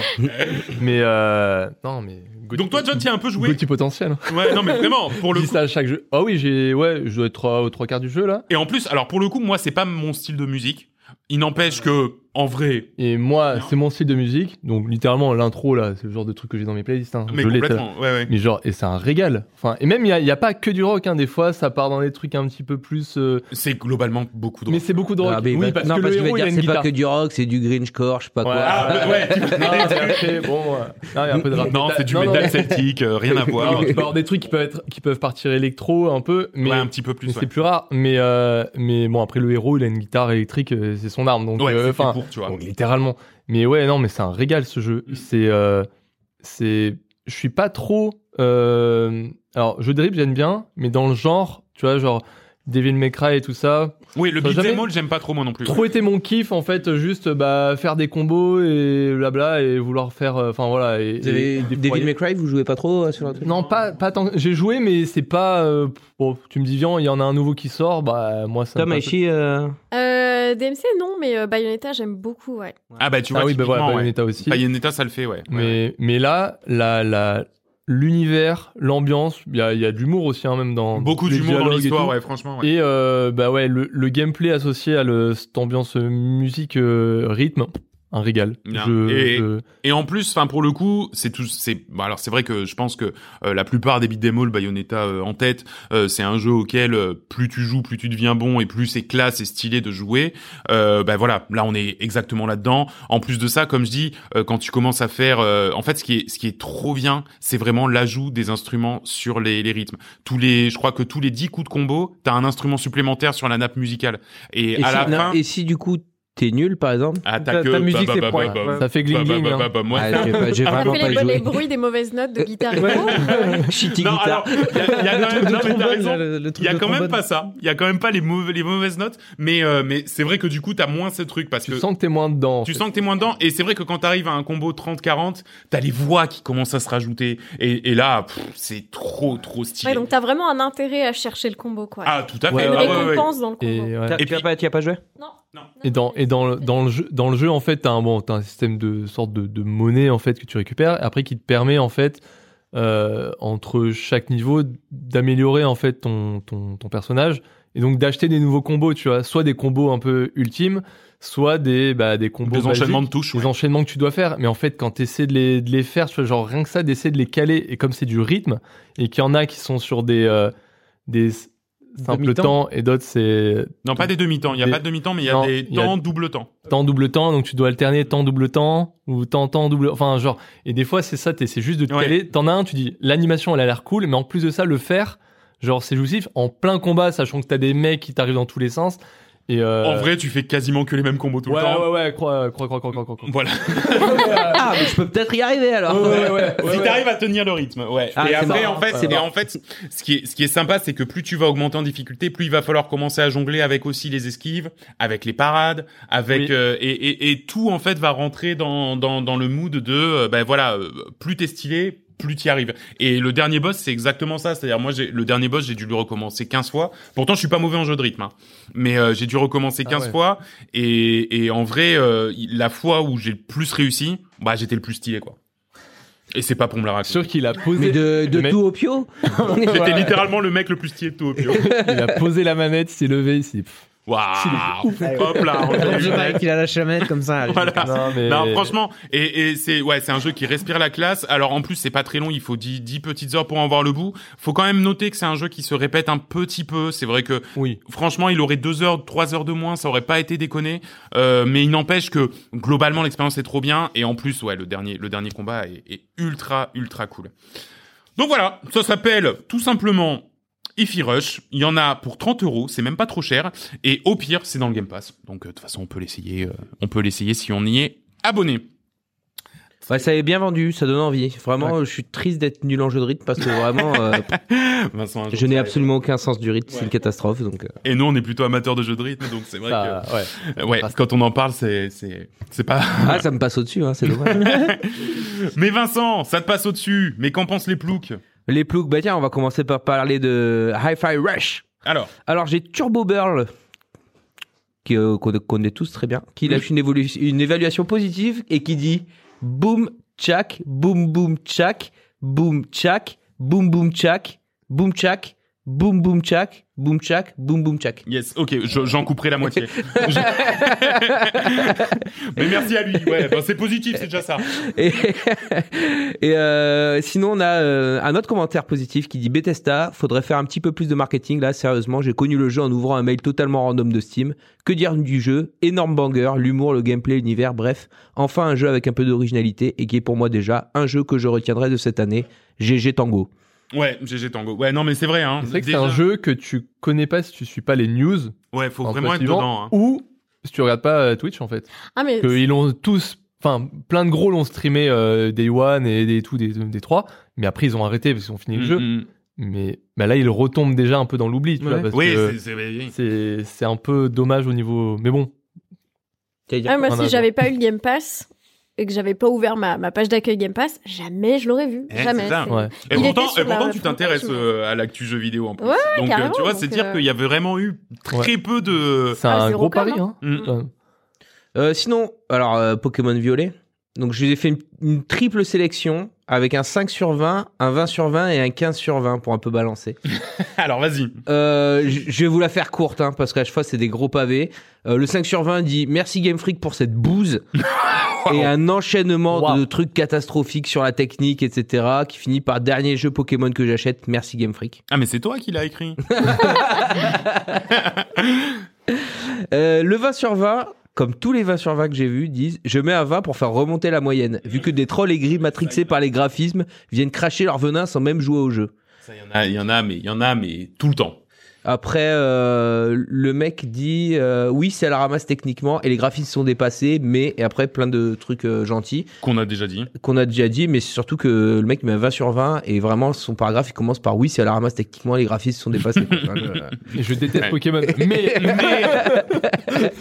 B: mais euh, non, mais.
A: Donc toi, John, tu as un peu joué.
B: Petit potentiel.
A: Ouais, non mais vraiment, pour le
B: Je dis
A: coup.
B: ça à chaque jeu. Ah oui, j'ai ouais, je dois être trois- aux trois quarts du jeu là.
A: Et en plus, alors pour le coup, moi, c'est pas mon style de musique. Il n'empêche que, en vrai,
B: Et moi,
A: Non.
B: c'est mon style de musique. Donc littéralement l'intro là, c'est le genre de truc que j'ai dans mes playlists. hein.
A: Mais
B: Je l'ai, ça.
A: complètement, ouais, ouais.
B: Mais genre, et c'est un régal. Enfin, et même, il n'y a, il y a pas que du rock, hein. des fois, ça part dans des trucs un petit peu plus. euh,
A: C'est globalement beaucoup de
B: Mais c'est beaucoup de rock.
C: Ah, mais il
B: oui,
C: va-
B: parce
C: non,
B: que
C: parce
B: le
C: qu'il va
B: héros, il
C: dire
B: a une
C: c'est pas
B: guitare.
C: que du rock, c'est du grunge-core, je sais pas
B: Ouais.
C: quoi.
A: Ah, bah, ouais, tu-
B: Non, mais après, bon, euh, non, il y a un peu de rap
A: Non,
B: métal.
A: c'est du
B: Non, non,
A: métal
B: mais-
A: celtique, euh, rien à voir.
B: non, tu peux avoir des trucs qui peuvent, être, qui peuvent partir électro un peu, mais,
A: Ouais, un petit peu
B: mais
A: plus.
B: c'est
A: ouais.
B: plus rare. Mais, euh, mais bon, après, le héros, il a une guitare électrique, euh, c'est son arme. Donc,
A: Ouais,
B: euh,
A: c'est
B: enfin,
A: pour, tu vois.
B: Bon, littéralement. Mais ouais, non, mais c'est un régal ce jeu.
A: Mm.
B: C'est, euh, c'est, je suis pas trop. euh, alors, jeu de dribble j'aime bien, mais dans le genre, tu vois, genre Devil May Cry et tout ça.
A: Oui, le
B: Ça
A: beat
B: jamais-
A: them all, j'aime pas trop moi non plus.
B: Trop était mon kiff en fait, euh, juste bah faire des combos et blabla et vouloir faire, euh, enfin voilà. Et,
C: Vous avez
B: et
C: David
B: déployer.
C: McRae, vous jouez pas trop euh, sur un truc
B: Non, pas pas tant. J'ai joué, mais c'est pas. euh, bon, tu me dis viens, il y en a un nouveau qui sort, bah moi ça. me
C: Tom
B: passe-
C: Aichi,
A: Ah,
C: euh,
D: Euh, DMC, non, mais euh, Bayonetta, j'aime beaucoup, ouais.
A: Ah bah tu vois,
B: Ah oui, bah voilà,
A: typiquement, ouais.
B: Bayonetta aussi.
A: Bayonetta, ça le fait, ouais.
B: Mais,
A: Ouais, ouais.
B: mais là, la, la, l'univers, l'ambiance, il y a, il y a de l'humour aussi, hein, même dans.
A: beaucoup
B: les
A: d'humour dans
B: dialogues et
A: l'histoire,
B: tout.
A: ouais, franchement. ouais.
B: Et euh, bah ouais, le, le gameplay associé à le, cette ambiance musique euh, rythme, un régal.
A: Bien.
B: Je-
A: Et-
B: je-
A: Et en plus, enfin pour le coup, c'est tout. C'est bon, alors c'est vrai que je pense que euh, la plupart des beat'em all, Bayonetta euh, en tête, euh, c'est un jeu auquel euh, plus tu joues, plus tu deviens bon et plus c'est classe et stylé de jouer. Euh, bah voilà, là on est exactement là-dedans. En plus de ça, comme je dis, euh, quand tu commences à faire, euh, en fait, ce qui est ce qui est trop bien, c'est vraiment l'ajout des instruments sur les, les rythmes. Tous les, je crois que tous les 10 coups de combo, t'as un instrument supplémentaire sur la nappe musicale. Et,
C: et
A: à
C: si-
A: la
C: non,
A: fin,
C: et si du coup t'es nul par exemple
A: ah,
E: ta-
A: t'as que
E: ta musique, c'est
A: bah, bah,
E: point.
A: bah,
E: Ouais.
B: ça fait gling gling.
A: bah, bah,
B: hein.
A: bah, bah, moi,
C: Ah, j'ai pas- J'ai
D: Ça
C: vraiment
D: fait
C: pas
D: les, bo- les
C: joué.
D: bruits des mauvaises notes de guitare. et tout.
C: Shitty
A: Non, alors,
C: guitar.
A: il y a, y a quand même, non, mais t'as raison. Il y a quand même
E: pas
A: pas ça. Il y a quand même pas les, mauvais- les mauvaises notes. Mais, euh, mais c'est vrai que du coup, t'as moins ce truc parce
B: Tu
A: que
B: sens que t'es moins dedans. en
A: tu
B: fait.
A: sens que t'es moins dedans. Et c'est vrai que quand t'arrives à un combo 30-40, t'as les voix qui commencent à se rajouter. Et, et là, pff, c'est trop, trop stylé.
D: Ouais, donc t'as vraiment un intérêt à chercher le combo, quoi.
A: ah, tout à fait.
B: Ouais,
D: Une
A: Ah, ouais, ouais.
D: récompense dans le combo.
B: Et, ouais.
C: T'as-
A: Et
C: tu as
A: puis-
C: pas- tu as pas joué
D: Non.
B: Et dans et dans le dans le jeu dans le jeu en fait t'as un bon t'as un système de sorte de, de monnaie en fait que tu récupères après qui te permet en fait euh, entre chaque niveau d'améliorer en fait ton, ton ton personnage et donc d'acheter des nouveaux combos tu vois soit des combos un peu ultimes soit des bah, des combos
A: Des enchaînements
B: basiques,
A: de touches.
B: des
A: ouais.
B: enchaînements que tu dois faire mais en fait quand t'essaies de les de les faire tu vois genre rien que ça d'essayer de les caler et comme c'est du rythme et qu'il y en a qui sont sur des euh, des simples
E: Demi-temps.
B: temps et d'autres c'est
A: Non, pas des demi-temps. Il y a
B: Des-
A: pas de demi-temps, mais il y a
B: Non,
A: des
B: il y a-
A: temps double temps.
B: temps double temps donc tu dois alterner temps double temps ou temps temps double enfin genre et des fois c'est ça t'es- c'est juste de te
A: Ouais.
B: caler t'en as un tu dis l'animation elle a l'air cool mais en plus de ça le faire genre c'est jouissif en plein combat sachant que t'as des mecs qui t'arrivent dans tous les sens et euh,
A: En vrai, tu fais quasiment que les mêmes combos tout
B: ouais,
A: le temps.
B: ouais ouais crois crois crois crois crois crois, crois.
A: Voilà. euh,
C: Ah, mais je peux peut-être y arriver alors.
B: Ouais, ouais, ouais, ouais,
A: si
B: ouais.
A: t'arrives à tenir le rythme, ouais.
C: Ah,
A: et
C: c'est
A: après,
C: marrant,
A: en fait,
C: c'est
A: et en fait, ce qui est, ce qui est sympa, c'est que plus tu vas augmenter en difficulté, plus il va falloir commencer à jongler avec aussi les esquives, avec les parades, avec
B: Oui.
A: euh, et, et, et tout en fait va rentrer dans dans dans le mood de euh, ben voilà, euh, plus t'es stylé plus t'y arrives. Et le dernier boss, c'est exactement ça. C'est-à-dire, moi, j'ai, le dernier boss, j'ai dû le recommencer 15 fois. Pourtant, je suis pas mauvais en jeu de rythme, hein. mais euh, j'ai dû recommencer
B: Ah
A: 15
B: ouais.
A: fois. Et, et en vrai, euh, la fois où j'ai le plus réussi, bah, j'étais le plus stylé, quoi. Et c'est pas pour me la raconter.
B: sûr qu'il a
C: Mais
B: posé
A: Oh.
C: de, de
B: Mais-
C: tout au pio On est-
A: J'étais littéralement le mec le plus stylé de tout au pire.
B: il a posé la manette il s'est levé il s'est pff,
A: Waouh Hop là on fait les
E: Ah, Je parie
A: lunettes.
E: qu'il a lâché la manette comme ça.
A: Voilà.
B: non mais
A: Non, franchement, et, et c'est ouais, c'est un jeu qui respire la classe. Alors en plus, c'est pas très long, il faut 10, 10 petites heures pour en voir le bout. Faut quand même noter que c'est un jeu qui se répète un petit peu. C'est vrai que
B: oui
A: franchement, il aurait deux heures, trois heures de moins, ça aurait pas été déconné. Euh, mais il n'empêche que globalement, l'expérience est trop bien. Et en plus, ouais, le dernier, le dernier combat est, est ultra, ultra cool. Donc voilà, ça s'appelle tout simplement Ify Rush. Il y en a pour 30 euros, c'est même pas trop cher. Et au pire, c'est dans le Game Pass. Donc euh, de toute façon, on peut l'essayer. euh, on peut l'essayer si on y est abonné.
C: Ouais, ça est bien vendu, ça donne envie. Vraiment, je suis triste d'être nul en jeu de rythme parce que vraiment, euh,
A: Vincent, un jour,
C: je n'ai
A: ça-
C: absolument aucun sens du rythme, c'est une catastrophe. Donc, euh.
A: Et nous, on est plutôt amateurs de jeux de rythme, donc c'est vrai
B: ça, ouais
A: que euh, ouais, quand on en parle, c'est c'est c'est pas
C: ah, ça me passe au-dessus, hein, c'est dommage.
A: Mais Vincent, ça te passe au-dessus. Mais qu'en pensent les ploucs
C: Les ploucs, bah tiens, on va commencer par parler de Hi-Fi Rush.
A: Alors,
C: Alors j'ai Turbo Burl qui, euh, qu'on connaît tous très bien, qui lâche une, évolu- une évaluation positive et qui dit boum tchac, boum boum tchac, boum tchac, boum boum tchac, boum tchac, boum boum tchac, boum tchac, boum boum tchac.
A: Yes, ok, je- j'en couperai la moitié. Je- Mais merci à lui, ouais, ben c'est positif, c'est déjà ça.
C: Et, et, euh, sinon, on a euh, un autre commentaire positif qui dit Bethesda, faudrait faire un petit peu plus de marketing là, sérieusement. J'ai connu le jeu en ouvrant un mail totalement random de Steam. Que dire du jeu Énorme banger, l'humour, le gameplay, l'univers, bref. Enfin, un jeu avec un peu d'originalité et qui est pour moi déjà un jeu que je retiendrai de cette année. GG Tango.
A: Ouais, GG Tango. Ouais, non, mais c'est vrai, hein.
B: c'est vrai que c'est
A: Déjà-
B: un jeu que tu connais pas si tu suis pas les news
A: Ouais, faut
B: en
A: vraiment être
B: suivant,
A: dedans. hein.
B: ou si tu regardes pas euh, Twitch en fait
D: Ah, mais
B: que ils l'ont tous enfin plein de gros l'ont streamé euh, Day One et des tout des, des trois mais après ils ont arrêté parce qu'ils ont fini le
A: Mm,
B: jeu
A: mm.
B: Mais bah là, il retombe déjà un peu dans l'oubli, tu
E: Ouais.
B: vois, parce
A: Oui,
B: que
A: c'est- c'est- oui.
B: c'est c'est un peu dommage au niveau. Mais bon,
C: C'est-à-dire-
D: Ah, moi,
B: un
D: si
B: agent.
D: j'avais pas eu le Game Pass et que j'avais pas ouvert ma, ma page d'accueil Game Pass, jamais je l'aurais vu.
A: Eh, c'est
D: jamais.
A: ça.
D: c'est-
B: ouais.
A: Et
D: Il
A: pourtant,
D: était sur
A: et pourtant,
D: la
A: tu t'intéresses
D: présentation.
A: euh, à l'actu jeu vidéo en plus.
D: Ouais, ouais,
A: donc euh,
D: carrément,
A: tu vois, c'est
D: donc,
A: dire
D: euh,
A: qu'il y avait vraiment eu très peu de.
B: C'est
D: Ah,
B: un
D: c'est
B: gros
D: record,
B: pari, hein.
A: Mm.
B: Ouais.
C: Euh, sinon, alors euh, Pokémon Violet. Donc je vous ai fait une, une triple sélection avec un 5 sur 20, un 20 sur 20 et un 15 sur 20 pour un peu balancer.
A: Alors vas-y.
C: Euh, je je vais vous la faire courte hein, parce qu'à chaque fois c'est des gros pavés. Euh, le 5 sur 20 dit merci Game Freak pour cette bouse et un enchaînement
B: Wow.
C: de trucs catastrophiques sur la technique, etc. qui finit par dernier jeu Pokémon que j'achète, merci Game Freak.
A: Ah mais c'est toi qui l'as écrit.
C: Euh, le 20 sur 20, comme tous les 20 sur 20 que j'ai vus, disent Je mets un 20 pour faire remonter la moyenne, vu que des trolls aigris matrixés par les graphismes viennent cracher leur venin sans même jouer au jeu.
A: Ça, Il y en a, il y en a, mais il y en a, mais tout le temps.
C: Après, euh, le mec dit euh, Oui, c'est à la ramasse techniquement, et les graphismes sont dépassés, mais. Et après, plein de trucs euh, gentils
A: Qu'on a déjà dit.
C: qu'on a déjà dit, mais c'est surtout que le mec met un 20 sur 20, et vraiment, son paragraphe, il commence par Oui, c'est à la ramasse techniquement, les graphismes sont dépassés. Enfin, euh, je-
B: Et je déteste
A: Ouais.
B: Pokémon. Mais,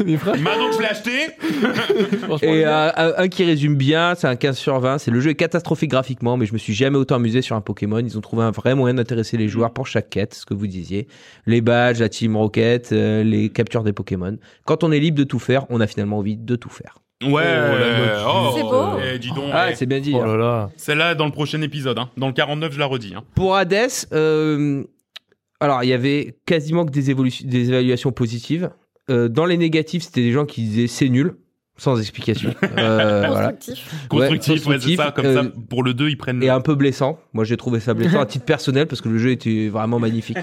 B: mais frère,
A: Manon, je l'ai acheté.
B: franchement, les
C: Et
B: gars,
C: euh, un, un qui résume bien, c'est un 15 sur 20. C'est le jeu est catastrophique graphiquement, mais je me suis jamais autant amusé sur un Pokémon. Ils ont trouvé un vrai moyen d'intéresser les joueurs pour chaque quête, ce que vous disiez. Les badges, la Team Rocket, euh, les captures des Pokémon. Quand on est libre de tout faire, on a finalement envie de tout faire.
A: Ouais.
B: la
A: oh,
D: C'est beau.
A: eh, dis donc.
C: Ah,
A: eh.
C: c'est bien dit.
B: oh
C: hein.
B: là là.
A: Celle-là dans le prochain épisode. hein. Dans le 49, je la redis. hein.
C: Pour Hades, euh, alors il y avait quasiment que des, évolu- des évaluations positives. Euh, dans les négatifs, c'était des gens qui disaient c'est nul, sans explication.
B: Bah,
C: Euh, voilà.
D: Constructif.
A: Constructif, ouais, c'est
C: constructif,
A: ça. Comme
C: euh,
A: ça, pour le 2, ils prennent.
C: et un peu blessant. Moi, j'ai trouvé ça blessant à titre personnel parce que le jeu était vraiment magnifique.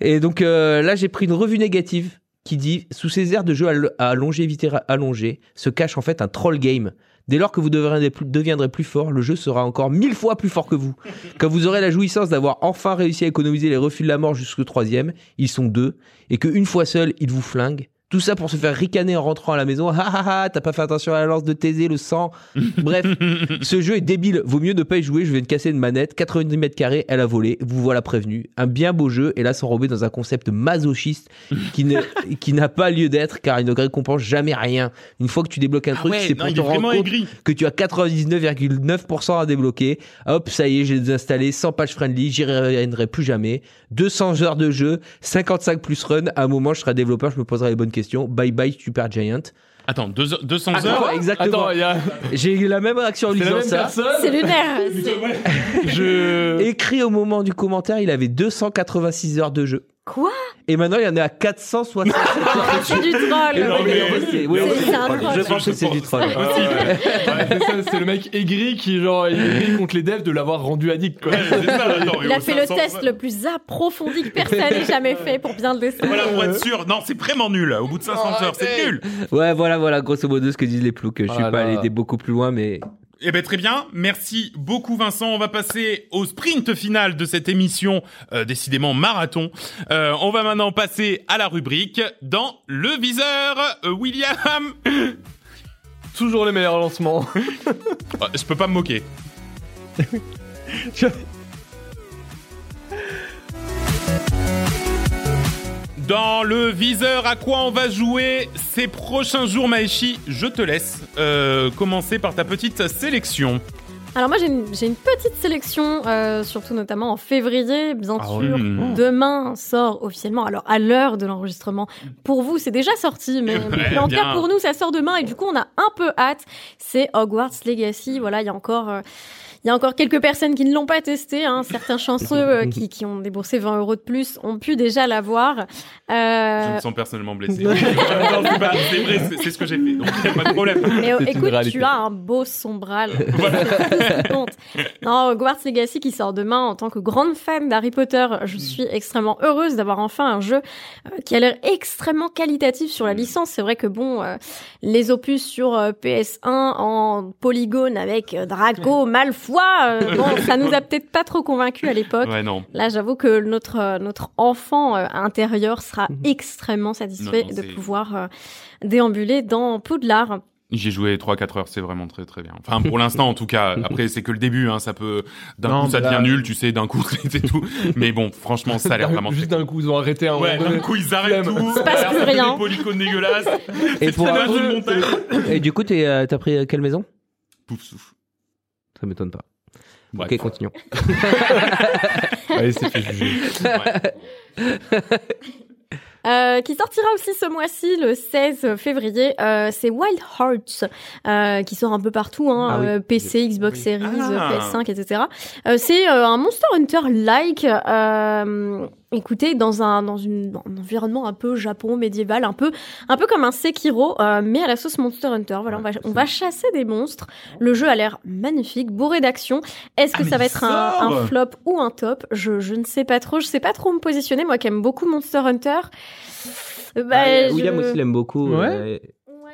C: Et donc euh, là, j'ai pris une revue négative qui dit sous ces airs de jeu à l- à longévité ra- allongée se cache en fait un troll game. Dès lors que vous deviendrez plus, deviendrez plus fort, le jeu sera encore mille fois plus fort que vous. Quand vous aurez la jouissance d'avoir enfin réussi à économiser les refus de la mort jusqu'au troisième, ils sont deux, et que une fois seul, ils vous flinguent. Tout ça pour se faire ricaner en rentrant à la maison. Ah ah ah, t'as pas fait attention à la lance de Thésée, le sang. Bref, ce jeu est débile, vaut mieux ne pas y jouer, je viens de casser une manette, 90 mètres carrés, elle a volé, vous voilà prévenu. Un bien beau jeu, et là s'enrober dans un concept masochiste qui ne- qui n'a pas lieu d'être, car il ne récompense jamais rien. Une fois que tu débloques un
A: Ah
C: truc,
A: ouais,
C: c'est
A: non,
C: pour
A: il
C: te
A: est
C: rendre
A: vraiment
C: compte
A: aigri.
C: que tu as 99,9% à débloquer. Hop, ça y est, j'ai désinstallé, 100 pages friendly, j'y reviendrai plus jamais. 200 heures de jeu, 55 plus run, à un moment je serai développeur, je me poserai les bonnes questions. Bye bye Super Giant.
A: Attends, deux heures- 200
D: Ah,
C: Attends,
A: heures.
C: ouais, exactement.
B: Attends, il y a
C: J'ai eu la même réaction en
B: c'est la
C: lisant
B: même
C: ça.
D: C'est
B: personne. euh.
D: lunaire. c'est-
B: Je.
C: Écrit au moment du commentaire, il avait 286 heures de jeu.
D: Quoi
C: Et maintenant, il y en a à 467.
D: C'est du
C: Et non,
D: troll.
C: mais- oui, oui,
D: C'est-
C: oui,
D: c'est un
C: oui,
D: troll.
C: Je pense que c'est du troll.
A: C'est possible.
B: Ouais, c'est ça, c'est le mec aigri qui, genre, est aigri contre les devs de l'avoir rendu addict, quoi.
A: Ouais, c'est ça, attends,
D: Il a
A: au
D: fait le
A: 500,
D: test le plus approfondi que personne n'ait jamais fait pour bien le dessiner.
A: Voilà, pour être sûr. Non, c'est vraiment nul. Au bout de 500 heures, c'est nul.
C: Ouais, voilà, voilà, grosso modo ce que disent les ploucs. Je suis
B: Ah
C: pas
B: là.
C: allé des- beaucoup plus loin, mais
A: Eh ben très bien, merci beaucoup Vincent. On va passer au sprint final de cette émission, euh, décidément marathon. Euh, on va maintenant passer à la rubrique dans le viseur. Euh, William,
B: Toujours les meilleurs lancements.
A: Oh, je peux pas me moquer. Dans le viseur, à quoi on va jouer ces prochains jours, Maeshi Je te laisse euh, commencer par ta petite sélection.
D: Alors moi j'ai une, j'ai une petite sélection, euh, surtout notamment en février, bien
B: Ah
D: sûr.
A: Hmm.
D: Demain sort officiellement, alors à l'heure de l'enregistrement, pour vous c'est déjà sorti, mais,
A: Ouais,
D: mais en tout
A: bien.
D: cas pour nous ça sort demain et du coup on a un peu hâte, c'est Hogwarts Legacy, voilà il y a encore... euh, il y a encore quelques personnes qui ne l'ont pas testé. Hein. Certains chanceux euh, qui, qui ont déboursé 20 euros de plus ont pu déjà l'avoir.
A: Je
D: Euh,
A: me sens personnellement blessé. Non, c'est pas- c'est vrai, c'est- c'est ce que j'ai fait, donc y a pas de problème.
D: Mais euh,
B: C'est une
D: écoute,
B: réalité.
D: tu as un beau sombral. C'est tout ce qui compte. non, Hogwarts Legacy qui sort demain en tant que grande fan d'Harry Potter,
A: Mm.
D: je suis extrêmement heureuse d'avoir enfin un jeu euh, qui a l'air extrêmement qualitatif sur
A: Mm.
D: la licence. C'est vrai que bon, euh, les opus sur euh, PS1 en polygone avec euh, Draco, Malfoy, euh, bon, ça nous a peut-être pas trop convaincus à l'époque.
A: Ouais, non.
D: Là, j'avoue que notre euh, notre enfant euh, intérieur sera
C: Mhm.
D: extrêmement
A: Mm-hmm.
D: satisfait
A: Non, non,
D: de
A: c'est-
D: pouvoir euh, déambuler dans Poudlard.
A: J'ai joué 3-4 heures, c'est vraiment très très bien. Enfin, pour l'instant en tout cas. Après, c'est que le début, hein, ça peut d'un
E: Non,
A: coup ça
E: mais là-
A: devient nul, tu sais, d'un coup c'est tout. Mais bon, franchement, ça a l'air vraiment.
B: Juste d'un coup, ils ont arrêté un
A: Ouais,
B: moment
A: d'un
B: donné.
A: coup ils arrêtent
B: Flemme.
A: tout.
D: se passe
A: ça a
D: plus
A: l'air de
D: rien.
A: Des polygones dégueulasses.
C: Et,
A: C'est
C: pour-
A: très bien, une montagne.
C: et du coup, t'es, euh, t'as pris euh, quelle maison
A: Pouf souffle.
C: Ça m'étonne pas.
A: Bref.
C: Ok, continuons.
B: Allez, c'est fait juger.
A: Ouais.
D: Euh, qui sortira aussi ce mois-ci, le 16 février, euh, c'est Wild Hearts, euh, qui sort un peu partout, hein,
C: Ah oui.
D: euh, PC, Xbox
C: Oui.
D: Series,
A: Ah.
D: euh, PS5, etc. Euh, c'est euh, un Monster Hunter-like, euh, écoutez, dans un, dans, une, dans un environnement un peu Japon médiéval, un peu, un peu comme un Sekiro, euh, mais à la sauce Monster Hunter. Voilà, on va, on va chasser des monstres. Le jeu a l'air magnifique, bourré d'action. Est-ce que
A: Ah, mais
D: ça va
A: il
D: être un,
A: sort
D: un flop ou un top je, je ne sais pas trop. Je sais pas trop où me positionner. Moi qui aime beaucoup Monster Hunter. euh, Bah,
C: Ah,
D: je-
C: William aussi l'aime beaucoup.
E: Ouais.
C: euh,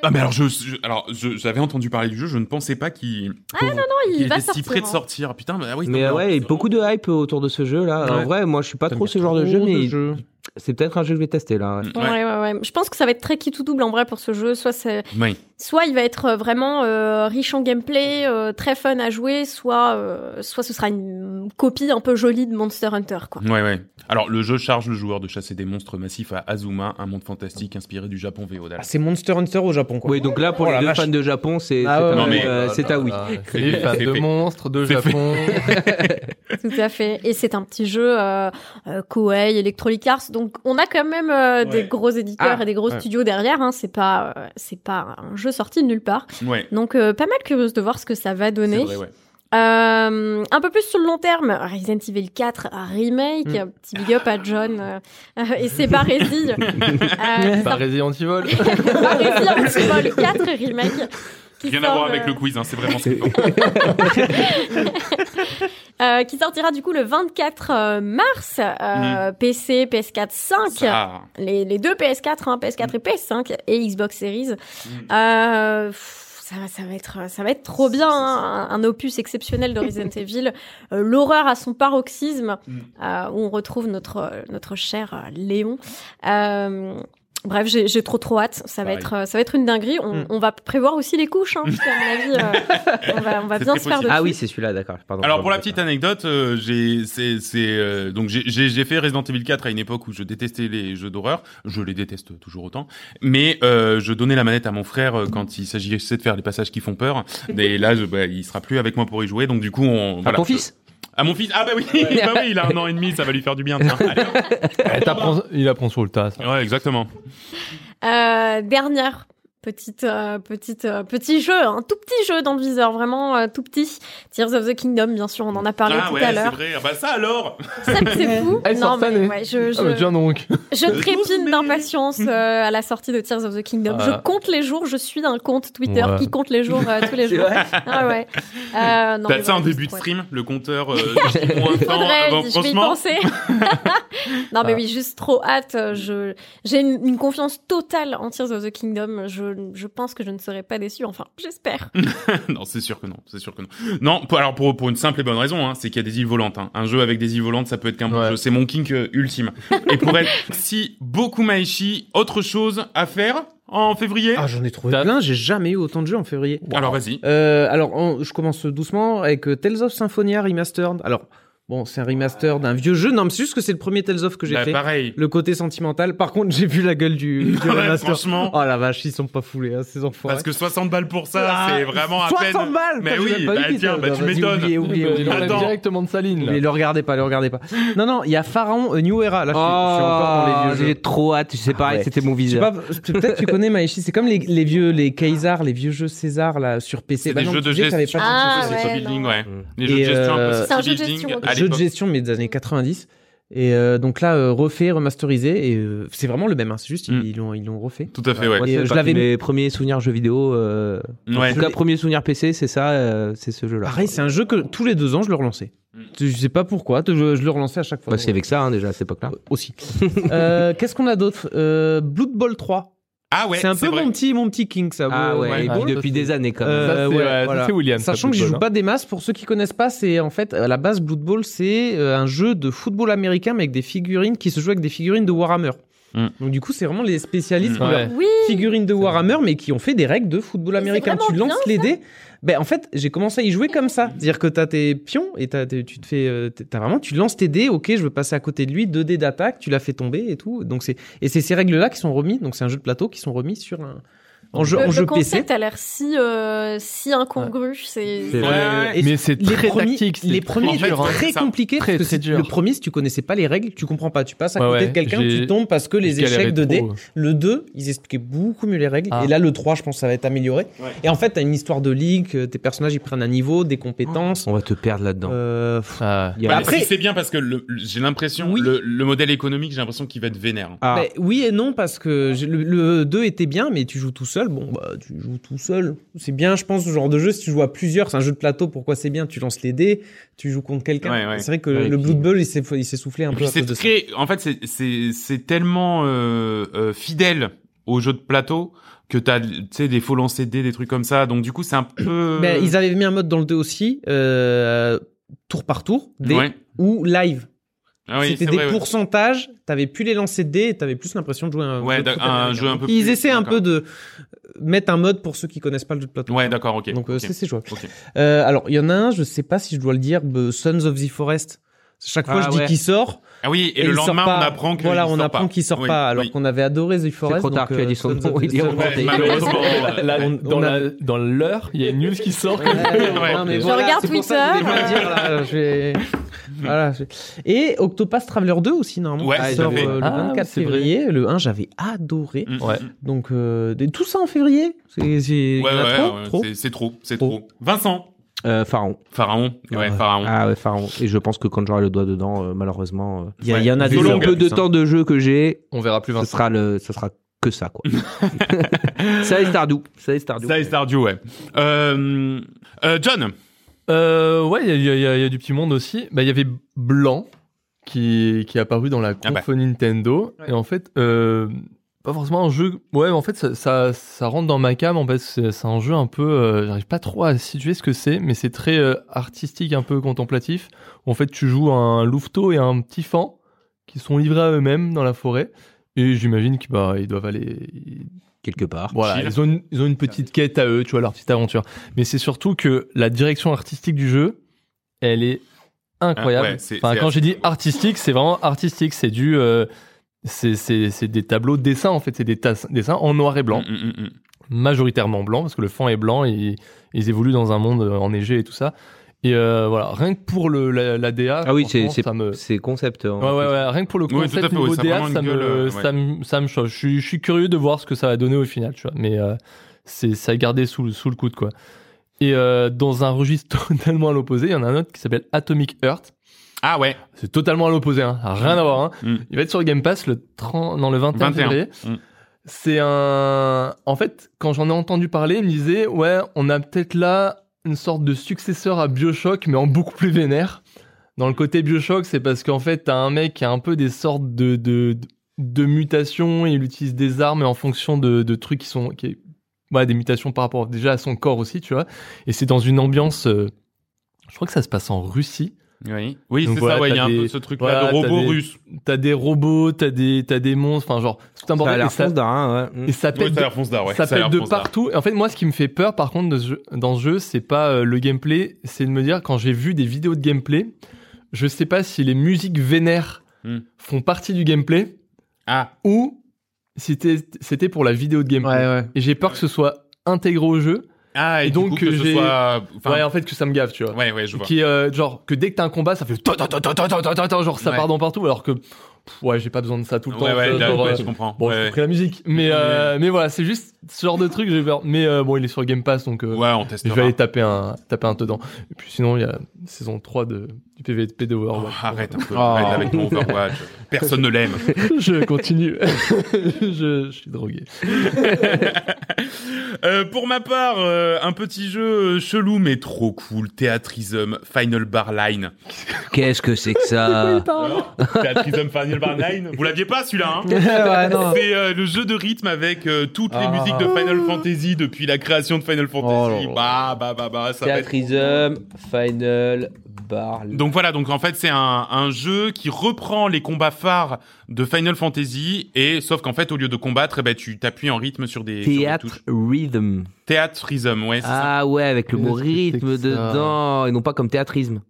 A: Ah mais alors je, je- alors je- j'avais entendu parler du jeu, je ne pensais pas qu'il
D: Non,
A: qu'il
D: il va
A: était
D: sortir.
A: si près de
D: hein.
A: sortir. Putain, bah oui. non,
C: mais euh,
A: mais
C: ouais,
A: alors,
C: et beaucoup de hype autour de ce jeu là. En
E: Ouais.
C: vrai, moi je suis pas
E: Putain,
C: trop
E: mais
C: ce genre de jeu,
E: trop
C: mais
E: jeux.
C: c'est peut-être un jeu que je vais tester là. ouais.
D: Ouais. Ouais, ouais, Je pense que ça va être très qui tout double en vrai pour ce jeu. Soit, c'est-
A: Ouais.
D: soit il va être euh, vraiment euh, riche en gameplay, euh, très fun à jouer, soit, euh, soit ce sera une copie un peu jolie de Monster Hunter. Quoi.
A: Ouais, ouais. Alors, le jeu charge le joueur de chasser des monstres massifs à Azuma, un monde fantastique inspiré du Japon
E: Ah,
A: féodal.
E: c'est Monster Hunter au Japon, quoi.
C: Oui, donc là pour
E: Oh
C: les
E: la
C: deux
E: vache.
C: fans de Japon, c'est
E: Ah
C: c'est
E: ouais,
C: quand
A: ouais,
C: même,
A: ouais.
C: euh, c'est à oui.
A: C'est
B: Les
A: fait,
B: fans
A: c'est
B: de
A: fait.
B: monstres, de
A: C'est fait.
B: Japon.
D: Tout à fait. Et c'est un petit jeu euh, euh, Koei, Electronic Arts. Donc on a quand même euh, des
A: Ouais.
D: gros éditeurs
E: Ah,
D: et des gros
E: ouais.
D: studios derrière. Hein. C'est pas euh, c'est pas un jeu sorti de nulle part.
A: Ouais.
D: Donc euh, pas mal curieuse de voir ce que ça va
A: C'est
D: donner.
A: vrai, ouais.
D: Euh, un peu plus sur le long terme, Resident Evil 4 un remake,
E: Mm.
D: un petit big up à John euh, et ses barésilles. euh,
B: Pas Resident Evil.
D: Barésilles en petit vol, 4 remake. qui
A: Rien à
D: sort,
A: voir avec
D: euh,
A: le quiz, hein, c'est vraiment ce
D: euh, qui sortira du coup le 24 euh, mars, euh, PC, PS4, 5,
A: Mm. ça.
D: les, les deux PS4, hein, PS4 et PS5 et Xbox Series.
A: Mm.
D: Euh, pff, ça, va- ça va être, ça va être trop bien, hein, un, un opus exceptionnel de Resident Evil, Euh, l'horreur à son paroxysme,
A: Mm.
D: euh, où on retrouve notre notre cher euh, Léon. Euh, Bref, j'ai j'ai trop trop hâte. Ça va
A: Pareil.
D: être, euh, ça va être une dinguerie. On,
E: Mm.
D: on va prévoir aussi les couches, hein, parce qu'à mon avis, euh, on va, on va
A: C'est
D: bien
A: très
D: se faire de
A: possible.
C: Ah oui, c'est celui-là, d'accord. pardon.
A: Alors pour la petite anecdote, euh, j'ai c'est c'est euh, donc j'ai- j'ai j'ai fait Resident Evil 4 à une époque où je détestais les jeux d'horreur, je les déteste toujours autant, mais euh, je donnais la manette à mon frère euh, quand il s'agissait de faire les passages qui font peur. Et là, je, bah, il sera plus avec moi pour y jouer, donc du coup on.
C: À
A: voilà,
C: ton
A: je-
C: fils
A: À mon fils. Ah bah oui, bah oui, il a un an et demi, ça va lui faire du bien. Tiens. Allez, hop.
B: Eh, t'apprends- Il apprend sur le tas. ça.
A: Ouais, exactement.
D: Euh, dernière petite euh, petite euh, petit jeu, un tout petit jeu dans le viseur, vraiment euh, tout petit. Tears of the Kingdom, bien sûr, on en a parlé
A: ah
D: tout
A: ouais,
D: à
A: c'est
D: l'heure.
A: vrai. Ah Bah ça alors.
D: Ça que c'est fou.
B: Elle
D: non
B: sort cette
D: mais
B: année.
D: ouais, je
B: Ah, mais
D: je,
B: tiens donc.
D: je
A: euh,
D: trépine d'impatience euh, à la sortie de Tears of the Kingdom.
B: Ah.
D: Je compte les jours, je suis un compte Twitter
B: Ouais.
D: qui compte les jours euh, tous les
C: C'est
D: jours.
C: vrai
D: Ah ouais. Euh, non,
A: T'as
D: mais
A: ça en
D: vraiment,
A: début de
D: ouais.
A: stream, le compteur. Euh, qui prend un temps.
D: Faudrait,
A: Bon,
D: je vais y
A: euh, franchement,
D: penser. non, mais
B: Ah.
D: oui, juste trop hâte. euh, Je, j'ai une, une confiance totale en Tears of the Kingdom. Je, je pense que je ne serai pas déçue. Enfin, j'espère.
A: non, c'est sûr que non, c'est sûr que non. Non, pour- alors pour pour une simple et bonne raison, hein, c'est qu'il y a des îles volantes. hein. Un jeu avec des îles volantes, ça peut être qu'un bon
B: Ouais.
A: jeu. C'est mon kink euh, ultime. et pour être si beaucoup Maishi, autre chose à faire en février.
E: Ah, j'en ai trouvé plein, j'ai jamais eu autant de jeux en février.
A: Alors vas-y.
E: Euh, alors, on- je commence doucement avec euh, Tales of Symphonia Remastered. Alors, bon, c'est un remaster d'un vieux jeu. Non, mais c'est juste que c'est le premier Tales of que j'ai
A: Bah,
E: fait.
A: pareil.
E: Le côté sentimental. Par contre, j'ai vu la gueule du, du
A: Ouais,
E: remaster.
A: franchement,
E: Oh la vache, ils sont pas foulés, hein, ces enfoirés.
A: parce que 60 balles pour ça,
E: Ah,
A: c'est vraiment à
E: 60
A: peine.
E: balles
A: Mais
E: putain, j'ai
A: oui,
E: même pas eu
A: bah,
E: dit,
A: tiens,
E: ça.
A: bah, tu
E: Vas-y,
A: m'étonnes.
E: oubliez,
B: Il
E: oubliez, oubliez.
B: enlève
A: Attends.
B: directement de sa ligne. là.
E: Mais le regardez pas, le regardez pas. Non, non, il y a Pharaon A New Era. Là, je suis, je suis encore dans les vieux jeux.
C: Oh, J'ai trop hâte, c'est pareil,
E: ouais.
C: c'était mon
E: Je sais
C: viseur.
E: pas, peut-être tu connais Maeshi, c'est comme les, les vieux, les Kaisar, les vieux jeux César là sur PC.
A: C'est
E: Bah
A: des
E: non,
A: jeux
E: tu
A: de
E: disais que t'avais
A: gestion,
E: pas
D: Ah,
A: un peu
D: ouais,
A: city building,
D: non.
A: ouais.
C: Mm.
A: Les jeux de
E: Et,
A: gestion, un peu
E: euh,
A: city
D: C'est un jeu de
A: building,
D: gestion, ok.
A: à
E: jeu de
A: l'époque.
E: gestion mais des années 90 et euh, donc là euh, refait remasterisé et euh, c'est vraiment le même hein, c'est juste
A: Mm.
E: ils l'ont ils l'ont refait
A: Tout à fait, ouais.
C: Moi,
E: Et,
C: c'est
E: euh, je
C: parmi
E: l'avais-
C: mes premiers souvenirs jeux vidéo. euh, En
A: Ouais.
C: tout cas, premier souvenir PC, c'est ça, euh, c'est ce jeu-là.
E: pareil c'est un jeu que tous les deux ans je le relançais
A: Mm.
E: je sais pas pourquoi je, je le relançais à chaque fois
C: Bah, c'est avec ça hein, déjà à cette époque-là.
E: aussi Euh, qu'est-ce qu'on a d'autre Euh, Blood Bowl 3
A: Ah ouais,
E: c'est un peu
A: vrai.
E: mon petit mon petit king ça
C: Ah
E: Blood
B: ouais.
E: Bowl.
C: ouais, et puis
B: Ah, ça,
C: depuis
B: c'est-
C: des années quand
E: Euh,
C: même.
B: Ça, c'est-
E: ouais,
B: ouais, ça,
E: voilà.
B: c'est William. ça,
E: Sachant que j'y
B: Blood
E: joue
B: Bowl,
E: pas des masses, pour ceux qui connaissent pas, c'est en fait à la base Blood Bowl, c'est euh, un jeu de football américain mais avec des figurines qui se joue avec des figurines de Warhammer.
A: Mm.
E: Donc du coup, c'est vraiment les spécialistes qui ont
A: Eh.
E: leur
B: Ouais.
D: Oui.
E: figurines de Warhammer, mais qui ont fait des règles de football
D: Mais c'est
E: américain. Tu
D: vraiment
E: lances les dés. Ben, en fait, j'ai commencé à y jouer comme ça. C'est-à-dire que t'as tes pions et t'as, t'es- tu te fais, euh, t'es- t'as vraiment, tu lances tes dés. Ok, je veux passer à côté de lui. Deux dés d'attaque, tu l'as fait tomber et tout. Donc c'est, et c'est ces règles-là qui sont remis. Donc c'est un jeu de plateau qui sont remis sur un, en jeu,
D: le,
E: en
D: le
E: jeu PC.
D: concept a l'air si euh, si incongru. C'est
C: C'est
E: Ouais,
C: vrai.
E: ouais, ouais. Et
B: hein. Mais c'est
E: les
B: très
E: premiers,
B: tactique, c'est
E: les
B: très
E: premiers,
A: dur, hein.
E: très
A: Ça,
E: compliqué.
B: très,
E: parce que
B: très
E: si-
B: dur.
E: Le premier, si tu connaissais pas les règles, tu comprends pas. Tu passes à
B: Ouais,
E: côté
B: ouais,
E: de quelqu'un,
B: j'ai-
E: tu tombes parce que les
B: Je galérais
E: échecs de dés.
B: trop.
E: Le 2, ils expliquaient beaucoup mieux les règles.
B: Ah.
E: Et là, le 3, je pense que ça va être amélioré. Et en fait, t'as une histoire de ligue, que tes personnages, ils prennent un niveau, des compétences.
C: On va te perdre là-dedans.
E: Euh, pff,
B: Ah.
C: Il y a-
A: Bah,
E: Après-
A: si c'est bien parce que le- le- j'ai l'impression,
E: Oui.
A: le, le modèle économique, j'ai l'impression qu'il va être vénère.
C: Ah.
E: bah, oui et non, parce que j'ai- le, 2 était bien, mais tu joues tout seul. Bon, bah, tu joues tout seul. C'est bien, je pense, ce genre de jeu. Si tu joues à plusieurs, c'est un jeu de plateau. Pourquoi c'est bien Tu lances les dés, tu joues contre quelqu'un.
A: Ouais, ouais.
E: C'est vrai que
C: Ouais, et
E: le
C: puis-
E: Blood Bowl, il s'est il s'est soufflé
A: Et
E: un peu
A: puis
E: à
A: c'est
E: cause de ça.
A: très, en fait, c'est- c'est c'est tellement euh, euh, fidèle au jeu de plateau que t'as, tu sais, des faux lancers de dés, des trucs comme ça. Donc du coup, c'est un peu.
E: Ben, ils avaient mis un mode dans le 2 aussi, euh, tour par tour, des,
A: Ouais.
E: ou live.
A: Ah oui,
E: C'était
A: c'est
E: des
A: vrai, ouais.
E: pourcentages, t'avais plus les lancers de dés, et t'avais plus l'impression de jouer à un,
A: Ouais,
E: jeu, de
A: d'ac-
E: foot américain.
A: un jeu un peu.
E: Ils
A: plus-
E: essaient un
A: d'accord.
E: peu de mettre un mode pour ceux qui connaissent pas le jeu de plateau.
A: Ouais, d'accord, ok.
E: Donc euh,
A: ok.
E: c'est- c'est jouable.
A: Ok.
E: Euh, alors, il y en a un, je sais pas si je dois le dire, be- Sons of the Forest. Chaque fois,
C: Ah,
E: je dis
C: ouais.
E: qu'il sort.
A: Ah oui, et, le
E: il sort
A: lendemain,
E: pas.
A: on apprend que
E: Voilà,
A: il
E: on
A: sort
E: apprend
A: pas.
E: qu'il sort
A: Oui,
E: pas, alors
A: oui.
E: qu'on avait adoré The Forest.
C: trop tard,
E: donc,
C: tu as
E: euh,
C: dit son
E: Sons of
C: nom,
E: the-
C: il est
E: Sons of-
A: Ouais,
C: Bordel.
A: malheureusement.
B: Là,
E: On-
B: dans
E: on a-
B: la- dans l'heure, il y a une news qui sort.
A: Ouais.
E: Non, mais
B: Je
E: voilà,
D: regarde
E: c'est pour ça que je voulais pas le dire, là, je vais- Voilà, je- Et Octopass Traveler 2 aussi, normalement.
A: Ouais,
E: qui
C: tout à
E: sort
A: fait.
E: euh, le
B: Ah,
E: 24
B: c'est vrai.
E: février. Le 1, j'avais adoré.
A: Mm.
B: Ouais.
E: Donc, euh, des- tout ça en février C'est
A: Ouais,
E: c'est- il y en a
A: ouais,
E: trop,
A: ouais,
E: trop.
A: c'est- c'est trop, c'est
E: Trop.
A: trop. Vincent,
C: Euh, Pharaon.
A: Pharaon, ouais,
C: Ah,
A: Pharaon.
C: Ah ouais, Pharaon. Et je pense que quand j'aurai le doigt dedans, euh, malheureusement, euh, il y,
A: Ouais.
C: il y en a
A: Vu
C: des
A: le
C: peu de
E: hein.
C: temps de jeu que j'ai.
B: On verra plus
C: Ce
B: Vincent.
C: sera le, ce sera que ça quoi. ça et Stardew. Ça et Stardew.
A: Ça et Stardew, ouais. Euh, euh, John,
B: Euh, ouais, il y, a- il y a- il y a- il y a du petit monde aussi. Bah, il y avait Blanc qui, qui est apparu dans la conf
A: Ah bah.
B: Nintendo. Et en fait, euh, pas forcément un jeu. Ouais, mais en fait, ça, ça, ça rentre dans ma cam. En fait, c'est c'est un jeu un peu. euh, J'arrive pas trop à situer ce que c'est, mais c'est très euh, artistique, un peu contemplatif. En fait, tu joues un louveteau et un petit fan qui sont livrés à eux-mêmes dans la forêt. Et j'imagine qu'ils bah, ils doivent aller,
C: Quelque part.
B: voilà,
A: Chill.
B: ils ont, une, ils ont une petite quête à eux, tu vois, leur petite aventure. Mais c'est surtout que la direction artistique du jeu, elle est incroyable.
A: Ah ouais, c'est-
B: enfin,
A: c'est
B: quand
A: assez
B: j'ai dit
A: dingue.
B: artistique, c'est vraiment artistique. C'est du. euh, c'est c'est- c'est des tableaux de dessin, en fait. C'est des tas- dessins en noir et blanc
A: Mm, mm, mm, mm.
B: majoritairement blanc parce que le fan est blanc et ils évoluent dans un monde euh, enneigé et tout ça. Et euh, voilà, rien que pour le, la, la DA,
C: Ah oui, c'est
B: franchement,
C: c'est
B: ça me...
C: c'est concept. hein.
B: Ouais, ouais, ouais, rien que pour le
A: Oui, tout à
B: concept
A: fait,
B: niveau
A: ouais, ça a
B: DA,
A: vraiment une
B: ça,
A: gueule,
B: me,
A: euh,
B: ça, me, ça me choque. Je suis, je suis curieux de voir ce que ça va donner au final, tu vois. Mais euh, c'est ça a gardé sous, sous le coude, quoi. Et euh, dans un registre totalement à l'opposé, il y en a un autre qui s'appelle Atomic Earth.
A: Ah ouais.
B: C'est totalement à l'opposé, hein. Ça a rien à voir. Hein.
A: Mm.
B: Il va être sur Game Pass le 30, non, le 21,
A: 21.
B: février.
A: Mm.
B: C'est un. En fait, quand j'en ai entendu parler, il me disait ouais, on a peut-être là une sorte de successeur à Bioshock, mais en beaucoup plus vénère. Dans le côté Bioshock, c'est parce qu'en fait, t'as un mec qui a un peu des sortes de de, de- de mutations et il utilise des armes et en fonction de, de trucs qui sont qui est- ouais, des mutations par rapport déjà à son corps aussi, tu vois. Et c'est dans une ambiance. euh, je crois que ça se passe en Russie.
A: Oui, oui
B: Donc
A: c'est
B: voilà,
A: ça, ouais, il y a
B: t'as
A: un
B: des-
A: peu ce truc-là
B: voilà,
A: de robot
B: t'as des-
A: russe.
B: T'as des robots, t'as des, t'as des monstres, enfin genre, c'est tout un
C: Ça a
B: bordel.
C: l'air
B: et ça-
C: fondant, hein, ouais.
B: Et ça
A: Ouais,
B: pète,
A: ça a
B: de,
A: l'air fonce d'art, ouais.
B: ça
A: a
B: pète
A: l'air
B: de
A: fonce d'art.
B: partout. Et en fait, moi, ce qui me fait peur, par contre, de ce jeu- dans ce jeu, c'est pas euh, le gameplay, c'est de me dire, quand j'ai vu des vidéos de gameplay, je sais pas si les musiques vénères
A: Hmm.
B: font partie du gameplay
A: Ah,
B: ou si t'es- c'était pour la vidéo de gameplay.
E: Ouais, ouais.
B: Et j'ai peur que ce soit intégré au jeu.
A: ah, et,
B: Et donc,
A: donc, que
B: euh,
A: ce
B: j'ai-
A: soit. enfin,
B: ouais, en fait, que ça me gave, tu vois.
A: ouais, ouais, je vois.
B: Qui est euh, genre, que dès que t'as un combat, ça fait. ta, ta, ta, ta, ta, ta, ta, ta, Genre, ça
A: Ouais.
B: part dans partout, alors que. pff, ouais, j'ai pas besoin de ça tout le
A: ouais,
B: temps.
A: ouais,
B: tu vois,
A: là,
B: genre,
A: ouais,
B: euh,
A: je comprends.
B: Bon, j'ai
A: ouais.
B: pris la musique, mais euh, mais voilà, c'est juste ce genre de truc j'ai peur. Mais euh, bon, il est sur Game Pass, donc euh,
A: Ouais, on
B: je
A: testera.
B: vais aller taper un taper un dedans. Et puis sinon, il y a saison 3 de du PVP de
A: Oh,
B: Overwatch.
A: arrête un peu,
E: Oh.
A: arrête avec ton Overwatch. Personne ne l'aime.
B: je continue. je, je suis drogué. Ah,
A: Euh, pour ma part, euh, un petit jeu euh, chelou mais trop cool. Theatrism Final Bar Line.
C: Qu'est-ce que c'est que ça
B: Oh.
A: Theatrism Final Bar Line. Vous l'aviez pas celui-là hein
E: Ouais, non.
A: C'est euh, le jeu de rythme avec euh, toutes les
E: Ah.
A: musiques de Final Fantasy depuis la création de Final Fantasy.
E: Oh là là.
A: bah, bah, bah, bah, ça va être...
C: Theatrism, Final, Barley.
A: Donc voilà, donc en fait c'est un, un jeu qui reprend les combats phares de Final Fantasy et sauf qu'en fait au lieu de combattre, eh ben tu t'appuies en rythme sur des sur des
C: Théâtre
A: touches.
C: Rhythm.
A: Théâtrisme, ouais, c'est ça.
C: Ah ouais, avec le
B: Qu'est-ce
C: mot
B: que c'est que
C: rythme
B: ça
C: dedans, et non pas comme théâtrisme.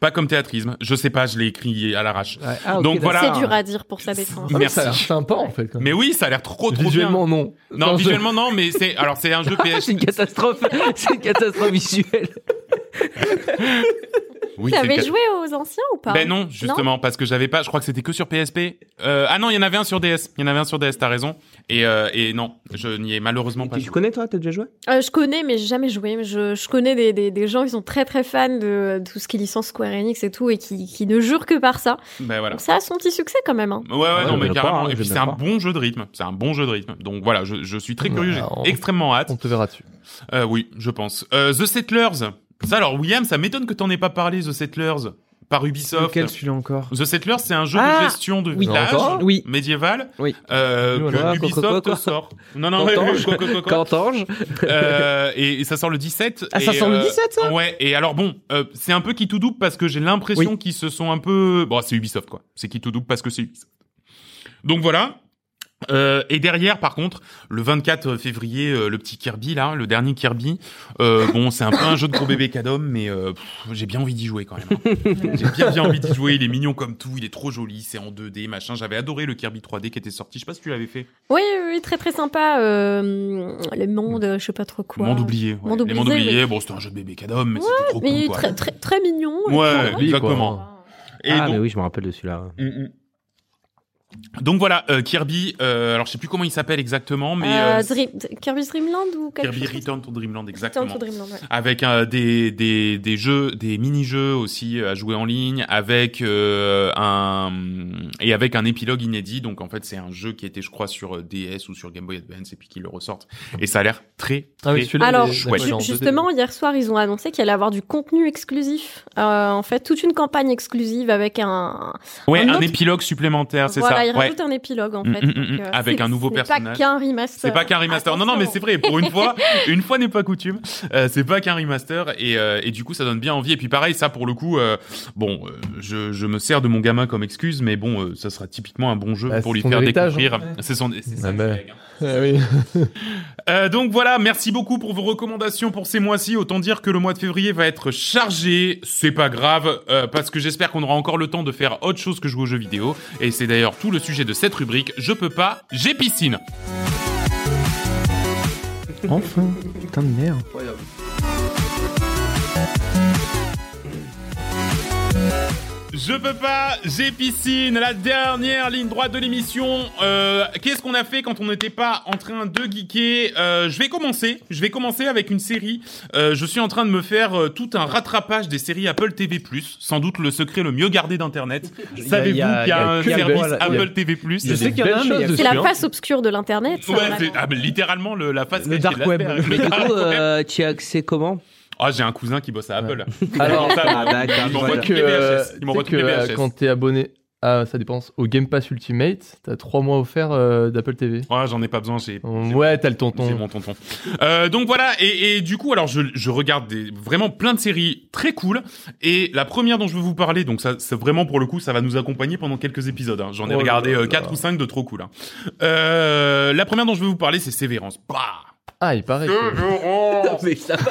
A: pas comme théâtrisme. Je sais pas, je l'ai écrit à l'arrache.
C: Ah, ok,
A: Donc voilà.
D: C'est dur à dire pour sa défense.
B: Ah, mais Ça a l'air
A: Merci.
B: sympa en fait. quand même.
A: Mais oui, ça a l'air trop trop
B: visuellement, non.
A: bien. Non,
B: Dans ce-
A: visuellement non, mais c'est alors c'est un jeu
C: d'accord.
A: PS.
C: C'est une catastrophe, c'est une catastrophe visuelle.
A: Oui,
D: tu
A: c'est le
D: avais
A: cas.
D: joué aux anciens ou pas
A: Ben non, justement, parce que j'avais pas. Je crois que c'était que sur PSP. Euh, ah non, il y en avait un sur DS. Il y en avait un sur DS. T'as raison. Et euh, et non, je n'y ai malheureusement pas.
C: Tu
A: joué.
C: connais toi, t'as déjà joué
D: Euh, je connais, mais j'ai jamais joué. Je, je connais des, des, des gens qui sont très très fans de, de tout ce qui licence Square Enix et tout et qui, qui ne jurent que par ça.
A: Ben voilà.
D: Donc ça a son petit succès quand même. hein.
A: Ouais, ouais,
C: Ouais,
A: non,
C: je
A: mais
C: vais le
A: carrément.
C: croire, hein,
A: et
C: je
A: puis
C: vais
A: c'est
C: le
A: un
C: croire.
A: bon jeu de rythme. C'est un bon jeu de rythme. Donc voilà, je, je suis très
B: Ouais,
A: curieux.
B: on-
A: J'ai extrêmement hâte.
B: On te verra dessus.
A: Euh, oui, je pense. Euh, The Settlers. Ça, alors, William, ça m'étonne que t'en aies pas parlé, The Settlers, par Ubisoft.
E: Lequel celui-là encore
A: The Settlers, c'est un jeu
E: Ah,
A: de gestion de
E: oui.
A: village
C: Encore
E: Oui.
A: médiéval
E: Oui.
A: euh,
B: Oui,
A: que
C: voilà, quoi, quoi,
A: Ubisoft
C: quoi, quoi.
A: sort. Non, non, ouais,
C: Qu'entends-
A: ouais, quoi, quoi, quoi, quoi.
C: Qu'entends-je
A: Euh, et, et ça sort le 17.
E: Ah, ça
A: et,
E: sort le
A: euh,
E: 17, ça
A: Ouais, et alors bon, euh, c'est un peu qui tout double parce que j'ai l'impression qu'ils se sont un peu... Bon, c'est Ubisoft, quoi. C'est qui tout double parce que c'est Ubisoft. Donc voilà. Euh, et derrière, par contre, le 24 février, euh, le petit Kirby, là, le dernier Kirby. Euh, bon, c'est un peu un jeu de gros bébé cadom, mais euh, pff, j'ai bien envie d'y jouer quand même. hein. j'ai bien, bien envie d'y jouer. Il est mignon comme tout, il est trop joli, c'est en 2D, machin. J'avais adoré le Kirby 3D qui était sorti. Je sais pas si tu l'avais fait.
D: Oui, oui, oui, très très sympa. Euh, le monde, euh, je sais pas trop quoi.
A: Hmm. Monde oublié. ouais.
D: Monde
A: Les mondes
D: oublié,
A: oubliés, bon, c'était un jeu de bébé cadom, mais c'était trop
D: Mais
A: cool. quoi.
D: très, très, très mignon. et
A: Ouais,
D: tout.
B: Kirby,
A: exactement.
D: Ah.
A: Et
C: Ah,
A: donc-
C: mais oui, je me rappelle de celui-là.
A: Mm, mm. Donc voilà, euh, Kirby, euh, alors je sais plus comment il s'appelle exactement, mais
D: Euh,
A: euh,
D: Dream- Kirby's Dreamland ou quelque
A: Kirby
D: chose comme ça
A: Return to Dreamland,
D: Return
A: exactement.
D: to Dreamland, ouais.
A: Avec euh, des, des, des jeux, des mini-jeux aussi euh, à jouer en ligne, avec euh, un et avec un épilogue inédit. Donc en fait, c'est un jeu qui était, je crois, sur euh, DS ou sur Game Boy Advance, et puis qu'ils le ressortent. Et ça a l'air très,
B: Ah oui,
A: très
B: celui-là,
D: Alors,
B: il est-
A: chouette.
B: d'accord, il est
D: ju-
B: en 2D.
D: justement, hier soir, ils ont annoncé qu'il allait avoir du contenu exclusif. Euh, en fait, toute une campagne exclusive avec un.
A: ouais,
D: un
A: un,
D: autre-
A: épilogue supplémentaire, Hein, c'est
D: voilà,
A: ça.
D: ils
A: Ouais.
D: rajoutent un épilogue, en
A: Mm,
D: fait.
A: mm, mm,
D: Donc, euh,
A: avec
D: c'est-
A: un nouveau
D: ce n'est
A: personnage.
D: Pas qu'un remaster.
A: C'est pas qu'un remaster. Non, non, mais c'est vrai.
D: Attention.
A: Pour une fois, une fois n'est pas coutume. Euh, c'est pas qu'un remaster et, euh, et du coup, ça donne bien envie. Et puis pareil, ça pour le coup, euh, bon, euh, je, je me sers de mon gamin comme excuse, mais bon, euh, ça sera typiquement un bon jeu
B: Bah,
A: pour
B: c'est
A: lui
B: son
A: faire
B: héritage,
A: découvrir.
B: hein.
A: C'est son. c'est ça,
B: Ah, mais-
A: le gag, hein.
B: Ah oui.
A: Euh, donc voilà, merci beaucoup pour vos recommandations pour ces mois-ci. Autant dire que le mois de février va être chargé. C'est pas grave, euh, parce que j'espère qu'on aura encore le temps de faire autre chose que jouer aux jeux vidéo. Et c'est d'ailleurs tout le sujet de cette rubrique. Je peux pas, j'ai piscine.
E: Enfin, putain de merde.
A: Je peux pas, j'ai piscine, la dernière ligne droite de l'émission. Euh, Qu'est-ce qu'on a fait quand on n'était pas en train de geeker Euh, Je vais commencer, je vais commencer avec une série. Euh, je suis en train de me faire euh, tout un rattrapage des séries Apple TV+, sans doute le secret le mieux gardé d'Internet. Savez-vous qu'il y a,
E: il y a
A: un
B: que des
A: service
B: belles- il y a-
A: Apple TV+.
E: Je
B: Il y a
E: sais
B: des
E: qu'il y en a
B: belles
E: un, mais
B: choses
E: il y a-
B: dessus,
D: C'est la
B: hein.
D: face obscure de l'internet. ça,
A: Ouais,
D: vraiment.
A: c'est ah, mais littéralement le, la face
E: Le
A: cachée
E: dark
A: de l'iceberg.
E: web.
A: Le
C: Du
A: dark
C: coup,
A: web.
C: euh, tu as accès comment
A: Ah, j'ai un cousin qui bosse à Apple.
B: Alors,
A: Ça,
C: Ah, d'accord,
A: ils m'envoient
C: voilà.
A: toutes les
B: euh,
A: VHS. Ils m'envoient
B: tu
A: toutes
B: sais
A: les
B: que, euh,
A: VHS.
B: quand t'es abonné à, ça dépend, au Game Pass Ultimate, t'as 3 mois offerts euh, d'Apple TV.
A: Ouais, j'en ai pas besoin, j'ai
B: Ouais, t'as le
A: C'est
B: tonton.
A: mon tonton. Euh, donc voilà, et, et du coup, alors je, je regarde des, vraiment plein de séries très cool. Et la première dont je veux vous parler, donc ça, c'est vraiment pour le coup, ça va nous accompagner pendant quelques épisodes. hein. J'en ai
B: Oh là
A: regardé
B: là
A: 4
B: là.
A: ou 5 de trop cool. hein. Euh, la première dont je veux vous parler, c'est Sévérance. Bah
B: Ah, il paraît. que-
C: Non, bah, mais ça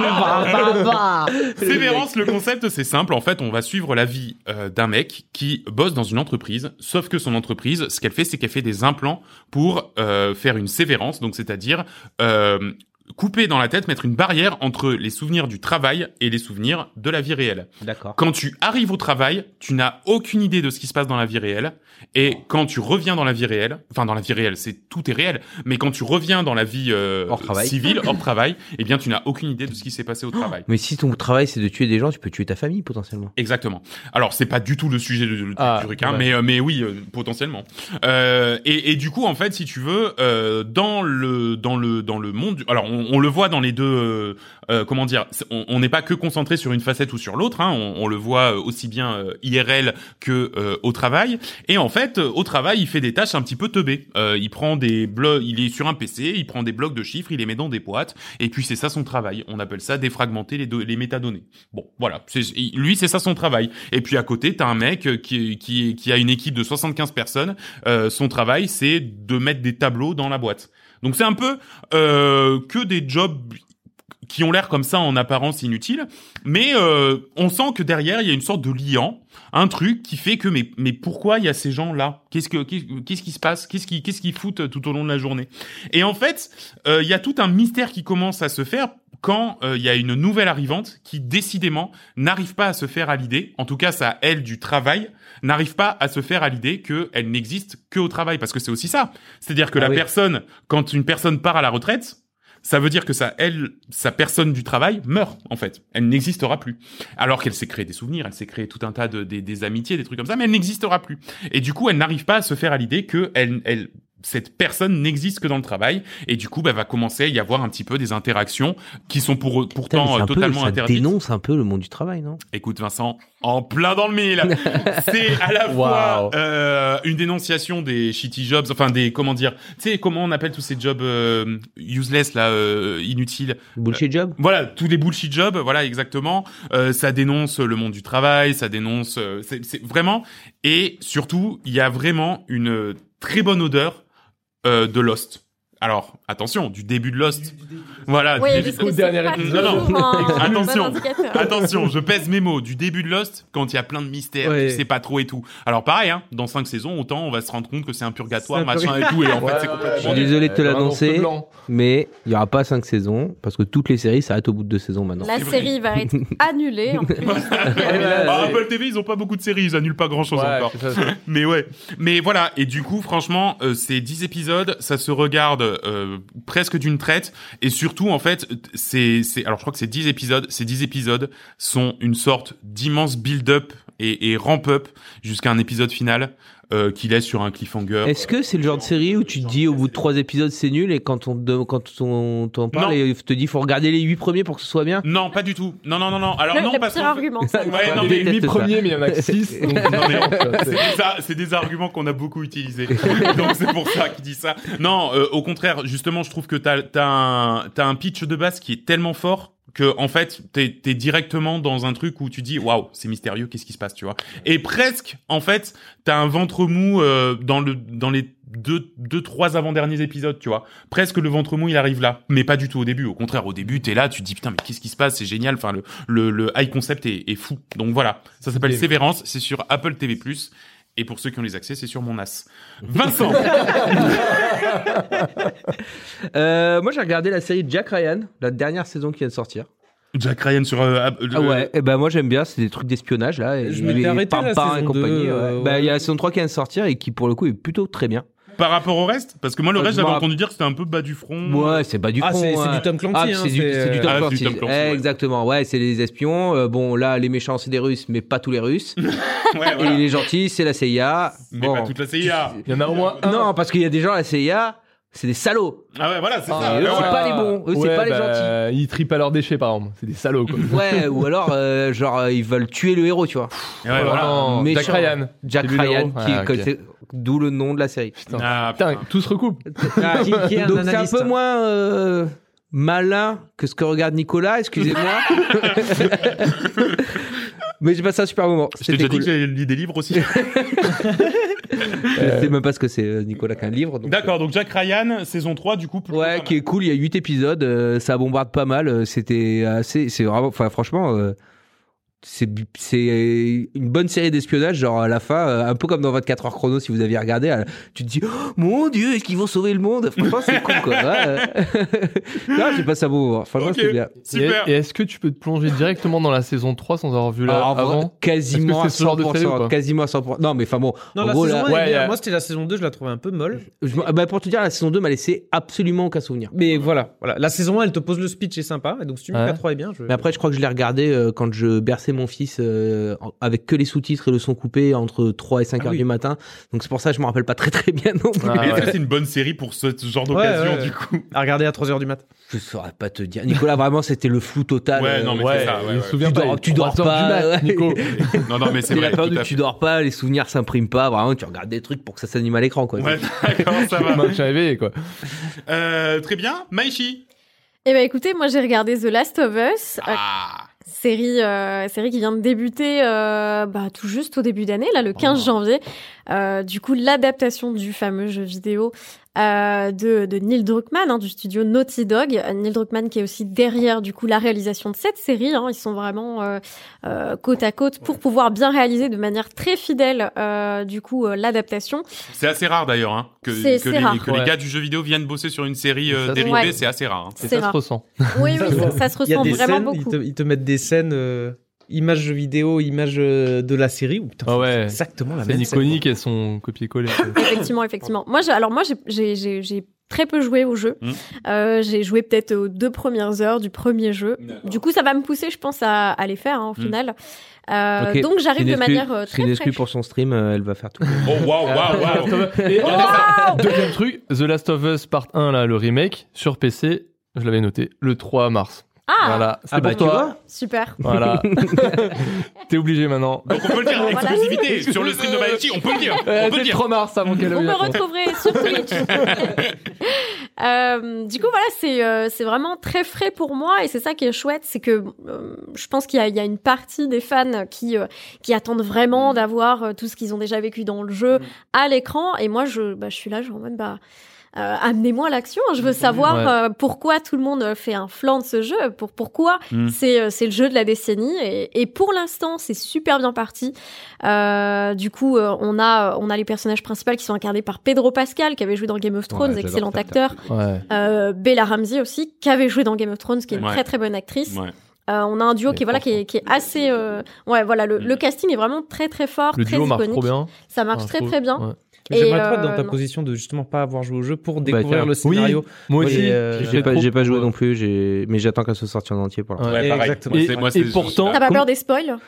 C: Bah, va.
A: Sévérance, le concept, c'est simple. En fait, on va suivre la vie euh, d'un mec qui bosse dans une entreprise, sauf que son entreprise, ce qu'elle fait, c'est qu'elle fait des implants pour euh, faire une sévérance, donc c'est-à-dire euh, couper dans la tête, mettre une barrière entre les souvenirs du travail et les souvenirs de la vie réelle.
C: D'accord.
A: Quand tu arrives au travail, tu n'as aucune idée de ce qui se passe dans la vie réelle. Et
C: Oh.
A: quand tu reviens dans la vie réelle, enfin dans la vie réelle, c'est tout est réel, mais quand tu reviens dans la vie euh,
C: Hors travail. Oh.
A: civile, hors travail, eh bien tu n'as aucune idée de ce qui s'est passé au travail.
C: Mais si ton travail c'est de tuer des gens, tu peux tuer ta famille potentiellement.
A: Exactement. Alors c'est pas du tout le sujet de, de-
B: Ah,
A: du truc, hein,
B: ouais.
A: mais euh, mais oui euh, potentiellement. Euh, et, et du coup en fait si tu veux euh, dans le dans le dans le monde, du- alors on, on, on le voit dans les deux. euh, euh, comment dire c'est- On on n'est pas que concentré sur une facette ou sur l'autre. hein, on, on le voit euh, aussi bien euh, IRL que euh, au travail. Et en fait, euh, au travail, il fait des tâches un petit peu teubées. Euh, il prend des blocs, il est sur un PC, il prend des blocs de chiffres, il les met dans des boîtes, et puis c'est ça son travail. On appelle ça défragmenter les, do- les métadonnées. Bon, voilà. C'est- Lui, c'est ça son travail. Et puis à côté, t'as un mec euh, qui, qui, qui a une équipe de 75 personnes. Euh, son travail, c'est de mettre des tableaux dans la boîte. Donc c'est un peu euh, que des jobs qui ont l'air comme ça en apparence inutiles, mais euh, on sent que derrière il y a une sorte de liant un truc qui fait que mais mais pourquoi il y a ces gens là Qu'est-ce que qu'est- qu'est-ce qui se passe Qu'est-ce qui qu'est-ce qu'ils foutent euh, tout au long de la journée Et en fait, euh, il y a tout un mystère qui commence à se faire quand euh, il y a une nouvelle arrivante qui décidément n'arrive pas à se faire à l'idée, en tout cas ça elle du travail n'arrive pas à se faire à l'idée que elle n'existe que au travail parce que c'est aussi ça. C'est-à-dire que
C: Ah
A: la
C: oui.
A: personne quand une personne part à la retraite, ça veut dire que ça, elle, sa personne du travail meurt en fait. Elle n'existera plus. Alors qu'elle s'est créée des souvenirs, elle s'est créée tout un tas de des, des amitiés, des trucs comme ça, mais elle n'existera plus. Et du coup, elle n'arrive pas à se faire à l'idée que elle, elle, cette personne n'existe que dans le travail. Et du coup, bah, va commencer à y avoir un petit peu des interactions qui sont pour
C: Putain, mais
A: pourtant
C: c'est
A: euh,
C: un peu-
A: totalement
C: ça
A: interdites.
C: dénonce un peu le monde du travail, non
A: Écoute Vincent, en plein dans le mille. C'est à la fois euh, une dénonciation des shitty jobs, enfin des comment dire, tu sais comment on appelle tous ces jobs euh, useless là, euh, inutiles. Euh.
C: Bullshit job
A: Voilà, tous les bullshit jobs, voilà exactement. Euh, ça dénonce le monde du travail, ça dénonce, euh, c'est c'est vraiment. Et surtout, il y a vraiment une très bonne odeur euh, de Lost. Alors attention, du début de Lost. Voilà, du
D: Oui,
A: début
D: parce
A: de-
D: que c'est
B: dernier
D: pas
A: épisode.
D: toujours un
A: Attention. Ah,
D: bon indicateur.
A: Attention, je pèse mes mots. Du début de Lost, quand il y a plein de mystères,
E: Ouais.
A: tu sais pas trop et tout. Alors pareil, hein, dans cinq saisons, autant on va se rendre compte que c'est un purgatoire,
E: C'est un
A: machin et tout, et en fait c'est
C: Je
A: complètement.
C: suis désolé de te l'annoncer.
B: blanc.
C: Mais il n'y aura pas cinq saisons, parce que toutes les séries s'arrêtent au bout de deux saisons maintenant.
D: La
A: C'est vrai.
D: série va être annulée. En plus.
A: Ah, Apple TV, ils ont pas beaucoup de séries, ils annulent pas grand chose
B: Ouais,
A: encore.
B: c'est ça, c'est-
A: Mais ouais. Mais voilà. Et du coup, franchement, euh, ces 10 épisodes, ça se regarde euh, presque d'une traite. Et surtout, en fait, c'est, c'est, alors je crois que ces 10 épisodes, ces 10 épisodes sont une sorte d'immense build-up et, et ramp-up jusqu'à un épisode final euh, qui laisse sur un cliffhanger.
C: Est-ce que c'est le genre de série où tu te dis au bout de trois épisodes c'est nul et quand on te- quand on t'en
A: Non.
C: parle et te dit faut regarder les huit premiers pour que ce soit bien
A: Non, pas du tout. Non, non, non, non. Alors
D: Le,
A: non,
D: le
A: parce
D: pire
A: qu'en fait-
D: argument. c'est-
A: Ouais,
C: Ah,
A: non,
B: Il
A: mais
B: y a huit
C: déteste ça.
B: premiers, mais il y en a que six. donc-
A: Non, mais-
B: Ça, c'est-
A: C'est ça, c'est des arguments qu'on a beaucoup utilisés. Donc c'est pour ça qu'il dit ça. Non, euh, au contraire, justement, je trouve que t'as t'as un t'as un pitch de base qui est tellement fort que en fait t'es t'es directement dans un truc où tu dis waouh c'est mystérieux qu'est-ce qui se passe tu vois et presque en fait t'as un ventre mou euh, dans le dans les deux deux trois avant derniers épisodes tu vois presque le ventre mou il arrive là mais pas du tout au début au contraire au début t'es là tu te dis putain mais qu'est-ce qui se passe c'est génial enfin le le, le high concept est, est fou donc voilà ça s'appelle Sévérance c'est sur Apple TV et pour ceux qui ont les accès, c'est sur mon as. Vincent
C: Euh, Moi j'ai regardé la série Jack Ryan, la dernière saison qui vient de sortir.
A: Jack Ryan sur... euh, ab- le-
C: Ah ouais, et ben moi j'aime bien, c'est des trucs d'espionnage là. et
E: Je m'étais
C: les
E: arrêté à la
C: parpaings
E: saison deux, euh,
C: ouais. Ben,
E: ouais.
C: il y a la saison 3 qui vient de sortir et qui pour le coup est plutôt très bien.
A: euh, Par rapport au reste Parce que moi, le
C: Euh,
A: reste,
C: je
A: j'avais
C: m'en
A: entendu dire que c'était un peu bas du front.
C: Ouais, c'est pas du
E: Ah,
C: con,
E: c'est- c'est
C: ouais.
E: du Tom Clancy,
C: Ah,
E: hein,
C: c'est du,
E: c'est-
C: c'est du Tom
A: Ah, c'est
C: Clancy.
A: du Tom Clancy,
C: Eh,
A: ouais.
C: Exactement, ouais, c'est les espions. Euh, bon, là, les méchants, c'est des Russes, mais pas tous les Russes.
A: Ouais,
C: Et
A: voilà.
C: les gentils, c'est la CIA.
A: Mais
C: Bon.
A: pas toute la CIA
B: Il y en a au moins un. Ah,
C: Non, parce qu'il y a des gens à la CIA, c'est des salauds.
A: Ah ouais, voilà, c'est
B: Ah,
A: ça
C: et eux,
A: Ouais,
C: c'est
A: ouais.
C: pas les bons, eux, c'est
B: Ouais,
C: pas les
B: bah, Ils tripent à leurs déchets, par exemple. C'est des salauds, quoi.
C: Ouais, ou alors, euh, genre, euh, ils veulent tuer le héros, tu vois.
A: Et Ah ouais, voilà.
B: Oh, Non,
C: méchant.
B: Jack Ryan.
C: Jack
B: C'est lui le
C: Ryan,
B: héros
C: qui-
B: Ah,
C: que
B: ok.
C: c'est- d'où le nom de la série.
B: Putain.
A: Ah,
B: Putain,
A: putain.
B: tout se recoupe.
E: Ah, Qui- qui est un
C: Donc c'est un
E: analyste. hein.
C: peu moins euh, malin que ce que regarde Nicolas, excusez-moi. Mais j'ai passé un super moment.
A: Je t'ai déjà
C: C'était cool.
A: dit que j'ai lu des livres aussi.
C: Je sais même pas ce que c'est euh, Nicolas qu'un livre. donc,
A: D'accord, donc Jack Ryan, saison 3, du coup...
C: euh,
A: plutôt pas
C: Ouais,
A: mal.
C: qui est cool. Il y a 8 épisodes. euh, ça bombarde pas mal. euh, C'était assez. C'est vraiment. Enfin, franchement. euh, c'est bu- c'est une bonne série d'espionnage, genre à la fin, euh, un peu comme dans 24 heures chrono, si vous aviez regardé, euh, tu te dis, Oh, mon dieu, est-ce qu'ils vont sauver le monde Franchement, c'est cool, quoi. Ouais, euh. non, j'ai pas ça bon moment. Franchement,
A: Ok.
C: c'était bien.
A: Super
B: Et, et est-ce que tu peux te plonger directement dans la saison 3 sans avoir vu la
C: Alors, vra-
B: avant
C: Ah, quasiment
B: Est-ce
C: à
B: que c'est ce genre de
C: 100%,
B: série ou pas
C: quasiment à 100%. Non, mais enfin bon,
E: Non,
C: en
E: la
C: gros,
E: saison
C: là,
E: un, elle est
B: Ouais,
E: bien.
B: euh,
E: moi c'était la saison 2, je la trouvais un peu molle.
C: je me- ah bah, pour te dire, la saison 2 m'a laissé absolument aucun souvenir.
E: Mais voilà, voilà. la saison 1, elle te pose le speech, c'est sympa. Et donc si tu me dis que
B: Ouais.
E: la 3 est bien, je...
C: Mais après, je crois que je l'ai regardé euh, quand je berçais bercer mon fils euh, en- avec que les sous-titres et le son coupé entre 3 et 5
E: Ah
C: heures
E: oui.
C: du matin. Donc c'est pour ça que je me rappelle pas très très bien non plus.
B: Ah,
A: Mais est-ce
B: ouais.
A: que c'est une bonne série pour ce ce genre d'occasion,
E: Ouais, ouais.
A: du coup
E: À regarder à 3h du mat.
C: Je saurais pas te dire. Nicolas, vraiment, c'était le flou total.
A: Ouais,
C: Euh,
A: non, mais
B: ouais,
A: c'est ça, ouais,
B: je me
A: ouais.
B: souviens
C: Tu
B: pas,
C: dors-
B: les
C: tu dors
B: trois heures
C: pas,
B: du mat,
C: ouais.
B: Nico.
A: Non, non, mais c'est
C: C'est la
A: vrai.
C: période
A: tout
C: où
A: à
C: tu
A: fait.
C: dors pas, les souvenirs s'impriment pas, vraiment, tu regardes des trucs pour que ça s'anime à l'écran, quoi.
A: Ouais, d'accord, ça va.
B: Maintien éveillé, quoi.
A: Euh, très bien, Maichi.
D: Eh ben écoutez, moi j'ai regardé The Last of Us, euh,
A: Ah,
D: série euh, série qui vient de débuter euh, bah, tout juste au début d'année, là le 15 janvier. Euh, du coup, l'adaptation du fameux jeu vidéo euh, de, de Neil Druckmann, hein, du studio Naughty Dog. Euh, Neil Druckmann qui est aussi derrière du coup la réalisation de cette série. hein. Ils sont vraiment euh, euh, côte à côte pour pouvoir bien réaliser de manière très fidèle euh, du coup euh, l'adaptation.
A: c'est assez rare d'ailleurs hein, que,
D: C'est-
A: que,
D: c'est
A: les,
D: rare.
A: que les
B: Ouais.
A: gars du jeu vidéo viennent bosser sur une série euh,
B: Ça se-
A: dérivée,
D: Ouais.
A: c'est assez rare. hein.
B: Et
D: C'est
B: ça
D: rare.
B: se ressent.
C: Ah,
D: Oui, oui, ça, ça se
E: Il y a
D: ressent
E: des
D: vraiment
E: scènes, ils
D: beaucoup.
E: te, ils te mettent des scènes, euh, images jeux vidéo, images euh, de la série. Ou putain,
B: Ah
E: c'est
B: ouais.
E: exactement la
B: C'est
E: même scène.
B: iconique, elles sont copiées-collées.
D: Effectivement, effectivement. Moi, j'ai- alors moi, j'ai- j'ai- j'ai j'ai très peu joué au jeu.
A: Mm.
D: Euh, j'ai joué peut-être aux deux premières heures du premier jeu.
A: D'accord.
D: Du coup, ça va me pousser, je pense, à, à les faire hein, au
A: Mm.
D: final. Euh,
C: Ok.
D: Donc, j'arrive
C: C'est
D: de
C: une exclu-
D: manière euh,
C: C'est
D: très
C: une
D: fraîche.
C: excuse pour son stream, euh, elle va faire tout.
A: Oh, waouh, waouh, waouh.
B: Et
D: Waouh
B: deuxième truc, The Last of Us Part 1, là, le remake, sur PC, je l'avais noté, le 3 mars.
D: Ah,
B: Voilà, c'est
E: Ah bah
B: pour
E: tu
B: toi.
E: vois,
D: super.
B: Voilà. T'es obligé maintenant.
A: Donc on peut le dire,
D: Voilà.
A: exclusivité sur le stream de Maichi, on peut le dire. On
B: Euh,
A: peut
B: dès
A: le
B: le
A: dire.
B: 3 mars avant qu'elle
D: Vous
B: aille
D: me
B: à France.
D: retrouverez sur Twitch. Euh, du coup, voilà, c'est euh, c'est vraiment très frais pour moi et c'est ça qui est chouette, c'est que euh, je pense qu'il y, a- il y a une partie des fans qui euh, qui attendent vraiment d'avoir euh, tout ce qu'ils ont déjà vécu dans le jeu à l'écran et moi je bah, je suis là, je suis en mode bah euh, amenez-moi l'action, je veux savoir
B: Ouais.
D: euh, pourquoi tout le monde fait un flanc de ce jeu, pour pourquoi
A: Mm.
D: c'est euh, c'est le jeu de la décennie et, et pour l'instant c'est super bien parti. Euh, du coup euh, on a on a les personnages principaux qui sont incarnés par Pedro Pascal qui avait joué dans Game of Thrones,
C: Ouais, j'adore
D: excellent
C: cet
D: acteur.
B: Ouais.
D: Euh, Bella Ramsey aussi qui avait joué dans Game of Thrones, qui est une
A: Ouais.
D: très très bonne actrice.
A: Ouais.
D: Euh, on a un duo
B: Mais
D: qui est voilà qui est, qui est assez euh, ouais voilà le, le casting est vraiment très très fort,
B: Le
D: très
B: duo marche
D: iconique.
B: trop bien.
D: Ça marche
B: Ouais,
D: très
B: trop-
D: très bien.
B: ouais.
E: Mais
D: Et,
E: J'aimerais trop être
D: euh,
E: dans ta
D: non.
E: position de justement pas avoir joué au jeu pour
C: Bah,
E: découvrir
C: tiens.
E: le scénario.
B: Moi
E: Oui,
B: aussi.
E: euh,
B: j'ai
C: J'ai pas,
B: trop-
C: j'ai pas joué non plus, j'ai- mais j'attends qu'elle se sorte en entier pour l'instant.
A: Ouais, pareil.
E: Exactement.
A: Moi,
B: Et-
A: c'est- moi,
B: et
A: c'est-
B: pourtant-
D: T'as pas
C: Comment-
D: peur des
B: Oh.
D: spoils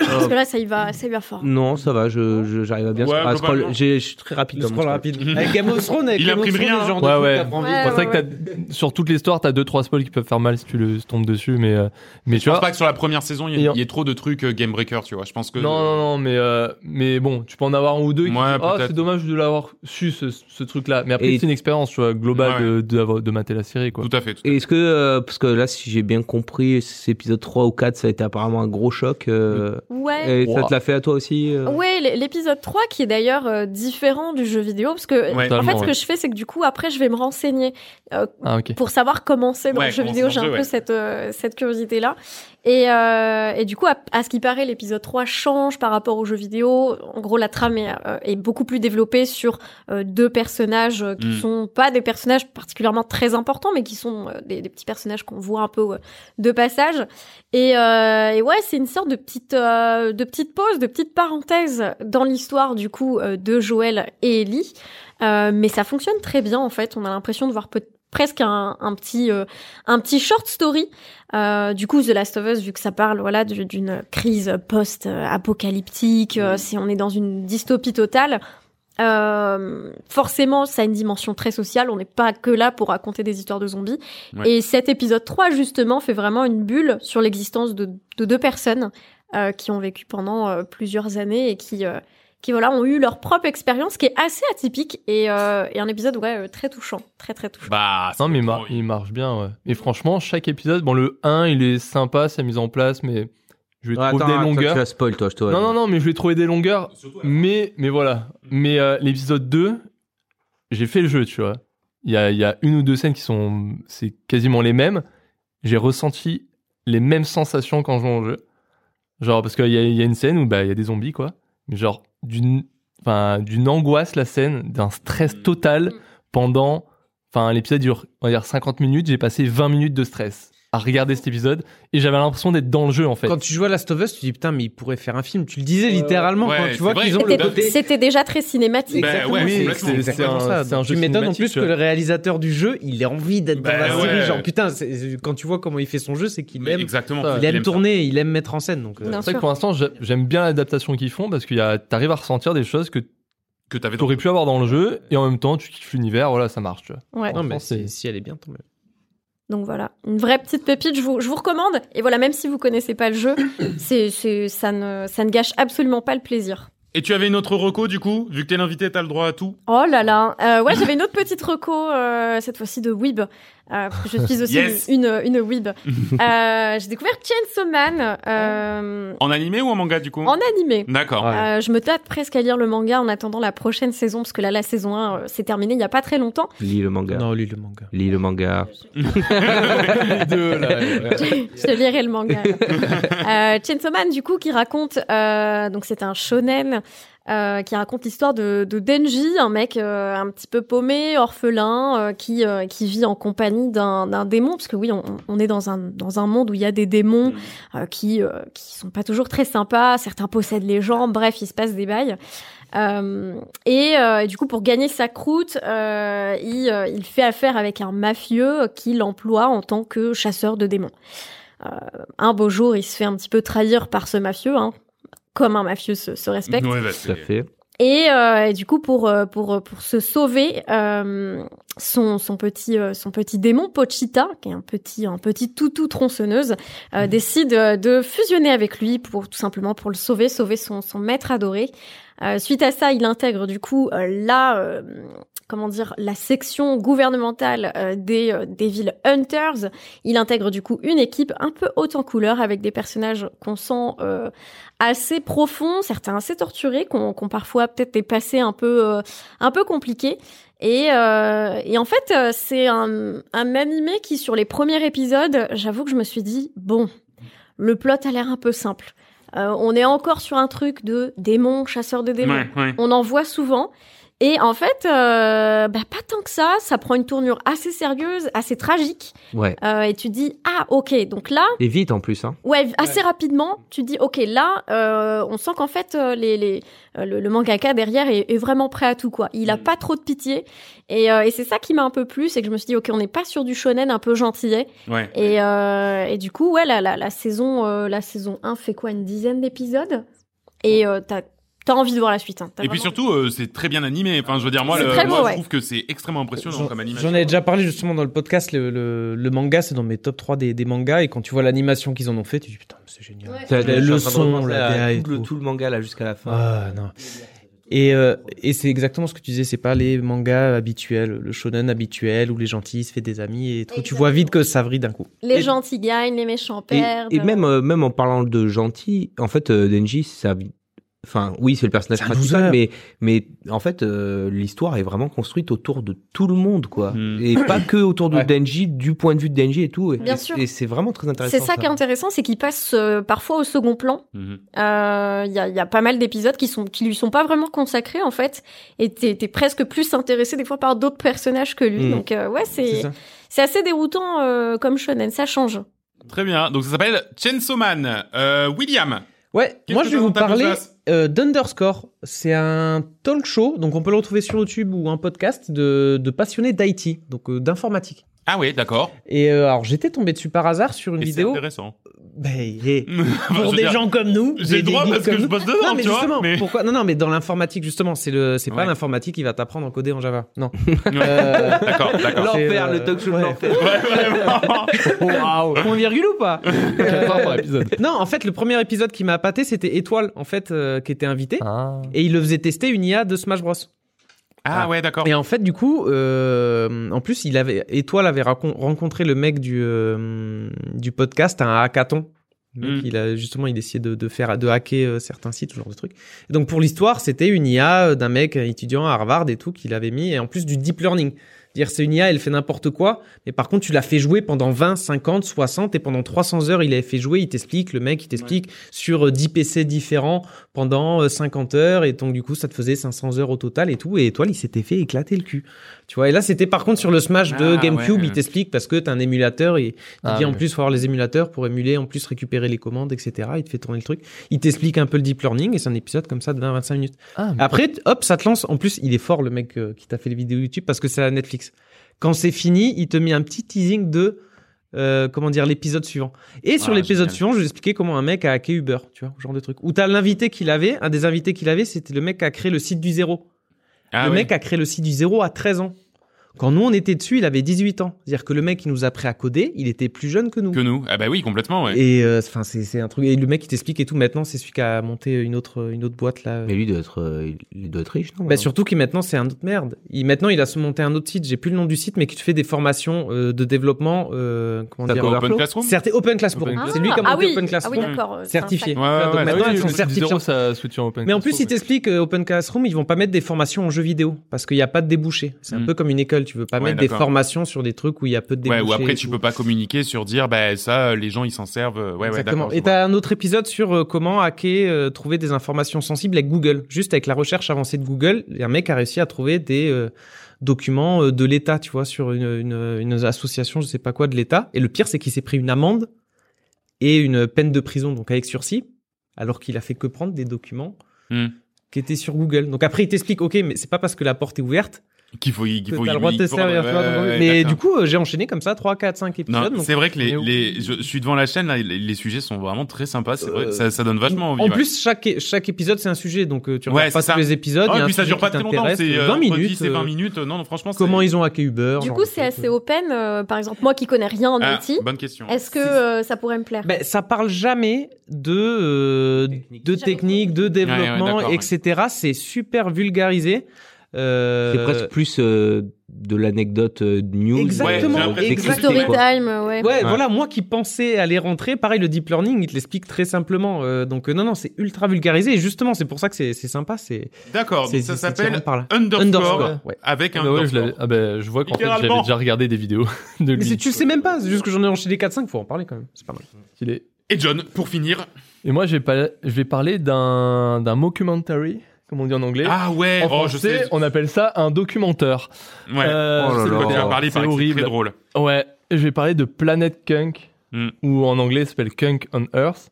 D: Parce que
C: Euh,
D: là ça y va ça y va fort.
C: Non, ça va, je- je- j'arrive à bien
A: Ouais,
C: à scroll.
A: globalement.
C: j'ai- Je suis très rapide.
E: Le
C: dans mon
E: scroll
C: scroll.
E: rapide. Avec Game of Thrones, avec
A: Il
E: Game of
A: imprime
E: Thrones,
A: rien,
E: le genre
B: hein.
E: de
B: Ouais,
E: truc, t'apprends
D: ouais.
E: vite.
B: C'est
D: Ouais,
B: vrai que
D: euh, ouais.
B: t'as- sur toute l'histoire, t'as deux trois spoils qui peuvent faire mal si tu le si tu tombes dessus, mais euh, mais tu
A: Je pense
B: vois.
A: pas que sur la première saison, il y, a-
B: Et-
A: il y ait trop de trucs euh, Game Breaker, tu vois. Je pense que.
B: Non non non, mais euh, mais bon, tu peux en avoir un ou deux. Qui
A: Ouais,
B: disent, oh,
A: peut-être.
B: c'est dommage de l'avoir su ce, ce truc-là. Mais après,
C: Et-
B: c'est une expérience, tu vois, globale
A: Ouais.
B: de, de, avoir- de mater la série, quoi.
A: Tout à fait. tout à fait.
C: Et Est-ce que, euh, parce que là, si j'ai bien compris, cet épisode 3 ou 4, ça a été apparemment un gros choc. euh,
D: Ouais.
C: Et ça
B: Ouah.
C: te l'a fait à toi aussi euh
D: Ouais, l- l'épisode 3 qui est d'ailleurs euh, différent du jeu vidéo parce que
A: Ouais.
D: en fait
B: Totalement,
D: ce
B: ouais.
D: que je fais c'est que du coup après je vais me renseigner euh,
B: Ah ok.
D: pour savoir comment c'est dans
A: Ouais,
D: le jeu
A: comment
D: vidéo,
A: c'est
D: j'ai
A: dans
D: un
A: le
D: peu
A: jeu,
D: cette euh, cette curiosité là et euh, et du coup à, à ce qui paraît l'épisode 3 change par rapport au jeu vidéo. En gros la trame est, euh, est beaucoup plus développée sur euh, deux personnages euh, qui
A: Mm.
D: sont pas des personnages particulièrement très importants mais qui sont euh, des, des petits personnages qu'on voit un peu euh, de passage. Et, euh, et ouais, c'est une sorte de petite, euh, de petite pause, de petite parenthèse dans l'histoire du coup euh, de Joël et Ellie. Euh, mais ça fonctionne très bien en fait. On a l'impression de voir peut- presque un, un petit, euh, un petit short story. Euh, du coup, The Last of Us, vu que ça parle voilà du- d'une crise post-apocalyptique, euh, si on est dans une dystopie totale. Euh, forcément, ça a une dimension très sociale. On n'est pas que là pour raconter des histoires de zombies.
A: Ouais.
D: Et cet épisode 3, justement, fait vraiment une bulle sur l'existence de, de deux personnes euh, qui ont vécu pendant euh, plusieurs années et qui, euh, qui voilà, ont eu leur propre expérience qui est assez atypique et, euh, et un épisode ouais, euh, très touchant. Très, très touchant.
A: Bah, ça
B: Non, mais il,
A: peut
B: mar-
A: prendre-
B: il marche bien, ouais. Et franchement, chaque épisode, bon, le 1, il est sympa, sa mise en place, mais je vais
C: Ouais,
B: trouver
C: attends,
B: des
C: toi,
B: longueurs.
C: Tu la spoil, toi, je te vois.
B: non, non, non, mais je vais trouver des longueurs. Mais, mais voilà. Mais euh, l'épisode 2, j'ai fait le jeu, tu vois. Il y a, il y a une ou deux scènes qui sont. C'est quasiment les mêmes. J'ai ressenti les mêmes sensations quand je joue au jeu. Genre, parce qu'il y a, il y a une scène où bah, il y a des zombies, quoi. Mais genre, d'une enfin, d'une angoisse, la scène, d'un stress total pendant. Enfin, l'épisode dure, on va dire, 50 minutes. J'ai passé 20 minutes de stress. à regarder cet épisode et j'avais l'impression d'être dans le jeu en fait.
E: Quand tu joues à Last of Us, tu dis putain, mais ils pourraient faire un film. Tu le disais littéralement
A: ouais.
E: quand
A: Ouais,
E: tu vois
A: c'est vrai.
E: qu'ils ont Bah, le
A: C'était-
E: côté.
D: C'était déjà très cinématique.
A: Bah,
E: Exactement.
A: ouais,
E: Oui,
A: complètement.
E: c'est
B: C'est
E: exactement
B: un-
E: ça.
B: c'est un
E: Donc,
B: jeu
E: tu m'étonnes en
B: cinématique,
E: plus
B: tu
E: que
B: vois.
E: le réalisateur du jeu, il ait envie d'être
A: Bah,
E: dans la
A: ouais.
E: série. Genre, putain, c'est- quand tu vois comment il fait son jeu, c'est qu'il
A: Mais
E: aime,
A: exactement.
B: ça,
E: il aime tourner, il aime mettre en scène. Donc, euh,
D: Bien
B: C'est vrai
D: sûr.
B: que pour l'instant, j'a- j'aime bien l'adaptation qu'ils font parce que t'arrives à ressentir des choses que
A: Que t'avais dans
B: t'aurais pu avoir dans le jeu et en même temps, tu kiffes l'univers, voilà, ça marche. tu vois.
D: Ouais.
E: non, mais
B: Franchement,
E: si,
B: c'est-
E: si elle est bien, tant mieux.
D: Donc voilà, une vraie petite pépite, je vous, je vous recommande. Et voilà, même si vous connaissez pas le jeu, c'est, c'est- ça, ne, ça ne gâche absolument pas le plaisir.
A: Et tu avais une autre reco du coup, vu que t'es l'invité, t'as le droit à tout.
D: Oh là là, Euh, ouais, j'avais une autre petite reco, euh, cette fois-ci de Weeb. Euh, parce que je suis aussi
A: Yes.
D: une, une une Weeb. Euh, j'ai découvert Chainsaw Man euh,
A: En animé ou en manga du coup
D: en animé.
A: D'accord.
E: Ah.
D: Euh, je me tâte presque à lire le manga en attendant la prochaine saison, parce que là, la saison 1 euh, s'est terminée il n'y a pas très longtemps.
C: Lis le manga.
E: Non, lui, le manga.
C: Lis le manga.
B: Les deux, Euh, là, ouais.
D: je te lirai le manga. euh, Chainsaw Man, du coup, qui raconte, euh, donc c'est un shonen. euh, qui raconte l'histoire de, de Denji, un mec euh, un petit peu paumé, orphelin, euh, qui euh, qui vit en compagnie d'un d'un démon, parce que oui, on, on est dans un dans un monde où il y a des démons euh, qui euh, qui sont pas toujours très sympas. Certains possèdent les gens. Bref, il se passe des bails. Euh, et euh, du coup, pour gagner sa croûte, euh, il, euh, il fait affaire avec un mafieux qui l'emploie en tant que chasseur de démons. Euh, un beau jour, il se fait un petit peu trahir par ce mafieux, hein, comme un mafieux se, se respecte.
A: Ouais, bah,
C: Tout
A: c'est-
C: à fait.
D: Et, euh, et du coup, pour euh, pour pour se sauver, euh, son son petit euh, son petit démon Pochita, qui est un petit un petit toutou tronçonneuse, euh, décide euh, de fusionner avec lui pour tout simplement pour le sauver, sauver son son maître adoré. Euh, suite à ça, il intègre du coup euh, la euh, comment dire la section gouvernementale euh, des euh, des villes Hunters. Il intègre du coup une équipe un peu haute en couleur avec des personnages qu'on sent euh, assez profonds, certains assez torturés, qu'on qu'on parfois peut-être des passés un peu euh, un peu compliqués. Et, euh, et en fait, euh, c'est un, un animé qui, sur les premiers épisodes, j'avoue que je me suis dit bon, le plot a l'air un peu simple. Euh, on est encore sur un truc de démon, chasseur de démons.
A: Ouais, ouais.
D: On en voit souvent. Et en fait, euh, bah, pas tant que ça. Ça prend une tournure assez sérieuse, assez tragique.
C: Ouais.
D: Euh, et tu te dis ah ok, donc là,
C: Et vite en plus. Hein.
D: Ouais, assez rapidement, tu dis ok, là, euh, on sent qu'en fait euh, les, les euh, le, le mangaka derrière est, est vraiment prêt à tout quoi. Il a
A: Mm.
D: pas trop de pitié et, euh, et c'est ça qui m'a un peu plu, c'est que je me suis dit ok, on n'est pas sur du shonen un peu gentillet
A: Ouais.
D: et, euh, et du coup ouais la la, la saison euh, la saison 1 fait quoi une dizaine d'épisodes et euh, t'as t'as envie de voir la suite. Hein. T'as
A: Et puis
D: vraiment-
A: surtout, euh, c'est très bien animé. Enfin, je veux dire, moi,
D: C'est
A: le-
D: très
A: moi,
D: beau,
A: je
D: ouais.
A: trouve que c'est extrêmement impressionnant
E: J'en-
A: comme
E: J'en
A: animation. hein.
E: avais déjà parlé justement dans le podcast. Le, le- le manga, c'est dans mes top 3 des, des mangas. Et quand tu vois l'animation qu'ils en ont fait, tu dis putain, mais c'est génial.
C: Je suis
E: le
C: en train de
E: son,
C: repenser
E: la
C: à
E: DA et
C: tout, le,
E: tout.
C: tout le manga là jusqu'à la fin.
E: Ah non. Et, euh, et c'est exactement ce que tu disais, c'est pas les mangas habituels, le shonen habituel où les gentils se fait des amis et tout. Tu vois vite que ça vrille d'un coup.
D: les
C: et-
D: gentils gagnent, les méchants
C: Et,
D: perdent.
C: et même, euh, même en parlant de gentil, en fait, euh, Denji, ça. Enfin, oui, c'est le personnage
E: C'est un
C: principal,
E: loser.
C: mais, mais en fait, euh, l'histoire est vraiment construite autour de tout le monde, quoi.
A: Mm.
C: Et pas que autour de
E: Hmm. Ouais.
C: Denji, du point de vue de Denji et tout. Et,
D: Bien
C: et-
D: sûr.
C: Et euh, c'est vraiment très intéressant.
D: C'est ça qui est intéressant, c'est qu'il passe euh, parfois au second plan
A: Mhm.
D: Euh, Il y, a, il y a pas mal d'épisodes qui sont qui lui sont pas vraiment consacrés en fait, et t'es t'es presque plus intéressé des fois par d'autres personnages que lui.
C: Mm.
D: Donc euh, ouais,
E: C'est
D: c'est
E: ça.
D: c'est assez déroutant euh, comme shonen, ça change.
A: Très bien. Donc ça s'appelle Chainsaw Man. Euh, William.
E: Ouais,
A: qu'est-ce
E: moi
A: que
E: je vais
A: t'as
E: vous
A: dans ta
E: parler
A: besace
E: euh, d'Underscore. C'est un talk show, donc on peut le retrouver sur YouTube ou un podcast de, de passionnés d'IT, donc euh, d'informatique.
A: Ah oui, d'accord.
E: Et euh, alors j'étais tombé dessus par hasard sur une
A: Et C'est
E: vidéo.
A: intéressant.
E: Ben, hey,
A: Enfin, je
E: pour
A: veux
E: des
A: dire,
E: gens comme nous,
A: J'ai
E: des
A: le droit
E: geeks
A: parce que
E: comme
A: je
E: nous.
A: bosse dedans,
E: non, mais
A: tu
E: justement,
A: vois. mais-
E: pourquoi Non, non, mais dans l'informatique, justement, c'est le, c'est
A: Ouais.
E: pas l'informatique qui va t'apprendre à coder en Java. Non.
A: Ouais.
E: Euh,
A: D'accord, d'accord.
C: L'enfer,
E: C'est, euh,
C: le talk show de
E: ouais.
C: l'enfer.
A: Ouais, vraiment.
E: Waouh. Point virgule ou pas
B: Quatre heures par épisode.
E: Non, en fait, le premier épisode qui m'a appâté, c'était Étoile, en fait, euh, qui était invité.
B: Ah.
E: Et il le faisait tester une IA de Smash Bros.
A: Ah ouais, d'accord.
E: Et en fait, du coup, euh, en plus, il avait, Étoile avait racon- rencontré le mec du, euh, du podcast à un hackathon. Le mec,
A: Mm.
E: Il a justement, il essayait de, de faire, de hacker euh, certains sites, ce genre de trucs. Et euh, donc pour l'histoire, c'était une IA d'un mec étudiant à Harvard et tout qu'il avait mis, et en plus du deep learning. Dire c'est une IA, elle fait n'importe quoi, mais par contre tu l'as fait jouer pendant 20, 50, 60 et pendant 300 heures, il l'a fait jouer, il t'explique, le mec il t'explique sur euh, 10 PC différents pendant euh, 50 heures et donc du coup ça te faisait 500 heures au total et tout et toi il s'était fait éclater le cul. Tu vois, et là c'était par contre sur le Smash de
F: Ah,
E: GameCube,
F: ouais.
E: il t'explique parce que t'as un émulateur et il
B: Ah,
E: dit en
B: oui.
E: plus faut avoir les émulateurs pour émuler, en plus récupérer les commandes, etc. Il te fait tourner le truc. Il t'explique un peu le deep learning et c'est un épisode comme ça de 20-25 minutes.
B: Ah, mais-
E: Après, t- hop, ça te lance. En plus, il est fort, le mec euh, qui t'a fait les vidéos YouTube, parce que c'est à Netflix. Quand c'est fini, il te met un petit teasing de, euh, comment dire, l'épisode suivant. Et sur
F: Ah,
E: l'épisode
F: génial.
E: suivant, je vais expliquer comment un mec a hacké Uber, tu vois, genre de truc. Ou t'as l'invité qu'il avait, un des invités qu'il avait, c'était le mec qui a créé le site du zéro.
A: Ah
E: le
A: ouais.
E: mec a créé le site du zéro à 13 ans. Quand nous, on était dessus, il avait 18 ans. C'est-à-dire que le mec qui nous a prêt à coder, il était plus jeune que nous.
A: que nous. Ah bah oui, complètement, ouais.
E: Et euh, enfin, c'est c'est un truc. Et le mec, il t'explique et tout. Maintenant, c'est celui qui a monté une autre, une autre boîte là.
C: Mais lui, doit être, euh, il doit être riche, non
E: Bah, surtout qu'il maintenant c'est un autre merde. Il maintenant il a se monté un autre site, j'ai plus le nom du site, mais qui te fait des formations euh, de développement, euh, comment
C: Ça
E: dire,
C: commence-
A: Open
C: Overflow
A: Classroom
E: certi- Open Classroom.
B: Open
D: Ah,
E: c'est lui qui a monté
D: ah oui,
E: Open
D: ah oui,
E: Classroom,
D: d'accord, euh, c'est un
E: certifié.
D: sac.
A: Ouais, ouais,
E: Donc
A: ouais,
E: maintenant
A: ouais,
E: ils sont
A: ouais.
E: certifiés.
B: zéro, ça soutient Open
E: Mais en plus,
B: Classroom,
E: ils t'expliquent euh, Open Classroom, ils vont pas mettre des formations en jeux vidéo parce qu'il n'y a pas de débouchés. C'est
A: Mm.
E: un peu comme une école, tu veux pas
A: Ouais,
E: mettre des
A: d'accord.
E: formations sur des trucs où il y a peu de
A: Ouais,
E: débouchés.
A: ou après
E: et
A: tu
E: tout.
A: peux pas communiquer sur dire bah ça euh, les gens ils s'en servent. euh, Ouais ouais
E: Exactement.
A: d'accord. je
E: Et
A: vois.
E: t'as un autre épisode sur euh, comment hacker, euh, trouver des informations sensibles avec Google. Juste avec la recherche avancée de Google, un mec a réussi à trouver des euh, documents euh, de l'État, tu vois, sur une, une- une association, je sais pas quoi, de l'État. Et le pire, c'est qu'il s'est pris une amende et une peine de prison, donc avec sursis, alors qu'il a fait que prendre des documents
A: Hmm.
E: qui étaient sur Google. Donc après, il t'explique, ok, mais c'est pas parce que la porte est ouverte
A: qu'il faut y- qu'il
E: que
A: faut
E: t'as
A: y-
E: le droit de te
A: il faut-
E: servir. tu vois,
A: ouais,
E: donc,
A: ouais,
E: mais
A: d'accord.
E: du coup, euh, j'ai enchaîné comme ça 3, 4, 5
A: Non,
E: épisodes. donc-
A: c'est vrai que les,
B: Mais-
A: les je, je suis devant la chaîne là, les, les sujets sont vraiment très sympas, c'est vrai,
E: Euh,
A: ça, ça donne vachement envie.
E: En
A: ouais.
E: plus, chaque, chaque épisode, c'est un sujet. Donc, euh, tu
A: Ouais,
E: regardes
A: c'est
E: pas
A: ça.
E: tous les épisodes.
A: Ah,
E: il y
A: et
E: a un
A: puis ça
E: sujet
A: dure
E: qui
A: pas très longtemps,
E: t'intéresse,
A: c'est
E: euh,
A: euh,
E: 20
A: entre
E: minutes.
A: 10 et 20
E: euh,
A: minutes. euh, Non, non, franchement, c'est-
E: Comment ils ont hacké Uber.
D: Du
E: genre
D: coup,
E: de
D: c'est
E: trucs,
D: assez
E: euh.
D: open. euh, par exemple, moi qui connais rien en
A: Ah,
D: IT,
A: bonne question.
D: est-ce que euh, ça pourrait me plaire
E: Ben, ça parle jamais de, euh,
C: Technique.
E: de technique, de développement,
A: Ouais, ouais, d'accord,
E: etc. C'est super vulgarisé. Euh,
C: C'est presque plus euh, de l'anecdote euh, news.
E: Exactement,
C: euh, décryptée,
E: exactement.
D: Story
C: quoi.
D: time, euh, ouais.
E: Ouais, voilà, moi qui pensais aller rentrer, pareil, le deep learning, il te l'explique très simplement. Euh, donc, euh, non, non, c'est ultra vulgarisé. Et justement, c'est pour ça que c'est c'est sympa. C'est
A: D'accord,
E: c'est-
A: donc ça
E: c'est tiré
A: s'appelle
E: par là.
A: underscore,
E: Underscore. ouais.
A: avec
B: Ah
A: un
B: bah ouais, je,
A: underscore.
B: l'avais- ah bah, je vois qu'en fait, j'avais
A: Littéralement.
B: déjà regardé des vidéos de
E: Mais
B: lui.
E: c'est- tu le sais même pas, c'est juste que j'en ai enchaîné 4-5, faut en parler quand même, c'est pas mal.
B: Il est-
A: Et John, pour finir.
B: Et moi, je vais, pas- je vais parler d'un d'un mockumentary, comme on dit en anglais.
A: Ah ouais,
B: en
A: oh, je
B: français,
A: sais.
B: on appelle ça un documentaire.
A: Ouais.
B: Euh,
C: Oh là
A: c'est
B: c'est
A: de
C: là.
A: quoi tu vas parler, il paraît que c'est
B: horrible.
A: très drôle.
B: Ouais, je vais parler de Planet Kunk,
A: Mm.
B: ou en anglais ça s'appelle Kunk on Earth.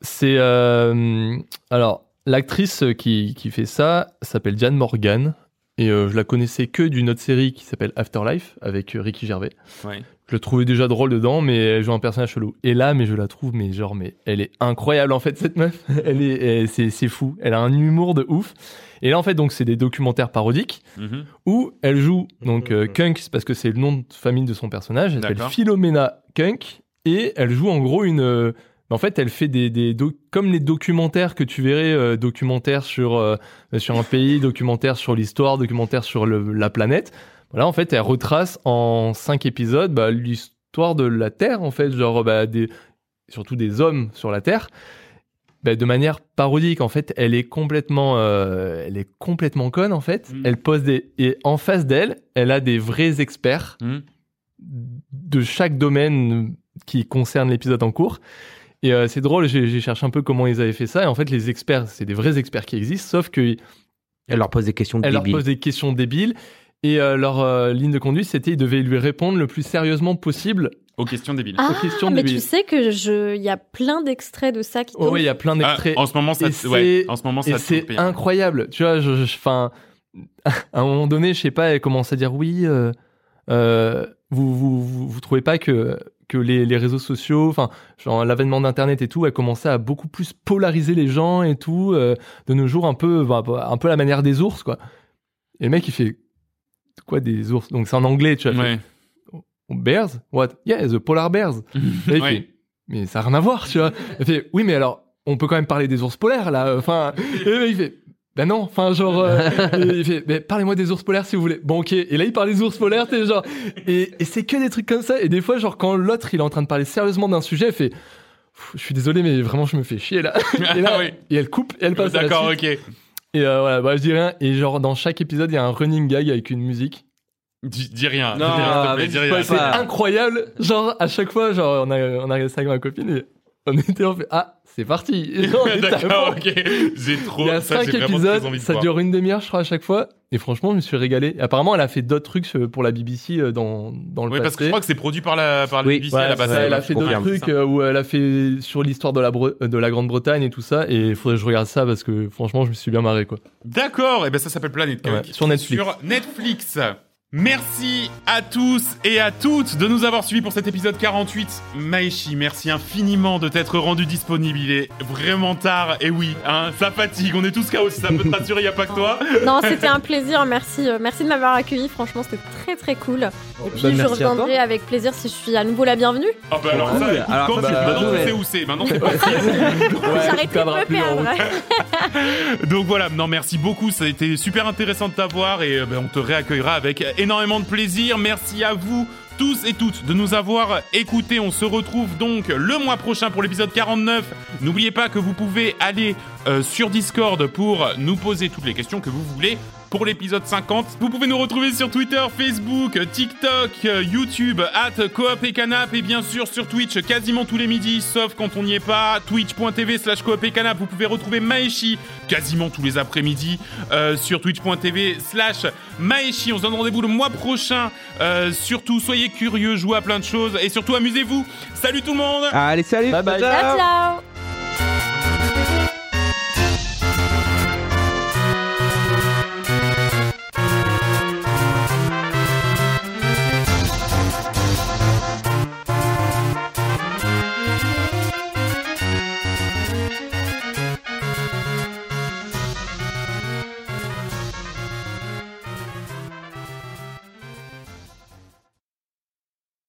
B: C'est euh, alors l'actrice qui, qui fait ça s'appelle Diane Morgan et euh, je la connaissais que d'une autre série qui s'appelle Afterlife avec euh, Ricky Gervais.
A: Ouais.
B: Je le trouvais déjà drôle dedans, mais elle joue un personnage chelou. Et là, mais je la trouve, mais genre, mais elle est incroyable en fait cette meuf. Elle est, elle- c'est c'est fou. Elle a un humour de ouf. Et là en fait donc c'est des documentaires parodiques
A: Mhm.
B: où elle joue donc euh,
C: Mhm.
B: Kunk, c'est parce que c'est le nom de famille de son personnage, elle s'appelle
A: D'accord.
B: Philomena Kunk, et elle joue en gros une... euh, en fait, elle fait des, des doc- comme les documentaires que tu verrais, euh, documentaires sur, euh, sur un pays, documentaires sur l'histoire, documentaires sur le- la planète. Voilà, en fait, elle retrace en cinq épisodes bah, l'histoire de la Terre, en fait, genre bah, des, surtout des hommes sur la Terre, bah, de manière parodique. En fait, elle est complètement, euh, elle est complètement conne. En fait,
A: Mhm.
B: elle pose des et en face d'elle, elle a des vrais experts
A: Mhm.
B: de chaque domaine qui concerne l'épisode en cours. Et euh, c'est drôle, j'ai j'ai cherché un peu comment ils avaient fait ça. Et en fait, les experts, c'est des vrais experts qui existent, sauf que
C: Elle leur pose des questions de
B: elle leur
C: débiles.
B: pose des questions débiles. Et euh, leur euh, ligne de conduite, c'était ils devaient lui répondre le plus sérieusement possible
A: Aux questions débiles.
D: Ah,
B: aux questions
D: mais
B: débiles.
D: tu sais que je, il y a plein d'extraits de ça qui
B: Oh,
D: tombent.
B: oui, il y a plein
A: Ah,
B: d'extraits.
A: en ce moment, ça,
B: et
A: te- ouais,
B: c'est-
A: en ce moment,
B: Et
A: ça hein. te
B: c'est
A: paye.
B: incroyable. Tu vois, je, je- je- 'fin, à un moment donné, je sais pas, elle commence à dire oui, euh, euh, vous, vous, vous, vous trouvez pas que, que les, les réseaux sociaux, enfin, genre l'avènement d'Internet et tout, a commencé à beaucoup plus polariser les gens et tout, euh, de nos jours, un peu, bah, bah, un peu la manière des ours, quoi. Et le mec, il fait quoi des ours Donc c'est en anglais, tu vois. il fait,
A: Ouais.
B: Bears What Yeah, the polar bears. Et il
A: Ouais.
B: fait, mais ça n'a rien à voir, tu vois. Il fait, oui, mais alors, on peut quand même parler des ours polaires, là. euh, Enfin, et le mec, il fait, ben non, enfin, genre, euh, et il fait, mais parlez-moi des ours polaires si vous voulez. Bon, ok. Et là, il parle des ours polaires, t'es genre, et, et c'est que des trucs comme ça. Et des fois, genre, quand l'autre, il est en train de parler sérieusement d'un sujet, il fait, Pff, je suis désolé, mais vraiment, je me fais chier, là. Et, là,
A: Ah oui.
B: et elle coupe, et elle passe à la
A: D'accord,
B: suite.
A: ok.
B: Et euh, voilà, bah, je dis rien. Et genre, dans chaque épisode, il y a un running gag avec une musique.
A: Dis, dis
E: Ah,
A: rien.
C: Non,
A: dis rien, s'il te plaît,
C: mais
A: dis
C: dis
A: rien.
C: pas
B: C'est
C: Ah.
B: incroyable. Genre, à chaque fois, genre, on a, on a regardé ça avec ma copine et on était en fait, ah, c'est parti. Et genre, on était à fond.
A: D'accord, ok. J'ai trop.
B: Il y a
A: ça,
B: cinq
A: j'ai vraiment très
B: épisodes,
A: envie de
B: ça
A: voir.
B: dure une demi-heure, je crois, à chaque fois. Et franchement, je me suis régalé. Et apparemment, elle a fait d'autres trucs euh, pour la BBC euh, dans, dans le
A: Oui,
B: passé.
A: parce que je crois que c'est produit par la par la
C: Oui,
A: BBC
B: Ouais,
A: à la
B: ça,
A: base.
B: elle a
C: je
B: fait d'autres
C: confirme.
B: trucs euh, où elle a fait sur l'histoire de la, Bre- euh, de la Grande-Bretagne et tout ça. Et il faudrait que je regarde ça parce que franchement, je me suis bien marré quoi.
A: D'accord, et ben ça s'appelle Planet
B: Ouais,
A: Cake.
B: sur Netflix.
A: Sur Netflix. Merci à tous et à toutes de nous avoir suivis pour cet épisode 48. Maeshi, merci infiniment de t'être rendu disponible. Il est vraiment tard, et oui, hein, ça fatigue, on est tous chaos, si ça peut te rassurer, il a pas que toi.
D: Non, c'était un plaisir. Merci, euh, merci de m'avoir accueilli. Franchement, c'était très très cool. Et
E: bah,
D: puis je
E: merci à
D: reviendrai avec plaisir si je suis à nouveau la bienvenue.
A: Ah bah alors ça,
C: Cool.
A: écoute,
C: Alors
A: quand
C: ça,
A: tu-
B: c'est une bonne
A: maintenant tu sais
C: nouvelle.
A: où c'est, maintenant c'est pas
D: J'arrêterai de me perdre.
A: Donc voilà, non merci beaucoup, ça a été super intéressant de t'avoir et euh, ben, on te réaccueillera avec énormément de plaisir. Merci à vous tous et toutes de nous avoir écoutés. On se retrouve donc le mois prochain pour l'épisode 49. N'oubliez pas que vous pouvez aller euh, sur Discord pour nous poser toutes les questions que vous voulez. Pour l'épisode 50, vous pouvez nous retrouver sur Twitter, Facebook, TikTok, euh, YouTube, at coop et canap, et bien sûr sur Twitch quasiment tous les midis, sauf quand on n'y est pas, twitch.tv slash coop et canap, vous pouvez retrouver Maeshi quasiment tous les après-midi euh, sur twitch.tv slash maeshi. On se donne rendez-vous le mois prochain. Euh, surtout, soyez curieux, jouez à plein de choses et surtout amusez-vous. Salut tout le monde
C: Allez, salut.
B: Bye bye.
D: Ciao, ciao.